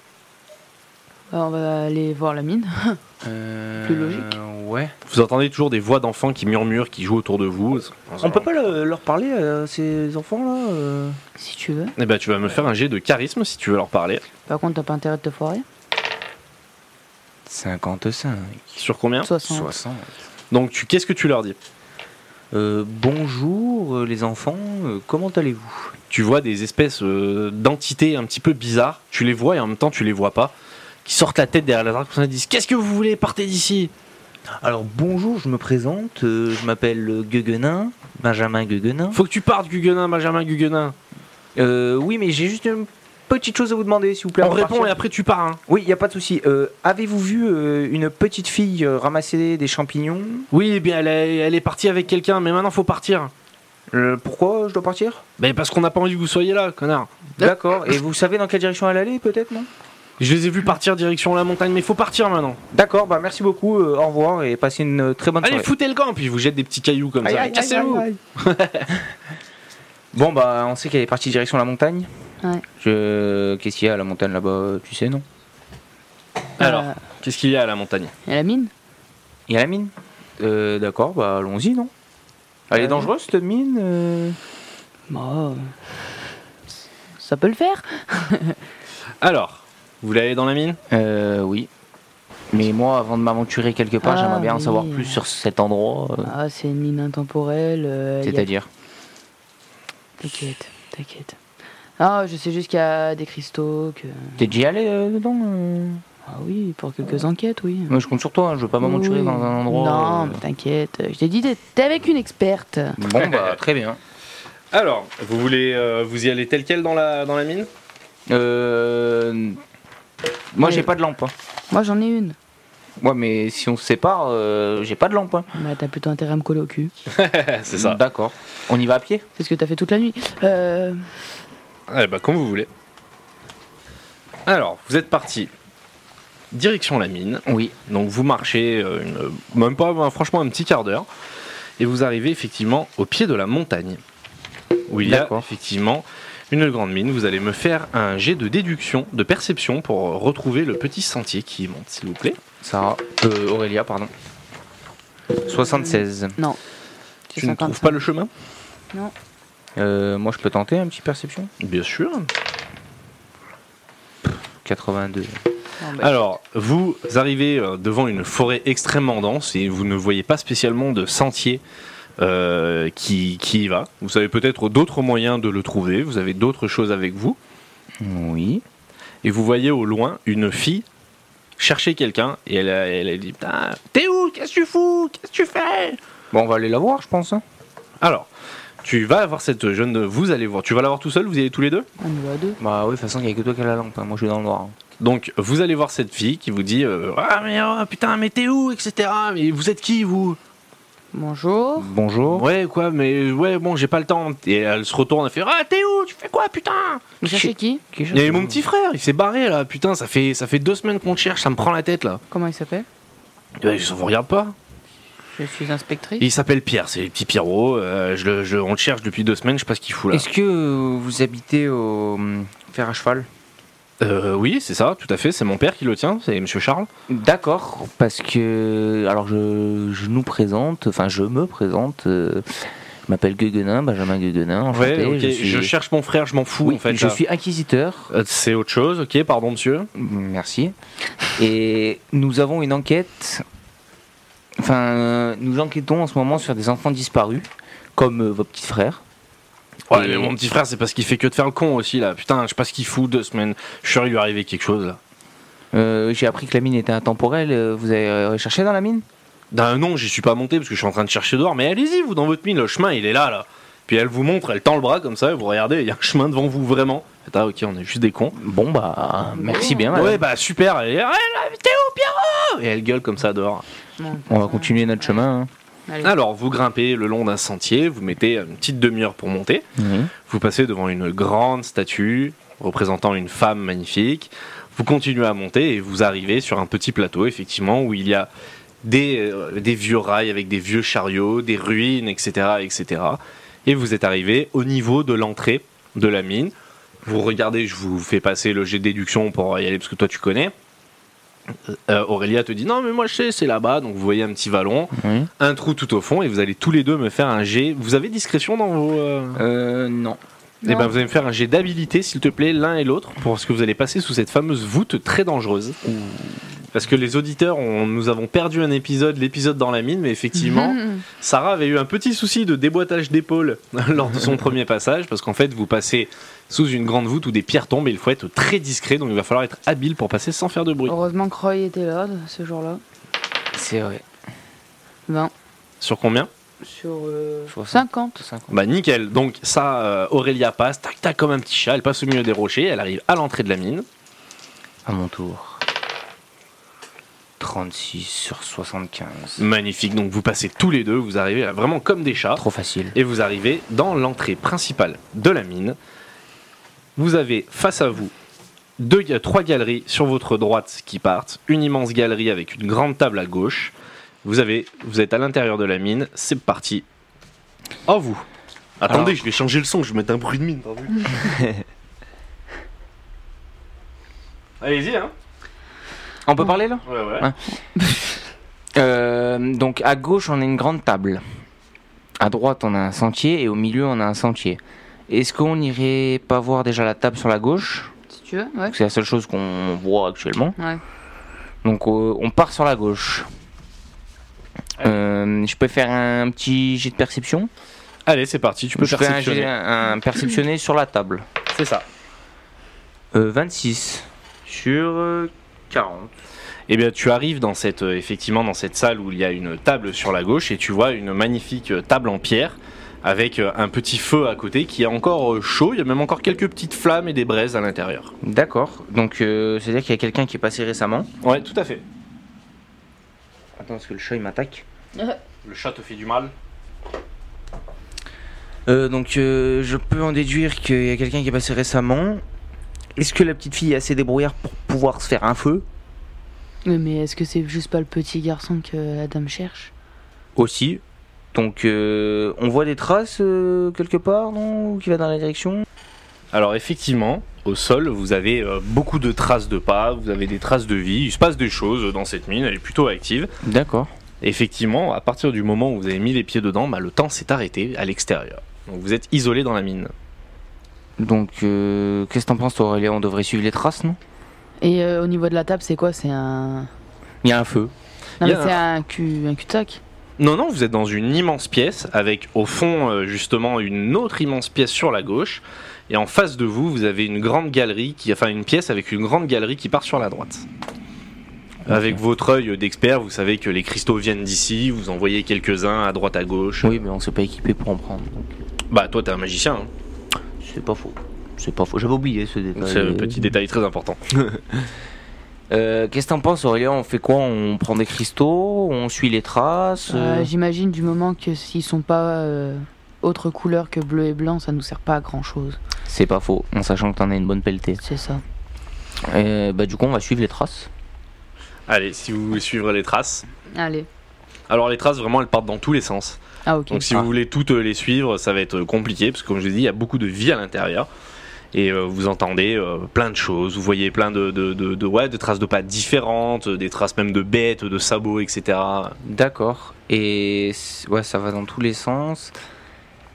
S3: Bah, on va aller voir la mine.
S4: Euh,
S3: Plus logique.
S4: Ouais.
S2: Vous entendez toujours des voix d'enfants qui murmurent, qui jouent autour de vous.
S5: On peut pas le-
S4: euh,
S5: leur parler à ces enfants-là euh
S3: Si tu veux.
S2: Eh ben, tu vas me faire un jet de charisme si tu veux leur parler.
S3: Par contre, t'as pas intérêt de te foirer.
S4: 55.
S2: Sur combien
S3: 60.
S4: 60.
S2: Donc, tu, qu'est-ce que tu leur dis
S4: Euh, bonjour euh, les enfants, euh, comment allez-vous
S2: Tu vois des espèces euh, d'entités un petit peu bizarres. Tu les vois et en même temps, tu les vois pas. Qui sortent la tête derrière la drague et disent Qu'est-ce que vous voulez Partez d'ici
S4: Alors bonjour, je me présente, euh, je m'appelle euh, Gueguenin, Benjamin Gueguenin.
S2: Faut que tu partes, Guguenin, Benjamin Guguenin.
S4: Euh, oui mais j'ai juste une petite chose à vous demander s'il vous plaît.
S2: On
S4: avant de
S2: répond et
S4: partir.
S2: après tu pars. hein.
S4: Oui, il n'y a pas de souci. Euh, Avez-vous vu euh, une petite fille euh, ramasser des champignons
S2: Oui, eh bien, elle est, elle est partie avec quelqu'un, mais maintenant, faut partir.
S4: Euh, Pourquoi je dois partir
S2: Ben, parce qu'on n'a pas envie que vous soyez là, connard.
S4: D'accord, et vous savez dans quelle direction elle allait peut-être, non
S2: Je les ai vus partir direction la montagne, mais faut partir maintenant.
S4: D'accord, bah merci beaucoup, euh, au revoir et passez une euh, très bonne
S2: Allez,
S4: soirée.
S2: foutez le camp, puis ils vous jette des petits cailloux comme
S4: Aïe,
S2: ça.
S4: aïe, aïe,
S2: Cassez-vous
S4: aïe, aïe. Bon bah on sait qu'elle est partie direction la montagne.
S3: Ouais.
S4: Je... Qu'est-ce qu'il y a à la montagne là-bas Tu sais non
S2: Alors,
S3: Euh,
S2: qu'est-ce qu'il y a à la montagne
S3: et la mine
S4: Il y a la mine. Euh, D'accord, bah allons-y non. Elle
S3: Euh,
S4: est dangereuse cette mine euh
S3: Bah. Ça peut le faire.
S2: Alors, vous voulez aller dans la mine
S4: Euh, oui. Mais moi avant de m'aventurer quelque part
S3: Ah,
S4: j'aimerais bien en
S3: oui.
S4: savoir plus sur cet endroit. euh,
S3: Ah, c'est une mine intemporelle. euh, y a-
S4: C'est-à-dire
S3: T'inquiète, t'inquiète. Ah, je sais juste qu'il y a des cristaux, que.
S4: T'es déjà allé euh, dedans euh
S3: Ah oui, pour quelques enquêtes, oui.
S4: Moi je compte sur toi, hein, je veux pas m'aventurer
S3: Oui.
S4: dans un endroit...
S3: Non,
S4: euh,
S3: mais t'inquiète. Je t'ai dit, t'es t'es avec une experte.
S4: Bon bah très bien.
S2: Alors, vous voulez euh, vous y aller tel quel dans la, dans la mine
S4: Euh... Moi
S3: Mais-
S4: j'ai pas de lampe. hein.
S3: Moi, j'en ai une.
S4: Ouais, mais si on se sépare, euh, j'ai pas de lampe. hein.
S3: Bah, t'as plutôt intérêt à me coller au cul.
S2: C'est
S4: D'accord. On y va à pied
S3: C'est ce que t'as fait toute la nuit. Euh,
S2: Eh bah, comme vous voulez. Alors, vous êtes parti. Direction la mine.
S4: Oui.
S2: Donc, vous marchez, euh, une- même pas, bah, franchement, un petit quart d'heure. Et vous arrivez effectivement au pied de la montagne. Où il y a
S4: D'accord.
S2: effectivement une grande mine. Vous allez me faire un jet de déduction, de perception pour retrouver le petit sentier qui y monte, s'il vous plaît.
S4: Sarah. Euh, Aurélia, pardon. 76.
S3: non.
S2: Tu ne trouves pas le chemin
S4: Euh, moi, je peux tenter un petit perception
S2: Bien sûr.
S4: 82.
S2: Alors, vous arrivez euh, devant une forêt extrêmement dense et vous ne voyez pas spécialement de sentier euh, qui, qui y va. Vous avez peut-être d'autres moyens de le trouver, vous avez d'autres choses avec vous.
S4: Oui.
S2: Et vous voyez au loin une fille chercher quelqu'un et elle, a- elle, a dit Putain, T'es où Qu'est-ce que tu fous Qu'est-ce que tu fais
S4: Bon, on va aller la voir, je pense. hein.
S2: Alors, tu vas voir cette jeune. Vous allez voir. Tu vas la voir tout seul, vous y allez tous les deux
S3: On y va à deux.
S4: Bah oui, de toute façon, il n'y a que toi qui as la lampe. hein. Moi, je suis dans le noir. hein.
S2: Donc, vous allez voir cette fille qui vous dit euh, Ah, mais oh, putain, mais t'es où etc. Mais vous êtes qui, vous Oh.
S3: Bonjour.
S4: Bonjour.
S2: Ouais, quoi, mais ouais, bon, j'ai pas le temps. Et elle se retourne, elle fait Ah, t'es où Tu fais quoi, putain
S3: Vous cherchez qui
S4: Qui est-ce
S2: Il y avait mon petit frère, il s'est barré là, putain, ça fait, ça fait deux semaines qu'on le cherche, ça me prend la tête là.
S3: Comment il s'appelle
S2: Ouais, je vous regarde pas.
S3: Je suis inspectrice.
S2: Il s'appelle Pierre, c'est le petit Pierrot, euh, je, le- je- on le cherche depuis deux semaines, je sais pas ce qu'il fout là.
S4: Est-ce que euh, vous habitez au hum, fer à cheval
S2: Euh, oui, c'est ça, tout à fait, c'est mon père qui le tient, c'est monsieur Charles.
S4: D'accord, parce que. Alors, je, je nous présente, enfin, je me présente. euh, je m'appelle Gueguenin, Benjamin Gueguenin.
S2: Ouais,
S4: Enchanté,
S2: ok, je,
S4: suis-
S2: cherche mon frère, je m'en fous
S4: Oui,
S2: en fait.
S4: je
S2: là.
S4: suis inquisiteur.
S2: Euh, C'est autre chose, ok, pardon monsieur.
S4: Merci. Et nous avons une enquête Enfin, euh, nous enquêtons en ce moment sur des enfants disparus, comme euh, vos petits frères.
S2: Ouais, mais mon petit frère, c'est parce qu'il fait que de faire le con aussi là. Putain, je sais pas ce qu'il fout deux semaines. Je suis sûr qu'il lui est arrivé quelque chose là.
S4: Euh, J'ai appris que la mine était intemporelle. euh, Vous avez euh, cherché dans la mine
S2: Ben non, j'y suis pas monté parce que je suis en train de chercher dehors. Mais allez-y, vous, dans votre mine, le chemin il est là là. Puis elle vous montre, elle tend le bras comme ça, vous regardez, il y a un chemin devant vous vraiment. Faites, Ah ok, on est juste des cons.
S4: Bon, bah, merci bien. madame.
S2: Ouais, bah super, elle est Ah, là, t'es où, Pierrot Et elle gueule comme ça dehors.
S4: On va continuer notre chemin. hein.
S3: Allez.
S2: Alors, vous grimpez le long d'un sentier, vous mettez une petite demi-heure pour monter.
S4: Mhm.
S2: Vous passez devant une grande statue représentant une femme magnifique. Vous continuez à monter et vous arrivez sur un petit plateau, effectivement, où il y a des, euh, des vieux rails avec des vieux chariots, des ruines, etc., etc. Et vous êtes arrivé au niveau de l'entrée de la mine. Vous regardez, je vous fais passer le jet de déduction pour y aller, parce que toi tu connais. Euh, Aurélia te dit non mais moi je sais c'est là-bas donc vous voyez un petit vallon
S4: Oui.
S2: un trou tout au fond et vous allez tous les deux me faire un jet vous avez discrétion dans vos euh,
S4: Euh, non.
S2: eh ben,
S3: Non.
S2: vous allez me faire un jet d'habilité, s'il te plaît, l'un et l'autre, parce que vous allez passer sous cette fameuse voûte très dangereuse. Parce que les auditeurs, on- nous avons perdu un épisode, l'épisode dans la mine, mais effectivement,
S3: Mhm.
S2: Sarah avait eu un petit souci de déboîtage d'épaule lors de son premier passage, parce qu'en fait, vous passez sous une grande voûte où des pierres tombent et il faut être très discret, donc il va falloir être habile pour passer sans faire de bruit.
S3: Heureusement que Roy était là ce jour-là.
S4: C'est vrai.
S3: 20
S2: Sur combien
S3: sur euh,
S4: Je vois ça.
S3: 50.
S2: Bah nickel, donc ça, euh, Aurélia passe, tac tac comme un petit chat, elle passe au milieu des rochers, elle arrive à l'entrée de la mine.
S4: À mon tour. 36 sur 75.
S2: Magnifique, donc vous passez tous les deux, vous arrivez là, vraiment comme des chats,
S4: Trop facile.
S2: et vous arrivez dans l'entrée principale de la mine. Vous avez face à vous deux, euh, trois galeries sur votre droite qui partent, une immense galerie avec une grande table à gauche. Vous, avez, vous êtes à l'intérieur de la mine, c'est parti. Oh vous Attendez, je vais changer le son, je vais mettre un bruit de mine. pardon. Allez-y, hein
S4: On peut parler là
S2: Ouais, ouais.
S4: Euh, donc à gauche, on a une grande table. À droite, on a un sentier et au milieu, on a un sentier. Est-ce qu'on n'irait pas voir déjà la table sur la gauche
S3: Si tu veux, ouais.
S4: C'est la seule chose qu'on voit actuellement.
S3: Ouais.
S4: Donc euh, on part sur la gauche. Euh, je peux faire un petit jet de perception
S2: Allez, c'est parti, tu peux
S4: Je fais un jet-
S2: perceptionner.
S4: un, perceptionné sur la table.
S2: C'est ça.
S4: Euh, 26 sur euh, 40.
S2: Eh bien, tu arrives dans cette, euh, effectivement dans cette salle où il y a une table sur la gauche et tu vois une magnifique euh, table en pierre avec euh, un petit feu à côté qui est encore euh, chaud. Il y a même encore quelques petites flammes et des braises à l'intérieur.
S4: D'accord. Donc euh, c'est-à-dire qu'il y a quelqu'un qui est passé récemment.
S2: Ouais, tout à fait.
S4: Attends, parce que le chat il m'attaque.
S2: Le chat te fait du mal.
S4: Euh, donc euh, je peux en déduire qu'il y a quelqu'un qui est passé récemment. Est-ce que la petite fille est assez débrouillard pour pouvoir se faire un feu
S3: Mais- Mais est-ce que c'est juste pas le petit garçon que la dame cherche
S4: Aussi. Donc euh, on voit des traces euh, quelque part, non Ou Qui va dans la direction
S2: Alors effectivement, au sol, vous avez euh, beaucoup de traces de pas, vous avez des traces de vie. Il se passe des choses dans cette mine. Elle est plutôt active.
S4: D'accord.
S2: Effectivement, à partir du moment où vous avez mis les pieds dedans, bah, le temps s'est arrêté à l'extérieur. Donc vous êtes isolé dans la mine.
S4: Donc euh, qu'est-ce que t'en penses toi Aurélien On devrait suivre les traces, non
S3: Et euh, au niveau de la table, c'est quoi C'est un.
S4: Il y a un feu.
S3: Non,
S2: Il y
S3: mais
S2: a
S3: c'est un cul, un cul-de-sac.
S2: Non, non, vous êtes dans une immense pièce avec au fond euh, justement une autre immense pièce sur la gauche. Et en face de vous, vous avez une grande galerie, qui, enfin une pièce avec une grande galerie qui part sur la droite. Avec votre œil d'expert, vous savez que les cristaux viennent d'ici, vous en voyez quelques-uns à droite à gauche.
S4: Oui, mais on s'est pas équipé pour en prendre.
S2: Bah toi t'es un magicien, hein.
S4: C'est pas faux. C'est pas faux. J'avais oublié ce détail.
S2: c'est un petit détail très important.
S4: Euh, Qu'est-ce que t'en penses, Aurélien On fait quoi On prend des cristaux On suit les traces
S3: Euh,
S4: euh,
S3: J'imagine du moment que s'ils sont pas euh, autre couleur que bleu et blanc, ça nous sert pas à grand chose.
S4: C'est pas faux, en sachant que t'en as une bonne pelletée.
S3: C'est ça.
S4: Euh, bah, du coup, on va suivre les traces.
S2: Allez, si vous voulez suivre les traces.
S3: Allez.
S2: Alors les traces vraiment elles partent dans tous les sens.
S3: Ah ok.
S2: Donc si
S4: Ah.
S2: vous voulez toutes euh, les suivre, ça va être euh, compliqué parce que comme je l'ai dit, il y a beaucoup de vie à l'intérieur. Et euh, vous entendez euh, plein de choses, vous voyez plein de, de, de, de- ouais, de traces de pas différentes, euh, des traces même de bêtes, de sabots, etc.
S4: D'accord. Et c- ouais, ça va dans tous les sens.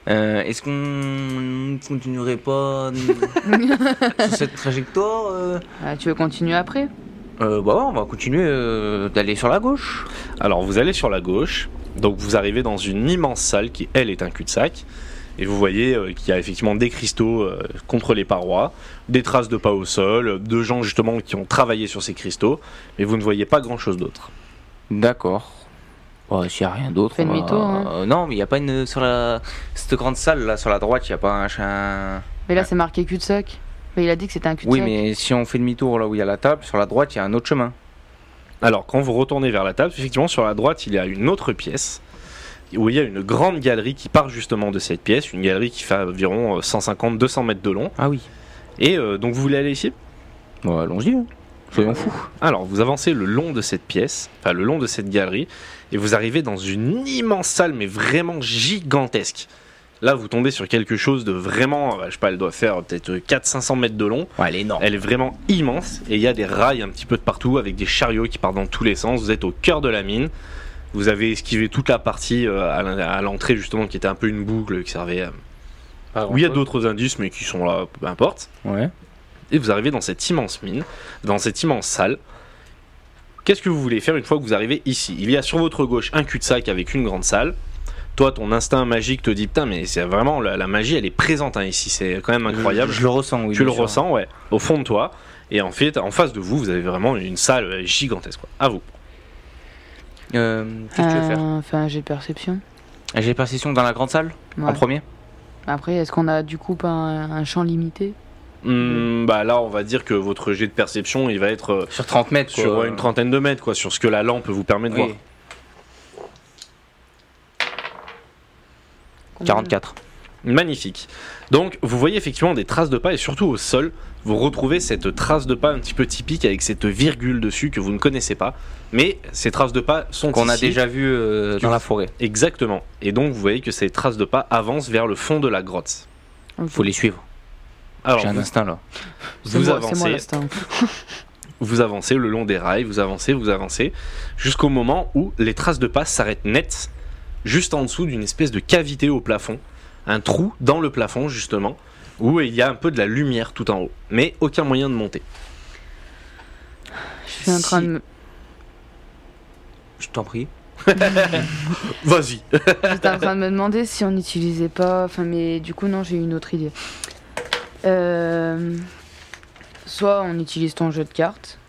S4: Euh, Est-ce qu'on continuerait pas sur cette trajectoire euh
S3: Ah, tu veux continuer après
S4: Euh, bah ouais, on va continuer euh, d'aller sur la gauche.
S2: Alors vous allez sur la gauche, donc vous arrivez dans une immense salle qui elle est un cul-de-sac, et vous voyez euh, qu'il y a effectivement des cristaux euh, contre les parois, des traces de pas au sol, euh, de gens justement qui ont travaillé sur ces cristaux, mais vous ne voyez pas grand-chose d'autre.
S4: D'accord. Bon, S'il n'y a rien d'autre.
S3: Fais
S4: on va-
S3: demi-tour, hein.
S4: Euh, non, mais il n'y a pas une. Sur la... Cette grande salle là, sur la droite, il n'y a pas un chien.
S3: Mais là, c'est marqué cul-de-sac. Mais il a dit que c'était un cul-de-sac.
S4: Ah. Oui, mais si on fait demi-tour là où il y a la table, sur la droite, il y a un autre chemin.
S2: Alors quand vous retournez vers la table, effectivement sur la droite il y a une autre pièce, où il y a une grande galerie qui part justement de cette pièce, une galerie qui fait environ euh, 150-200 mètres de long,
S4: Ah oui.
S2: et euh, donc vous voulez aller ici
S4: Bon, allons-y. hein. Soyons fous.
S2: Alors, vous avancez le long de cette pièce, enfin le long de cette galerie, et vous arrivez dans une immense salle, mais vraiment gigantesque. Là, vous tombez sur quelque chose de vraiment, euh, je sais pas, elle doit faire peut-être 400-500 mètres de long.
S4: Ouais, elle est énorme.
S2: Elle est vraiment immense, et il y a des rails un petit peu de partout, avec des chariots qui partent dans tous les sens. Vous êtes au cœur de la mine. Vous avez esquivé toute la partie euh, à l'in- à l'entrée, justement, qui était un peu une boucle qui servait. à- où il y a d'autres indices, mais qui sont là, peu importe.
S4: Ouais.
S2: Et vous arrivez dans cette immense mine, dans cette immense salle. Qu'est-ce que vous voulez faire une fois que vous arrivez ici Il y a sur votre gauche un cul-de-sac avec une grande salle. Toi, ton instinct magique te dit putain, mais c'est vraiment la, la magie, elle est présente hein, ici. C'est quand même incroyable.
S4: Je, je le ressens, oui.
S2: tu
S4: bien
S2: le
S4: sûr.
S2: ressens, ouais, au fond de toi. Et en fait, en face de vous, vous avez vraiment une salle euh, gigantesque. Quoi. À vous.
S4: Euh, Qu'est-ce que tu veux faire
S3: Euh, Fais un jet de perception.
S4: J'ai perception dans la grande salle
S3: Ouais.
S4: en premier.
S3: Après, est-ce qu'on a du coup pas un, un champ limité
S4: Mm.
S2: Hum, bah là, on va dire que votre jet de perception, il va être euh,
S4: Sur 30 mètres. Quoi.
S2: sur euh, une trentaine de mètres, quoi, sur ce que la lampe vous permet de
S4: Oui.
S2: voir.
S4: 44.
S2: Magnifique. Donc, vous voyez effectivement des traces de pas et surtout au sol, vous retrouvez cette trace de pas un petit peu typique avec cette virgule dessus que vous ne connaissez pas. Mais ces traces de pas sont
S4: Qu'on a
S2: ici.
S4: déjà vu euh, dans la forêt.
S2: Exactement. Et donc, vous voyez que ces traces de pas avancent vers le fond de la grotte.
S4: Faut les suivre.
S2: Alors,
S4: J'ai un
S2: vous,
S4: instinct là.
S3: C'est
S2: vous
S3: moi- C'est moi
S2: avancez,
S3: l'instinct.
S2: vous avancez le long des rails, vous avancez, vous avancez, jusqu'au moment où les traces de pas s'arrêtent net, juste en dessous d'une espèce de cavité au plafond, un trou dans le plafond justement, où il y a un peu de la lumière tout en haut, mais aucun moyen de monter.
S3: Je suis en train de. me-
S4: Je t'en prie.
S2: Vas-y.
S3: J'étais en train de me demander si on n'utilisait pas. Enfin, mais du coup, non, j'ai eu une autre idée. Euh, Soit on utilise ton jeu de cartes,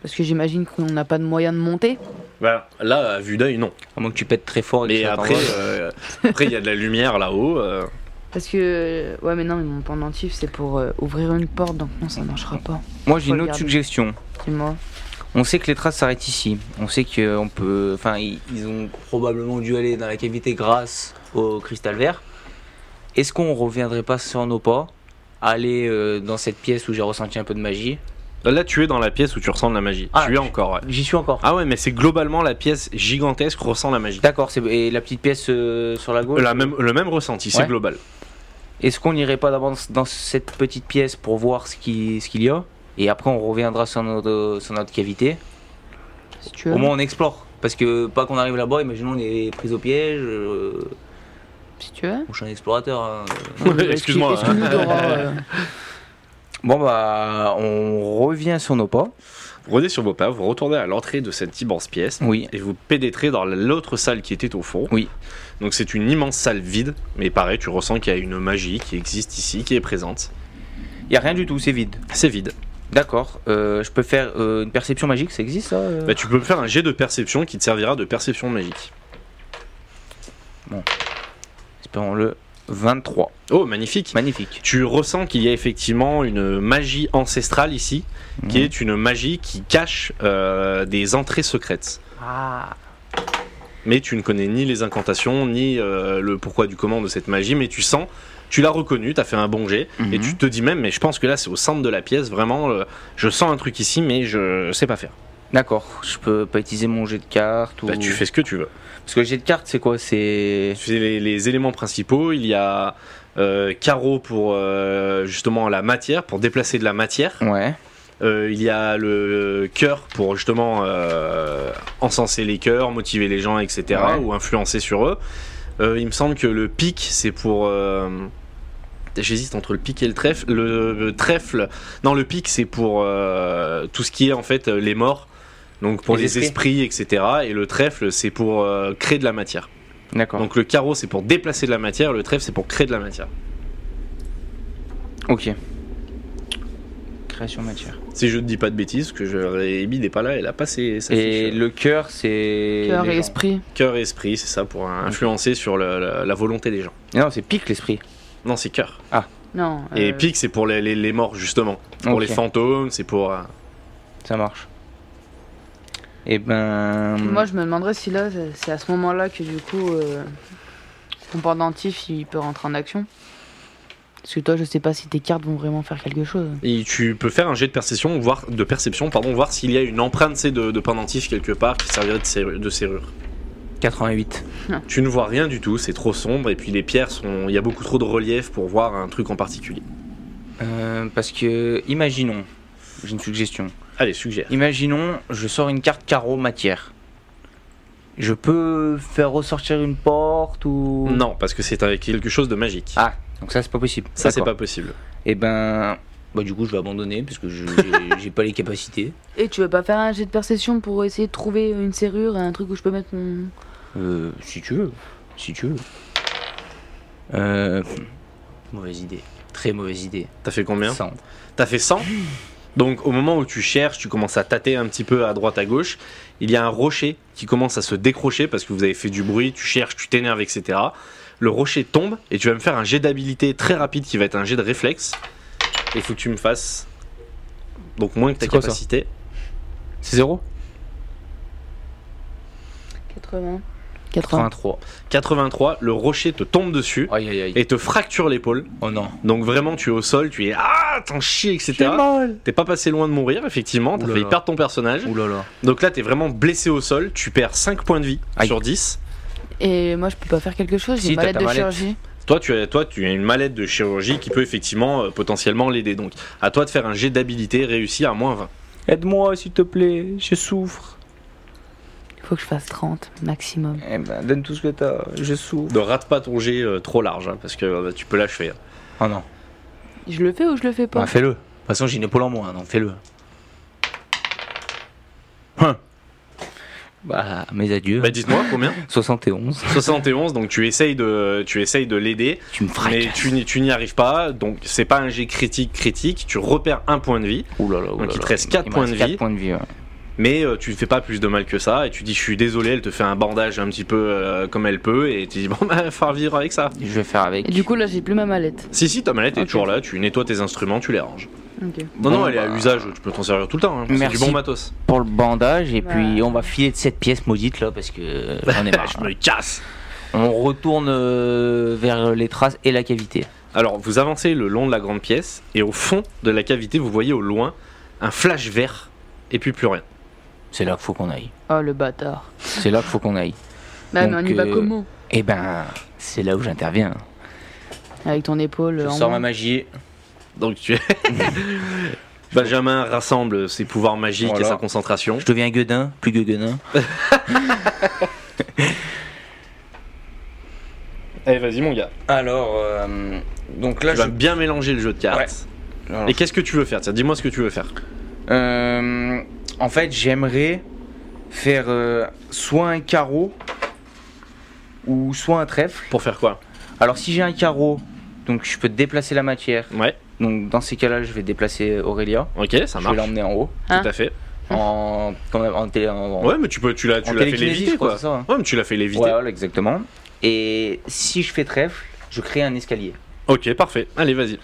S3: parce que j'imagine qu'on n'a pas de moyen de monter.
S2: Voilà. Là, à vue d'œil, non.
S4: À moins que tu pètes très fort et que
S2: Mais
S4: ça
S2: après,
S4: t'envole.
S2: euh, après, il y a de la lumière là-haut. euh.
S3: Parce que. Ouais, mais non, mais mon pendentif, c'est pour euh, ouvrir une porte, donc non, ça marchera pas.
S4: Moi j'ai une autre
S3: regarde.
S4: suggestion.
S3: Dis-moi.
S4: On sait que les traces s'arrêtent ici. On sait qu'on peut. Enfin, i- ils ont probablement dû aller dans la cavité grâce au cristal vert. Est-ce qu'on reviendrait pas sur nos pas Aller euh, dans cette pièce où j'ai ressenti un peu de magie
S2: Là, tu es dans la pièce où tu ressens de la magie.
S4: Ah,
S2: tu es
S4: je-
S2: encore. ouais.
S4: J'y suis encore.
S2: Ah ouais, mais c'est globalement la pièce gigantesque ressent la magie.
S4: D'accord, c'est- et la petite pièce euh, sur la gauche
S2: La même, le même ressenti, c'est
S4: Ouais.
S2: global.
S4: Est-ce qu'on n'irait pas d'abord dans- dans cette petite pièce pour voir ce qui- ce qu'il y a Et après on reviendra sur notre, sur notre cavité.
S3: Si tu veux.
S4: Au moins on explore. Parce que pas qu'on arrive là-bas, imaginons on est pris au piège. euh,
S3: Si tu veux.
S4: bon, je suis un explorateur. hein.
S2: Excuse-moi, hein.
S3: Excuse-nous, Dora, euh,
S4: Bon bah on revient sur nos pas.
S2: Vous Rodez sur vos pas, vous retournez à l'entrée de cette immense pièce.
S4: Oui.
S2: Et vous pénétrez dans l'autre salle qui était au fond.
S4: Oui.
S2: Donc c'est une immense salle vide, mais pareil, tu ressens qu'il y a une magie qui existe ici, qui est présente.
S4: Il y a rien du tout, c'est vide.
S2: C'est vide.
S4: D'accord. euh, je peux faire euh, une perception magique, ça existe ça euh
S2: Bah, tu peux me faire un jet de perception qui te servira de perception magique.
S4: Espérons-le. 23.
S2: Oh, magnifique.
S4: Magnifique.
S2: Tu ressens qu'il y a effectivement une magie ancestrale ici, qui
S4: Mhm.
S2: est une magie qui cache euh, des entrées secrètes.
S4: Ah.
S2: Mais tu ne connais ni les incantations, ni euh, le pourquoi du comment de cette magie, mais tu sens, tu l'as reconnue, tu as fait un bon jet, et
S4: Mhm.
S2: tu te dis même, mais je pense que là c'est au centre de la pièce, vraiment, euh, je sens un truc ici, mais je sais pas faire.
S4: D'accord. Je peux pas utiliser mon jet de carte ou...
S2: Bah, tu fais ce que tu veux.
S4: Parce que le jet de carte c'est quoi C'est...
S2: Tu fais les, les éléments principaux, il y a euh, carreau pour euh, justement la matière, pour déplacer de la matière.
S4: Ouais.
S2: Euh, il y a le cœur pour justement euh, encenser les cœurs, motiver les gens, etc.
S4: Ouais.
S2: ou influencer sur eux. Euh, il me semble que le pic, c'est pour euh, J'hésite entre le pic et le trèfle. Le, le trèfle. Non, le pic, c'est pour euh, tout ce qui est en fait euh, les morts. Donc pour les,
S4: Les
S2: esprits. etc. Et le trèfle, c'est pour euh, créer de la matière.
S4: D'accord.
S2: Donc le carreau, c'est pour déplacer de la matière. Le trèfle, c'est pour créer de la matière.
S4: Ok. Création matière.
S2: Si je ne dis pas de bêtises, que je Rémi n'est pas là, elle a passé sa
S4: Et
S2: fiche.
S4: le cœur, c'est.
S3: Cœur
S4: les
S3: et
S4: gens.
S3: esprit.
S2: Cœur et esprit, c'est ça, pour influencer sur le- la- la volonté des gens.
S4: Non, c'est pique l'esprit.
S2: Non, c'est cœur.
S3: Non.
S2: Et
S3: euh,
S2: pique, c'est pour les, les- les morts, justement. Pour
S4: Ok.
S2: les fantômes, c'est pour. euh,
S4: Ça marche. Et ben.
S3: Moi, je me demanderais si là, c'est à ce moment-là que du coup, euh, ton pendentif, il peut rentrer en action. Parce que toi, je sais pas si tes cartes vont vraiment faire quelque chose.
S2: Et tu peux faire un jet de perception, voir de perception, pardon, voir s'il y a une empreinte tu sais, de, de pendentif quelque part qui servirait de serru- de serrure.
S4: 88.
S2: Tu ne vois rien du tout, c'est trop sombre, et puis les pierres sont, il y a beaucoup trop de relief pour voir un truc en particulier.
S4: Euh, parce que, imaginons, j'ai une suggestion.
S2: Allez, suggère.
S4: Imaginons, je sors une carte carreau matière. Je peux faire ressortir une porte ou.
S2: Non, parce que c'est un- quelque chose de magique.
S4: Ah, donc ça, c'est pas possible.
S2: Ça, c'est
S4: D'accord.
S2: pas possible.
S4: Et ben. Bah, du coup, je vais abandonner parce que je- j'ai j'ai pas les capacités.
S3: Et tu veux pas faire un jet de perception pour essayer de trouver une serrure, un truc où je peux mettre mon.
S4: Euh, si tu veux. Si tu veux. Euh, mauvaise idée. Très mauvaise idée.
S2: T'as fait combien
S4: Cent.
S2: T'as fait 100 Donc au moment où tu cherches, tu commences à tâter un petit peu à droite à gauche, il y a un rocher qui commence à se décrocher parce que vous avez fait du bruit, tu cherches, tu t'énerves, etc. Le rocher tombe et tu vas me faire un jet d'habilité très rapide qui va être un jet de réflexe. Et il faut que tu me fasses donc moins que ta
S4: C'est quoi ça
S2: capacité.
S4: C'est zéro
S3: 80. 80.
S4: 83.
S2: 83, le rocher te tombe dessus
S4: Aïe aïe aïe.
S2: et te fracture l'épaule.
S4: Oh non.
S2: Donc vraiment, tu es au sol, tu es ah, t'en chies, etc. T'es pas passé loin de mourir, effectivement. T'as
S4: Ouh là
S2: failli
S4: là.
S2: perdre ton personnage.
S4: Ouh là là.
S2: Donc là, t'es vraiment blessé au sol, tu perds 5 points de vie
S4: Aïe.
S2: sur 10.
S3: Et moi, je peux pas faire quelque chose, j'ai
S4: Si,
S3: une
S4: t'as
S3: mallette
S4: ta
S3: de
S4: mallette.
S3: chirurgie.
S2: Toi tu, as, toi, tu as une mallette de chirurgie qui peut effectivement euh, potentiellement l'aider. Donc, à toi de faire un jet d'habilité réussi à moins 20.
S5: Aide-moi, s'il te plaît, je souffre.
S3: Faut que je fasse 30 maximum.
S5: Eh ben, donne tout ce que t'as, je souffre.
S2: Ne rate pas ton jet euh, trop large, hein, parce que euh, tu peux l'achever. hein.
S4: Oh non.
S3: Je le fais ou je le fais pas
S4: Bah, fais-le. De toute façon, j'ai une épaule en moins, donc fais-le. Hein. Bah, mes adieux.
S2: Bah, dites-moi combien
S4: 71.
S2: 71, donc tu essayes de, tu essayes de l'aider,
S4: Tu me
S2: mais
S4: fracasses.
S2: tu, n'y- tu n'y arrives pas. Donc, c'est pas un jet critique, critique. Tu repères un point de vie,
S4: Ouh là là. ouh
S2: Donc,
S4: là
S2: il te
S4: là.
S2: reste quatre
S4: me
S2: points de
S4: quatre
S2: vie.
S4: points de vie. ouais.
S2: mais euh, tu ne fais pas plus de mal que ça. Et tu dis, je suis désolé, elle te fait un bandage un petit peu euh, comme elle peut. Et tu dis, bon, bah, faut vivre avec ça.
S4: Je vais faire avec.
S3: Et du coup, là, j'ai plus ma mallette.
S2: Si, si, ta mallette est
S3: Ok.
S2: toujours là, tu nettoies tes instruments, tu les ranges.
S3: Ok.
S2: Non,
S4: Bon,
S2: non, elle est à
S4: bah,
S2: usage, tu peux t'en servir tout le temps. hein. C'est du
S4: Merci.
S2: bon matos.
S4: Pour le bandage, et
S3: Bah.
S4: puis on va filer de cette pièce maudite là parce que euh, j'en ai marre.
S2: Je me casse
S4: on retourne euh, vers les traces et la cavité.
S2: Alors, vous avancez le long de la grande pièce, et au fond de la cavité, vous voyez au loin un flash vert, et puis plus rien.
S4: C'est là qu'il faut qu'on aille.
S3: Oh, le bâtard.
S4: C'est là qu'il faut qu'on aille.
S3: Bah,
S4: Donc,
S3: mais on y va
S4: euh,
S3: comment
S4: Et ben, c'est là où j'interviens.
S3: Avec ton épaule.
S4: Je
S3: en
S4: sors
S3: moins.
S4: ma magie.
S2: Donc, tu Benjamin rassemble ses pouvoirs magiques
S4: Voilà.
S2: et sa concentration.
S4: Je deviens gueudin, plus gueudin. Eh,
S2: Allez, vas-y, mon gars.
S4: Alors, euh, donc là,
S2: Tu
S4: je,
S2: vas bien mélanger le jeu de cartes.
S4: Alors,
S2: Et qu'est-ce que tu veux faire Tiens, dis-moi ce que tu veux faire.
S4: Euh, en fait, j'aimerais faire euh, soit un carreau ou soit un trèfle.
S2: Pour faire quoi
S4: Alors, si j'ai un carreau, donc je peux déplacer la matière.
S2: Ouais,
S4: Donc, dans ces cas-là, je vais déplacer Aurélia.
S2: ok, ça
S4: je vais
S2: marche.
S4: l'emmener en haut,
S3: Hein
S2: Tout à fait.
S4: en, comme en télé. En,
S2: Ouais, mais tu peux, tu l'as, tu
S4: Hein en
S2: l'as fait
S4: télékinésie, je
S2: léviter,
S4: crois,
S2: quoi.
S4: c'est ça, hein.
S2: Ouais, mais tu l'as fait léviter.
S4: Ouais, voilà, exactement. Et si je fais trèfle, je crée un escalier.
S2: Ok, parfait. Allez, vas-y.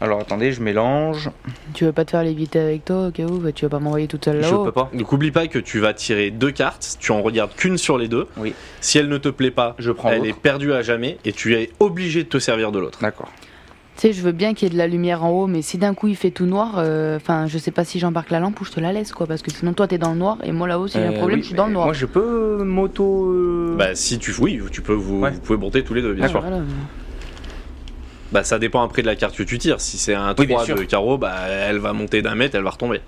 S4: Alors, attendez, je mélange.
S3: Tu veux pas te faire léviter avec toi, ok ou bah, Tu vas pas m'envoyer toute seule
S4: je
S3: là-haut
S4: peux pas.
S2: Donc oublie pas que tu vas tirer deux cartes, tu en regardes qu'une sur les deux.
S4: Oui.
S2: Si elle ne te plaît pas,
S4: Je prends
S2: elle est
S4: l'autre.
S2: perdue à jamais et tu es obligé de te servir de l'autre.
S4: D'accord.
S3: Tu sais, je veux bien qu'il y ait de la lumière en haut, mais si d'un coup il fait tout noir, euh, enfin, je sais pas si j'embarque la lampe ou je te la laisse, quoi, parce que sinon toi t'es dans le noir et moi là-haut, si j'ai un
S4: Euh,
S3: problème,
S4: oui,
S3: je suis dans le
S4: mais
S3: noir.
S4: Moi, je peux moto. euh,
S2: Bah si tu oui, tu peux vous,
S4: Ouais.
S2: vous pouvez monter tous les deux bien
S3: Ah,
S2: sûr.
S3: voilà.
S2: Bah ça dépend après de la carte que tu tires. Si c'est un 3
S4: Oui, bien
S2: de
S4: sûr.
S2: carreau, bah elle va monter d'un mètre, elle va retomber.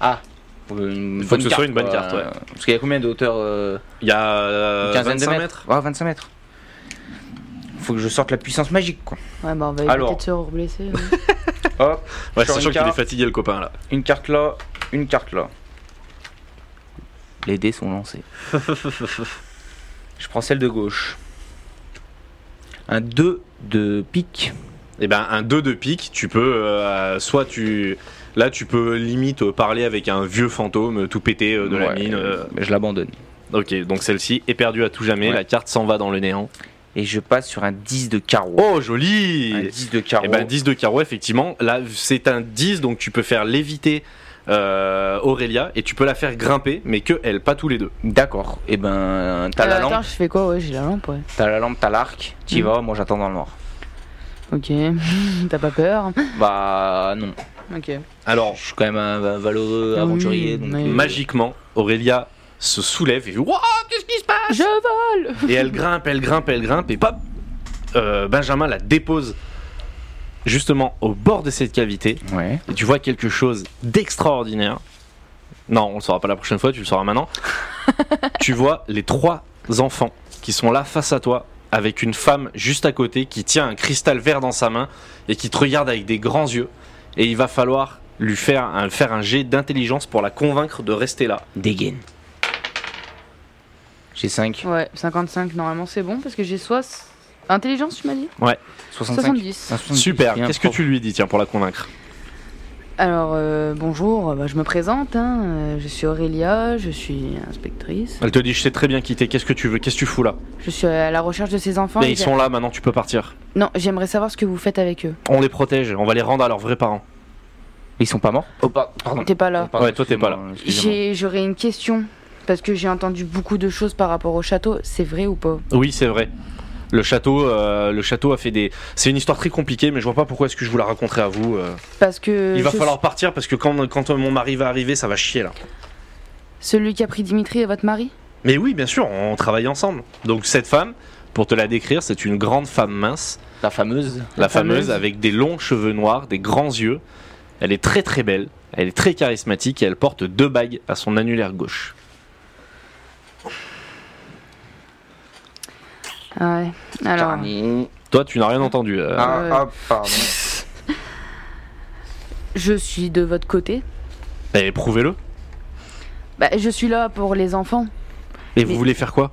S4: Ah une
S2: Faut que
S4: bonne bah,
S2: ce soit une bonne
S4: quoi.
S2: carte, ouais.
S4: Parce qu'il y a combien de hauteur euh,
S2: Il y a euh,
S4: Une quinzaine
S2: 25
S4: de
S2: mètres.
S4: mètres. Ouais, 25 mètres. faut que je sorte la puissance magique, quoi.
S3: Ouais, bah on va
S4: Alors.
S3: éviter de se reblesser. hein.
S4: Hop,
S2: Ouais,
S4: Sur
S2: c'est
S4: une
S2: sûr qu'il est
S4: carte.
S2: fatigué le copain là.
S4: une carte là, une carte là. Les dés sont lancés. je prends celle de gauche. Un 2 de pique.
S2: Et ben un 2 de pique, tu peux euh, soit tu là tu peux limite euh, parler avec un vieux fantôme euh, tout pété euh, de la
S4: Ouais,
S2: mine. euh.
S4: mais Je l'abandonne.
S2: Ok, donc celle-ci est perdue à tout jamais,
S4: Ouais.
S2: la carte s'en va dans le néant.
S4: Et je passe sur un 10 de carreau.
S2: Oh joli
S4: un 10 de carreau.
S2: Et ben 10 de carreau effectivement, là c'est un 10 donc tu peux faire léviter euh, Aurélia et tu peux la faire grimper mais que elle, pas tous les deux.
S4: D'accord. Et ben, t'as
S3: Euh,
S4: la
S3: attends,
S4: lampe,
S3: je fais quoi Ouais, j'ai la lampe, ouais.
S4: t'as la lampe, t'as l'arc. T'y
S3: Mm.
S4: vas, moi j'attends dans le noir.
S3: Ok. T'as pas peur
S4: Bah non.
S3: Ok.
S2: Alors
S4: Je suis quand même un va- valeureux
S3: Ah oui,
S4: aventurier. donc,
S3: mais-
S2: Mm.
S4: euh,
S2: magiquement Aurélia se soulève et fait, Wouah qu'est-ce qui se passe
S3: Je vole
S2: Et elle grimpe, elle grimpe, elle grimpe, et pop euh, Benjamin la dépose justement au bord de cette cavité.
S4: Ouais.
S2: Et tu vois quelque chose d'extraordinaire. Non, on le saura pas la prochaine fois, tu le sauras maintenant. tu vois les trois enfants qui sont là face à toi, avec une femme juste à côté qui tient un cristal vert dans sa main et qui te regarde avec des grands yeux. Et il va falloir lui faire un, faire un jet d'intelligence pour la convaincre de rester là.
S4: Dégaine. J'ai 5.
S3: Ouais, 55, normalement c'est bon parce que j'ai soit. Intelligence, tu m'as dit
S4: 65.
S3: 70.
S4: Ah, 70.
S2: Super,
S4: Bien,
S2: qu'est-ce que
S4: pour-
S2: tu lui dis, tiens, pour la convaincre
S3: Alors, euh, bonjour, bah, je me présente, hein, euh, je suis Aurélia, je suis inspectrice.
S2: Elle te dit, je sais très bien quitter, qu'est-ce que tu veux, qu'est-ce que tu fous là
S3: Je suis à la recherche de ces enfants.
S2: Mais
S3: et
S2: ils
S3: j'ai-
S2: sont là, maintenant tu peux partir.
S3: Non, j'aimerais savoir ce que vous faites avec eux.
S2: On les protège, on va les rendre à leurs vrais parents.
S4: Ils sont pas morts Oh, par- pardon.
S3: T'es pas là.
S2: Ouais, toi, t'es pas là.
S4: excusez-moi, excusez-moi.
S3: J'ai- J'aurais une question, parce que j'ai entendu beaucoup de choses par rapport au château, c'est vrai ou pas
S2: Oui, c'est vrai. Le château, euh, le château a fait des. C'est une histoire très compliquée, mais je vois pas pourquoi est-ce que je vous la raconterai à vous. euh.
S3: Parce que.
S2: Il va
S3: je-
S2: falloir partir parce que quand, quand mon mari va arriver, ça va chier là.
S3: Celui qui a pris Dimitri est votre mari
S2: Mais oui, bien sûr, on travaille ensemble. Donc cette femme, pour te la décrire, c'est une grande femme mince,
S4: La fameuse.
S2: la, fameuse,
S3: fameuse.
S2: avec des longs cheveux noirs, des grands yeux. Elle est très très belle, elle est très charismatique et elle porte deux bagues à son annulaire gauche.
S3: Ah Ouais. Alors.
S4: Carnie.
S2: Toi, tu n'as rien entendu. euh.
S4: Ah,
S3: ouais.
S4: ah, pardon.
S3: Je suis de votre côté.
S2: Eh, prouvez-le.
S3: Bah, je suis là pour les enfants.
S2: Et vous
S3: Mais-
S2: voulez faire quoi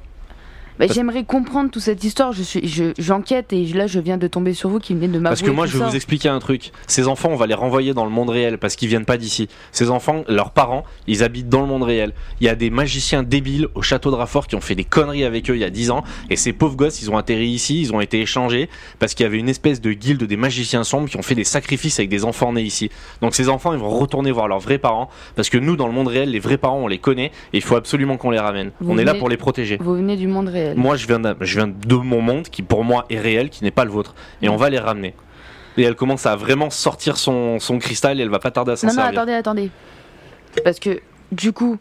S3: Bah, j'aimerais comprendre toute cette histoire. Je suis, je, j'enquête et là, je viens de tomber sur vous qui venez de m'avouer.
S2: Parce que moi,
S3: tout
S2: je vais
S3: ça.
S2: vous expliquer un truc. Ces enfants, on va les renvoyer dans le monde réel parce qu'ils viennent pas d'ici. Ces enfants, leurs parents, ils habitent dans le monde réel. Il y a des magiciens débiles au château de Raffort qui ont fait des conneries avec eux il y a 10 ans. Et ces pauvres gosses, ils ont atterri ici, ils ont été échangés parce qu'il y avait une espèce de guilde des magiciens sombres qui ont fait des sacrifices avec des enfants nés ici. Donc ces enfants, ils vont retourner voir leurs vrais parents parce que nous, dans le monde réel, les vrais parents, on les connaît et il faut absolument qu'on les ramène.
S3: Vous
S2: on est là
S3: venez-
S2: pour les protéger.
S3: Vous venez du monde réel.
S2: Moi, je viens, d'un- je viens de mon monde qui, pour moi, est réel, qui n'est pas le vôtre.
S3: Mm.
S2: Et on va les ramener. Et elle commence à vraiment sortir son, son cristal et elle va pas tarder à s'en
S3: non, non,
S2: servir.
S3: attendez, attendez. Parce que du coup,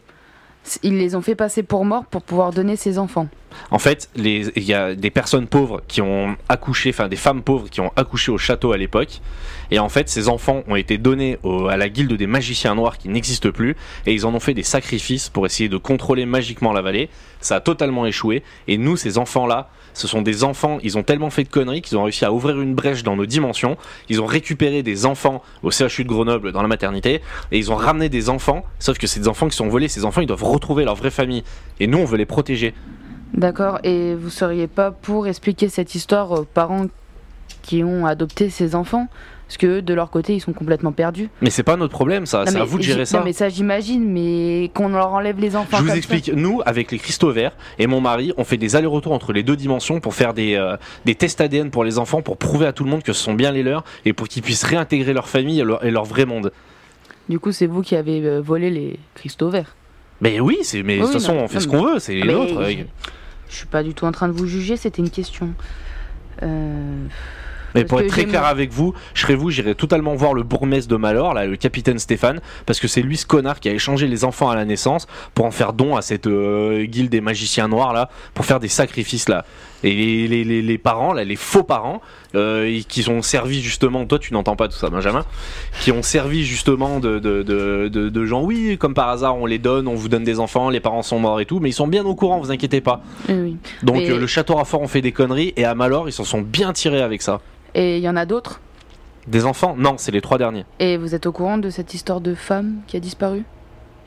S3: c- ils les ont fait passer pour morts pour pouvoir donner ses enfants.
S2: En fait, les- il y a des personnes pauvres qui ont accouché, enfin des femmes pauvres qui ont accouché au château à l'époque. Et en fait, ces enfants ont été donnés au- à la guilde des magiciens noirs qui n'existe plus. Et ils en ont fait des sacrifices pour essayer de contrôler magiquement la vallée. Ça a totalement échoué. Et nous, ces enfants-là, ce sont des enfants, ils ont tellement fait de conneries qu'ils ont réussi à ouvrir une brèche dans nos dimensions. Ils ont récupéré des enfants au CHU de Grenoble dans la maternité. Et ils ont ramené des enfants. Sauf que c'est des enfants qui sont volés. Ces enfants, ils doivent retrouver leur vraie famille. Et nous, on veut les protéger.
S3: D'accord. Et vous seriez pas pour expliquer cette histoire aux parents qui ont adopté ces enfants parce que eux, de leur côté, ils sont complètement perdus.
S2: Mais c'est pas notre problème, ça.
S3: Non,
S2: Ah, C'est
S3: mais
S2: à vous de
S3: j-
S2: gérer ça.
S3: Non, mais ça, j'imagine. Mais qu'on leur enlève les enfants.
S2: Je vous
S3: comme ça.
S2: explique. Nous, avec les cristaux verts et mon mari, on fait des allers-retours entre les deux dimensions pour faire des, euh, des tests ADN pour les enfants, pour prouver à tout le monde que ce sont bien les leurs et pour qu'ils puissent réintégrer leur famille et leur, et leur vrai monde.
S3: Du coup, c'est vous qui avez euh, volé les cristaux verts.
S2: Mais oui, c'est. Mais de
S3: Oui,
S2: toute
S3: non,
S2: façon, on
S3: non,
S2: fait ce
S3: mais-
S2: qu'on veut. C'est les
S3: Mais
S2: nôtres.
S3: je-
S2: euh.
S3: Je suis pas du tout en train de vous juger, c'était une question. Euh,
S2: Mais
S3: parce
S2: pour
S3: que
S2: être très
S3: j'aime-
S2: clair avec vous, je serai vous, j'irai totalement voir le bourgmestre de Malor, là, le capitaine Stéphane, parce que c'est lui ce connard qui a échangé les enfants à la naissance pour en faire don à cette euh, guilde des magiciens noirs là, pour faire des sacrifices là. Et les, les- les- les parents, là, les faux parents, euh, ils- qui ont servi justement, toi tu n'entends pas tout ça, Benjamin, qui ont servi justement de, de, de- de- de gens, oui, comme par hasard, on les donne, on vous donne des enfants, les parents sont morts et tout, mais ils sont bien au courant, vous inquiétez pas.
S3: Eh oui.
S2: Donc
S3: Mais-
S2: euh, le château Raffort ont fait des conneries et à Malor, ils s'en sont bien tirés avec ça.
S3: Et il y en a d'autres
S2: Des enfants Non, c'est les trois derniers.
S3: Et vous êtes au courant de cette histoire de femme qui a disparu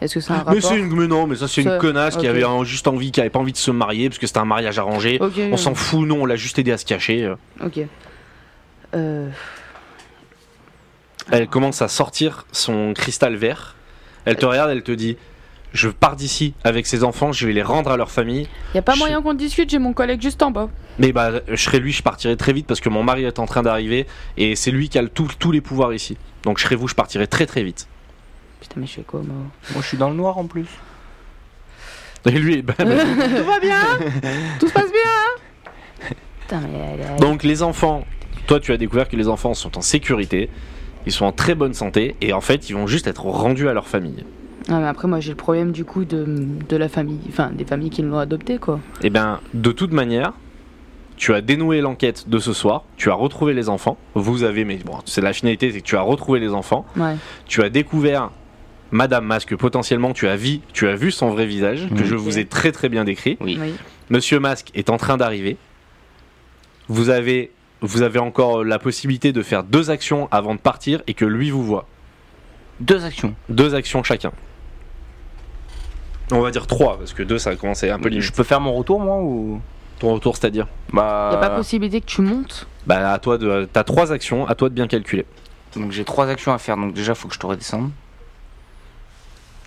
S3: Est-ce que c'est un rapport
S2: Mais c'est une, mais non, mais ça c'est une
S3: Ça,
S2: connasse qui
S3: ok.
S2: avait euh, juste envie, qui avait pas envie de se marier parce que c'était un mariage arrangé.
S3: Ok,
S2: On s'en fout, non, on l'a juste aidé à se cacher. euh.
S3: Ok. Euh,
S2: Elle commence à sortir son cristal vert. Elle
S3: Euh.
S2: te regarde, elle te dit Je pars d'ici avec ces enfants, je vais les rendre à leur famille.
S3: y a pas
S2: Je-
S3: moyen qu'on discute, j'ai mon collègue juste en bas.
S2: Mais bah, je serai lui, je partirai très vite parce que mon mari est en train d'arriver et c'est lui qui a le tout- tous les pouvoirs ici. Donc je serai vous, je partirai très très vite.
S3: Putain, mais je fais quoi, moi
S4: Moi, je suis dans le noir en plus.
S2: Et lui, bah,
S3: euh.
S2: bah,
S3: Tout va bien hein Tout se passe bien hein Putain, mais elle, elle-
S2: Donc les enfants, toi tu as découvert que les enfants sont en sécurité, ils sont en très bonne santé et en fait ils vont juste être rendus à leur famille.
S3: Ah, mais après, moi, j'ai le problème du coup de, de la famille, enfin, des familles qui l'ont adopté, quoi.
S2: Et Eh bien de toute manière, tu as dénoué l'enquête de ce soir, tu as retrouvé les enfants, vous avez, mais bon, c'est la finalité, c'est que tu as retrouvé les enfants,
S3: Ouais.
S2: tu as découvert Madame Masque, potentiellement tu as, vu, tu as vu son vrai visage, que
S4: Mhm.
S2: je vous ai très très bien décrit.
S4: Oui.
S3: Oui.
S2: Monsieur Masque est en train d'arriver. Vous avez, vous avez encore la possibilité de faire deux actions avant de partir et que lui vous voit.
S4: Deux actions.
S2: deux actions chacun. On va dire trois, parce que deux ça a commencé un peu
S4: Je
S2: limite.
S4: peux faire mon retour, moi, ou.
S2: Ton retour, c'est-à-dire
S4: Bah.
S3: Y
S2: Euh,
S3: a pas possibilité que tu montes
S2: Bah, à toi de. T'as trois actions, à toi de bien calculer.
S4: Donc j'ai trois actions à faire. Donc déjà, faut que je te redescende.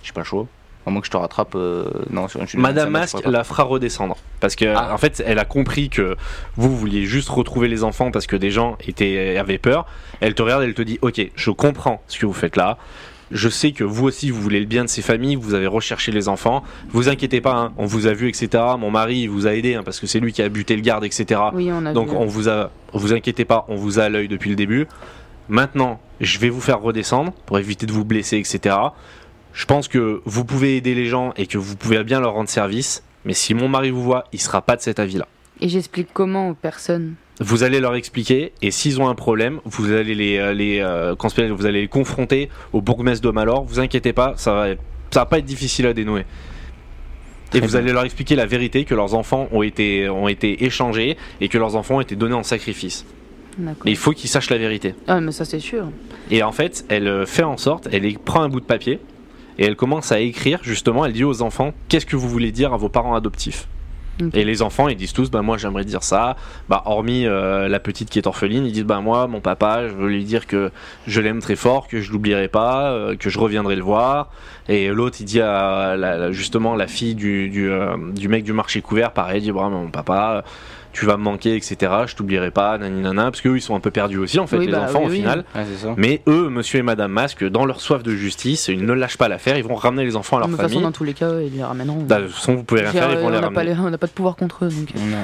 S4: J'ai pas le choix. À moins que je te rattrape. euh, Non, sur une je suis
S2: Madame
S4: dans un match,
S2: Masque
S4: je pourrais
S2: la fera redescendre. Parce que,
S4: Ah.
S2: en fait, elle a compris que vous vouliez juste retrouver les enfants parce que des gens étaient, avaient peur. Elle te regarde, elle te dit Ok, je comprends ce que vous faites là. Je sais que vous aussi, vous voulez le bien de ces familles, vous avez recherché les enfants. Vous inquiétez pas, hein, on vous a vu, etc. Mon mari, il vous a aidé, hein, parce que c'est lui qui a buté le garde, etc.
S3: Oui,
S4: Ah,
S3: on a
S2: ah. Donc
S3: vu.
S2: on vous a, vous inquiétez pas, on vous a à l'œil depuis le début. Maintenant, je vais vous faire redescendre pour éviter de vous blesser, etc. Je pense que vous pouvez aider les gens et que vous pouvez bien leur rendre service. Mais si mon mari vous voit, il sera pas de cet avis-là.
S3: Et j'explique comment aux personnes.
S2: Vous allez leur expliquer et s'ils ont un problème, vous allez les, euh, les euh, comment ça s'appelle, vous allez les confronter au bourgmestre de Malor. Vous inquiétez pas, ça va, ça va pas être difficile à dénouer. Et
S4: Très
S2: vous
S4: bien.
S2: allez leur expliquer la vérité que leurs enfants ont été, ont été échangés et que leurs enfants ont été donnés en sacrifice.
S3: D'accord.
S2: Mais il faut qu'il sache la vérité.
S3: Ah, mais ça, c'est sûr.
S2: Et en fait, elle euh, fait en sorte, elle é- prend un bout de papier et elle commence à écrire justement, elle dit aux enfants qu'est-ce que vous voulez dire à vos parents adoptifs.
S3: Ok.
S2: Et les enfants, ils disent tous, bah moi j'aimerais dire ça, bah hormis euh, la petite qui est orpheline, ils disent, bah moi, mon papa, je veux lui dire que je l'aime très fort, que je l'oublierai pas, euh, que je reviendrai le voir. Et l'autre, il dit à la- la- justement la fille du, du, euh, du mec du marché couvert, pareil, il dit, bah mon papa, tu vas me manquer, etc., je t'oublierai pas, naninana, parce qu'eux, ils sont un peu perdus aussi, en fait,
S3: Oui,
S2: les
S3: bah,
S2: enfants,
S3: oui,
S2: au
S3: oui.
S2: final.
S4: pas. Ouais, c'est ça.
S2: Mais eux, monsieur et madame Masque, dans leur soif de justice, ils ne lâchent pas l'affaire, ils vont ramener les enfants à leur
S3: de toute façon,
S2: famille.
S3: dans tous les cas, ils les ramèneront.
S2: Bah, De toute façon, vous pouvez rien
S3: Je veux
S2: faire, ils
S3: dire,
S2: vont les
S3: on n'a pas,
S2: ramener. Mm.
S3: les- on n'a pas de pouvoir contre eux. Donc.
S4: Non.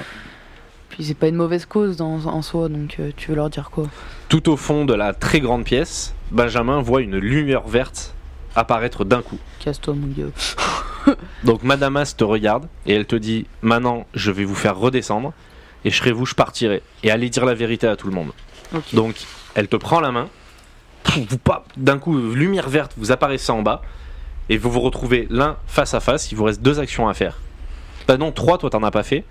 S3: Puis c'est pas une mauvaise cause dans- en soi, donc euh, tu veux leur dire quoi
S2: Tout au fond de la très grande pièce, Benjamin voit une lumière verte apparaître d'un coup.
S3: Casse-toi, mon gars.
S2: Donc madame Masque te regarde et elle te dit Maintenant, je vais vous faire redescendre et je serai vous, je partirai. Et allez dire la vérité à tout le monde.
S3: Ok.
S2: Donc, elle te prend la main. Pouf, vous pa- D'un coup, lumière verte, vous apparaissez en bas. Et vous vous retrouvez l'un face à face. Il vous reste deux actions à faire. Bah non, trois, toi, t'en as pas fait.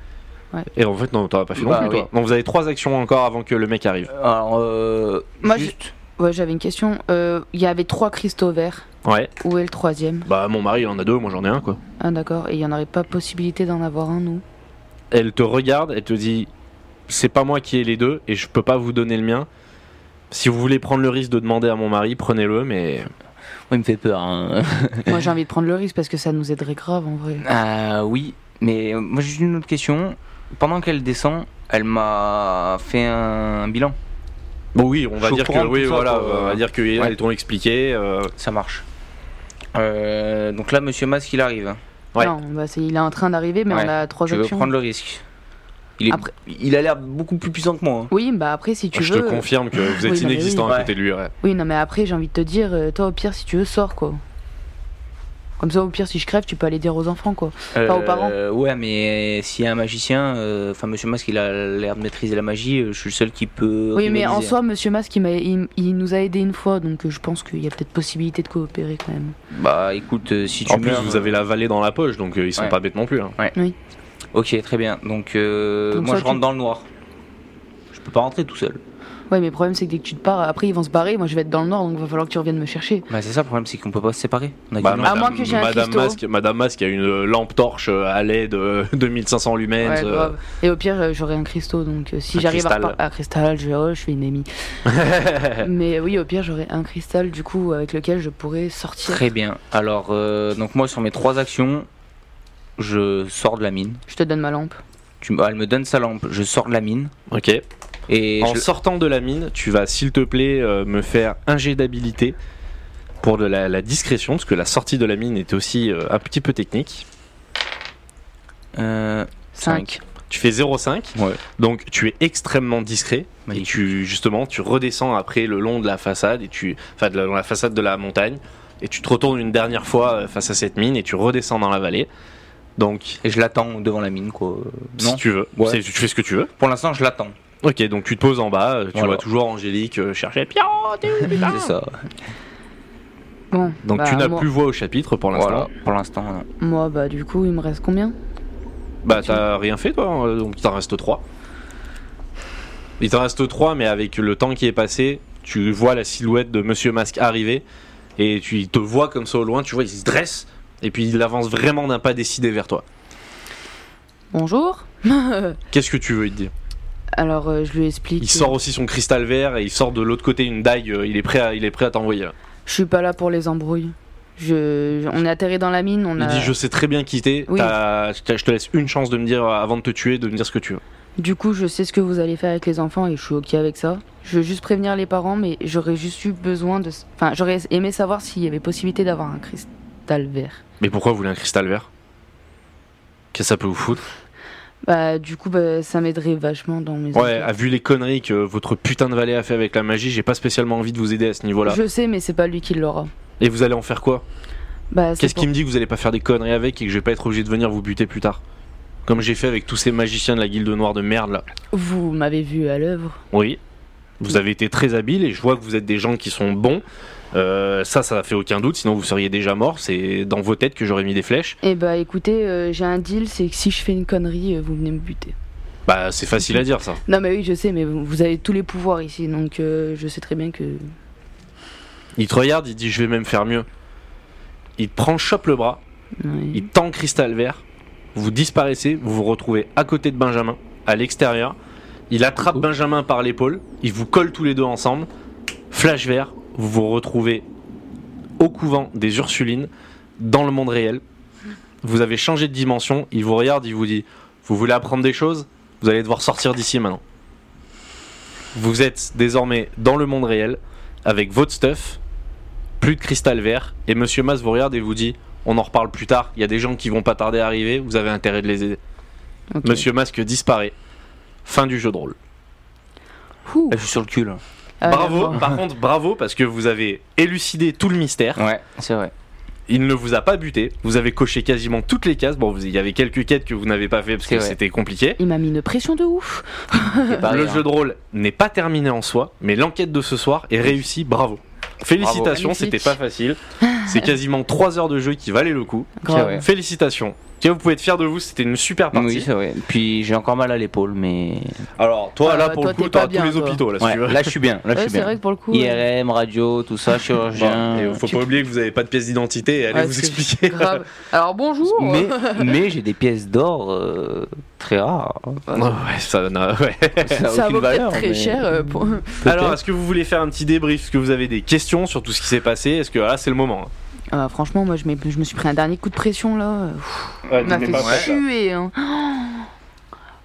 S3: Ouais.
S2: Et en fait, non, t'en as pas fait
S4: Bah
S2: non plus,
S4: oui.
S2: toi. Donc, vous avez trois actions encore avant que le mec arrive.
S4: Alors, euh,
S3: Moi,
S4: juste,
S3: Ouais, j'avais une question. Euh, Il y avait trois cristaux verts.
S2: Ouais.
S3: Où est le troisième
S2: Bah, mon mari, il en a deux, moi, j'en ai un, quoi.
S3: Ah, d'accord. Et il n'y en aurait pas possibilité d'en avoir un, nous
S2: Elle te regarde, elle te dit C'est pas moi qui ai les deux et je peux pas vous donner le mien. Si vous voulez prendre le risque de demander à mon mari, prenez-le, mais
S4: ouais, il me fait peur. hein.
S3: Moi, j'ai envie de prendre le risque parce que ça nous aiderait grave, en vrai.
S4: Euh, oui, mais euh, moi j'ai juste une autre question. Pendant qu'elle descend, elle m'a fait un, un bilan.
S2: bon oui, on va
S4: Je suis
S2: dire
S4: au
S2: que
S4: courant de
S2: oui,
S4: tout ça,
S2: voilà,
S4: quoi.
S2: on va dire que elles t'ont expliqué. euh,
S4: Ça marche. Euh, donc là, Monsieur Masque, il arrive.
S2: Ouais.
S3: Non, bah, c'est- il est en train d'arriver, mais
S4: Ouais.
S3: on a trois
S4: Je veux
S3: options.
S4: prendre le risque. Il, est-
S3: Après-
S4: il a l'air beaucoup plus puissant que moi. hein.
S3: Oui, bah après, si tu
S2: je
S3: veux.
S2: te confirme que vous êtes
S3: Oui, non, mais
S2: inexistant
S4: oui.
S2: à côté de lui. ouais.
S3: Oui, non, mais après, j'ai envie de te dire, euh, toi, au pire, si tu veux, sors, quoi. Comme ça, au pire, si je crève, tu peux aller dire aux enfants, quoi. Pas aux parents.
S4: Euh, ouais, mais euh, s'il y a un magicien, euh, enfin Monsieur Masque, il a l'air de maîtriser la magie. euh, je suis le seul qui peut.
S3: Oui, mais en
S4: rivaliser.
S3: soi, Monsieur Masque, il, m'a- il- il nous a aidé une fois, donc euh, je pense qu'il y a peut-être possibilité de coopérer quand même.
S4: Bah, écoute, euh, si tu
S2: En plus,
S4: meurs,
S2: vous avez la vallée dans la poche, donc euh, ils sont
S4: Ouais.
S2: pas bêtes non plus. hein.
S4: euh, Ok, très bien. Donc, euh,
S3: Donc
S4: moi,
S3: soit
S4: je
S3: tu-
S4: rentre dans le noir. Je peux pas rentrer tout seul.
S3: Ouais, mais le problème, c'est que dès que tu te pars, après, ils vont se barrer. Moi, je vais être dans le nord, donc il va falloir que tu reviennes me chercher.
S4: Bah, c'est ça le problème, c'est qu'on peut pas se séparer. On a
S2: Bah,
S4: qu'une
S3: non.
S2: Madame,
S4: lampe.
S3: Ah, moins que j'ai un
S2: Madame
S3: cristaux.
S2: Masque, Madame Masque a une euh, lampe torche euh, à l'aide de 2500 lumens.
S3: Ouais,
S2: euh,
S3: grave. Et au pire, euh, j'aurai un cristaux, donc euh, si
S2: un
S3: j'arrive à,
S2: cristal.
S3: repar- à cristal, je, oh, je suis une amie. mais oui, au pire, j'aurai un cristal, du coup, avec lequel je pourrais sortir.
S4: Très bien. Alors, euh, donc moi, sur mes trois actions, je sors de la mine.
S3: Je te donne ma lampe.
S4: Tu, m- elle me donne sa lampe. Je sors de la mine
S2: Ok.
S4: et
S2: en
S4: je-
S2: sortant de la mine, tu vas, s'il te plaît, euh, me faire un jet d'habilité pour de la, la discrétion, parce que la sortie de la mine est aussi euh, un petit peu technique.
S4: euh,
S3: Cinq.
S2: Tu fais 0,5,
S4: Ouais.
S2: donc tu es extrêmement discret. Et
S4: Magnifique.
S2: tu, justement, tu redescends après le long de la façade, et tu, enfin, de la, dans la façade de la montagne, et tu te retournes une dernière fois euh, face à cette mine, et tu redescends dans la vallée. Donc,
S4: et je l'attends devant la mine quoi.
S2: si
S4: Non.
S2: tu veux,
S4: Ouais.
S2: c'est- tu fais ce que tu veux.
S4: Pour l'instant, je l'attends.
S2: Ok, donc tu te poses en bas, euh, tu
S4: Voilà.
S2: vois toujours Angélique euh, chercher Pierre. Ah.
S4: c'est ça.
S3: Bon.
S2: Donc
S3: bah,
S2: tu n'as
S3: moi,
S2: plus voix au chapitre pour l'instant.
S4: Voilà. Pour l'instant, non.
S3: Moi, bah, du coup, il me reste combien
S2: Bah t'as rien fait toi, euh, donc t'en reste 3. Il t'en reste 3 mais avec le temps qui est passé, tu vois la silhouette de Monsieur Masque arriver et tu il te vois comme ça au loin, tu vois il se dresse et puis il avance vraiment d'un pas décidé vers toi.
S3: Bonjour.
S2: Qu'est-ce que tu veux il te dit
S3: Alors, euh, je lui explique.
S2: Il sort aussi son cristal vert et il sort de l'autre côté une dague, euh, il est prêt à il est prêt à t'envoyer.
S3: Je suis pas là pour les embrouilles. Je... je- On est atterri dans la mine, on
S2: Il
S3: a...
S2: dit je sais très bien qui t'es,
S3: Oui.
S2: t'as- t'as- je te laisse une chance de me dire euh, avant de te tuer de me dire ce que tu veux.
S3: Du coup, je sais ce que vous allez faire avec les enfants et je suis ok avec ça. Je veux juste prévenir les parents, mais j'aurais juste eu besoin de. Enfin, j'aurais aimé savoir s'il y avait possibilité d'avoir un cristal vert.
S2: Mais pourquoi vous voulez un cristal vert Qu'est-ce que ça peut vous foutre
S3: Bah, du coup, bah, ça m'aiderait vachement dans mes.
S2: Ouais, ah,
S3: affaires.
S2: a vu les conneries que votre putain de valet a fait avec la magie, j'ai pas spécialement envie de vous aider à ce niveau-là.
S3: Je sais, mais c'est pas lui qui l'aura.
S2: Et vous allez en faire quoi
S3: Bah, c'est
S2: Qu'est-ce
S3: pour-
S2: qui me dit que vous allez pas faire des conneries avec et que je vais pas être obligé de venir vous buter plus tard Comme j'ai fait avec tous ces magiciens de la guilde noire de merde là.
S3: Vous m'avez vu à l'œuvre.
S2: Oui. Vous avez été très habile et je vois que vous êtes des gens qui sont bons. Euh, ça, ça fait aucun doute, sinon vous seriez déjà morts. C'est dans vos têtes que j'aurais mis des flèches.
S3: Eh bah, écoutez, euh, j'ai un deal, c'est que si je fais une connerie, euh, vous venez me buter.
S2: Bah, c'est facile à dire ça.
S3: Non, mais oui, je sais, mais vous vous avez tous les pouvoirs ici, donc euh, je sais très bien que.
S2: Il te regarde, il dit je vais même faire mieux. Il te prend, chope le bras,
S3: Ouais.
S2: Il tend cristal vert. Vous disparaissez, vous vous retrouvez à côté de Benjamin, à l'extérieur. Il attrape Benjamin par l'épaule, il vous colle tous les deux ensemble. Flash vert, vous vous retrouvez au couvent des Ursulines, dans le monde réel. Vous avez changé de dimension, il vous regarde, il vous dit Vous voulez apprendre des choses Vous allez devoir sortir d'ici maintenant. Vous êtes désormais dans le monde réel, avec votre stuff, plus de cristal vert, et Monsieur Mas vous regarde et vous dit on en reparle plus tard. Il y a des gens qui vont pas tarder à arriver. Vous avez intérêt de les aider.
S3: Ok.
S2: Monsieur Masque disparaît. Fin du jeu de rôle.
S3: Ouh.
S4: Là, je suis sur le cul. Là.
S3: Ah,
S2: bravo.
S3: d'accord.
S2: Par contre, bravo parce que vous avez élucidé tout le mystère.
S4: Ouais, c'est vrai.
S2: Il ne vous a pas buté. Vous avez coché quasiment toutes les cases. Bon, vous- il y avait quelques quêtes que vous n'avez pas fait parce
S4: C'est
S2: que
S4: vrai.
S2: c'était compliqué.
S3: Il m'a mis une pression de ouf.
S4: C'est pareil,
S2: Le
S4: hein.
S2: jeu de rôle n'est pas terminé en soi, mais l'enquête de ce soir est réussie. Bravo. Félicitations,
S3: Magnifique.
S2: c'était pas facile. C'est quasiment 3 heures de jeu qui valaient le coup.
S3: Grave.
S4: Ouais.
S2: Félicitations. Tiens, Vous pouvez être fiers de vous, c'était une super partie.
S4: Oui, c'est vrai. Puis j'ai encore mal à l'épaule, mais
S2: Alors, toi,
S3: Ah,
S2: là,
S3: bah,
S2: pour
S3: toi,
S2: le coup,
S3: t'es pas
S2: t'auras tous
S3: bien,
S2: les
S3: toi.
S2: hôpitaux, là, Bah, si
S4: Ouais,
S2: tu veux.
S4: là je suis bien. Là Ah, je
S3: Ouais,
S4: suis
S3: c'est
S4: bien.
S3: vrai que pour le coup. euh,
S4: IRM, radio, tout ça,
S2: Bon, et
S4: chirurgien.
S2: faut pas oublier que vous avez pas de pièce d'identité et allez
S3: ouais,
S2: vous
S3: c'est
S2: expliquer.
S3: grave. Alors bonjour.
S4: Mais, mais j'ai des pièces d'or euh, très rares. hein.
S2: Ouais, ouais, ça n'a- ouais.
S4: Ça, a
S3: ça
S4: aucune
S3: vaut peut-être
S4: valeur,
S3: très
S4: mais
S3: cher. euh, pour-
S4: peut-être.
S2: Alors, est-ce que vous voulez faire un petit débrief Est-ce que vous avez des questions sur tout ce qui s'est passé Est-ce que là, c'est le moment hein.
S3: Ah, franchement, moi, je, m'ai- je me suis pris un dernier coup de pression là. Pff, il m'a fait suer. hein.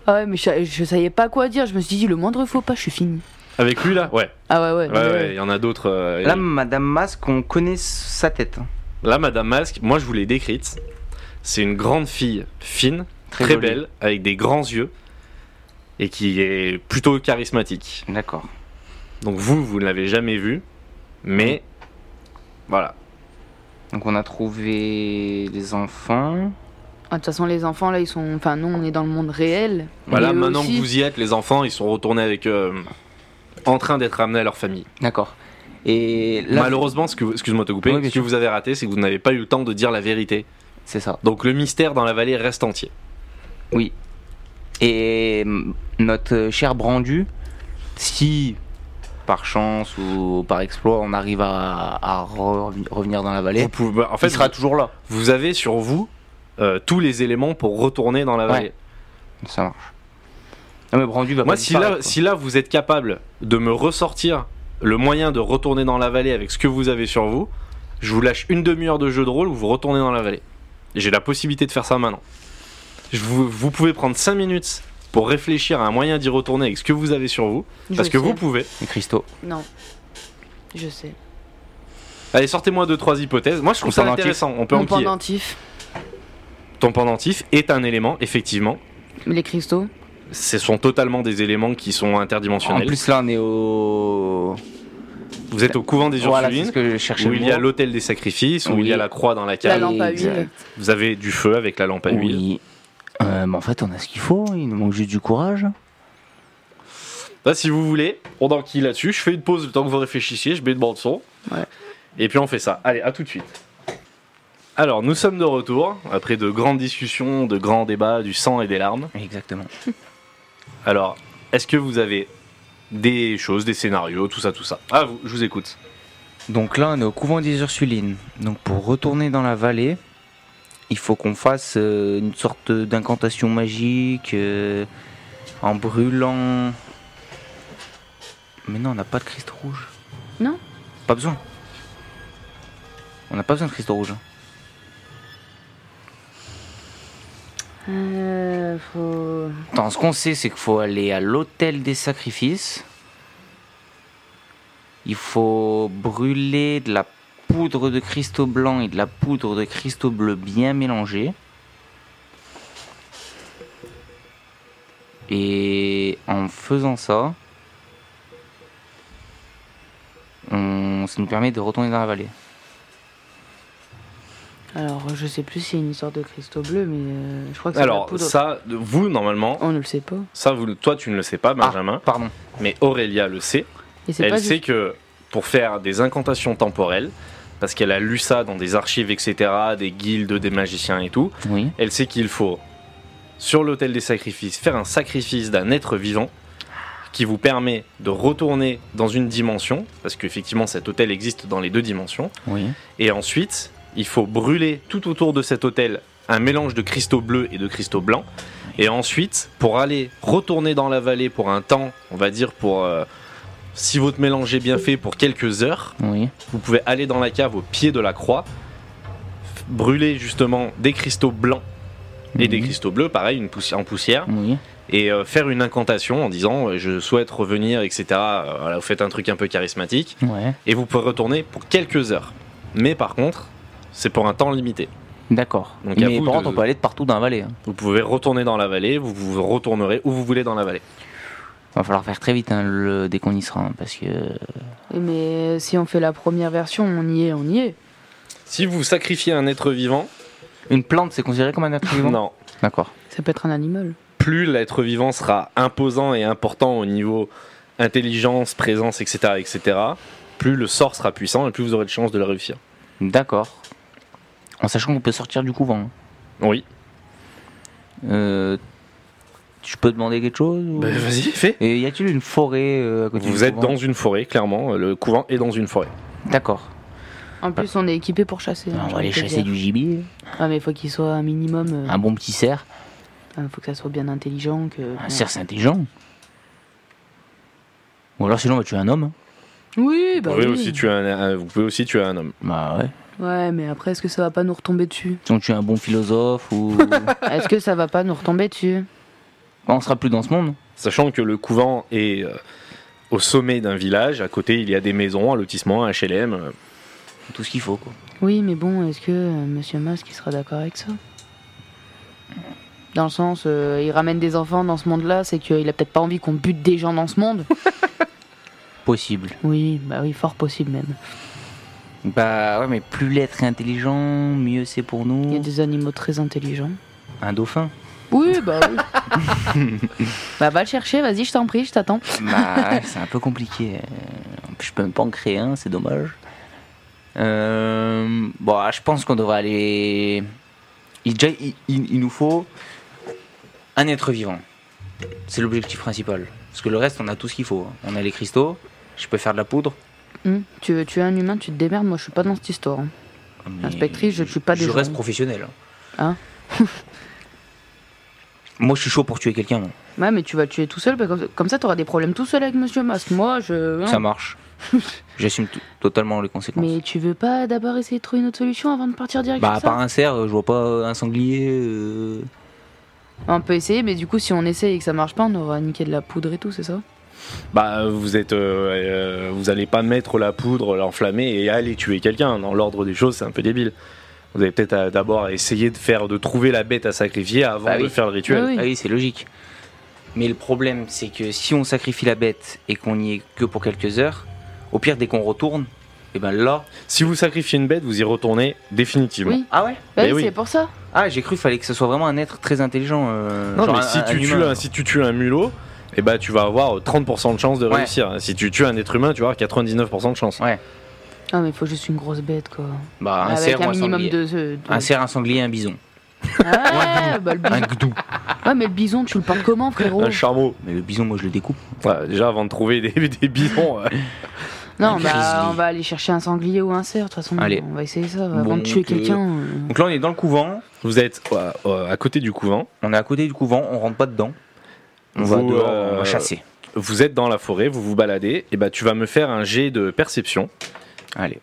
S3: Ah ouais, mais je, je savais pas quoi dire. Je me suis dit le moindre faux pas, je suis fini.
S2: Avec lui, là Ouais,
S3: Ah ouais, ouais.
S2: ouais, ouais, il y en a d'autres. euh,
S4: Là, Madame Masque, on connaît sa tête. hein.
S2: Là, Madame Masque, moi, je vous l'ai décrite. C'est une grande fille fine, très,
S4: jolie.
S2: belle, avec des grands yeux et qui est plutôt charismatique.
S4: D'accord.
S2: Donc, vous, vous ne l'avez jamais vue, mais voilà.
S4: Donc on a trouvé les enfants.
S3: Ah, De toute façon, les enfants, là, ils sont. Enfin, nous, on est dans le monde réel.
S2: Voilà,
S3: Mais eux
S2: maintenant
S3: aussi.
S2: que vous y êtes, les enfants, ils sont retournés avec. euh, en train d'être ramenés à leur famille.
S4: D'accord. Et là,
S2: Malheureusement, ce que vous- excuse-moi de te couper,
S4: Oui, bien
S2: ce que
S4: sûr.
S2: vous avez raté, c'est que vous n'avez pas eu le temps de dire la vérité.
S4: c'est ça.
S2: Donc le mystère dans la vallée reste entier.
S4: Oui. Et mm, notre euh, cher Brandu, si par chance ou par exploit on arrive à, à re- revenir dans la vallée,
S2: Vous pouvez- bah, en fait,
S4: il sera
S2: vous,
S4: toujours là.
S2: vous avez sur vous euh, tous les éléments pour retourner dans la
S4: Ouais.
S2: vallée.
S4: Ça marche. Non mais Brandu va
S2: Moi,
S4: pas
S2: si là,
S4: disparaître,
S2: si là vous êtes capable de me ressortir le moyen de retourner dans la vallée avec ce que vous avez sur vous, je vous lâche une demi-heure de jeu de rôle où vous retournez dans la vallée. J'ai la possibilité de faire ça maintenant. Je vous, vous pouvez prendre 5 minutes pour réfléchir à un moyen d'y retourner avec ce que vous avez sur vous,
S3: Je
S2: parce que
S3: sais.
S2: vous pouvez.
S4: quoi. Et Christo.
S3: Non. Je sais.
S2: Allez, sortez-moi deux trois hypothèses. Moi, je trouve ça
S4: Ton pendentif.
S2: intéressant. On peut
S3: Mon
S2: en piller.
S3: pendentif,
S2: Ton pendentif est un élément, effectivement.
S3: les cristaux.
S2: Ce sont totalement des éléments qui sont
S4: En
S2: interdimensionnels.
S4: plus là on est au
S2: vous êtes au couvent des
S4: voilà, c'est
S2: Ursulines,
S4: ce que je cherchais.
S2: où
S4: le
S2: il y a
S4: mot.
S2: l'hôtel des sacrifices, où il y a
S4: Oui.
S2: la croix dans la
S3: La
S2: cave.
S3: lampe à
S4: exact.
S3: huile.
S2: Vous avez du feu avec la lampe à huile.
S4: Oui. Euh, mais en fait on a ce qu'il faut, il nous manque juste du courage.
S2: Là, Bah, si vous voulez, on enquille là-dessus. Je fais une pause le temps que vous réfléchissiez. Je mets une bande son.
S3: Ouais.
S2: Et puis on fait ça. Allez, à tout de suite. Alors, nous sommes de retour après de grandes discussions, de grands débats, du sang et des larmes.
S4: Exactement.
S2: Alors, est-ce que vous avez des choses, des scénarios, tout ça, tout ça Ah, vous, je vous écoute.
S4: Donc là, on est au couvent des Ursulines. Donc pour retourner dans la vallée, il faut qu'on fasse euh, une sorte d'incantation magique euh, en brûlant. Mais non, on n'a pas de cristaux rouge.
S3: Non.
S4: Pas besoin. On n'a pas besoin de cristaux rouge. hein.
S3: Euh, faut...
S4: Attends, ce qu'on sait, c'est qu'il faut aller à l'hôtel des sacrifices. Il faut brûler de la poudre de cristaux blancs et de la poudre de cristaux bleus bien mélangées. Et en faisant ça, on- ça nous permet de retourner dans la vallée.
S3: Alors, je sais plus s'il y a une histoire de cristaux bleus, mais euh, je crois que c'est de la
S2: Alors,
S3: poudre.
S2: ça, vous, normalement,
S3: On ne le sait pas.
S2: ça, vous, toi, tu ne le sais pas, Benjamin,
S4: Pardon.
S3: Ah.
S2: mais Aurélia le sait.
S3: Et c'est
S2: Elle
S3: pas
S2: sait
S3: juste-
S2: que pour faire des incantations temporelles, parce qu'elle a lu ça dans des archives, etc., des guildes, des magiciens et tout,
S4: Oui.
S2: elle sait qu'il faut, sur l'autel des sacrifices, faire un sacrifice d'un être vivant qui vous permet de retourner dans une dimension, parce qu'effectivement cet autel existe dans les deux dimensions,
S4: Oui.
S2: et ensuite il faut brûler tout autour de cet autel un mélange de cristaux bleus et de cristaux blancs, et ensuite pour aller retourner dans la vallée pour un temps, on va dire pour... euh, si votre mélange est bien fait pour quelques heures,
S4: Oui.
S2: vous pouvez aller dans la cave au pied de la croix, f- brûler justement des cristaux blancs et des
S4: Mhm.
S2: cristaux bleus, pareil, une poussi- en poussière,
S4: Oui.
S2: et euh, faire une incantation en disant euh, je souhaite revenir, etc. Euh, voilà, vous faites un truc un peu charismatique,
S4: Ouais.
S2: et vous pouvez retourner pour quelques heures. Mais par contre, c'est pour un temps limité.
S4: D'accord.
S2: Donc, à
S4: Mais
S2: vous
S4: par
S2: de-
S4: contre, on peut aller de partout dans la vallée. hein.
S2: Vous pouvez retourner dans la vallée, vous vous retournerez où vous voulez dans la vallée.
S4: Va falloir faire très vite hein, le, dès qu'on y sera, hein, parce que
S3: Mais euh, si on fait la première version, on y est, on y est.
S2: Si vous sacrifiez un être vivant,
S4: une plante c'est considéré comme un être vivant.
S2: non,
S4: D'accord.
S3: Ça peut être un animal.
S2: plus l'être vivant sera imposant et important au niveau intelligence, présence, etc., etc., plus le sort sera puissant et plus vous aurez de chances de le réussir.
S4: D'accord. En sachant qu'on peut sortir du couvent. hein.
S2: Oui.
S4: Euh, je peux demander quelque chose ou-
S2: Bah, vas-y, fais.
S4: Et y a-t-il une forêt euh, à côté du
S2: Vous êtes
S4: couvent
S2: dans une forêt, clairement. Le couvent est dans une forêt.
S4: D'accord.
S3: En plus, on est équipé pour chasser. hein,
S4: on
S3: j'ai envie
S4: va
S3: de
S4: aller
S3: te
S4: chasser
S3: dire.
S4: du Ah. gibier,
S3: Ah, mais il faut qu'il soit un minimum. euh,
S4: un bon petit cerf.
S3: euh, faut que ça soit bien intelligent. Que...
S4: Un cerf c'est intelligent. Ou alors sinon on va tuer un homme. hein.
S3: Oui, bah
S2: vous,
S3: oui.
S2: pouvez aussi tuer un, un- vous pouvez aussi tuer un homme.
S4: Bah ouais.
S3: Ouais, mais après, est-ce que ça va pas nous retomber dessus
S4: Si on tue un bon philosophe ou.
S3: Est-ce que ça va pas nous retomber dessus
S4: Bah, on sera plus dans ce monde.
S2: Sachant que le couvent est euh, au sommet d'un village. À côté, il y a des maisons, un lotissement, un HLM. euh.
S4: Tout ce qu'il faut quoi.
S3: Oui, mais bon, est-ce que euh, Monsieur Musk il sera d'accord avec ça Dans le sens, euh, il ramène des enfants dans ce monde-là, c'est qu'il a peut-être pas envie qu'on bute des gens dans ce monde.
S4: Possible.
S3: Oui, bah oui, fort possible même.
S4: Bah ouais, mais plus l'être est intelligent, mieux c'est pour
S3: Il y a
S4: nous.
S3: des animaux très intelligents.
S4: Un dauphin.
S3: Oui, bah oui. bah va le chercher, vas-y, je t'en prie, je t'attends.
S4: Bah ouais, c'est un peu compliqué. Euh, Je peux même pas en créer un, c'est dommage. Euh, bon, ah, je pense qu'on devrait aller. Il, déjà, il- il- il nous faut un être vivant. C'est l'objectif principal. Parce que le reste, on a tout ce qu'il faut. On a les cristaux, je peux faire de la poudre.
S3: Hum, Tu veux tuer un humain, tu te démerdes, moi je suis pas dans cette histoire. hein.
S4: mais
S3: Inspectrice, je tue pas des
S4: Je
S3: gens.
S4: reste professionnel.
S3: Hein
S4: Moi, je suis chaud pour tuer quelqu'un. moi.
S3: Ouais, mais tu vas le tuer tout seul, parce que comme- comme ça t'auras des problèmes tout seul avec Monsieur Mas. Moi je. hein.
S4: Ça marche. J'assume t- totalement les conséquences.
S3: Mais tu veux pas d'abord essayer de trouver une autre solution avant de partir direct
S4: Bah,
S3: comme
S4: à
S3: ça
S4: part un cerf, euh, je vois pas euh, un sanglier. euh,
S3: On peut essayer, mais du coup, si on essaye et que ça marche pas, on aura niqué de la poudre et tout, c'est ça
S2: Bah, vous êtes, euh, euh, vous allez pas mettre la poudre, l'enflammer et aller tuer quelqu'un. Dans l'ordre des choses, c'est un peu débile. Vous avez peut-être à- d'abord à essayer de faire, de trouver la bête à sacrifier avant
S4: Bah
S2: de
S4: oui.
S2: faire le rituel.
S3: Ah oui.
S4: Ah oui, c'est logique. Mais le problème, c'est que si on sacrifie la bête et qu'on y est que pour quelques heures, au pire, dès qu'on retourne, et ben là.
S2: Si vous sacrifiez une bête, vous y retournez définitivement.
S3: Oui.
S4: Ah ouais
S3: Bah
S2: Mais
S3: oui,
S2: oui.
S3: c'est pour ça.
S4: Ah, j'ai cru qu'il fallait que ce soit vraiment un être très intelligent. euh,
S2: Non,
S4: genre
S2: mais
S4: un-
S2: si,
S4: un-
S2: tu
S4: un
S2: tues
S4: humain.
S2: un, si tu tues un mulot, eh bah, tu vas avoir 30% de chance de
S4: Ouais.
S2: réussir. Si tu tues un être humain, tu vas avoir 99% de chance.
S3: Ah, mais faut juste une grosse bête, quoi.
S4: Bah, un
S3: Avec
S4: cerf, ou
S3: un
S4: un
S3: minimum
S4: sanglier.
S3: de. de-
S4: Un cerf, un sanglier, un bison.
S3: Ouais, bah, le bison.
S4: Un Ah, gdou.
S3: Ouais, mais le bison, tu le portes comment,
S4: Oh.
S3: frérot
S2: Un charmeau.
S4: Mais le bison, moi, je le découpe.
S2: Ouais, déjà, avant de trouver des, des bisons, euh,
S3: Non,
S4: un
S3: bah,
S4: grizzly.
S3: on va aller chercher un sanglier ou un cerf, de toute façon.
S4: Allez.
S3: On va essayer ça avant de
S4: Bon,
S3: tuer
S4: ok.
S3: quelqu'un. euh.
S4: Donc là, on est dans le couvent.
S2: vous êtes euh, euh, à côté du couvent.
S4: On est à côté du couvent. On rentre pas dedans. On va
S2: Vous,
S4: dehors. On
S2: euh,
S4: va chasser.
S2: vous êtes dans la forêt, vous vous baladez, et bah tu vas me faire un jet de perception.
S4: Allez.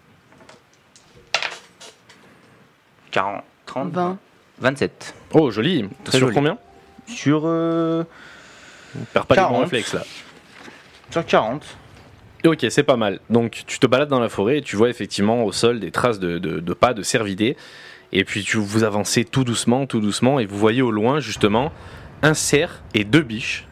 S4: 40, 30,
S3: Vingt.
S4: 27.
S2: Oh joli,
S4: Très
S2: sur
S4: joli.
S2: combien
S4: Sur, euh,
S2: Perds pas les bons
S4: 40.
S2: réflexes là.
S4: sur 40.
S2: Ok, c'est pas mal. Donc tu te balades dans la forêt et tu vois effectivement au sol des traces de, de- de pas de cervidés. Et puis tu vous avancez tout doucement, tout doucement, et vous voyez au loin justement un cerf et deux biches.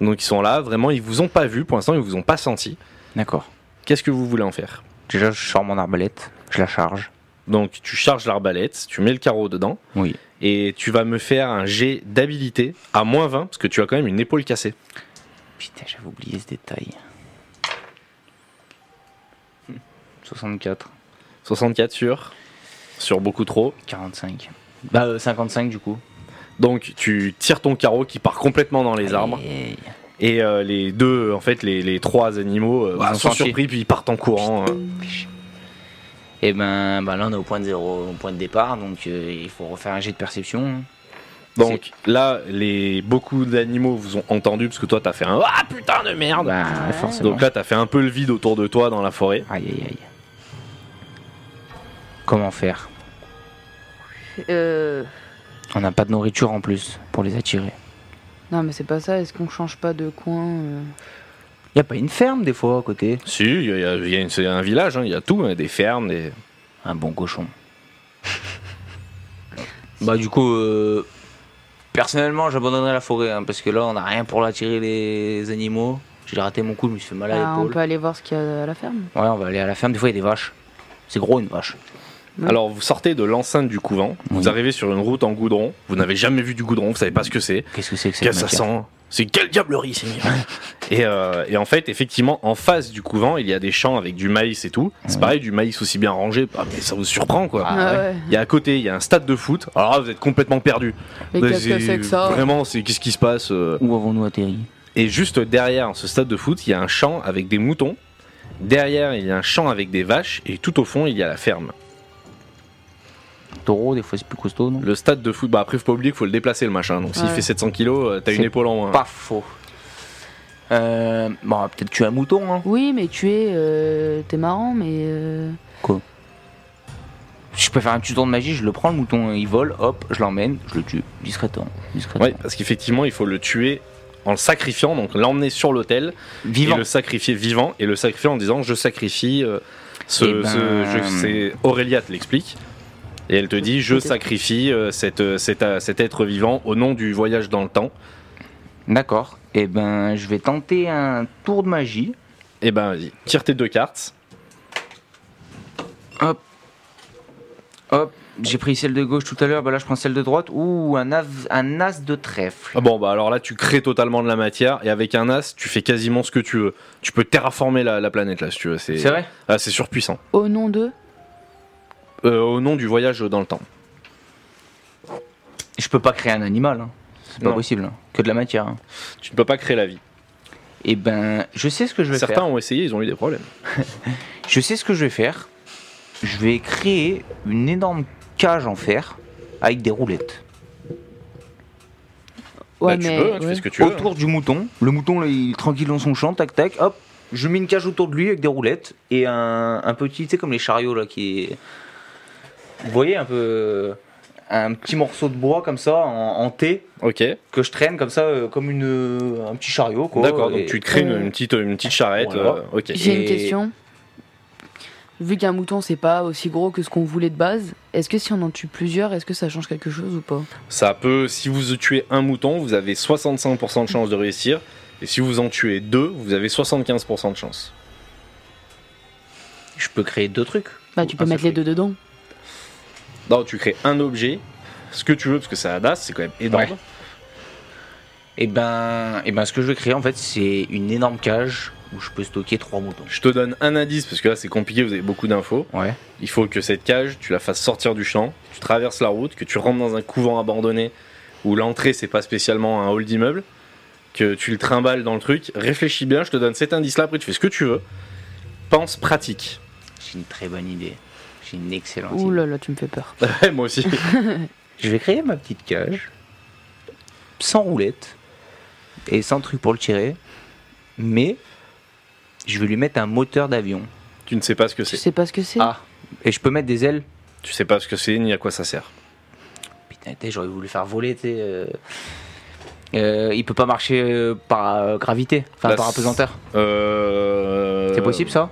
S2: Donc ils sont là, vraiment, ils vous ont pas vu pour l'instant, ils vous ont pas senti.
S4: D'accord.
S2: Qu'est-ce que vous voulez en faire
S4: Déjà, je sors mon arbalète, je la charge.
S2: Donc tu charges l'arbalète, tu mets le carreau dedans,
S4: Oui.
S2: et tu vas me faire un jet d'habilité à moins 20, parce que tu as quand même une épaule cassée.
S4: Putain, j'avais oublié ce détail. Hm. 64,
S2: 64 sur, sur beaucoup trop.
S4: 45. Bah, euh, 55 du coup.
S2: Donc tu tires ton carreau qui part complètement dans les arbres.
S4: Aïe.
S2: Et euh, les deux, en fait, les, les trois animaux euh,
S4: Ils ont
S2: sont
S4: senti.
S2: surpris puis ils partent en courant. hein.
S4: Et ben, bah là, on est au point de zéro, au point de départ, donc euh, il faut refaire un jet de perception.
S2: Donc là, les, beaucoup d'animaux vous ont entendu parce que toi t'as fait un Ah putain de merde
S4: Bah, forcément.
S2: Donc là t'as fait un peu le vide autour de toi dans la forêt.
S4: Aïe, aïe, aïe. Comment faire
S3: Euh,
S4: On n'a pas de nourriture en plus pour les attirer.
S3: Non, mais c'est pas ça. Est-ce qu'on change pas de coin euh
S4: Y a pas une ferme des fois à côté
S2: Si, il y a, il y a- il y a une- c'est un village, hein, il y a tout, hein, des fermes, des...
S4: Un bon cochon. bah du coup, euh, personnellement, j'abandonnerai la forêt hein, parce que là, on n'a rien pour attirer les animaux. J'ai raté mon coup, je me suis fait mal à
S3: Ah, On
S4: l'épaule.
S3: peut aller voir ce qu'il y a à la ferme.
S4: Ouais, on va aller à la ferme. Des fois, il y a des vaches. C'est gros une vache.
S3: Ouais.
S2: Alors vous sortez de l'enceinte du couvent, vous
S4: Oui.
S2: arrivez sur une route en goudron, vous n'avez jamais vu du goudron, vous savez pas ce que c'est.
S4: Qu'est-ce que c'est que cette
S2: Qu'est-ce que
S4: matière
S2: ça sent C'est quelle diablerie, Seigneur et, euh, et en fait, effectivement, en face du couvent, il y a des champs avec du maïs et tout. C'est pareil, du maïs aussi bien rangé, ah, mais ça vous surprend quoi.
S4: Ah ouais.
S2: Il y a à côté, il y a un stade de foot. Alors là, vous êtes complètement perdu.
S3: Mais qu'est-ce que c'est que ça
S2: Vraiment, c'est qu'est-ce qui se passe euh.
S4: Où avons-nous atterri
S2: Et juste derrière ce stade de foot, il y a un champ avec des moutons. Derrière, il y a un champ avec des vaches. Et tout au fond, il y a la ferme.
S4: Taureau, des fois, c'est plus costaud, non
S2: Le stade de foot, bah après, faut pas oublier qu'il faut le déplacer le machin. Donc s'il
S3: Ouais.
S2: fait 700 kilos, euh, t'as une
S4: C'est
S2: épaule en moins.
S4: Pas faux. Euh, bon, on va peut-être tuer un mouton, hein.
S3: Oui, mais tu es. euh, T'es marrant, mais. euh,
S4: Je peux faire un petit tour de magie, je le prends, le mouton, il vole, hop, je l'emmène, je le tue, discrètement. discrètement.
S2: Oui, parce qu'effectivement, il faut le tuer en le sacrifiant, donc l'emmener sur l'autel et
S4: Vivant.
S2: le sacrifier vivant et le sacrifier en disant je sacrifie euh, ce,
S4: Eh ben-
S2: ce- je- c'est Aurélia te l'explique et elle te dit je
S3: Ok.
S2: sacrifie euh, cette, euh, cette, euh, cet être vivant au nom du voyage dans le temps.
S4: D'accord. Eh ben, je vais
S2: Eh
S4: tenter un tour de magie.
S2: Et ben vas-y, tire tes deux cartes.
S4: Hop. Hop. J'ai pris celle de gauche tout à l'heure, bah là je prends celle de droite. Ouh, un, av- un as de trèfle.
S2: Ah Bon, bah alors là, tu crées totalement de la matière et avec un as, tu fais quasiment ce que tu veux. Tu peux terraformer la, la planète là, si tu veux. C'est
S4: C'est vrai
S2: Ah, c'est surpuissant.
S3: Au nom de.
S2: Euh, au nom du voyage dans le temps.
S4: Je peux pas créer un animal, hein. c'est pas
S2: Non.
S4: possible. hein. Que de la matière. hein.
S2: Tu ne peux pas créer la vie.
S4: Et ben, je sais ce que je vais
S2: Certains
S4: faire.
S2: ont essayé, ils ont eu des problèmes.
S4: Je sais ce que je vais faire. Je vais créer une énorme cage en fer avec des roulettes.
S2: Bah, tu peux, hein, tu fais ce que tu veux.
S4: autour du mouton. Le mouton, là, il est tranquille dans son champ, tac tac, hop. Je mets une cage autour de lui avec des roulettes et un, un petit, tu sais, comme les chariots là qui. Vous voyez un peu. euh, Un petit morceau de bois comme ça en, en T
S2: Ok,
S4: que je traîne comme ça, euh, comme une, un petit chariot quoi.
S2: d'accord. Donc
S4: Et-
S2: tu te crées une,
S3: Euh,
S2: une petite, une petite charrette.
S4: voilà.
S2: euh, ok.
S4: Et-
S3: J'ai une question. Vu qu'un mouton c'est pas aussi gros que ce qu'on voulait de base, est-ce que si on en tue plusieurs, est-ce que ça change quelque chose ou pas
S2: Ça peut, si vous tuez un mouton, vous avez 65% de chance de réussir. Et si vous en tuez deux, vous avez 75% de chance.
S5: Je peux créer deux trucs.
S3: Bah tu peux
S2: Ah, ça
S3: mettre les
S2: fait-
S3: deux dedans.
S2: Non, tu crées un objet, ce que tu veux, parce que ça a das, c'est quand même énorme.
S4: Et ben, et ben, ce que je vais créer en fait, c'est une énorme cage où je peux stocker trois moutons.
S2: Je te donne un indice, parce que là c'est compliqué, vous avez beaucoup d'infos.
S4: Ouais.
S2: Il faut que cette cage, tu la fasses sortir du champ, tu traverses la route, que tu rentres dans un couvent abandonné où l'entrée c'est pas spécialement un hall d'immeuble, que tu le trimbales dans le truc. Réfléchis bien, je te donne cet indice là, après tu fais ce que tu veux. Pense pratique.
S4: J'ai une très bonne idée. J'ai une excellente
S3: Ouh
S4: idée.
S3: là là, tu me fais peur.
S2: Ouais, Moi aussi.
S4: Je vais créer ma petite cage sans roulette et sans truc pour le tirer, mais je vais lui mettre un moteur d'avion.
S2: tu ne sais pas ce que
S3: Tu
S2: c'est.
S3: sais pas ce que c'est
S4: Ah, et je peux mettre des ailes.
S2: Tu sais pas ce que c'est ni à quoi ça sert.
S4: Putain, t'sais, j'aurais voulu le faire voler. t'sais, euh. Euh, il peut pas marcher euh, par euh, gravité, enfin
S2: Bah,
S4: par
S2: c'est-
S4: apesanteur.
S2: Euh...
S4: C'est possible ça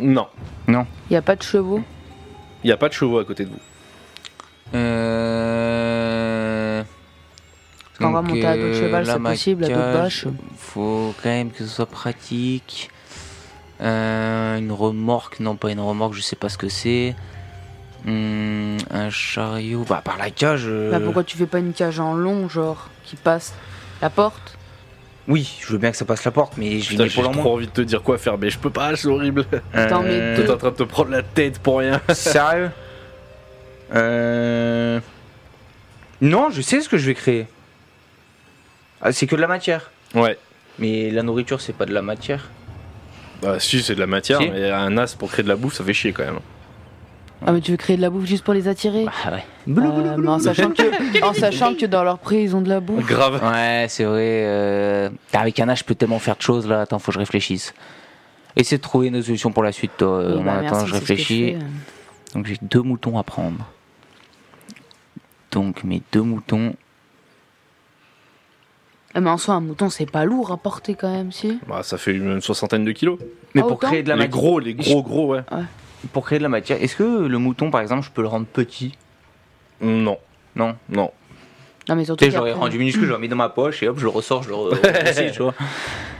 S2: Non.
S3: Y a pas de chevaux
S2: Il n'y a pas de chevaux à côté de vous.
S4: Euh...
S3: Parce qu'on va
S4: Donc,
S3: monter à dos de
S4: euh,
S3: cheval,
S4: là,
S3: c'est
S4: ma
S3: possible, à dos de
S4: cage,
S3: vache.
S2: euh,
S4: Faut quand même que ce soit pratique. Euh, une remorque, non pas une remorque, je sais pas ce que c'est. Hum, un chariot, bah par la cage. euh,
S3: Bah pourquoi tu fais pas une cage en long, genre, qui passe la porte
S4: Oui, je veux bien que ça passe la porte, mais je
S2: Putain,
S4: l'ai
S2: J'ai
S4: pour
S2: trop
S4: l'en moins.
S2: envie de te dire quoi faire, mais je peux pas, c'est horrible.
S3: Putain, mais
S4: Euh,
S2: T'es en train de te prendre la tête pour rien.
S4: Sérieux Euh. Non, je sais ce que je vais créer. Ah, c'est que de la matière.
S2: Ouais.
S4: Mais la nourriture, c'est pas de la matière.
S2: Bah si, c'est de la matière,
S4: Si.
S2: mais un as pour créer de la bouffe, ça fait chier quand même.
S3: Ah mais tu veux créer de la bouffe juste pour les attirer
S4: Bah ouais.
S3: Euh, mais en sachant que, en sachant que dans leur prix ils ont de la bouffe.
S2: Grave.
S4: Ouais, c'est vrai. euh, putain, Avec un âge, je peux tellement faire de choses là. Attends, faut que je réfléchisse. Essaie de trouver une solution pour la suite, toi.
S3: Oui,
S4: Euh,
S3: bah,
S4: moi,
S3: merci, c'est
S4: attends, je
S3: ce que
S4: réfléchis.
S3: fais.
S4: Donc, j'ai deux moutons à prendre. Donc, mes deux moutons.
S3: Ah, mais en soi, un mouton c'est pas lourd à porter quand même, si
S2: Bah ça fait une soixantaine de kilos.
S4: Mais
S3: Ah,
S4: pour
S3: autant
S4: créer, de la
S2: les
S4: matière,
S2: gros, les gros, gros, ouais.
S4: pour créer de la matière, est-ce que le mouton, par exemple, je peux le rendre petit
S2: Non,
S4: Non.
S2: non.
S3: Non mais surtout.
S4: Tu sais, j'aurais
S3: qu'après-
S4: rendu minuscule, j'aurais mis dans ma poche et hop, je le ressors, je le re- aussi, tu vois.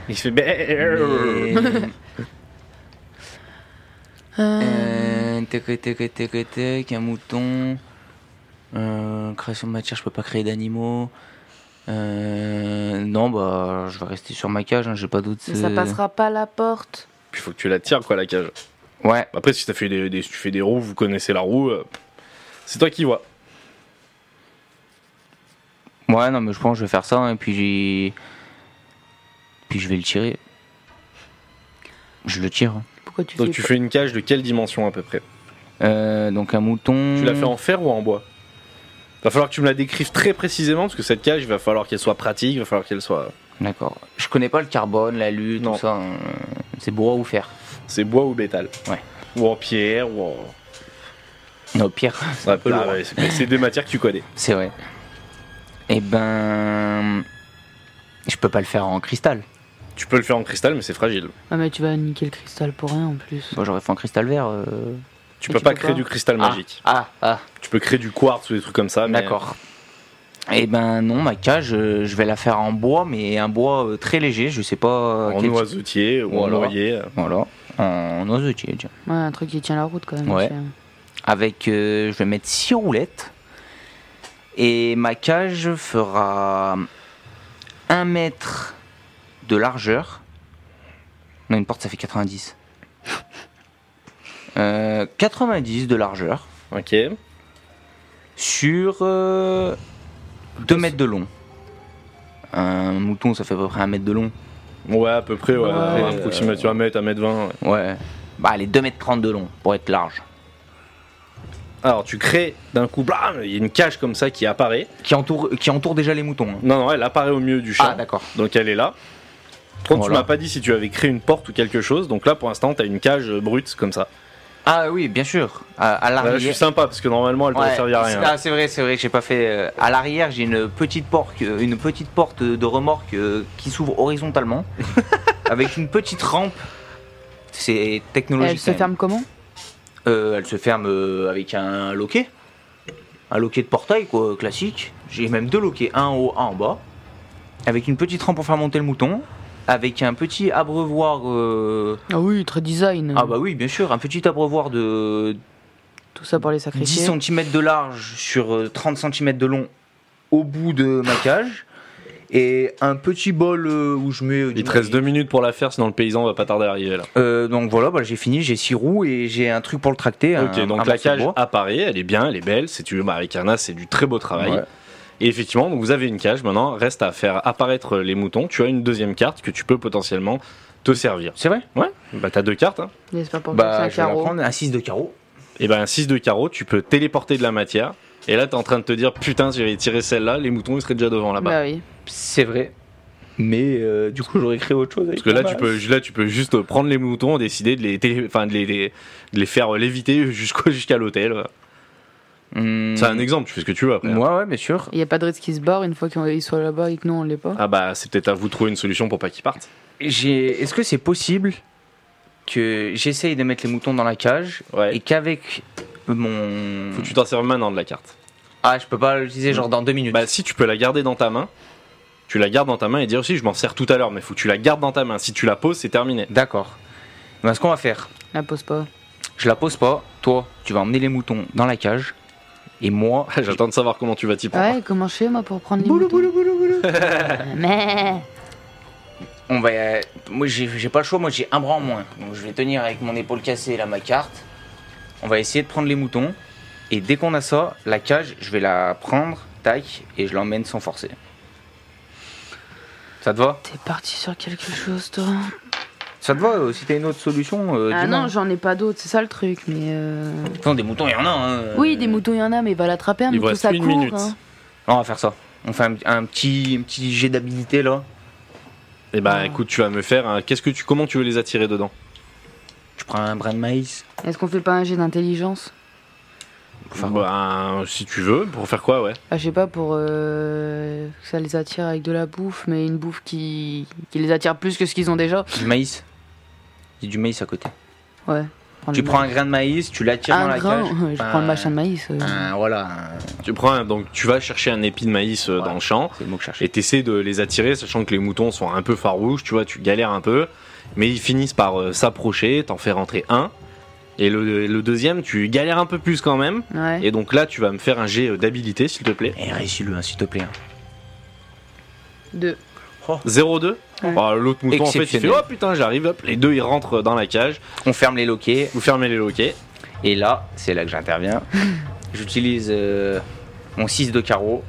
S2: Il se fait...
S4: Mais-
S3: Euh,
S4: Euh, tac, tac, tac, tac, un mouton. Euh, création de matière, je peux pas créer d'animaux. Euh, non, bah, je vais rester sur ma cage, hein, j'ai pas doute.
S3: mais ça passera pas la porte.
S2: Puis faut que tu la tires quoi la cage.
S4: Ouais,
S2: Après si, t'as fait des, des- si tu fais des roues, vous connaissez la roue, euh, c'est toi qui vois.
S4: ouais, non, mais je pense que je vais faire ça, hein, et puis j'ai. Puis je vais le tirer. Je le tire. hein.
S3: Pourquoi tu
S2: Donc
S3: fais
S2: tu
S3: pas-
S2: fais une cage de quelle dimension à peu près
S4: Euh, donc un mouton.
S2: Tu l'as fait en fer ou en bois Va falloir que tu me la décrives très précisément parce que cette cage, il va falloir qu'elle soit pratique, il va falloir qu'elle soit.
S4: D'accord. Je connais pas le carbone, l'alu,
S2: Non.
S4: tout ça. hein. C'est bois ou fer.
S2: C'est bois ou métal.
S4: Ouais.
S2: Ou en pierre, ou en.
S4: Non, pierre.
S2: C'est
S4: peu lourd, hein.
S2: c'est c'est des matières que tu connais.
S4: C'est vrai. Eh ben. Je peux pas le faire en cristal.
S2: Tu peux le faire en cristal, mais c'est fragile.
S3: Ah mais tu vas niquer le cristal pour rien en plus.
S4: Moi j'aurais fait en cristal vert. euh.
S2: Tu
S3: Mais
S2: peux
S3: tu
S2: pas
S3: peux
S2: créer
S3: pas.
S2: du cristal
S4: Ah,
S2: magique.
S4: Ah, ah,
S2: Tu peux créer du quartz ou des trucs comme ça. mais-
S4: d'accord. Ah, Eh ben non, ma cage, euh, je vais la faire en bois, mais un bois euh, très léger, je sais pas. euh,
S2: En
S4: quel-
S2: oiseautier ou en
S4: Voilà.
S2: laurier.
S4: Voilà. en oiseautier, tiens.
S3: Ouais, un truc qui tient la route quand même.
S4: Ouais.
S3: c'est-
S4: Avec, euh, je vais mettre 6 roulettes. Et ma cage fera 1 mètre de largeur. Non, une porte, ça fait 90. Euh, 90 de largeur
S2: Ok.
S4: sur 2 mètres de long. Un mouton, ça fait à peu près 1 mètre de long.
S2: Ouais, à peu près, ouais.
S3: Ouais.
S2: Approximativement 1 mètre, 1 mètre 20.
S4: Ouais. Bah, allez, 2 mètres 30 de long pour être large.
S2: Alors, tu crées d'un coup, blam, il y a une cage comme ça qui apparaît.
S4: Qui entoure, qui entoure déjà les moutons. hein.
S2: Non, non, elle apparaît au milieu du champ.
S4: Ah, d'accord.
S2: donc elle est là. Par contre,
S4: Voilà.
S2: tu m'as pas dit si tu avais créé une porte ou quelque chose. Donc là, pour l'instant, t'as une cage euh, brute comme ça.
S4: Ah, oui, bien sûr. À, à
S2: Là,
S4: l'arrière.
S2: je suis sympa parce que normalement, elle ne
S4: Ah, Ouais,
S2: servir à
S4: c'est-
S2: rien.
S4: ah, c'est vrai, c'est vrai que j'ai pas fait. euh, à l'arrière, j'ai une petite porte, une petite porte de remorque euh, qui s'ouvre horizontalement, avec une petite rampe. C'est technologique.
S3: Elle se
S4: quand même.
S3: ferme comment
S4: Euh, elle se ferme euh, avec un loquet, un loquet de portail quoi, classique. J'ai même deux loquets, un en haut, un en bas, avec une petite rampe pour faire monter le mouton, avec un petit abreuvoir. euh,
S3: Ah oui, très design.
S4: Ah bah oui, bien sûr, un petit abreuvoir de
S3: Tout ça pour les
S4: 10
S3: sacrifier.
S4: cm de large sur euh, 30 cm de long au bout de ma cage. Et un petit bol euh, où je mets. euh, du-
S2: Il te reste deux minutes pour la faire, sinon le paysan va pas tarder à arriver là.
S4: Euh, donc voilà, bah, j'ai fini, j'ai 6 roues et j'ai un truc pour le tracter.
S2: Ok,
S4: un- un
S2: donc
S4: morceau
S2: la
S4: de
S2: cage
S4: bois.
S2: apparaît, elle est bien, elle est belle. C'est tu bah, avec un as, c'est du très beau travail.
S4: Ouais.
S2: Et effectivement, donc vous avez une cage. Maintenant, reste à faire apparaître les moutons. Tu as une deuxième carte que tu peux potentiellement te servir.
S4: C'est vrai
S2: Ouais, bah t'as deux cartes. hein.
S3: N'est-ce pas pour
S4: Bah,
S3: que
S4: je
S3: c'est
S4: vais
S3: un
S4: la
S3: carreau
S4: prendre, un 6 de carreau.
S2: Et ben un 6 de carreau, tu peux téléporter de la matière. Et là, t'es en train de te dire, putain, si j'avais tiré celle-là, les moutons ils seraient déjà devant là-bas.
S3: Bah oui.
S4: C'est vrai. Mais euh, du coup, j'aurais créé autre chose. Avec
S2: Parce que là
S4: mon
S2: tu,
S4: as.
S2: peux, là, tu peux juste prendre les moutons, décider de les, télé- enfin, de les, les- de les faire léviter jusqu'au- jusqu'à l'hôtel.
S4: Hmm.
S2: C'est un exemple, tu fais ce que tu veux après. hein.
S4: Ouais, ouais, bien sûr.
S3: Il n'y a pas de risque qu'ils se barrent une fois qu'ils soient là-bas et que nous on l'est pas.
S2: Ah bah, c'est peut-être à vous de trouver une solution pour pas qu'ils partent.
S4: J'ai- Est-ce que c'est possible que j'essaye de mettre les moutons dans la cage
S2: Ouais.
S4: et qu'avec mon.
S2: Faut que tu t'en serves maintenant de la carte.
S4: Ah, je peux pas l'utiliser genre dans 2 minutes.
S2: Bah, si tu peux la garder dans ta main, tu la gardes dans ta main et dire si je m'en sers tout à l'heure, mais faut que tu la gardes dans ta main. Si tu la poses, c'est terminé.
S4: D'accord. Ben, ce qu'on va faire,
S3: La pose pas.
S4: je la pose pas. Toi, tu vas emmener les moutons dans la cage. Et moi,
S2: Ah, J'attends de savoir comment tu vas t'y prendre.
S3: Ouais, comment je fais moi pour prendre les boulou, Mais
S4: on va. euh, Moi, j'ai j'ai pas le choix. Moi, j'ai un bras en moins. Donc, je vais tenir avec mon épaule cassée là ma carte. On va essayer de prendre les moutons. Et dès qu'on a ça, la cage, je vais la prendre, tac, et je l'emmène sans forcer. Ça te va
S3: t'es parti sur quelque chose toi.
S4: Ça te va euh, Si t'as une autre solution, euh,
S3: ah
S4: dis-moi.
S3: non, j'en ai pas d'autres, c'est ça le truc. Mais euh,
S4: Attends, des moutons, il y en a. hein.
S3: oui, des moutons il y en a, mais va l'attraper un
S2: Il vous
S3: mouton
S2: reste
S3: ça
S2: une
S3: court.
S2: minute.
S3: hein.
S4: On va faire ça. On fait un, un petit, un petit jet d'habilité là.
S2: Et bah, écoute, tu vas me faire. un- Qu'est-ce que tu, comment tu veux les attirer dedans
S4: Tu prends un brin de maïs.
S3: Est-ce qu'on fait pas un jet d'intelligence
S4: Enfin,
S2: Bah, si tu veux, pour faire quoi, ouais.
S3: Ah, je sais pas, pour euh, que ça les attire avec de la bouffe, mais une bouffe qui, qui les attire plus que ce qu'ils ont déjà.
S4: Du maïs. Il y a du maïs à côté.
S3: Ouais. prendre
S4: Tu
S3: le
S4: prends un
S3: maïs.
S4: grain de maïs, tu l'attires dans
S3: Un
S4: la
S3: grain, euh,
S4: cage.
S3: je prends le machin de maïs. euh.
S4: Un- voilà, un-
S2: Tu prends un- donc tu vas chercher un épi de maïs euh,
S4: Ouais.
S2: dans le champ
S4: c'est le mot que je cherchais.
S2: et t'essaies de les attirer, sachant que les moutons sont un peu farouches, tu vois, tu galères un peu, mais ils finissent par euh, s'approcher, t'en fais rentrer un, et le, le deuxième tu galères un peu plus quand même,
S3: Ouais.
S2: et donc là tu vas me faire un jet euh, d'habilité s'il te plaît.
S4: Et réussis-le, hein, s'il te plaît. hein.
S3: Deux.
S2: Oh. 0-2
S3: Ouais.
S2: Bah, L'autre mouton en fait il fait
S4: Exceptionnel.
S2: oh putain j'arrive, hop, les deux ils rentrent dans la cage,
S4: On ferme les loquets.
S2: vous fermez les loquets,
S4: Et là, c'est là que j'interviens. J'utilise euh, mon 6 de carreau.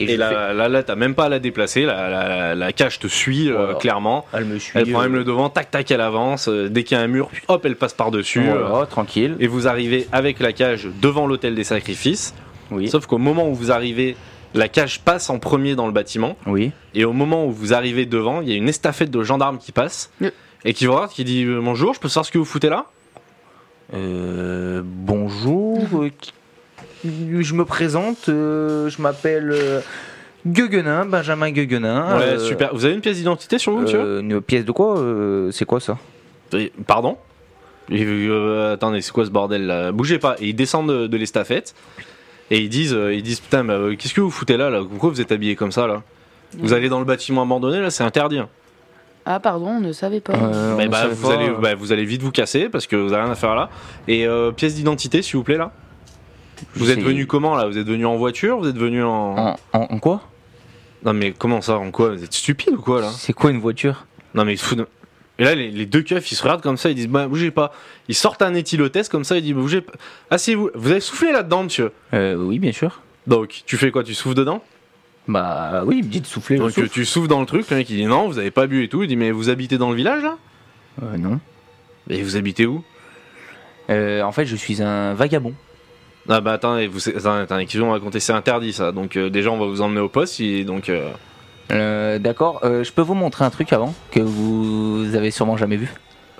S4: Et,
S2: et
S4: je fais-
S2: là, là, là, t'as même pas à la déplacer, la, la- la cage te suit euh,
S4: Voilà.
S2: clairement.
S4: elle me suit.
S2: Elle prend
S4: euh,
S2: même le devant, tac tac, elle avance. euh, dès qu'il y a un mur, puis hop, elle passe par-dessus. euh,
S4: voilà, tranquille.
S2: et vous arrivez avec la cage devant l'hôtel des sacrifices.
S4: Oui.
S2: Sauf qu'au moment où vous arrivez, la cage passe en premier dans le bâtiment.
S4: Oui.
S2: Et au moment où vous arrivez devant, il y a une estafette de gendarmes qui passe
S3: Oui.
S2: et qui vous regarde, qui dit euh, Bonjour, je peux savoir ce que vous foutez là
S4: Euh, bonjour. euh, qui- je me présente. euh, je m'appelle euh, Gueguenin, Benjamin Gueguenin.
S2: Ouais,
S4: euh,
S2: super. Vous avez une pièce d'identité sur vous, monsieur
S4: Euh, une pièce de quoi euh, C'est quoi ça
S2: Et- Pardon Et, euh, Attendez, c'est quoi ce bordel là Bougez pas. Et ils descendent de, de l'estafette. Et ils disent, euh, ils disent Putain, mais, euh, qu'est-ce que vous foutez là, là Pourquoi vous êtes habillé comme ça là Vous allez dans le bâtiment abandonné là, c'est interdit. hein.
S3: Ah, pardon, on ne savait pas.
S4: Euh,
S2: Mais
S4: on
S2: bah,
S4: savait
S2: vous,
S4: pas,
S2: allez,
S4: euh,
S2: bah, vous allez vite vous casser parce que vous avez rien à faire là. Et euh, pièce d'identité, s'il vous plaît, là. Vous êtes
S4: c'est- Ah.
S2: venu comment là Vous êtes venu en voiture Vous êtes venu en...
S4: En, en- en quoi
S2: Non mais comment ça En quoi Vous êtes stupide ou quoi là
S4: C'est quoi une voiture
S2: Non mais ils se foutent de- Et là les, les deux keufs ils se regardent comme ça, ils disent bah bougez pas. Ils sortent un éthylotest comme ça, ils disent bougez pas. Asseyez-vous, vous avez soufflé là-dedans monsieur.
S4: Euh, Oui, bien sûr.
S2: Donc tu fais quoi Tu souffles dedans
S4: Bah oui, il me dit de souffler. je
S2: Donc
S4: souffle.
S2: tu souffles dans le truc, le mec il dit non, vous avez pas bu et tout, il dit mais vous habitez dans le village là
S4: Euh, non.
S2: Mais vous habitez où
S4: Euh, en fait, je suis un vagabond.
S2: Ah bah attendez, vous, c'est- attendez, attendez, qu'est-ce qu'on va raconter C'est interdit ça, donc euh, déjà on va vous emmener au poste, et donc... euh,
S4: Euh, D'accord, euh, je peux vous montrer un truc avant que vous avez sûrement jamais vu.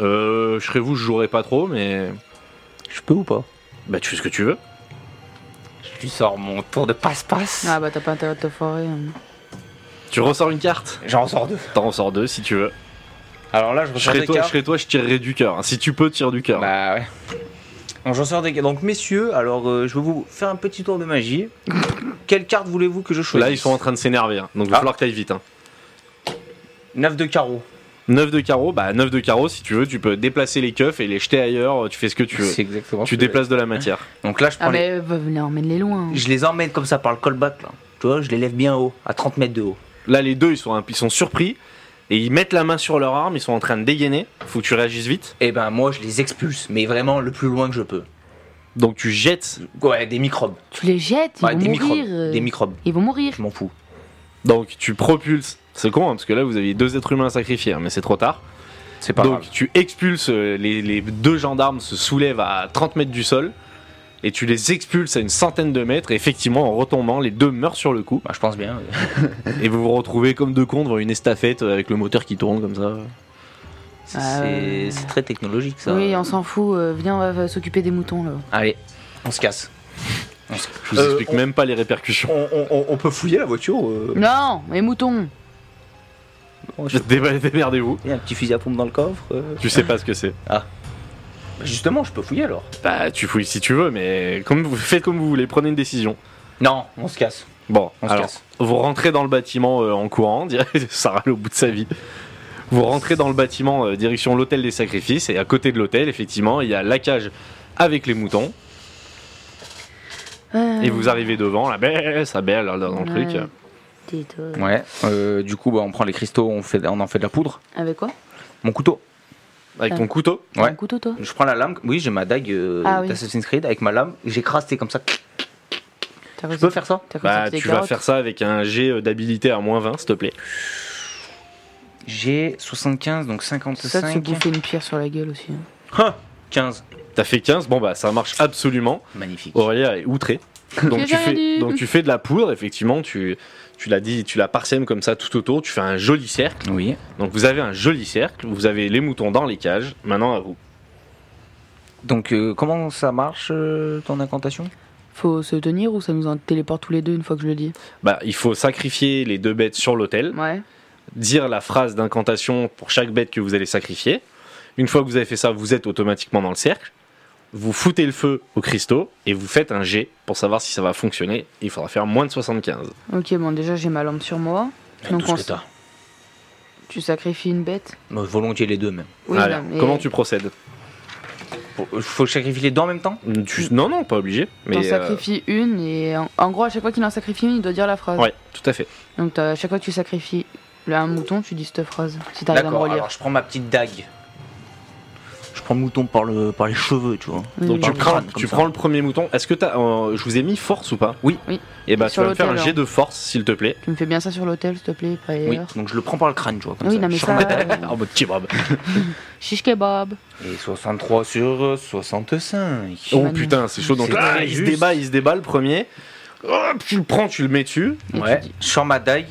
S2: Euh, je serais vous, je jouerais pas trop, mais.
S4: Je peux ou pas
S2: Bah, tu fais ce que tu veux.
S4: Je lui sors mon tour de passe-passe.
S3: Ah, bah, t'as pas intérêt de te foirer. hein.
S2: Tu ressors une carte.
S4: J'en sors deux.
S2: T'en ressors deux si tu veux.
S5: Alors là, je
S2: Je
S5: ressors
S2: serais,
S5: des
S2: toi, je
S5: cartes.
S2: serais toi, je tirerais du cœur. hein. Si tu peux, tire du cœur.
S4: Bah ouais.
S5: Donc, je ressors des cartes. Donc, messieurs, alors euh, je vais vous faire un petit tour de magie. Quelle carte voulez-vous que je choisisse
S2: Là, ils sont en train de s'énerver, hein, donc il va
S5: Ah.
S2: falloir que t'ailles vite. Hein.
S5: 9 de carreau.
S2: 9 de carreau, bah 9 de carreau, si tu veux, tu peux déplacer les keufs et les jeter ailleurs, euh, tu fais ce que tu veux.
S4: C'est exactement.
S2: Tu
S4: ce que
S2: déplaces de la matière.
S5: Voilà. Donc là, je prends
S3: Ah,
S5: les-
S3: mais va venir emmène-les loin. hein.
S5: je les emmène comme ça par le callback. Là. Tu vois, je les lève bien haut, à 30 mètres de haut.
S2: Là, les deux, ils sont, un- ils sont surpris et ils mettent la main sur leur arme, ils sont en train de dégainer. Faut que tu réagisses vite.
S5: Et ben, moi, je les expulse, mais vraiment le plus loin que je peux.
S2: Donc tu jettes.
S5: Ouais, des microbes.
S3: Tu les jettes, ils
S5: Ouais,
S3: vont
S5: des
S3: mourir.
S5: microbes.
S3: euh,
S5: Des microbes.
S3: Ils vont mourir.
S5: Je m'en fous.
S2: Donc tu propulses. C'est con, hein, parce que là, vous aviez deux êtres humains à sacrifier, hein, mais c'est trop tard.
S4: C'est pas
S2: Donc
S4: grave.
S2: tu expulses, euh, les, les deux gendarmes se soulèvent à 30 mètres du sol, et tu les expulses à une centaine de mètres, et effectivement en retombant, les deux meurent sur le coup,
S4: Bah, je pense bien.
S3: Ah,
S4: ouais.
S2: et vous vous retrouvez comme deux cons devant une estafette euh, avec le moteur qui tourne comme ça.
S5: C'est
S3: Ah ouais.
S5: c'est très technologique, ça.
S3: Oui, on s'en fout. euh, viens, on va, va s'occuper des moutons là.
S5: Allez, on se casse.
S2: Je vous
S5: Euh,
S2: explique
S5: on-
S2: même pas les répercussions.
S5: On, peut fouiller la voiture euh.
S3: Non, les moutons.
S2: Dé- Démerdez-vous,
S5: Il y a un petit fusil à pompe dans le coffre. euh.
S2: tu sais pas ce que c'est.
S5: Bah, justement, je peux fouiller alors.
S2: Bah tu fouilles si tu veux, mais comme vous faites comme vous voulez, prenez une décision.
S5: Non, on se casse.
S2: Bon,
S5: On se
S2: alors,
S5: casse.
S2: vous rentrez dans le bâtiment euh, en courant, Sarah le bout de sa vie. Vous rentrez dans le bâtiment euh, direction l'hôtel des sacrifices et à côté de l'hôtel, effectivement, il y a la cage avec les moutons
S3: Euh,
S2: et vous arrivez devant, la belle, sa belle là, dans le
S3: ouais.
S2: truc. euh.
S3: Dis-toi.
S4: Ouais. euh, du coup, bah, on prend les cristaux, on, fait, on en fait de la poudre.
S3: Avec quoi
S4: Mon couteau.
S2: Avec ton couteau,
S4: Ouais.
S3: Un couteau toi
S4: Je prends la lame. Oui, j'ai ma dague euh,
S3: Ah oui.
S4: d'Assassin's Creed avec ma lame. J'écrase, c'est comme ça.
S3: T'as
S4: Je peux faire ça
S3: T'as cru que
S2: bah,
S3: c'était
S2: tu
S3: des
S2: vas
S3: carottes
S2: faire ça avec un jet euh, d'habilité à moins 20, s'il te plaît.
S4: J'ai 75, donc
S3: Ça, de se
S4: 55.
S3: bouffer une pierre sur la gueule aussi. hein.
S4: 15.
S2: T'as fait 15, bon bah ça marche absolument.
S4: Magnifique.
S2: Aurélia est outrée. Donc,
S3: J'ai
S2: tu
S3: rien
S2: fais,
S3: dit.
S2: donc tu fais de la poudre, effectivement, tu, tu l'as dit, tu la parsèmes comme ça tout autour, tu fais un joli cercle.
S4: Oui.
S2: Donc vous avez un joli cercle, vous avez les moutons dans les cages, maintenant à vous.
S4: Donc, euh, comment ça marche euh, ton incantation
S3: Faut se tenir ou ça nous en téléporte tous les deux une fois que je le dis
S2: Bah, il faut sacrifier les deux bêtes sur l'autel,
S3: Ouais.
S2: dire la phrase d'incantation pour chaque bête que vous allez sacrifier. Une fois que vous avez fait ça, vous êtes automatiquement dans le cercle. Vous foutez le feu aux cristaux et vous faites un G pour savoir si ça va fonctionner. Il faudra faire moins de 75.
S3: Ok, bon, déjà j'ai ma lampe sur moi. Donc
S5: tout ce
S3: on
S5: que
S3: s-
S5: t'as.
S3: Tu sacrifies une bête
S5: Bah, volontiers les deux, même.
S2: Alors,
S3: non, mais-
S2: Comment tu procèdes
S5: Faut- euh, Faut que je sacrifie les deux en même temps
S2: Tu- Non, non, pas obligé.
S3: T'en
S2: Mais euh,
S3: sacrifies une et en, en gros, à chaque fois qu'il en sacrifie une, il doit dire la phrase.
S2: ouais, tout à fait.
S3: Donc t'as- à chaque fois que tu sacrifies là, un mouton, tu dis cette phrase. Si t'arrives à me
S5: D'accord,
S3: relire.
S5: alors je prends ma petite dague. Je prends le mouton par, le, par les cheveux, tu vois.
S3: Oui,
S2: Donc
S3: oui,
S2: tu
S3: oui.
S2: prends,
S5: crâne, comme
S2: tu
S5: ça.
S2: prends le premier mouton. Est-ce que t'as, euh, je vous ai mis force ou pas
S5: Oui.
S3: Oui.
S2: Et bah tu
S3: Sur
S2: vas me faire un
S3: l'autel,
S2: jet de force, s'il te plaît.
S3: Tu me fais bien ça sur l'hôtel, s'il te plaît, par
S5: Oui,
S3: ailleurs.
S5: donc je le prends par le crâne, tu vois. Comme
S3: Oui,
S5: ça.
S3: non, mais ça. euh,
S2: En mode kebab.
S3: Shish kebab.
S4: Et 63
S5: euh,
S4: sur 65.
S2: Oh
S3: Manu.
S2: putain, c'est chaud. Donc
S4: C'est
S2: ah,
S4: très
S2: il se
S4: juste.
S2: débat, il se débat le premier. Hop, tu le prends, tu le mets dessus.
S3: Et
S5: Ouais,
S3: tu dis-
S5: je sors ma dague.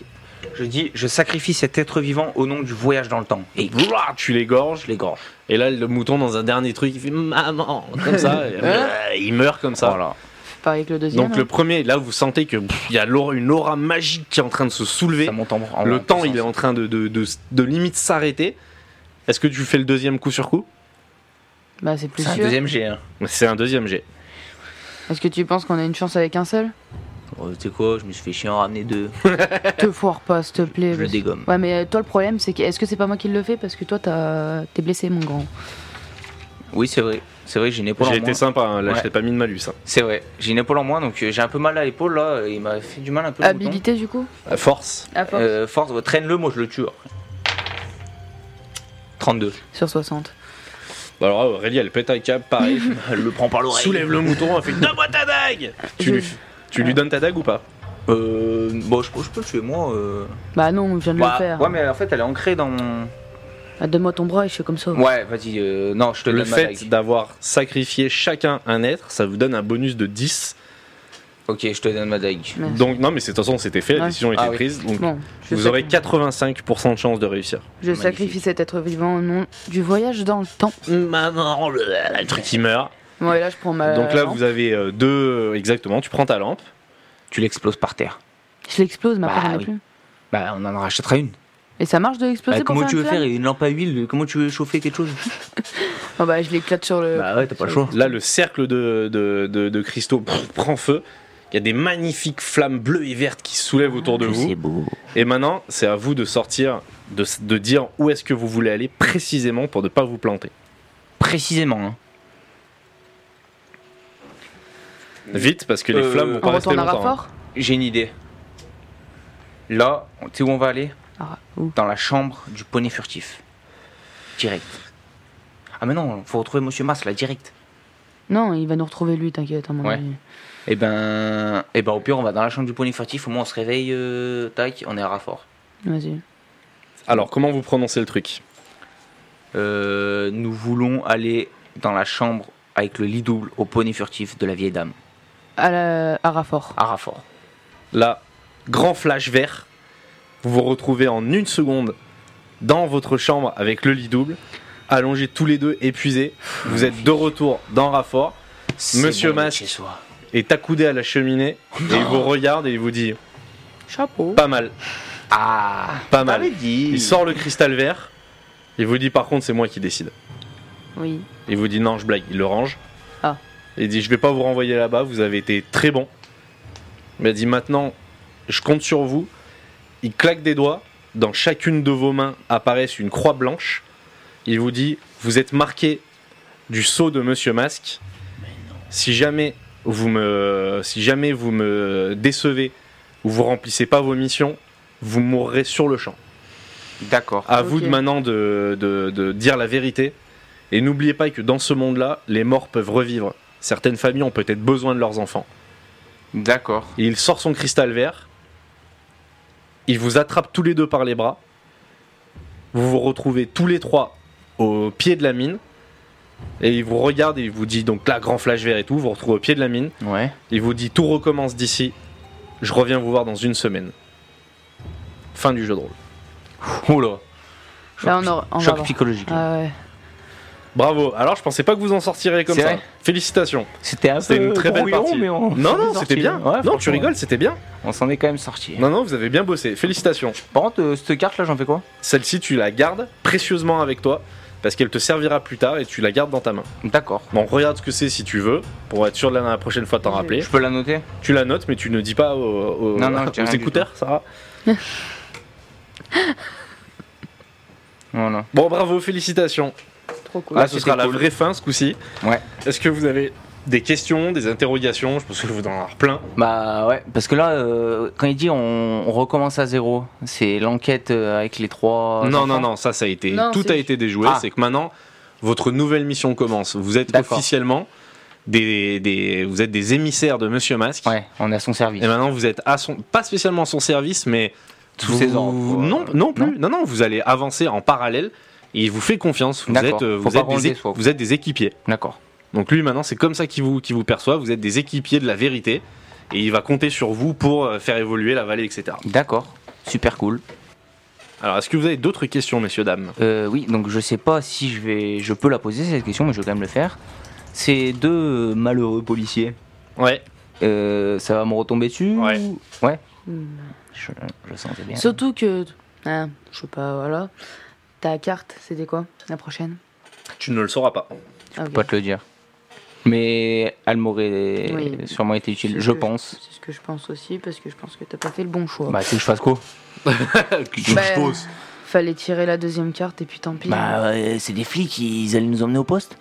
S5: Je dis, je sacrifie cet être vivant au nom du voyage dans le temps. Et
S2: Ouah, tu l'égorges.
S5: je l'égorge.
S2: Et là, le mouton, dans un dernier truc, il fait maman. Comme ça. et, euh, il meurt comme ça.
S4: Voilà.
S3: Pareil que le deuxième.
S2: Donc
S3: hein.
S2: le premier, là, vous sentez que pff, il y a l'aura- une aura magique qui est en train de se soulever.
S4: Ça monte en, en-
S2: Le
S4: en
S2: temps, il est
S4: puissance.
S2: en train de, de, de- de limite s'arrêter. Est-ce que tu fais le deuxième coup sur coup
S3: Bah, c'est plus
S2: Ah,
S5: C'est un
S3: sûr.
S2: hein.
S5: deuxième G1.
S2: C'est un deuxième jet.
S3: Est-ce que tu penses qu'on a une chance avec un seul
S4: Oh, tu sais quoi, je me suis fait chier en ramener deux.
S3: Te foire pas, s'il te plaît.
S4: Je le
S3: parce-
S4: dégomme.
S3: Ouais, mais euh, toi, le problème, c'est que. Est-ce que c'est pas moi qui le fais Parce que toi, t'as- t'es blessé, mon grand.
S4: Oui, c'est vrai. C'est vrai que j'ai une épaule
S2: J'ai
S4: en
S2: été
S4: moins.
S2: sympa, hein, là
S4: Ouais.
S2: je t'ai pas mis de malus. hein.
S4: C'est vrai. J'ai une épaule en moins, donc euh, j'ai un peu mal à l'épaule là. et Il m'a fait du mal un peu. le bouton.
S3: Habilité, du coup
S2: À force.
S3: À force.
S4: Euh, force, ouais, traîne-le, moi je le tue hein. après. 32.
S3: Sur 60.
S2: Bah alors Aurélie elle pète un câble, pareil.
S4: Elle le prend par l'oreille.
S2: Soulève le mouton, elle fait Donne-moi ta dague Tu, lui,
S3: Je-
S2: tu lui donnes ta dague ou pas
S4: Euh, bon, je, je peux le tuer, moi. Euh...
S3: Bah non, je viens de
S4: bah,
S3: le faire.
S4: Ouais, mais en fait, elle est ancrée dans mon.
S3: Ah, Donne-moi ton bras et je fais comme ça.
S4: Ouais, vas-y, euh, non, je te
S2: Le
S4: donne ma
S2: fait
S4: dague.
S2: d'avoir sacrifié chacun un être, ça vous donne un bonus de 10.
S4: Ok, je te donne ma dague.
S3: Merci.
S2: Donc, non, mais c'est- de toute façon, c'était fait, la
S3: Ouais.
S2: décision était
S4: Ah oui.
S2: prise. Donc,
S3: Bon, je
S2: vous
S3: sac-
S2: aurez 85% de chance de réussir.
S3: Je
S4: Magnifique.
S3: sacrifie cet être vivant au nom du voyage dans le temps.
S2: Maman,
S4: Ah,
S2: le truc qui meurt.
S3: Bon, et là, je prends ma.
S2: Donc là,
S3: lampe.
S2: vous avez euh, deux. Exactement, tu prends ta lampe.
S4: Tu l'exploses par terre.
S3: Je l'explose, ma
S4: Bah
S3: part, j'en ai
S4: oui.
S3: plus.
S4: Bah, on en rachètera une.
S3: Et ça marche de l'exploser pour
S4: Bah, comment
S3: faire
S4: tu
S3: une
S4: veux
S3: flamme
S4: faire une lampe à huile Comment tu veux chauffer quelque chose
S3: Oh, Bah, je l'éclate sur le.
S4: Bah ouais, t'as pas le choix.
S2: Là, le cercle de, de, de- de cristaux pff, prend feu. Il y a des magnifiques flammes bleues et vertes qui se soulèvent autour de
S4: Que
S2: vous.
S4: C'est beau.
S2: Et maintenant, c'est à vous de sortir, de, s- de dire où est-ce que vous voulez aller précisément pour ne pas vous planter.
S4: Précisément. hein.
S2: Vite, parce que les
S4: Euh,
S2: flammes vont
S3: on
S2: pas rester
S3: retourne à
S2: longtemps. hein.
S3: rapport
S4: J'ai une idée. Là, on- tu sais où on va aller
S3: Ah, où
S4: Dans la chambre du poney furtif. Direct. Ah mais non, faut retrouver Monsieur Mas là, direct.
S3: Non, il va nous retrouver lui, t'inquiète, à mon
S4: Ouais.
S3: avis.
S4: Eh ben, eh ben au pire, on va dans la chambre du poney furtif. Au moins, on se réveille. euh, tac, on est à Raffort.
S3: Vas-y.
S2: Alors, comment vous prononcez le truc
S4: Euh, nous voulons aller dans la chambre avec le lit double au poney furtif de la vieille dame
S3: À, la... à Raffort.
S4: à Raffort.
S2: Là, grand flash vert. Vous vous retrouvez en une seconde dans votre chambre avec le lit double, allongés tous les deux, épuisés. Vous êtes de retour dans Raffort
S4: C'est
S2: Monsieur
S4: bon,
S2: Masque.
S4: chez soi.
S2: est accoudé à la cheminée et il vous regarde et il vous dit
S3: Chapeau.
S2: pas mal,
S4: Ah,
S2: pas mal.
S4: dit.
S2: Il sort le cristal vert. Il vous dit par contre c'est moi qui décide.
S3: Oui.
S2: Il vous dit non, je blague, il le range.
S3: Ah.
S2: Il dit je vais pas vous renvoyer là-bas, vous avez été très bon. Il m'a dit maintenant, je compte sur vous. Il claque des doigts, dans chacune de vos mains apparaissent une croix blanche. Il vous dit vous êtes marqué du sceau de monsieur Masque. Si jamais vous me si jamais vous me décevez ou vous remplissez pas vos missions, vous mourrez sur le champ.
S4: D'accord.
S2: À
S3: Ok.
S2: vous de maintenant de, de- de dire la vérité. Et n'oubliez pas que dans ce monde-là, les morts peuvent revivre. Certaines familles ont peut-être besoin de leurs enfants.
S4: D'accord.
S2: Et il sort son cristal vert. Il vous attrape tous les deux par les bras. Vous vous retrouvez tous les trois au pied de la mine. Et il vous regarde et il vous dit donc là, grand flash vert et tout. Vous vous retrouvez au pied de la mine.
S4: Ouais.
S2: Il vous dit tout recommence d'ici. Je reviens vous voir dans une semaine. Fin du jeu de rôle.
S4: Oula.
S3: Là, on, aura- on va
S4: Choc
S3: voir.
S4: psychologique.
S3: Ah ouais.
S2: Bravo. Alors, je pensais pas que vous en sortirez comme
S4: C'est
S2: ça.
S4: vrai
S2: Félicitations.
S4: C'était un
S2: C'était
S4: peu
S2: une très belle
S4: brouillon,
S2: partie.
S4: mais on,
S2: Non, non, c'était
S4: s'en est sorti.
S2: bien.
S4: hein. Ouais,
S2: non,
S4: franchement,
S2: tu rigoles, c'était bien.
S4: On s'en est quand même sorti.
S2: Non, non, vous avez bien bossé. Félicitations.
S4: Par contre, euh, cette carte là, j'en fais quoi
S2: Celle-ci, tu la gardes précieusement avec toi parce qu'elle te servira plus tard et tu la gardes dans ta main.
S4: D'accord.
S2: Bon, regarde ce que c'est si tu veux pour être sûr de la la prochaine fois t'en
S3: Je-
S2: rappeler.
S4: Je peux la noter
S2: Tu la notes, mais tu ne dis pas aux, aux-
S4: Non, non, je
S2: aux
S4: dis rien du
S2: écouteurs, Sarah.
S4: Voilà.
S2: Bon, bravo, félicitations.
S3: Trop cool.
S2: Là,
S4: Ah,
S2: ce
S4: c'était
S2: sera la
S4: cool.
S2: vraie fin ce coup-ci.
S4: Ouais.
S2: Est-ce que vous avez des questions, des interrogations Je pense que vous en avez plein.
S4: Bah ouais, parce que là, euh, quand il dit on, on recommence à zéro, c'est l'enquête euh, avec les trois.
S2: Non,
S4: enfants.
S2: non, non, ça, ça a été.
S3: Non,
S2: tout
S3: c'est-
S2: a été déjoué.
S4: Ah.
S2: C'est que maintenant, votre nouvelle mission commence. Vous êtes
S4: D'accord.
S2: officiellement des, des- vous êtes des émissaires de Monsieur Masque.
S4: Ouais, on est à son service.
S2: Et maintenant, vous êtes à son, pas spécialement à son service, mais
S4: Tous
S2: vous-
S4: ses ordres, quoi.
S2: Non, non plus. Non, non, vous allez avancer en parallèle. Et il vous fait confiance. Vous
S4: D'accord.
S2: êtes, euh,
S4: Faut
S2: vous
S4: pas
S2: êtes,
S4: qu'on le
S2: des, équ-
S4: déçoive.
S2: vous êtes des équipiers.
S4: D'accord.
S2: Donc lui, maintenant, c'est comme ça qu'il vous, qu'il vous perçoit. Vous êtes des équipiers de la vérité. Et il va compter sur vous pour euh, faire évoluer la vallée, etc.
S4: D'accord. Super cool.
S2: Alors, est-ce que vous avez d'autres questions, messieurs, dames
S4: Euh, oui, donc je sais pas si je vais, je peux la poser cette question, mais je vais quand même le faire. Ces deux euh, malheureux policiers,
S2: Ouais.
S4: euh, ça va me retomber dessus
S2: Ouais.
S4: ou- Ouais.
S3: Hmm.
S4: Je, je le sentais bien.
S3: Surtout que. Ah, je sais pas, voilà. Ta carte, c'était quoi La prochaine
S2: Tu ne le sauras pas.
S3: Ah,
S4: Je
S3: ok.
S4: peux pas te le dire. Mais elle m'aurait
S3: Oui.
S4: sûrement été utile,
S3: C'est
S4: je
S3: ce que
S4: pense.
S3: C'est ce que je pense aussi, parce que je pense que t'as pas fait le bon choix.
S4: Bah, tu veux que je fasse quoi
S2: Ben,
S3: Bah, Fallait tirer la deuxième carte et puis tant pis.
S4: Bah, euh, c'est des flics, ils allaient nous emmener au poste.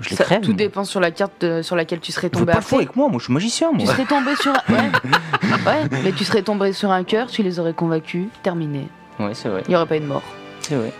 S4: Je les
S3: Ça-
S4: crève.
S3: tout
S4: moi.
S3: dépend sur la carte de- sur laquelle tu serais
S4: Je veux
S3: tombé
S4: pas le
S3: après.
S4: fou avec moi, moi je suis magicien,
S3: Tu
S4: moi.
S3: serais tombé sur un... ouais. ouais, mais tu serais tombé sur un cœur, tu les aurais convaincus, terminé.
S4: Ouais, c'est vrai,
S3: Il y aurait pas eu de mort.
S4: c'est vrai.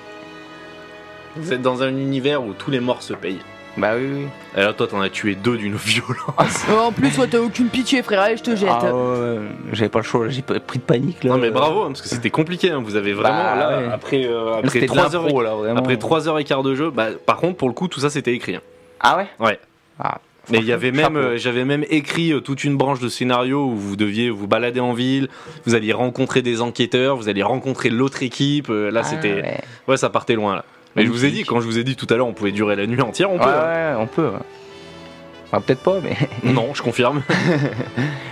S2: Vous êtes dans un univers où tous les morts se payent.
S4: Bah oui, oui.
S2: Et là, toi, t'en as tué deux d'une violence.
S3: Ah, en plus, toi t'as aucune pitié, frère, allez, je te jette.
S4: Ah, ouais, j'avais pas le choix, j'ai pas- pris de panique là.
S2: Non, mais bravo, hein, parce que c'était compliqué. hein. Vous avez vraiment,
S4: Bah,
S2: là,
S4: ouais.
S2: après, euh,
S4: Là,
S2: après
S4: C'était de
S2: 3 heures.
S4: l'impro là, vraiment.
S2: Après 3 heures et quart de jeu, bah, par contre, pour le coup, tout ça c'était écrit. hein.
S4: Ah ouais
S2: Ouais.
S4: Ah,
S2: Mais il y avait même,
S4: chapeau.
S2: euh, j'avais même écrit euh, toute une branche de scénario où vous deviez vous balader en ville, vous alliez rencontrer des enquêteurs, vous alliez rencontrer l'autre équipe. euh, là,
S4: Ah,
S2: c'était, ouais.
S4: ouais.
S2: ça partait loin là. Mais je vous ai dit,
S4: Magnifique.
S2: quand je vous ai dit tout à l'heure, on pouvait durer la nuit entière, on peut.
S4: Ah, Ouais,
S2: hein.
S4: ouais, on peut. ouais. Bah, peut-être pas, mais.
S2: Non, je confirme.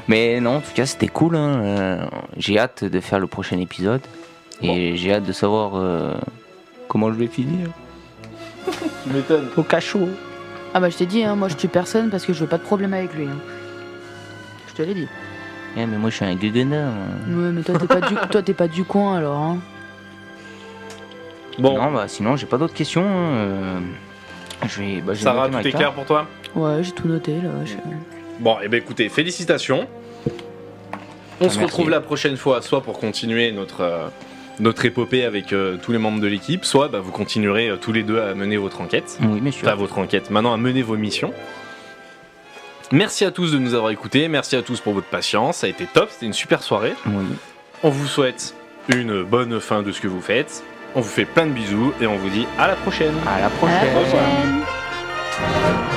S4: Mais non, en tout cas, c'était cool. hein. Euh, J'ai hâte de faire le prochain épisode. Et j'ai hâte de savoir euh, comment je vais finir.
S2: Tu m'étonnes.
S4: Au cachot.
S3: Ah bah je t'ai dit, hein, moi je tue personne parce que je veux pas de problème avec lui. hein. Je te l'ai dit.
S4: Eh, mais moi, je suis un hein. guguenard.
S3: Ouais, mais toi t'es pas du, toi t'es pas du coin alors. Hein.
S2: Bon,
S4: Non, bah sinon, j'ai pas d'autres questions. hein. Euh, je vais. Bah, je vais
S2: Sarah,
S4: noter ma
S2: tout est
S4: carte.
S2: clair pour toi
S3: Ouais, j'ai tout noté là. je-
S2: Bon, et ben écoutez, félicitations. On
S4: Ah,
S2: se
S4: merci.
S2: retrouve la prochaine fois, soit pour continuer notre, euh, notre épopée avec euh, tous les membres de l'équipe, soit bah, vous continuerez euh, tous les deux à mener votre enquête.
S4: Oui, monsieur.
S2: Enfin, votre enquête, maintenant à mener vos missions. Merci à tous de nous avoir écoutés, merci à tous pour votre patience, ça a été top, c'était une super soirée.
S4: Oui.
S2: On vous souhaite une bonne fin de ce que vous faites, on vous fait plein de bisous et on vous dit à la prochaine.
S4: À la
S3: À la
S4: prochaine.
S3: prochaine.